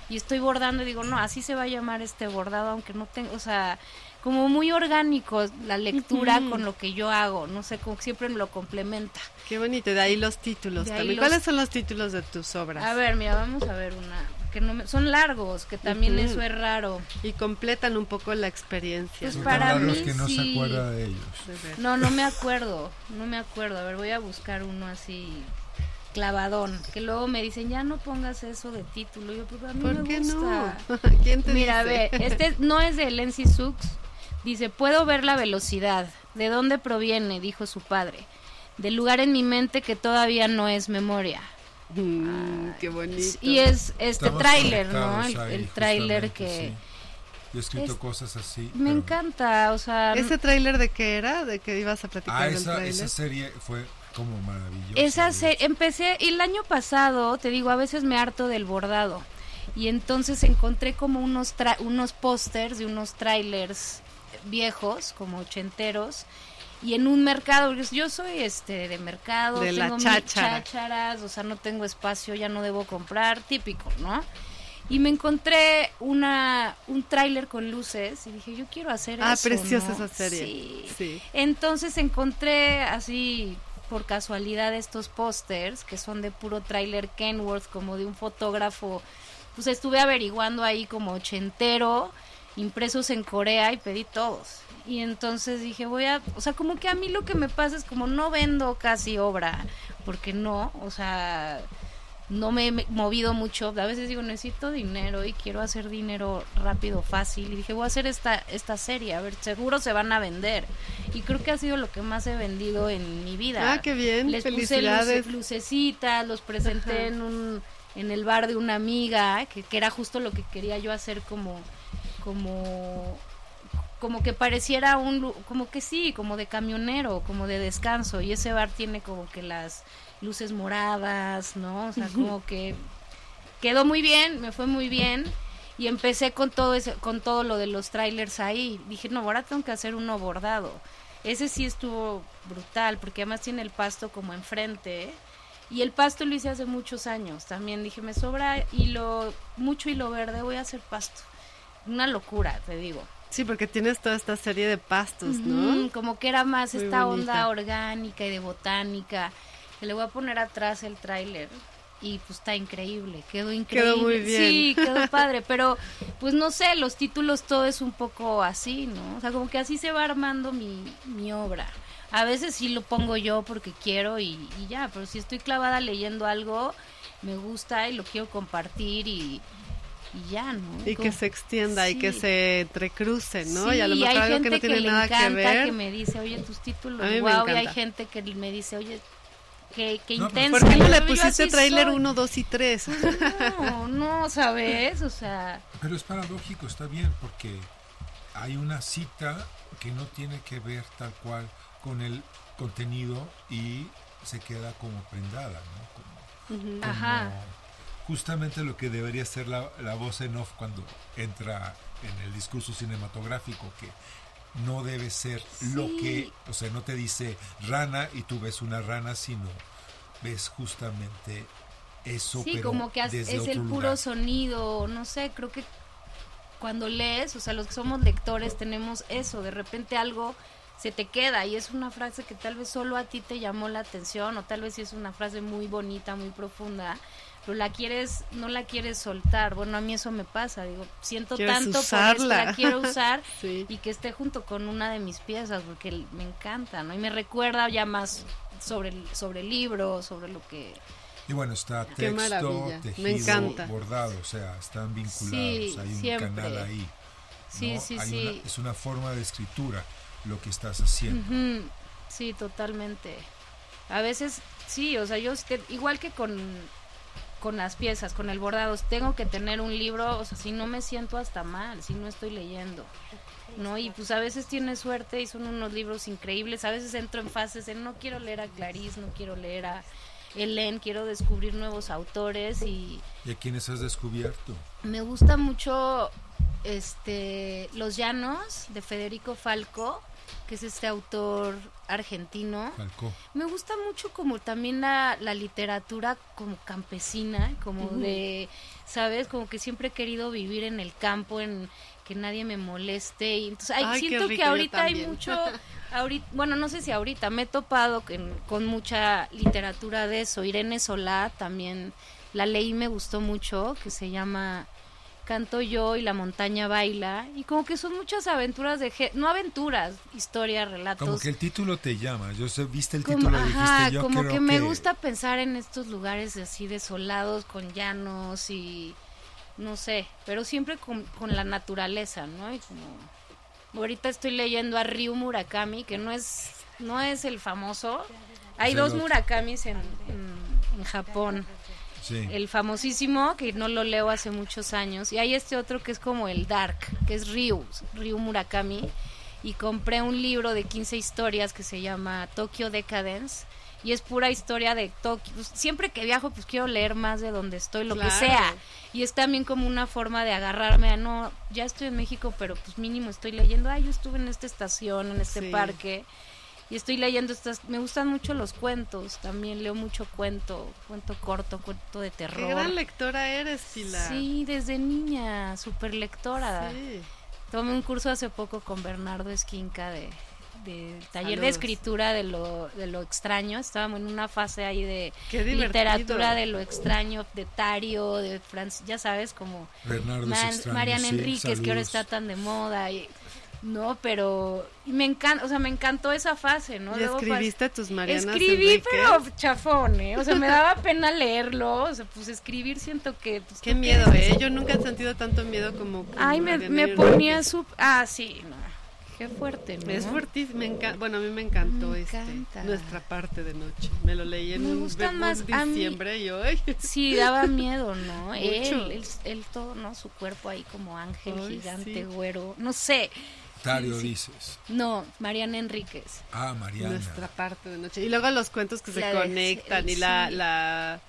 [SPEAKER 6] y estoy bordando y digo, no, así se va a llamar este bordado, aunque no tengo, o sea, como muy orgánico la lectura con lo que yo hago, no sé, como que siempre me lo complementa.
[SPEAKER 3] Qué bonito, de ahí los títulos
[SPEAKER 6] De ahí
[SPEAKER 3] también.
[SPEAKER 6] los-
[SPEAKER 3] ¿Cuáles son los títulos de tus obras?
[SPEAKER 6] A ver, mira, vamos a ver una. Que no me- son largos, que también
[SPEAKER 3] Ujú.
[SPEAKER 6] eso es raro.
[SPEAKER 3] Y completan un poco la experiencia.
[SPEAKER 6] Pues
[SPEAKER 5] Son
[SPEAKER 3] ¿no?
[SPEAKER 6] para
[SPEAKER 5] raros
[SPEAKER 6] mí
[SPEAKER 5] que no se
[SPEAKER 6] sí.
[SPEAKER 5] acuerda de ellos.
[SPEAKER 3] De ver.
[SPEAKER 6] No, no me acuerdo, no me acuerdo. A ver, voy a buscar uno así clavadón, que luego me dicen, ya no pongas eso de título. Yo, pues a mí
[SPEAKER 3] ¿Por
[SPEAKER 6] me
[SPEAKER 3] qué no?
[SPEAKER 6] gusta.
[SPEAKER 3] ¿Quién te
[SPEAKER 6] Mira,
[SPEAKER 3] dice?
[SPEAKER 6] ve, este no es de Lency Sux. Dice, puedo ver la velocidad. ¿De dónde proviene? Dijo su padre. Del lugar en mi mente que todavía no es memoria.
[SPEAKER 3] Mm, qué bonito.
[SPEAKER 6] Y es este
[SPEAKER 5] Estamos
[SPEAKER 6] tráiler, ¿no?
[SPEAKER 5] conectados
[SPEAKER 6] El,
[SPEAKER 5] ahí,
[SPEAKER 6] el tráiler
[SPEAKER 5] justamente,
[SPEAKER 6] que...
[SPEAKER 5] sí. Yo he escrito
[SPEAKER 6] Es-
[SPEAKER 5] cosas así.
[SPEAKER 6] Me
[SPEAKER 5] pero-
[SPEAKER 6] encanta, o sea,
[SPEAKER 3] ¿Ese tráiler de qué era? ¿De qué ibas a platicar
[SPEAKER 5] Ah,
[SPEAKER 3] del
[SPEAKER 5] esa,
[SPEAKER 3] tráiler?
[SPEAKER 5] esa serie fue como maravillosa.
[SPEAKER 6] esa
[SPEAKER 5] de
[SPEAKER 6] se- empecé el año pasado, te digo, a veces me harto del bordado y entonces encontré como unos tra- unos pósters de unos trailers viejos, como ochenteros. Y en un mercado, yo- yo soy este de mercado,
[SPEAKER 3] De la
[SPEAKER 6] tengo mis
[SPEAKER 3] cháchara.
[SPEAKER 6] chácharas, o sea, no tengo espacio, ya no debo comprar, típico, ¿no? Y me encontré una un tráiler con luces y dije, yo quiero hacer
[SPEAKER 3] Ah,
[SPEAKER 6] eso.
[SPEAKER 3] preciosa
[SPEAKER 6] ¿no?
[SPEAKER 3] esa serie.
[SPEAKER 6] Sí.
[SPEAKER 3] Sí.
[SPEAKER 6] Entonces encontré así por casualidad estos pósters que son de puro tráiler Kenworth, como de un fotógrafo. Pues estuve averiguando ahí como ochentero, impresos en Corea y pedí todos. Y entonces dije, voy a, o sea, como que a mí lo que me pasa es como no vendo casi obra, porque no, o sea, no me he me- movido mucho. A veces digo, necesito dinero y quiero hacer dinero rápido, fácil. Y dije, voy a hacer esta, esta serie, a ver, seguro se van a vender. Y creo que ha sido lo que más he vendido en mi vida.
[SPEAKER 3] Ah, qué bien,
[SPEAKER 6] Les
[SPEAKER 3] felicidades.
[SPEAKER 6] puse luce- lucecitas, los presenté en un en el bar de una amiga, que, que era justo lo que quería yo hacer como como como que pareciera un lu- como que sí, como de camionero, como de descanso y ese bar tiene como que las luces moradas, ¿no? O sea, como que quedó muy bien, me fue muy bien y empecé con todo eso, con todo lo de los trailers ahí. Dije, no, ahora tengo que hacer uno bordado. Ese sí estuvo brutal porque además tiene el pasto como enfrente y el pasto lo hice hace muchos años. También dije, me sobra hilo, mucho hilo verde, voy a hacer pasto. Una locura, te digo.
[SPEAKER 3] Sí, porque tienes toda esta serie de pastos,
[SPEAKER 6] Ujú,
[SPEAKER 3] ¿no?
[SPEAKER 6] Como que era más
[SPEAKER 3] Muy
[SPEAKER 6] esta
[SPEAKER 3] bonita.
[SPEAKER 6] onda orgánica y de botánica. Que le voy a poner atrás el tráiler. Y pues está increíble, quedó increíble.
[SPEAKER 3] muy bien.
[SPEAKER 6] Sí, quedó padre, pero pues no sé, los títulos todo es un poco así, ¿no? O sea, como que así se va armando mi, mi obra. A veces sí lo pongo yo porque quiero y, y ya, pero si estoy clavada leyendo algo, me gusta y lo quiero compartir y, y ya, ¿no?
[SPEAKER 3] Y que
[SPEAKER 6] Como-
[SPEAKER 3] se extienda y que
[SPEAKER 6] Sí.
[SPEAKER 3] se entrecruce, ¿no?
[SPEAKER 6] Sí,
[SPEAKER 3] y a lo mejor
[SPEAKER 6] hay
[SPEAKER 3] algo que
[SPEAKER 6] gente
[SPEAKER 3] no tiene
[SPEAKER 6] le
[SPEAKER 3] nada que
[SPEAKER 6] encanta
[SPEAKER 3] ver.
[SPEAKER 6] que me dice, oye, tus títulos,
[SPEAKER 3] A mí me
[SPEAKER 6] guau, y hay
[SPEAKER 3] encanta.
[SPEAKER 6] gente que me dice, oye, qué, qué
[SPEAKER 5] No, pero-
[SPEAKER 6] intensa.
[SPEAKER 3] ¿Por qué no
[SPEAKER 6] Yo
[SPEAKER 3] le
[SPEAKER 6] digo,
[SPEAKER 3] pusiste
[SPEAKER 6] "Así
[SPEAKER 3] tráiler
[SPEAKER 6] soy".
[SPEAKER 3] 1, 2 y 3?
[SPEAKER 6] No, no, ¿sabes? O sea,
[SPEAKER 5] Pero es paradójico, está bien, porque hay una cita que no tiene que ver tal cual con el contenido y se queda como prendada, ¿no? Como-
[SPEAKER 3] Mm.
[SPEAKER 6] Ajá.
[SPEAKER 5] Ah, justamente lo que debería ser la, la voz en off cuando entra en el discurso cinematográfico, que no debe ser lo que, o sea, no te dice rana y tú ves una rana, sino ves justamente eso.
[SPEAKER 6] Sí,
[SPEAKER 5] pero
[SPEAKER 6] como que has- es
[SPEAKER 5] desde
[SPEAKER 6] el
[SPEAKER 5] otro
[SPEAKER 6] puro
[SPEAKER 5] lugar.
[SPEAKER 6] sonido, no sé, creo que cuando lees, o sea, los que somos lectores tenemos eso, de repente algo se te queda y es una frase que tal vez solo a ti te llamó la atención o tal vez sí es una frase muy bonita, muy profunda, pero la quieres, no la quieres soltar. Bueno, a mí eso me pasa, digo, siento
[SPEAKER 3] Quieres
[SPEAKER 6] tanto por esto,
[SPEAKER 3] usarla.
[SPEAKER 6] la quiero usar
[SPEAKER 3] Sí.
[SPEAKER 6] y que esté junto con una de mis piezas porque l- me encanta, ¿no? Y me recuerda ya más sobre el, sobre el libro, sobre lo que
[SPEAKER 5] Y bueno, está
[SPEAKER 3] Qué
[SPEAKER 5] texto,
[SPEAKER 3] maravilla, me
[SPEAKER 5] tejido,
[SPEAKER 3] encanta.
[SPEAKER 5] bordado, o sea, están vinculados,
[SPEAKER 6] Sí,
[SPEAKER 5] hay un
[SPEAKER 6] siempre.
[SPEAKER 5] canal ahí.
[SPEAKER 6] Sí,
[SPEAKER 5] ¿no?
[SPEAKER 6] sí,
[SPEAKER 5] Hay
[SPEAKER 6] sí.
[SPEAKER 5] una- es una forma de escritura lo que estás haciendo.
[SPEAKER 6] Ujú, Sí, totalmente. A veces, sí, o sea, yo sí te- igual que con, con las piezas, con el bordado, tengo que tener un libro, o sea, si no me siento hasta mal, si no estoy leyendo. ¿No? Y pues a veces tienes suerte y son unos libros increíbles. A veces entro en fases de no quiero leer a Clarice, no quiero leer a Helen, quiero descubrir nuevos autores y,
[SPEAKER 5] ¿Y a quiénes has descubierto?
[SPEAKER 6] me gusta mucho este Los Llanos de Federico Falco, que es este autor argentino.
[SPEAKER 5] Falcó.
[SPEAKER 6] Me gusta mucho como también la, la literatura como campesina, como de, ¿sabes? Como que siempre he querido vivir en el campo, en que nadie me moleste. Y entonces, ay,
[SPEAKER 3] Ay, qué
[SPEAKER 6] siento
[SPEAKER 3] rico,
[SPEAKER 6] que
[SPEAKER 3] yo
[SPEAKER 6] ahorita hay
[SPEAKER 3] también.
[SPEAKER 6] mucho, ahorita, bueno, no sé si ahorita, me he topado con, con mucha literatura de eso. Irene Solá también, la leí, me gustó mucho, que se llama canto yo y la montaña baila y como que son muchas aventuras de ge- no aventuras historias relatos
[SPEAKER 5] Como que el título te llama. Yo sé, viste el
[SPEAKER 6] como,
[SPEAKER 5] título y
[SPEAKER 6] ajá,
[SPEAKER 5] dijiste yo
[SPEAKER 6] como
[SPEAKER 5] creo
[SPEAKER 6] que me gusta pensar en estos lugares así desolados, con llanos y no sé, pero siempre con, con la naturaleza, ¿no? Y como ahorita estoy leyendo a Ryu Murakami, que no es no es el famoso. Hay
[SPEAKER 5] Sí,
[SPEAKER 6] dos
[SPEAKER 5] lo-
[SPEAKER 6] Murakamis en, en- en Japón.
[SPEAKER 5] Sí.
[SPEAKER 6] El famosísimo, que no lo leo hace muchos años, y hay este otro que es como el Dark, que es Ryu, Ryu Murakami, y compré un libro de 15 historias que se llama Tokyo Decadence, y es pura historia de Tokio. Pues, siempre que viajo, pues quiero leer más de donde estoy, lo que
[SPEAKER 3] Claro.
[SPEAKER 6] sea, y es también como una forma de agarrarme a, no, ya estoy en México, pero pues mínimo estoy leyendo, ay, yo estuve en esta estación, en este
[SPEAKER 3] Sí.
[SPEAKER 6] parque. Y estoy leyendo estas, me gustan mucho los cuentos, también leo mucho cuento, cuento corto, cuento de terror.
[SPEAKER 3] Qué gran lectora eres, Pilar.
[SPEAKER 6] Sí, desde niña, super lectora.
[SPEAKER 3] Sí.
[SPEAKER 6] Tomé un curso hace poco con Bernardo Esquinca de, de taller de
[SPEAKER 3] Saludos.
[SPEAKER 6] escritura de lo, de lo extraño. Estábamos en una fase ahí de
[SPEAKER 3] Qué divertido.
[SPEAKER 6] literatura de lo extraño, de Tario, de Franz, ya sabes, como
[SPEAKER 5] Bernardo es
[SPEAKER 6] Ma-
[SPEAKER 5] extraño,
[SPEAKER 6] Mariana
[SPEAKER 5] sí,
[SPEAKER 6] Enríquez, que ahora
[SPEAKER 5] saludos.
[SPEAKER 6] está tan de moda. Y, no, pero y me encanta, o sea, me encantó esa fase, ¿no?
[SPEAKER 3] ¿Y
[SPEAKER 6] Luego pas-
[SPEAKER 3] escribiste tus Marianas
[SPEAKER 6] pues, Escribí,
[SPEAKER 3] Enríquez?
[SPEAKER 6] pero chafón, ¿eh? O sea, me daba pena leerlo. O sea, pues escribir siento que. pues,
[SPEAKER 3] Qué
[SPEAKER 6] tú
[SPEAKER 3] miedo,
[SPEAKER 6] tienes-
[SPEAKER 3] ¿eh? Yo nunca he sentido tanto miedo como... con
[SPEAKER 6] Ay, me,
[SPEAKER 3] Mariana
[SPEAKER 6] me
[SPEAKER 3] Enríquez.
[SPEAKER 6] ponía su. Ah, sí, no. Qué fuerte, ¿no?
[SPEAKER 3] Es fuertísimo, me encanta, bueno, a mí me encantó
[SPEAKER 6] Me
[SPEAKER 3] este,
[SPEAKER 6] encanta.
[SPEAKER 3] nuestra parte de noche. Me lo leí en
[SPEAKER 6] Me
[SPEAKER 3] un,
[SPEAKER 6] gustan
[SPEAKER 3] un
[SPEAKER 6] más a mí-
[SPEAKER 3] diciembre y hoy.
[SPEAKER 6] Sí, daba miedo, ¿no? él,
[SPEAKER 3] Mucho.
[SPEAKER 6] él, él todo, ¿no? Su cuerpo ahí como ángel
[SPEAKER 3] Ay,
[SPEAKER 6] gigante,
[SPEAKER 3] sí.
[SPEAKER 6] güero. No sé.
[SPEAKER 5] Tario dices.
[SPEAKER 6] No, Mariana Enríquez.
[SPEAKER 5] Ah, Mariana.
[SPEAKER 3] Nuestra parte de noche. Y luego los cuentos que
[SPEAKER 6] La
[SPEAKER 3] se
[SPEAKER 6] de-
[SPEAKER 3] conectan y
[SPEAKER 6] sí.
[SPEAKER 3] la... la,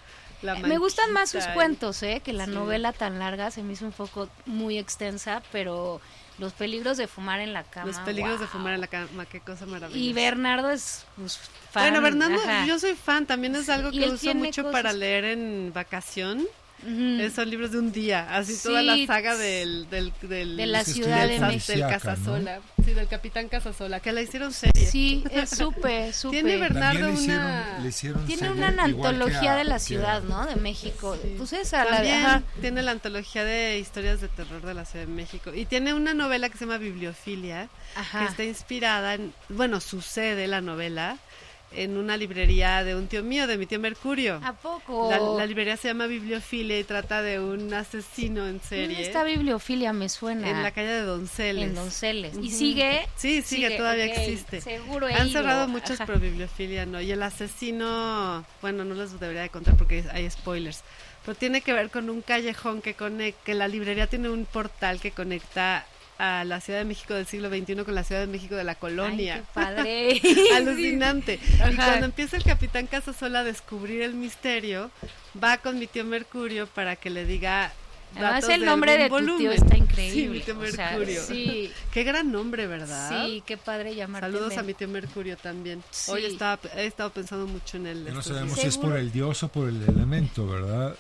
[SPEAKER 3] la
[SPEAKER 6] Eh, Me gustan más sus
[SPEAKER 3] manchita y-
[SPEAKER 6] cuentos, ¿eh? Que la
[SPEAKER 3] Sí.
[SPEAKER 6] novela tan larga se me hizo un poco muy extensa, pero los peligros de fumar en la cama.
[SPEAKER 3] Los peligros de
[SPEAKER 6] wow.
[SPEAKER 3] fumar en la cama, qué cosa maravillosa.
[SPEAKER 6] Ah, Y Bernardo es pues, fan.
[SPEAKER 3] bueno, Bernardo,
[SPEAKER 6] ajá.
[SPEAKER 3] yo soy fan, también es algo
[SPEAKER 6] y
[SPEAKER 3] que
[SPEAKER 6] él
[SPEAKER 3] uso
[SPEAKER 6] tiene
[SPEAKER 3] mucho
[SPEAKER 6] cosas-
[SPEAKER 3] para leer en vacación.
[SPEAKER 6] Ujú.
[SPEAKER 3] Eh, son libros de un día, así toda la
[SPEAKER 6] Sí,
[SPEAKER 3] saga del, del, del-
[SPEAKER 6] De la
[SPEAKER 3] del-
[SPEAKER 6] Ciudad de
[SPEAKER 3] del,
[SPEAKER 5] México.
[SPEAKER 3] del Casasola, sí, del Capitán Casasola, que la hicieron serie.
[SPEAKER 6] Sí, es súper, súper.
[SPEAKER 3] Tiene ver-
[SPEAKER 5] También le
[SPEAKER 3] Bernardo,
[SPEAKER 5] hicieron,
[SPEAKER 3] una-
[SPEAKER 5] le hicieron
[SPEAKER 6] Tiene
[SPEAKER 5] serie,
[SPEAKER 6] una
[SPEAKER 5] igual que
[SPEAKER 6] antología
[SPEAKER 5] a-
[SPEAKER 6] de la
[SPEAKER 5] que-
[SPEAKER 6] ciudad, ¿no? De México.
[SPEAKER 3] Sí.
[SPEAKER 6] Pues esa, la de.
[SPEAKER 3] También
[SPEAKER 6] ajá.
[SPEAKER 3] tiene la antología de historias de terror de la Ciudad de México y tiene una novela que se llama Bibliofilia,
[SPEAKER 6] Ajá.
[SPEAKER 3] que está inspirada en, bueno, sucede la novela en una librería de un tío mío, de mi tío Mercurio.
[SPEAKER 6] ¿A poco?
[SPEAKER 3] La, la librería se llama Bibliofilia y trata de un asesino en
[SPEAKER 6] ¿Dónde
[SPEAKER 3] serie.
[SPEAKER 6] Mm, está bibliofilia? Me suena.
[SPEAKER 3] ¿eh? En la calle de Donceles.
[SPEAKER 6] En Donceles. ¿Y
[SPEAKER 3] Ujú.
[SPEAKER 6] sigue?
[SPEAKER 3] Sí, sigue, todavía
[SPEAKER 6] ok,
[SPEAKER 3] existe.
[SPEAKER 6] Seguro he
[SPEAKER 3] Han
[SPEAKER 6] ido,
[SPEAKER 3] cerrado muchas
[SPEAKER 6] ajá.
[SPEAKER 3] por bibliofilia, ¿no? Y el asesino, bueno, no les debería de contar porque hay spoilers, pero tiene que ver con un callejón que conecta, que la librería tiene un portal que conecta a la Ciudad de México del siglo XXI con la Ciudad de México de la colonia.
[SPEAKER 6] Ay, qué padre.
[SPEAKER 3] Alucinante. Y
[SPEAKER 6] Ajá.
[SPEAKER 3] cuando empieza el capitán Casasola a descubrir el misterio, va con mi tío Mercurio para que le diga.
[SPEAKER 6] Además,
[SPEAKER 3] datos
[SPEAKER 6] Ah, el
[SPEAKER 3] de
[SPEAKER 6] nombre
[SPEAKER 3] algún
[SPEAKER 6] de tu tío
[SPEAKER 3] volumen.
[SPEAKER 6] está
[SPEAKER 3] Sí,
[SPEAKER 6] increíble.
[SPEAKER 3] mi tío
[SPEAKER 6] o sea,
[SPEAKER 3] Mercurio.
[SPEAKER 6] sí,
[SPEAKER 3] Qué gran nombre, ¿verdad?
[SPEAKER 6] sí, qué padre llamarte.
[SPEAKER 3] Saludos
[SPEAKER 6] Mer-
[SPEAKER 3] a mi tío Mercurio también.
[SPEAKER 6] Sí.
[SPEAKER 3] Hoy estaba, he estado pensando mucho en él.
[SPEAKER 5] Ya no
[SPEAKER 3] estos
[SPEAKER 5] sabemos
[SPEAKER 3] días.
[SPEAKER 5] si es por el dios o por el elemento, ¿verdad?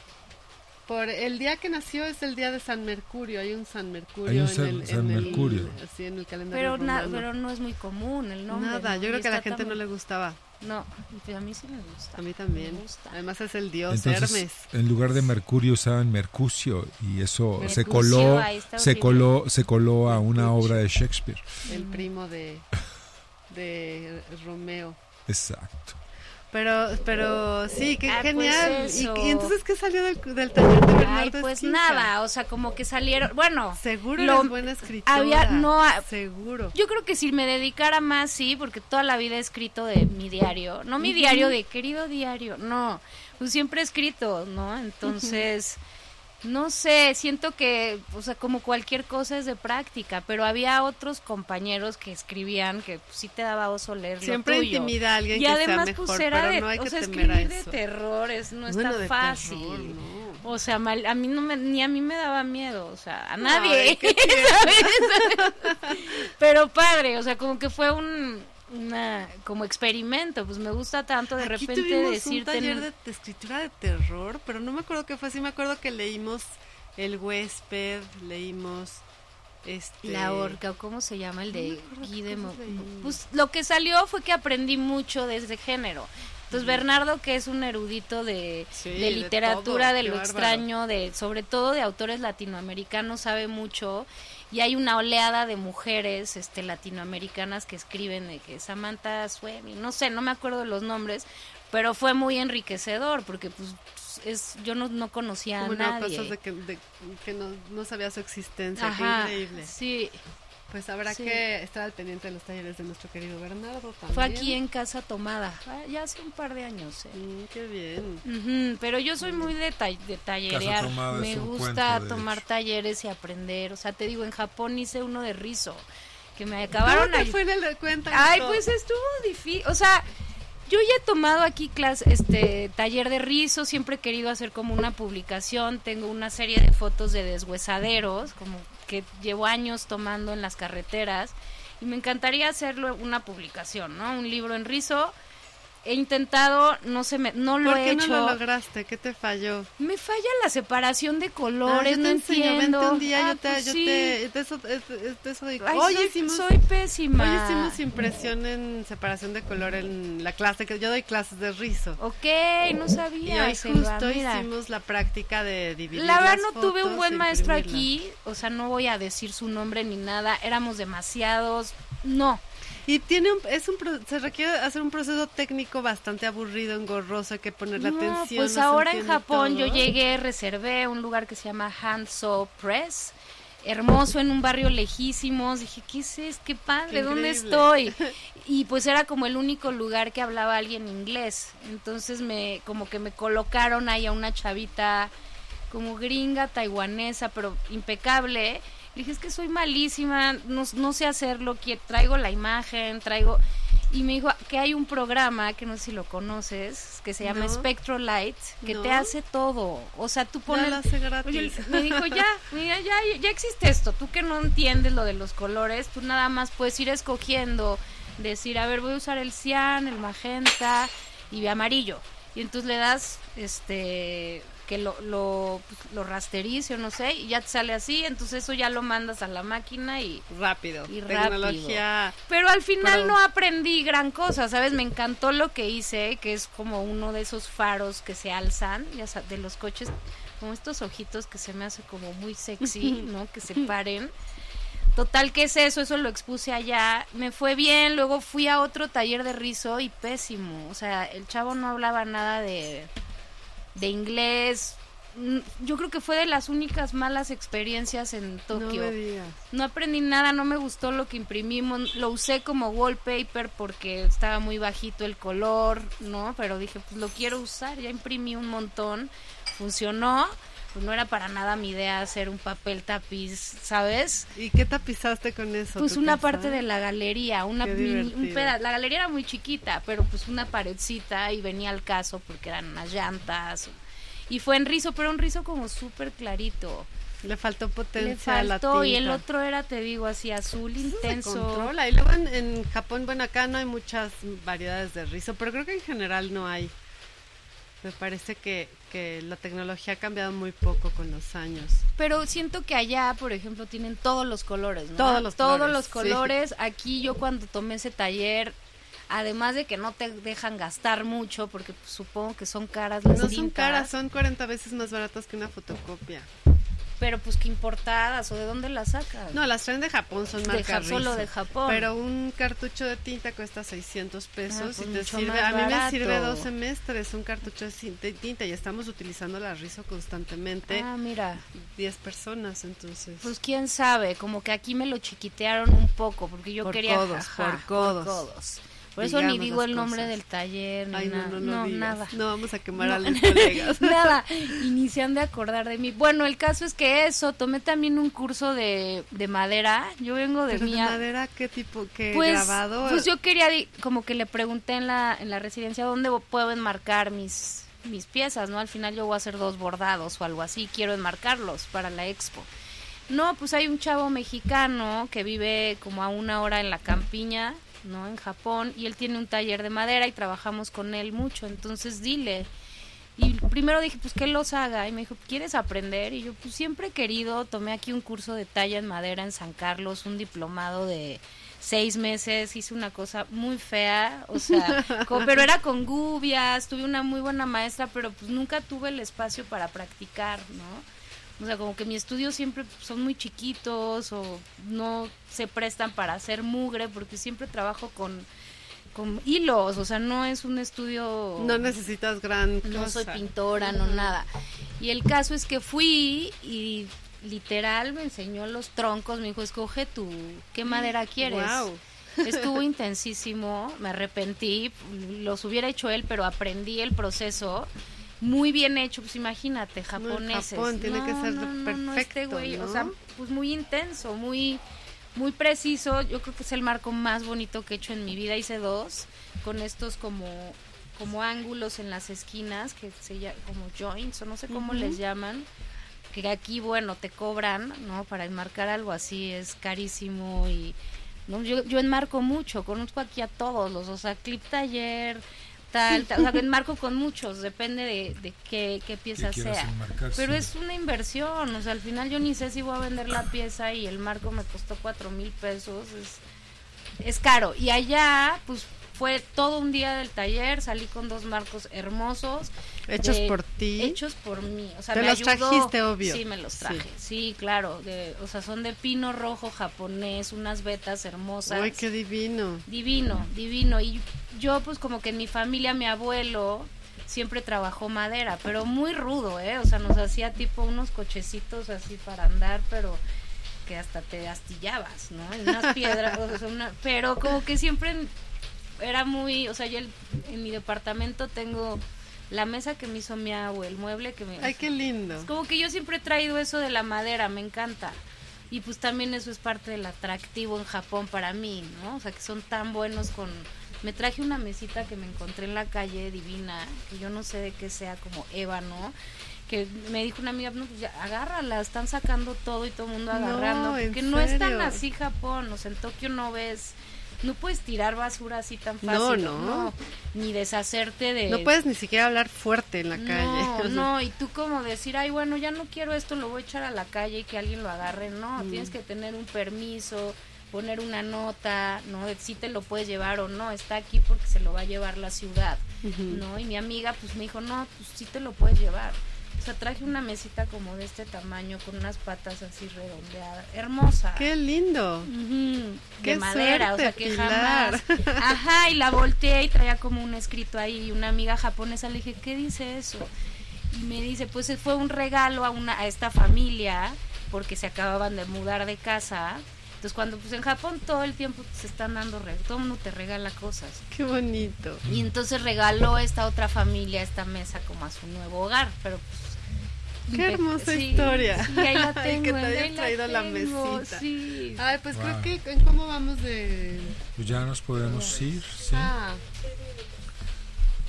[SPEAKER 3] Por el día que nació es el día de San Mercurio. Hay un San Mercurio
[SPEAKER 5] Hay un
[SPEAKER 3] en
[SPEAKER 5] San-
[SPEAKER 3] el, en
[SPEAKER 5] San
[SPEAKER 3] el-
[SPEAKER 5] Mercurio.
[SPEAKER 3] sí, en el calendario
[SPEAKER 6] Pero, na-
[SPEAKER 3] romano.
[SPEAKER 6] pero no es muy común el nombre.
[SPEAKER 3] Nada,
[SPEAKER 6] ¿no?
[SPEAKER 3] yo creo
[SPEAKER 6] Y
[SPEAKER 3] que a la
[SPEAKER 6] está
[SPEAKER 3] gente
[SPEAKER 6] tan-
[SPEAKER 3] no le gustaba.
[SPEAKER 6] No, pues a mí sí me gusta.
[SPEAKER 3] A mí también.
[SPEAKER 6] Me gusta.
[SPEAKER 3] Además es el dios Hermes.
[SPEAKER 5] Entonces, en lugar de Mercurio usaban Mercucio y eso se
[SPEAKER 6] Mercucio,
[SPEAKER 5] coló,
[SPEAKER 6] ahí está
[SPEAKER 5] se
[SPEAKER 6] horrible.
[SPEAKER 5] coló, se coló a una obra de Shakespeare.
[SPEAKER 3] el
[SPEAKER 6] mm.
[SPEAKER 3] primo de, de Romeo.
[SPEAKER 5] Exacto.
[SPEAKER 3] Pero, pero sí, qué
[SPEAKER 6] Ah, pues
[SPEAKER 3] genial. ¿Y-
[SPEAKER 6] eso.
[SPEAKER 3] ¿Y, entonces qué salió del, del taller de Bernardo
[SPEAKER 6] Ay, pues
[SPEAKER 3] Esquinca?
[SPEAKER 6] nada, o sea, como que salieron, bueno,
[SPEAKER 3] Seguro
[SPEAKER 6] Lo-
[SPEAKER 3] eres buena escritora.
[SPEAKER 6] había- no, ah, a-
[SPEAKER 3] Seguro.
[SPEAKER 6] yo creo que si me dedicara más, sí, porque toda la vida he escrito de mi diario, no mi diario de querido diario, no, pues siempre he escrito, ¿no? Entonces, no sé, siento que, o sea, como cualquier cosa es de práctica, pero había otros compañeros que escribían que pues, sí te daba oso leer lo
[SPEAKER 3] Siempre
[SPEAKER 6] tuyo.
[SPEAKER 3] intimida a alguien
[SPEAKER 6] Y
[SPEAKER 3] que sea
[SPEAKER 6] además,
[SPEAKER 3] mejor,
[SPEAKER 6] pues era
[SPEAKER 3] pero
[SPEAKER 6] de,
[SPEAKER 3] no hay
[SPEAKER 6] o
[SPEAKER 3] que
[SPEAKER 6] sea,
[SPEAKER 3] temer a
[SPEAKER 6] escribir de
[SPEAKER 3] eso.
[SPEAKER 6] terrores, no
[SPEAKER 3] Bueno,
[SPEAKER 6] está
[SPEAKER 3] de
[SPEAKER 6] fácil.
[SPEAKER 3] terror, no.
[SPEAKER 6] O sea, mal- a mí no me, ni a mí me daba miedo, o sea, a
[SPEAKER 3] Ay,
[SPEAKER 6] nadie.
[SPEAKER 3] qué tierno.
[SPEAKER 6] ¿sabes? Pero padre, o sea, como que fue un una como experimento, pues me gusta tanto de
[SPEAKER 3] Aquí
[SPEAKER 6] repente
[SPEAKER 3] tuvimos
[SPEAKER 6] decir
[SPEAKER 3] un taller de, de escritura de terror, pero no me acuerdo qué fue. Sí me acuerdo que leímos El huésped, leímos este
[SPEAKER 6] la horca o cómo se llama el de
[SPEAKER 3] No me acuerdo qué
[SPEAKER 6] Guy de
[SPEAKER 3] cosas
[SPEAKER 6] Mo-
[SPEAKER 3] leí.
[SPEAKER 6] pues lo que salió fue que aprendí mucho de ese género. Entonces Bernardo que es un erudito de,
[SPEAKER 3] Sí,
[SPEAKER 6] de
[SPEAKER 3] de
[SPEAKER 6] literatura
[SPEAKER 3] todo,
[SPEAKER 6] de
[SPEAKER 3] qué
[SPEAKER 6] lo
[SPEAKER 3] bárbaro.
[SPEAKER 6] extraño, de sobre todo de autores latinoamericanos sabe mucho y hay una oleada de mujeres este latinoamericanas que escriben de que Samantha Suemi, no sé, no me acuerdo los nombres, pero fue muy enriquecedor porque pues es yo no, no conocía
[SPEAKER 3] Como
[SPEAKER 6] a
[SPEAKER 3] no,
[SPEAKER 6] nadie.
[SPEAKER 3] cosas de que, de- que no, no sabía su existencia.
[SPEAKER 6] Ajá,
[SPEAKER 3] Qué increíble.
[SPEAKER 6] Sí,
[SPEAKER 3] Pues habrá
[SPEAKER 6] Sí.
[SPEAKER 3] que estar al pendiente de los talleres de nuestro querido Bernardo también.
[SPEAKER 6] Fue aquí en Casa Tomada, ah, ya hace un par de años. eh.
[SPEAKER 3] Mm, qué bien.
[SPEAKER 6] Ujú, pero yo soy muy de, ta- de tallerear.
[SPEAKER 5] Casa Tomada
[SPEAKER 6] Me
[SPEAKER 5] es un
[SPEAKER 6] gusta
[SPEAKER 5] cuento, de
[SPEAKER 6] tomar
[SPEAKER 5] hecho.
[SPEAKER 6] talleres y aprender. O sea, te digo, en Japón hice uno de rizo, que me
[SPEAKER 3] ¿Cómo
[SPEAKER 6] acabaron
[SPEAKER 3] te
[SPEAKER 6] ahí.
[SPEAKER 3] fue en el de cuenta?
[SPEAKER 6] Ay, pues estuvo difícil. O sea, yo ya he tomado aquí clase, este taller de rizo, siempre he querido hacer como una publicación, tengo una serie de fotos de deshuesaderos, como que llevo años tomando en las carreteras, y me encantaría hacerlo una publicación, ¿no? Un libro en rizo. He intentado, no se me, no lo
[SPEAKER 3] ¿Por
[SPEAKER 6] he
[SPEAKER 3] qué
[SPEAKER 6] hecho.
[SPEAKER 3] no lo lograste? ¿Qué te falló?
[SPEAKER 6] me falla la separación de
[SPEAKER 3] Ah,
[SPEAKER 6] colores,
[SPEAKER 3] yo te
[SPEAKER 6] no
[SPEAKER 3] enseño,
[SPEAKER 6] entiendo.
[SPEAKER 3] Vente un día,
[SPEAKER 6] Ah,
[SPEAKER 3] yo te,
[SPEAKER 6] pues
[SPEAKER 3] yo
[SPEAKER 6] sí.
[SPEAKER 3] te, de eso, es- es- de eso digo.
[SPEAKER 6] Ay,
[SPEAKER 3] hoy
[SPEAKER 6] soy,
[SPEAKER 3] hicimos,
[SPEAKER 6] soy pésima.
[SPEAKER 3] hoy hicimos impresión en separación de color en la clase que yo doy clases de rizo.
[SPEAKER 6] Ok, no
[SPEAKER 3] Y
[SPEAKER 6] sabía.
[SPEAKER 3] hoy
[SPEAKER 6] Selva,
[SPEAKER 3] justo
[SPEAKER 6] mira.
[SPEAKER 3] hicimos la práctica de dividir.
[SPEAKER 6] La verdad
[SPEAKER 3] las
[SPEAKER 6] no tuve un
[SPEAKER 3] fotos e
[SPEAKER 6] buen maestro
[SPEAKER 3] imprimirlas.
[SPEAKER 6] aquí, o sea, no voy a decir su nombre ni nada, éramos demasiados, no.
[SPEAKER 3] Y tiene un, es un pro- se requiere hacer un proceso técnico bastante aburrido, engorroso, hay que ponerle
[SPEAKER 6] No,
[SPEAKER 3] atención.
[SPEAKER 6] pues
[SPEAKER 3] no se
[SPEAKER 6] ahora en
[SPEAKER 3] entiende
[SPEAKER 6] Japón
[SPEAKER 3] todo.
[SPEAKER 6] yo llegué, reservé un lugar que se llama Hanso Press, hermoso en un barrio lejísimos, dije, ¿qué es esto? Qué padre,
[SPEAKER 3] Qué
[SPEAKER 6] ¿dónde
[SPEAKER 3] increíble.
[SPEAKER 6] estoy? Y pues era como el único lugar que hablaba alguien inglés, entonces me como que me colocaron ahí a una chavita como gringa, taiwanesa, pero impecable. Le dije, es que soy malísima, no, no sé hacerlo, que, traigo la imagen, traigo... Y me dijo que hay un programa, que no sé si lo conoces, que se llama
[SPEAKER 3] No.
[SPEAKER 6] Spectro Light, que te
[SPEAKER 3] No.
[SPEAKER 6] hace todo. O sea, tú
[SPEAKER 3] Ya
[SPEAKER 6] pones...
[SPEAKER 3] lo hace
[SPEAKER 6] Oye,
[SPEAKER 3] gratis.
[SPEAKER 6] me dijo, ya, mira, ya, ya existe esto. Tú que no entiendes lo de los colores, tú nada más puedes ir escogiendo, decir, a ver, voy a usar el cian, el magenta y amarillo. Y entonces le das, este, que lo, lo, pues, lo rasterice o no sé, y ya te sale así. Entonces eso ya lo mandas a la máquina y...
[SPEAKER 3] rápido.
[SPEAKER 6] Y
[SPEAKER 3] Tecnología.
[SPEAKER 6] Pero al final
[SPEAKER 3] Pero-
[SPEAKER 6] no aprendí gran cosa, ¿sabes? Me encantó lo que hice, que es como uno de esos faros que se alzan, ya sa- de los coches, como estos ojitos que se me hace como muy sexy, ¿no? Que se paren. Total, ¿qué es eso? Eso lo expuse allá. Me fue bien, luego fui a otro taller de rizo y pésimo. O sea, el chavo no hablaba nada de, de inglés. Mm, Yo creo que fue de las únicas malas experiencias en Tokio.
[SPEAKER 3] No me digas.
[SPEAKER 6] No aprendí nada, no me gustó lo que imprimimos. Lo usé como wallpaper porque estaba muy bajito el color, ¿no? Pero dije, pues lo quiero usar, ya imprimí un montón, funcionó. pues no era para nada mi idea hacer un papel tapiz, ¿sabes?
[SPEAKER 3] ¿Y qué tapizaste con eso?
[SPEAKER 6] Pues
[SPEAKER 3] tú
[SPEAKER 6] una
[SPEAKER 3] pensabas?
[SPEAKER 6] parte de la galería, una
[SPEAKER 3] Qué
[SPEAKER 6] mini- un
[SPEAKER 3] divertido.
[SPEAKER 6] peda- la galería era muy chiquita, pero pues una paredcita y venía al caso porque eran unas llantas. Y fue en rizo, pero un rizo como súper clarito.
[SPEAKER 3] Le faltó potencia
[SPEAKER 6] Le
[SPEAKER 3] a la
[SPEAKER 6] faltó
[SPEAKER 3] tinta.
[SPEAKER 6] y el otro era, te digo, así azul
[SPEAKER 3] Se
[SPEAKER 6] intenso.
[SPEAKER 3] controla. Y luego en, en Japón, bueno, acá no hay muchas variedades de rizo, pero creo que en general no hay. Me parece que, que la tecnología ha cambiado muy poco con los años.
[SPEAKER 6] Pero siento que allá, por ejemplo, tienen todos los colores, ¿no?
[SPEAKER 3] Todos los colores,
[SPEAKER 6] los
[SPEAKER 3] sí.
[SPEAKER 6] colores. Aquí yo cuando tomé ese taller, además de que no te dejan gastar mucho, porque pues, supongo que son caras las
[SPEAKER 3] No son
[SPEAKER 6] tintas,
[SPEAKER 3] caras, son 40 veces más baratas que una fotocopia.
[SPEAKER 6] pero pues que importadas o de dónde las sacas.
[SPEAKER 3] No, las traen de Japón, son
[SPEAKER 6] De
[SPEAKER 3] marca
[SPEAKER 6] Ja- solo
[SPEAKER 3] Rizzo.
[SPEAKER 6] de Japón.
[SPEAKER 3] Pero un cartucho de tinta cuesta 600 pesos
[SPEAKER 6] Ah, pues
[SPEAKER 3] y te
[SPEAKER 6] mucho
[SPEAKER 3] sirve,
[SPEAKER 6] más
[SPEAKER 3] a mí me
[SPEAKER 6] barato.
[SPEAKER 3] sirve dos semestres un cartucho de cin- de tinta y estamos utilizando la rizo constantemente,
[SPEAKER 6] Ah, mira,
[SPEAKER 3] 10 personas entonces.
[SPEAKER 6] pues quién sabe, como que aquí me lo chiquitearon un poco, porque yo
[SPEAKER 3] Por
[SPEAKER 6] quería
[SPEAKER 3] codos,
[SPEAKER 6] jaja,
[SPEAKER 3] por codos.
[SPEAKER 6] Por eso ni
[SPEAKER 3] Digamos
[SPEAKER 6] digo
[SPEAKER 3] las
[SPEAKER 6] el nombre
[SPEAKER 3] cosas.
[SPEAKER 6] del taller, ni
[SPEAKER 3] Ay, no,
[SPEAKER 6] nada.
[SPEAKER 3] no, no, digas.
[SPEAKER 6] nada.
[SPEAKER 3] No vamos a quemar a
[SPEAKER 6] No.
[SPEAKER 3] los colegas.
[SPEAKER 6] Nada, y ni se han de acordar de mí. Bueno, el caso es que eso, tomé también un curso de, de madera. Yo vengo de
[SPEAKER 3] Pero de
[SPEAKER 6] mía.
[SPEAKER 3] madera, ¿qué tipo? ¿Qué
[SPEAKER 6] pues,
[SPEAKER 3] grabado?
[SPEAKER 6] pues yo quería, di- como que le pregunté en la, en la residencia dónde puedo enmarcar mis, mis piezas, ¿no? Al final yo voy a hacer dos bordados o algo así, quiero enmarcarlos para la expo. No, pues hay un chavo mexicano que vive como a una hora en la campiña, ¿no? En Japón, y él tiene un taller de madera y trabajamos con él mucho, entonces dile. Y primero dije, pues que los haga. Y me dijo, ¿quieres aprender? Y yo, pues siempre he querido. Tomé aquí un curso de talla en madera en San Carlos, un diplomado de seis meses. Hice una cosa muy fea, o sea, co- pero era con gubias. Tuve una muy buena maestra, pero pues nunca tuve el espacio para practicar, ¿no? O sea, como que mis estudios siempre son muy chiquitos o no se prestan para hacer mugre porque siempre trabajo con, con hilos, o sea, no es un estudio
[SPEAKER 3] No necesitas gran cosa.
[SPEAKER 6] no soy pintora, no nada. Y el caso es que fui y literal me enseñó los troncos, me dijo, escoge tu, ¿qué madera quieres?
[SPEAKER 3] Guau.
[SPEAKER 6] Estuvo intensísimo, me arrepentí, los hubiera hecho él, pero aprendí el proceso. Muy bien hecho, pues imagínate,
[SPEAKER 3] No, en
[SPEAKER 6] japoneses.
[SPEAKER 3] Japón tiene que ser
[SPEAKER 6] este
[SPEAKER 3] perfecto,
[SPEAKER 6] güey,
[SPEAKER 3] ¿no?
[SPEAKER 6] o sea, pues muy intenso, muy muy preciso. Yo creo que es el marco más bonito que he hecho en mi vida. Hice dos con estos como como ángulos en las esquinas que se lla- como joints o no sé cómo les llaman que aquí bueno te cobran no para enmarcar algo así es carísimo y no yo, yo enmarco mucho conozco aquí a todos los o sea clip taller tal, tal, o sea que enmarco con muchos depende de, de qué, qué pieza
[SPEAKER 5] quieras
[SPEAKER 6] sea
[SPEAKER 5] enmarcar,
[SPEAKER 6] pero
[SPEAKER 5] sí.
[SPEAKER 6] es una inversión o sea al final yo ni sé si voy a vender la pieza y el marco me costó cuatro mil pesos es es caro. Y allá, pues fue todo un día del taller, salí con dos marcos hermosos.
[SPEAKER 3] Hechos por ti.
[SPEAKER 6] Hechos por mí. O sea,
[SPEAKER 3] Te
[SPEAKER 6] me
[SPEAKER 3] los
[SPEAKER 6] ayudó.
[SPEAKER 3] trajiste, obvio.
[SPEAKER 6] Sí, me los
[SPEAKER 3] Sí.
[SPEAKER 6] traje. Sí, claro. de- o sea, son de pino rojo japonés, unas vetas hermosas.
[SPEAKER 3] Ay, qué divino.
[SPEAKER 6] Divino, divino. Y yo, pues como que en mi familia, mi abuelo siempre trabajó madera, pero muy rudo, ¿eh? O sea, nos hacía tipo unos cochecitos así para andar, pero que hasta te astillabas, ¿no? Y unas piedras, o sea, una- pero como que siempre era muy, o sea, yo el- en mi departamento tengo la mesa que me hizo mi abuelo, el mueble que me
[SPEAKER 3] Ay, qué lindo.
[SPEAKER 6] como que yo siempre he traído eso de la madera, me encanta. Y pues también eso es parte del atractivo en Japón para mí, ¿no? O sea, que son tan buenos con... Me traje una mesita que me encontré en la calle divina, que yo no sé de qué sea, como ébano, que me dijo una amiga, no, pues ya, agárrala, están sacando todo y todo el mundo
[SPEAKER 3] No,
[SPEAKER 6] agarrando.
[SPEAKER 3] ¿en
[SPEAKER 6] porque no es tan
[SPEAKER 3] serio?
[SPEAKER 6] así Japón, o sea, en Tokio no ves... No puedes tirar basura así tan
[SPEAKER 3] No,
[SPEAKER 6] fácil.
[SPEAKER 3] no.
[SPEAKER 6] Ni deshacerte de...
[SPEAKER 3] No puedes ni siquiera hablar fuerte en la
[SPEAKER 6] No,
[SPEAKER 3] calle.
[SPEAKER 6] no, y tú como decir, ay, bueno, ya no quiero esto, lo voy a echar a la calle y que alguien lo agarre. No,
[SPEAKER 3] Mm.
[SPEAKER 6] tienes que tener un permiso, poner una nota, ¿no? De si te lo puedes llevar o no, está aquí porque se lo va a llevar la ciudad, ¿no? Y mi amiga pues me dijo, no, pues sí te lo puedes llevar. O sea, traje una mesita como de este tamaño, con unas patas así redondeadas, hermosa.
[SPEAKER 3] Qué lindo.
[SPEAKER 6] Ujú,
[SPEAKER 3] Qué
[SPEAKER 6] de madera, o sea
[SPEAKER 3] suerte,
[SPEAKER 6] que
[SPEAKER 3] Pilar.
[SPEAKER 6] jamás. Ajá, y la volteé y traía como un escrito ahí. y Una amiga japonesa le dije, ¿qué dice eso? Y me dice, pues fue un regalo a una a esta familia porque se acababan de mudar de casa. Entonces cuando pues en Japón todo el tiempo se están dando regalos, todo el mundo te regala cosas.
[SPEAKER 3] Qué bonito.
[SPEAKER 6] Y entonces regaló esta otra familia esta mesa como a su nuevo hogar, pero pues
[SPEAKER 3] Qué hermosa
[SPEAKER 6] Sí,
[SPEAKER 3] historia.
[SPEAKER 6] sí, ahí la
[SPEAKER 3] Ay,
[SPEAKER 6] tengo.
[SPEAKER 3] que te
[SPEAKER 6] ahí
[SPEAKER 3] hayas traído la
[SPEAKER 6] tengo,
[SPEAKER 3] mesita.
[SPEAKER 6] Sí.
[SPEAKER 3] Ay, pues
[SPEAKER 5] Wow.
[SPEAKER 3] creo que en cómo vamos de...
[SPEAKER 5] Pues ya nos podemos ir, sí.
[SPEAKER 3] Ah,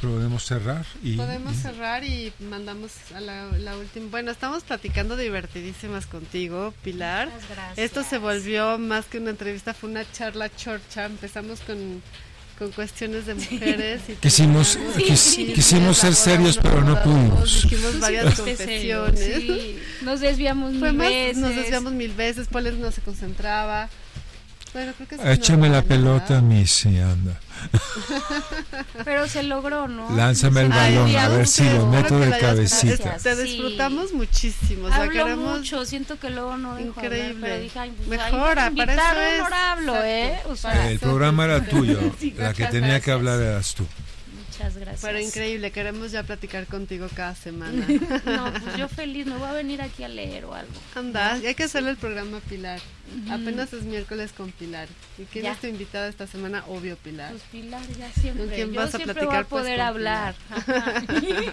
[SPEAKER 5] Podemos cerrar y.
[SPEAKER 3] podemos
[SPEAKER 5] y-
[SPEAKER 3] cerrar y mandamos a la, la última... Bueno, estamos platicando divertidísimas contigo, Pilar.
[SPEAKER 6] Muchas gracias.
[SPEAKER 3] Esto se volvió más que una entrevista, fue una charla chorcha. Empezamos con, con cuestiones de mujeres. Y
[SPEAKER 5] Quisimos-
[SPEAKER 3] terminamos
[SPEAKER 5] quis-
[SPEAKER 3] con
[SPEAKER 5] quisimos ser
[SPEAKER 3] chismes,
[SPEAKER 5] serios, pero no
[SPEAKER 3] abrazos,
[SPEAKER 5] pudimos.
[SPEAKER 3] Dijimos varias
[SPEAKER 6] Este serio,
[SPEAKER 3] confesiones.
[SPEAKER 6] sí. Nos desviamos mil
[SPEAKER 3] Fue más,
[SPEAKER 6] veces.
[SPEAKER 3] nos desviamos mil veces, Paul no se concentraba. Bueno, creo que es
[SPEAKER 5] Échame la
[SPEAKER 3] normal, ¿verdad?
[SPEAKER 5] pelota, Missy, anda.
[SPEAKER 6] Pero se logró, ¿no?
[SPEAKER 5] Lánzame el
[SPEAKER 3] Ay,
[SPEAKER 5] balón,
[SPEAKER 3] sí,
[SPEAKER 5] a
[SPEAKER 3] algo
[SPEAKER 5] ver si
[SPEAKER 3] que-
[SPEAKER 5] lo
[SPEAKER 3] creo
[SPEAKER 5] meto
[SPEAKER 3] que
[SPEAKER 5] de
[SPEAKER 3] la hayas-
[SPEAKER 5] cabecita.
[SPEAKER 6] Gracias.
[SPEAKER 3] Te
[SPEAKER 6] Sí.
[SPEAKER 3] desfruntamos muchísimo. O sea,
[SPEAKER 6] Hablo
[SPEAKER 3] queremos.
[SPEAKER 6] mucho, siento que luego no dejo hablar,
[SPEAKER 3] Increíble.
[SPEAKER 6] pero dije, ay, pues,
[SPEAKER 3] Mejora,
[SPEAKER 6] ay, me
[SPEAKER 3] para eso
[SPEAKER 6] invitaron,
[SPEAKER 3] es.
[SPEAKER 6] ahora hablo, ¿eh? O sea,
[SPEAKER 5] El programa era tuyo,
[SPEAKER 6] Sí,
[SPEAKER 5] la que
[SPEAKER 6] muchas
[SPEAKER 5] tenía que
[SPEAKER 6] gracias.
[SPEAKER 5] hablar eras tú.
[SPEAKER 6] muchas gracias.
[SPEAKER 3] Pero increíble, queremos ya platicar contigo cada semana.
[SPEAKER 6] No, pues yo feliz, me voy a venir aquí a leer o algo.
[SPEAKER 3] Anda, hay que hacerle el programa a Pilar. Apenas es miércoles con Pilar. ¿Y quién
[SPEAKER 6] Ya.
[SPEAKER 3] es tu invitada esta semana? Obvio, Pilar.
[SPEAKER 6] Pues Pilar, ya siempre.
[SPEAKER 3] ¿Con quién
[SPEAKER 6] yo
[SPEAKER 3] vas a
[SPEAKER 6] siempre
[SPEAKER 3] platicar,
[SPEAKER 6] voy
[SPEAKER 3] pues,
[SPEAKER 6] a poder
[SPEAKER 3] con
[SPEAKER 6] hablar. Ajá.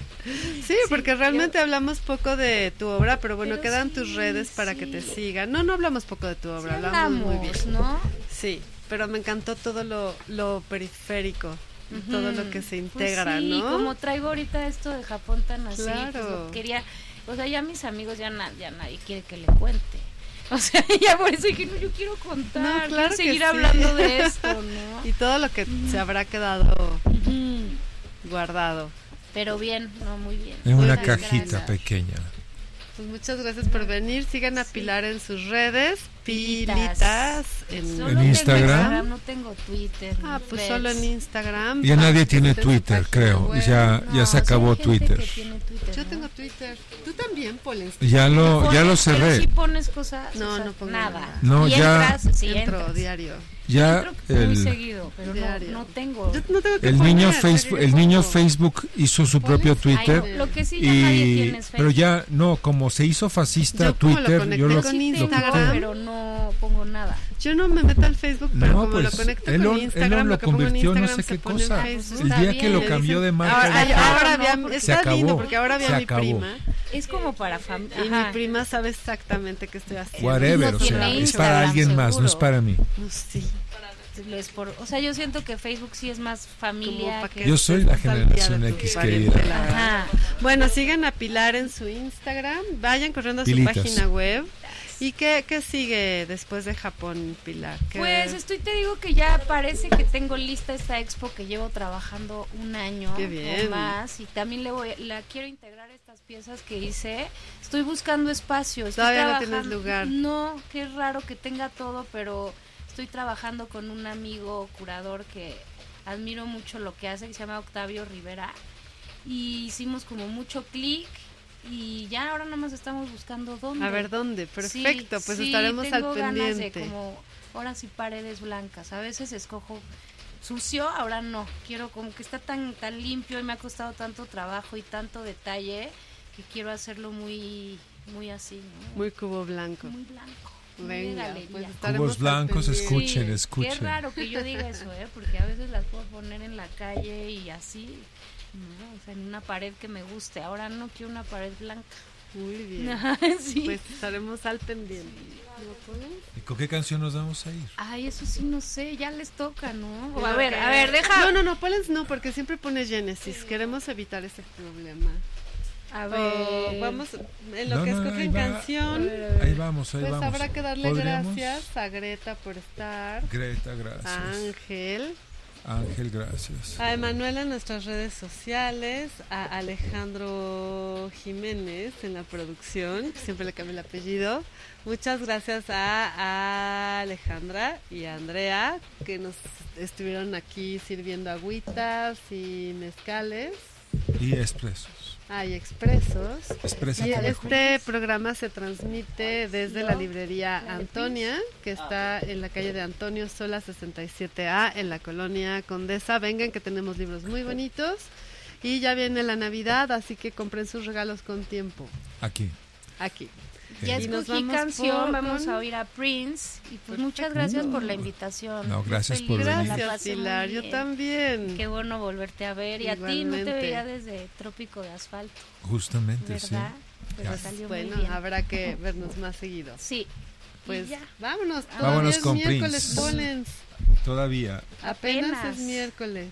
[SPEAKER 3] Sí, porque realmente hablamos poco de tu obra, pero bueno,
[SPEAKER 6] Pero
[SPEAKER 3] quedan
[SPEAKER 6] sí,
[SPEAKER 3] tus redes para que te
[SPEAKER 6] sí.
[SPEAKER 3] sigan. No, no hablamos poco de tu
[SPEAKER 6] Sí
[SPEAKER 3] obra, hablamos, muy bien.
[SPEAKER 6] hablamos, ¿no?
[SPEAKER 3] Sí, pero me encantó todo lo, lo periférico, todo lo que se
[SPEAKER 6] Pues
[SPEAKER 3] integra,
[SPEAKER 6] sí,
[SPEAKER 3] ¿no?
[SPEAKER 6] como traigo ahorita esto de Japón tan así, pues,
[SPEAKER 3] Claro.
[SPEAKER 6] lo quería, o sea, ya mis amigos ya, na- ya nadie quiere que le cuente. O sea, ya por eso dije, no, yo quiero contar,
[SPEAKER 3] No,
[SPEAKER 6] quiero
[SPEAKER 3] claro que
[SPEAKER 6] seguir
[SPEAKER 3] sí.
[SPEAKER 6] hablando de esto, ¿no?
[SPEAKER 3] Y todo lo que se habrá quedado
[SPEAKER 6] Ujú.
[SPEAKER 3] guardado.
[SPEAKER 6] Pero bien, no, muy bien.
[SPEAKER 5] En una
[SPEAKER 3] Muchas
[SPEAKER 5] cajita
[SPEAKER 3] gracias.
[SPEAKER 5] pequeña.
[SPEAKER 3] Pues muchas gracias por venir. Sigan a Pilar en sus redes. Pilitas.
[SPEAKER 6] Pilitas.
[SPEAKER 3] En...
[SPEAKER 6] Solo
[SPEAKER 5] ¿En
[SPEAKER 6] tengo
[SPEAKER 5] Instagram?
[SPEAKER 6] No tengo Twitter.
[SPEAKER 3] Ah,
[SPEAKER 6] ni
[SPEAKER 3] pues
[SPEAKER 6] Threads.
[SPEAKER 3] solo en Instagram.
[SPEAKER 5] Ya
[SPEAKER 3] Ah,
[SPEAKER 5] nadie tiene
[SPEAKER 3] pues, en su
[SPEAKER 5] Twitter,
[SPEAKER 3] página
[SPEAKER 5] creo.
[SPEAKER 3] web.
[SPEAKER 5] Ah, Ya,
[SPEAKER 6] No,
[SPEAKER 5] ya se
[SPEAKER 6] sí hay
[SPEAKER 5] acabó
[SPEAKER 6] gente que
[SPEAKER 5] Twitter.
[SPEAKER 6] tiene Twitter,
[SPEAKER 3] Yo
[SPEAKER 6] ¿no?
[SPEAKER 3] tengo Twitter. Tú también, Polen.
[SPEAKER 5] Ya lo, ya
[SPEAKER 6] Pones,
[SPEAKER 5] lo
[SPEAKER 6] pero sí
[SPEAKER 5] cerré.
[SPEAKER 6] pones cosas,
[SPEAKER 3] No,
[SPEAKER 6] o sea,
[SPEAKER 3] no pongo nada.
[SPEAKER 6] nada.
[SPEAKER 5] No,
[SPEAKER 6] Y
[SPEAKER 5] ya-
[SPEAKER 6] entras, sí
[SPEAKER 3] Entro
[SPEAKER 6] entras.
[SPEAKER 3] diario.
[SPEAKER 5] Ya
[SPEAKER 6] Entro muy
[SPEAKER 5] el,
[SPEAKER 6] seguido, pero no,
[SPEAKER 3] Diario.
[SPEAKER 6] no tengo.
[SPEAKER 3] Yo no tengo que
[SPEAKER 5] el
[SPEAKER 3] poner,
[SPEAKER 5] niño
[SPEAKER 3] yo
[SPEAKER 5] Facebook,
[SPEAKER 3] que
[SPEAKER 5] el niño
[SPEAKER 3] pongo.
[SPEAKER 5] Facebook hizo su propio Twitter.
[SPEAKER 6] Ay, no, lo que sí ya nadie
[SPEAKER 5] y
[SPEAKER 6] tiene es
[SPEAKER 5] pero
[SPEAKER 6] Facebook.
[SPEAKER 5] ya no como se hizo fascista
[SPEAKER 3] Yo como lo
[SPEAKER 5] Twitter yo
[SPEAKER 3] conecté con
[SPEAKER 5] lo,
[SPEAKER 6] sí
[SPEAKER 5] lo
[SPEAKER 6] tengo,
[SPEAKER 3] Instagram.
[SPEAKER 5] quité.
[SPEAKER 6] pero no pongo nada.
[SPEAKER 3] Yo no me meto al Facebook, pero
[SPEAKER 5] No,
[SPEAKER 3] como lo
[SPEAKER 5] pues,
[SPEAKER 3] conecto
[SPEAKER 5] Elon-
[SPEAKER 3] con Instagram,
[SPEAKER 5] Elon
[SPEAKER 3] lo
[SPEAKER 5] lo
[SPEAKER 3] que pongo en
[SPEAKER 5] convirtió en no
[SPEAKER 3] Instagram
[SPEAKER 5] sé
[SPEAKER 3] se
[SPEAKER 5] qué
[SPEAKER 3] pone en
[SPEAKER 5] cosa.
[SPEAKER 3] Facebook.
[SPEAKER 6] El
[SPEAKER 5] día que
[SPEAKER 6] lo
[SPEAKER 5] cambió de marca,
[SPEAKER 3] Ahora,
[SPEAKER 6] ya
[SPEAKER 3] ahora
[SPEAKER 6] está.
[SPEAKER 3] había-
[SPEAKER 6] No, porque
[SPEAKER 3] está
[SPEAKER 5] se acabó.
[SPEAKER 3] lindo porque ahora había
[SPEAKER 5] Se
[SPEAKER 3] mi
[SPEAKER 5] acabó.
[SPEAKER 3] prima
[SPEAKER 6] Es como para familia.
[SPEAKER 3] y mi prima sabe exactamente qué estoy haciendo.
[SPEAKER 5] whatever
[SPEAKER 6] No
[SPEAKER 5] o
[SPEAKER 6] tiene
[SPEAKER 5] sea es
[SPEAKER 6] Instagram,
[SPEAKER 5] para alguien más no
[SPEAKER 6] seguro.
[SPEAKER 5] es para mí
[SPEAKER 3] No, Pues sí.
[SPEAKER 6] o sea, yo siento que Facebook sí es más
[SPEAKER 3] Como
[SPEAKER 6] familia
[SPEAKER 3] pa'
[SPEAKER 6] que...
[SPEAKER 5] yo soy la
[SPEAKER 3] estés al día
[SPEAKER 5] generación
[SPEAKER 3] de tu
[SPEAKER 5] X
[SPEAKER 3] pariente,
[SPEAKER 5] querida
[SPEAKER 3] la verdad.
[SPEAKER 6] Ajá.
[SPEAKER 3] Bueno, sigan a Pilar en su Instagram, vayan corriendo a su
[SPEAKER 5] Pilitas.
[SPEAKER 3] página web. ¿Y qué, qué sigue después de Japón, Pilar? ¿Qué-
[SPEAKER 6] Pues estoy, te digo que ya parece que tengo lista esta expo que llevo trabajando un año
[SPEAKER 3] Qué bien.
[SPEAKER 6] o más y también le voy, la quiero integrar a estas piezas que hice. Estoy buscando espacio. estoy
[SPEAKER 3] Todavía no tienes
[SPEAKER 6] trabajando-
[SPEAKER 3] lugar.
[SPEAKER 6] No, qué raro que tenga todo, pero estoy trabajando con un amigo curador que admiro mucho lo que hace, que se llama Octavio Rivera y hicimos como mucho clic y ya ahora nada más estamos buscando dónde.
[SPEAKER 3] a ver dónde.
[SPEAKER 6] Sí,
[SPEAKER 3] Perfecto, pues
[SPEAKER 6] sí,
[SPEAKER 3] estaremos
[SPEAKER 6] tengo
[SPEAKER 3] al
[SPEAKER 6] ganas de
[SPEAKER 3] pendiente.
[SPEAKER 6] como horas y paredes blancas. A veces escojo sucio, ahora no. Quiero como que está tan tan limpio y me ha costado tanto trabajo y tanto detalle que quiero hacerlo muy muy así, ¿no?
[SPEAKER 3] Muy cubo blanco.
[SPEAKER 6] Muy blanco. muy de
[SPEAKER 3] Venga,
[SPEAKER 6] galería.
[SPEAKER 3] pues estaremos
[SPEAKER 5] cubos
[SPEAKER 3] al
[SPEAKER 5] blancos
[SPEAKER 3] pendiente.
[SPEAKER 6] Sí,
[SPEAKER 5] escuchen
[SPEAKER 6] Qué
[SPEAKER 5] escuchen
[SPEAKER 6] raro que yo diga eso, ¿eh? Porque a veces las puedo poner en la calle y así, ¿no? O sea, en una pared que me guste. Ahora no quiero una pared blanca.
[SPEAKER 3] Muy bien.
[SPEAKER 6] sí.
[SPEAKER 3] Pues estaremos al pendiente.
[SPEAKER 5] ¿Y con qué canción nos vamos a ir
[SPEAKER 6] Ay, eso sí no sé, ya les toca, ¿no?
[SPEAKER 3] Creo
[SPEAKER 6] a ver,
[SPEAKER 3] que-
[SPEAKER 6] a ver, deja.
[SPEAKER 3] No, no, no, Polens no, porque siempre pone Genesis. Queremos evitar ese problema. Pues,
[SPEAKER 6] A ver.
[SPEAKER 3] O Oh, vamos, en lo
[SPEAKER 5] No,
[SPEAKER 3] que
[SPEAKER 5] no, no,
[SPEAKER 3] escogen
[SPEAKER 5] ahí va.
[SPEAKER 3] canción,
[SPEAKER 5] ahí vamos ahí
[SPEAKER 3] pues
[SPEAKER 5] vamos
[SPEAKER 3] habrá que darle
[SPEAKER 5] ¿Podríamos?
[SPEAKER 3] gracias a Greta por estar,
[SPEAKER 5] Greta gracias
[SPEAKER 3] a Ángel,
[SPEAKER 5] Ángel gracias
[SPEAKER 3] a Emanuel en nuestras redes sociales, a Alejandro Jiménez en la producción, siempre le cambio el apellido. Muchas gracias a, a Alejandra y a Andrea que nos estuvieron aquí sirviendo agüitas y mezcales.
[SPEAKER 5] y expresos
[SPEAKER 3] Hay expresos.
[SPEAKER 5] expresa
[SPEAKER 3] Y
[SPEAKER 5] como
[SPEAKER 3] este programa se transmite desde la librería Antonia, que está en la calle de Antonio Sola 67A, en la colonia Condesa. Vengan que tenemos libros muy bonitos. Y ya viene la Navidad, así que compren sus regalos con tiempo.
[SPEAKER 5] aquí
[SPEAKER 3] Aquí.
[SPEAKER 6] Ya
[SPEAKER 5] Eh,
[SPEAKER 3] Y nos
[SPEAKER 6] escogí
[SPEAKER 3] vamos
[SPEAKER 6] canción,
[SPEAKER 3] por-
[SPEAKER 6] vamos
[SPEAKER 3] con-
[SPEAKER 6] a oír a Prince. Y pues muchas gracias por la invitación.
[SPEAKER 5] Mm. No, gracias
[SPEAKER 6] Estoy
[SPEAKER 5] por
[SPEAKER 6] feliz,
[SPEAKER 5] venir.
[SPEAKER 6] la
[SPEAKER 3] Gracias,
[SPEAKER 6] pasé muy
[SPEAKER 3] Pilar. Yo
[SPEAKER 6] bien.
[SPEAKER 3] también.
[SPEAKER 6] Qué bueno volverte a ver. Y a ti no te
[SPEAKER 3] Igualmente.
[SPEAKER 6] veía desde Trópico de Asfalto,
[SPEAKER 5] justamente sí
[SPEAKER 6] ¿verdad? pero
[SPEAKER 5] Ya.
[SPEAKER 6] salió muy
[SPEAKER 9] Bueno,
[SPEAKER 6] bien.
[SPEAKER 9] habrá que vernos más seguido.
[SPEAKER 6] Sí.
[SPEAKER 9] Pues
[SPEAKER 6] y ya. Ah.
[SPEAKER 9] vámonos. todavía
[SPEAKER 5] Vámonos
[SPEAKER 9] es
[SPEAKER 5] con
[SPEAKER 9] miércoles,
[SPEAKER 5] Prince.
[SPEAKER 9] Pollens.
[SPEAKER 5] Todavía.
[SPEAKER 9] Apenas,
[SPEAKER 6] Apenas.
[SPEAKER 9] es miércoles.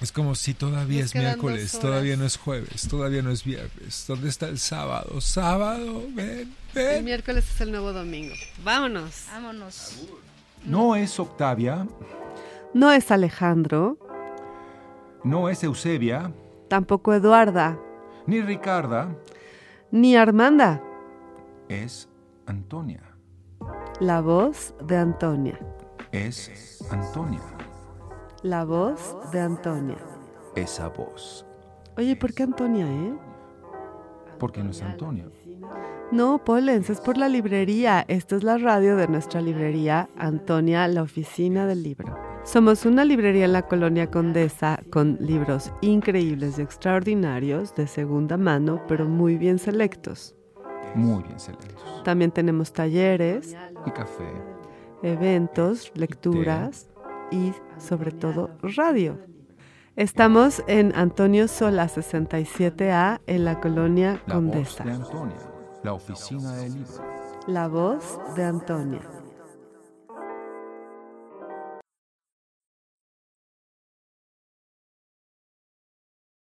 [SPEAKER 5] Es como si todavía
[SPEAKER 9] Nos
[SPEAKER 5] es
[SPEAKER 9] quedan
[SPEAKER 5] miércoles,
[SPEAKER 9] dos horas.
[SPEAKER 5] todavía no es jueves, todavía no es viernes. ¿Dónde está el sábado? Sábado, ven,
[SPEAKER 9] El
[SPEAKER 5] ven.
[SPEAKER 9] miércoles es el nuevo domingo. Vámonos.
[SPEAKER 6] Vámonos.
[SPEAKER 1] No es Octavia,
[SPEAKER 3] No es Alejandro,
[SPEAKER 1] no es Eusebia,
[SPEAKER 3] tampoco Eduarda,
[SPEAKER 1] ni Ricarda,
[SPEAKER 3] ni Armanda.
[SPEAKER 1] es Antonia.
[SPEAKER 3] La voz de Antonia.
[SPEAKER 1] Es Antonia.
[SPEAKER 3] La voz de Antonia.
[SPEAKER 1] Esa voz.
[SPEAKER 3] Oye, ¿por qué Antonia, eh?
[SPEAKER 1] Porque no es Antonio.
[SPEAKER 3] No, Polens, es por la librería. Esta es la radio de nuestra librería, Antonia, la oficina del libro. Somos una librería en la colonia Condesa con libros increíbles y extraordinarios de segunda mano, pero muy bien selectos.
[SPEAKER 1] Muy bien selectos.
[SPEAKER 3] También tenemos talleres,
[SPEAKER 1] Y café.
[SPEAKER 3] eventos, lecturas y sobre todo radio. Estamos en Antonio Sola 67A en la colonia
[SPEAKER 1] La voz de
[SPEAKER 3] Condesa.
[SPEAKER 1] Antonia. La oficina del libro.
[SPEAKER 3] La voz de Antonia.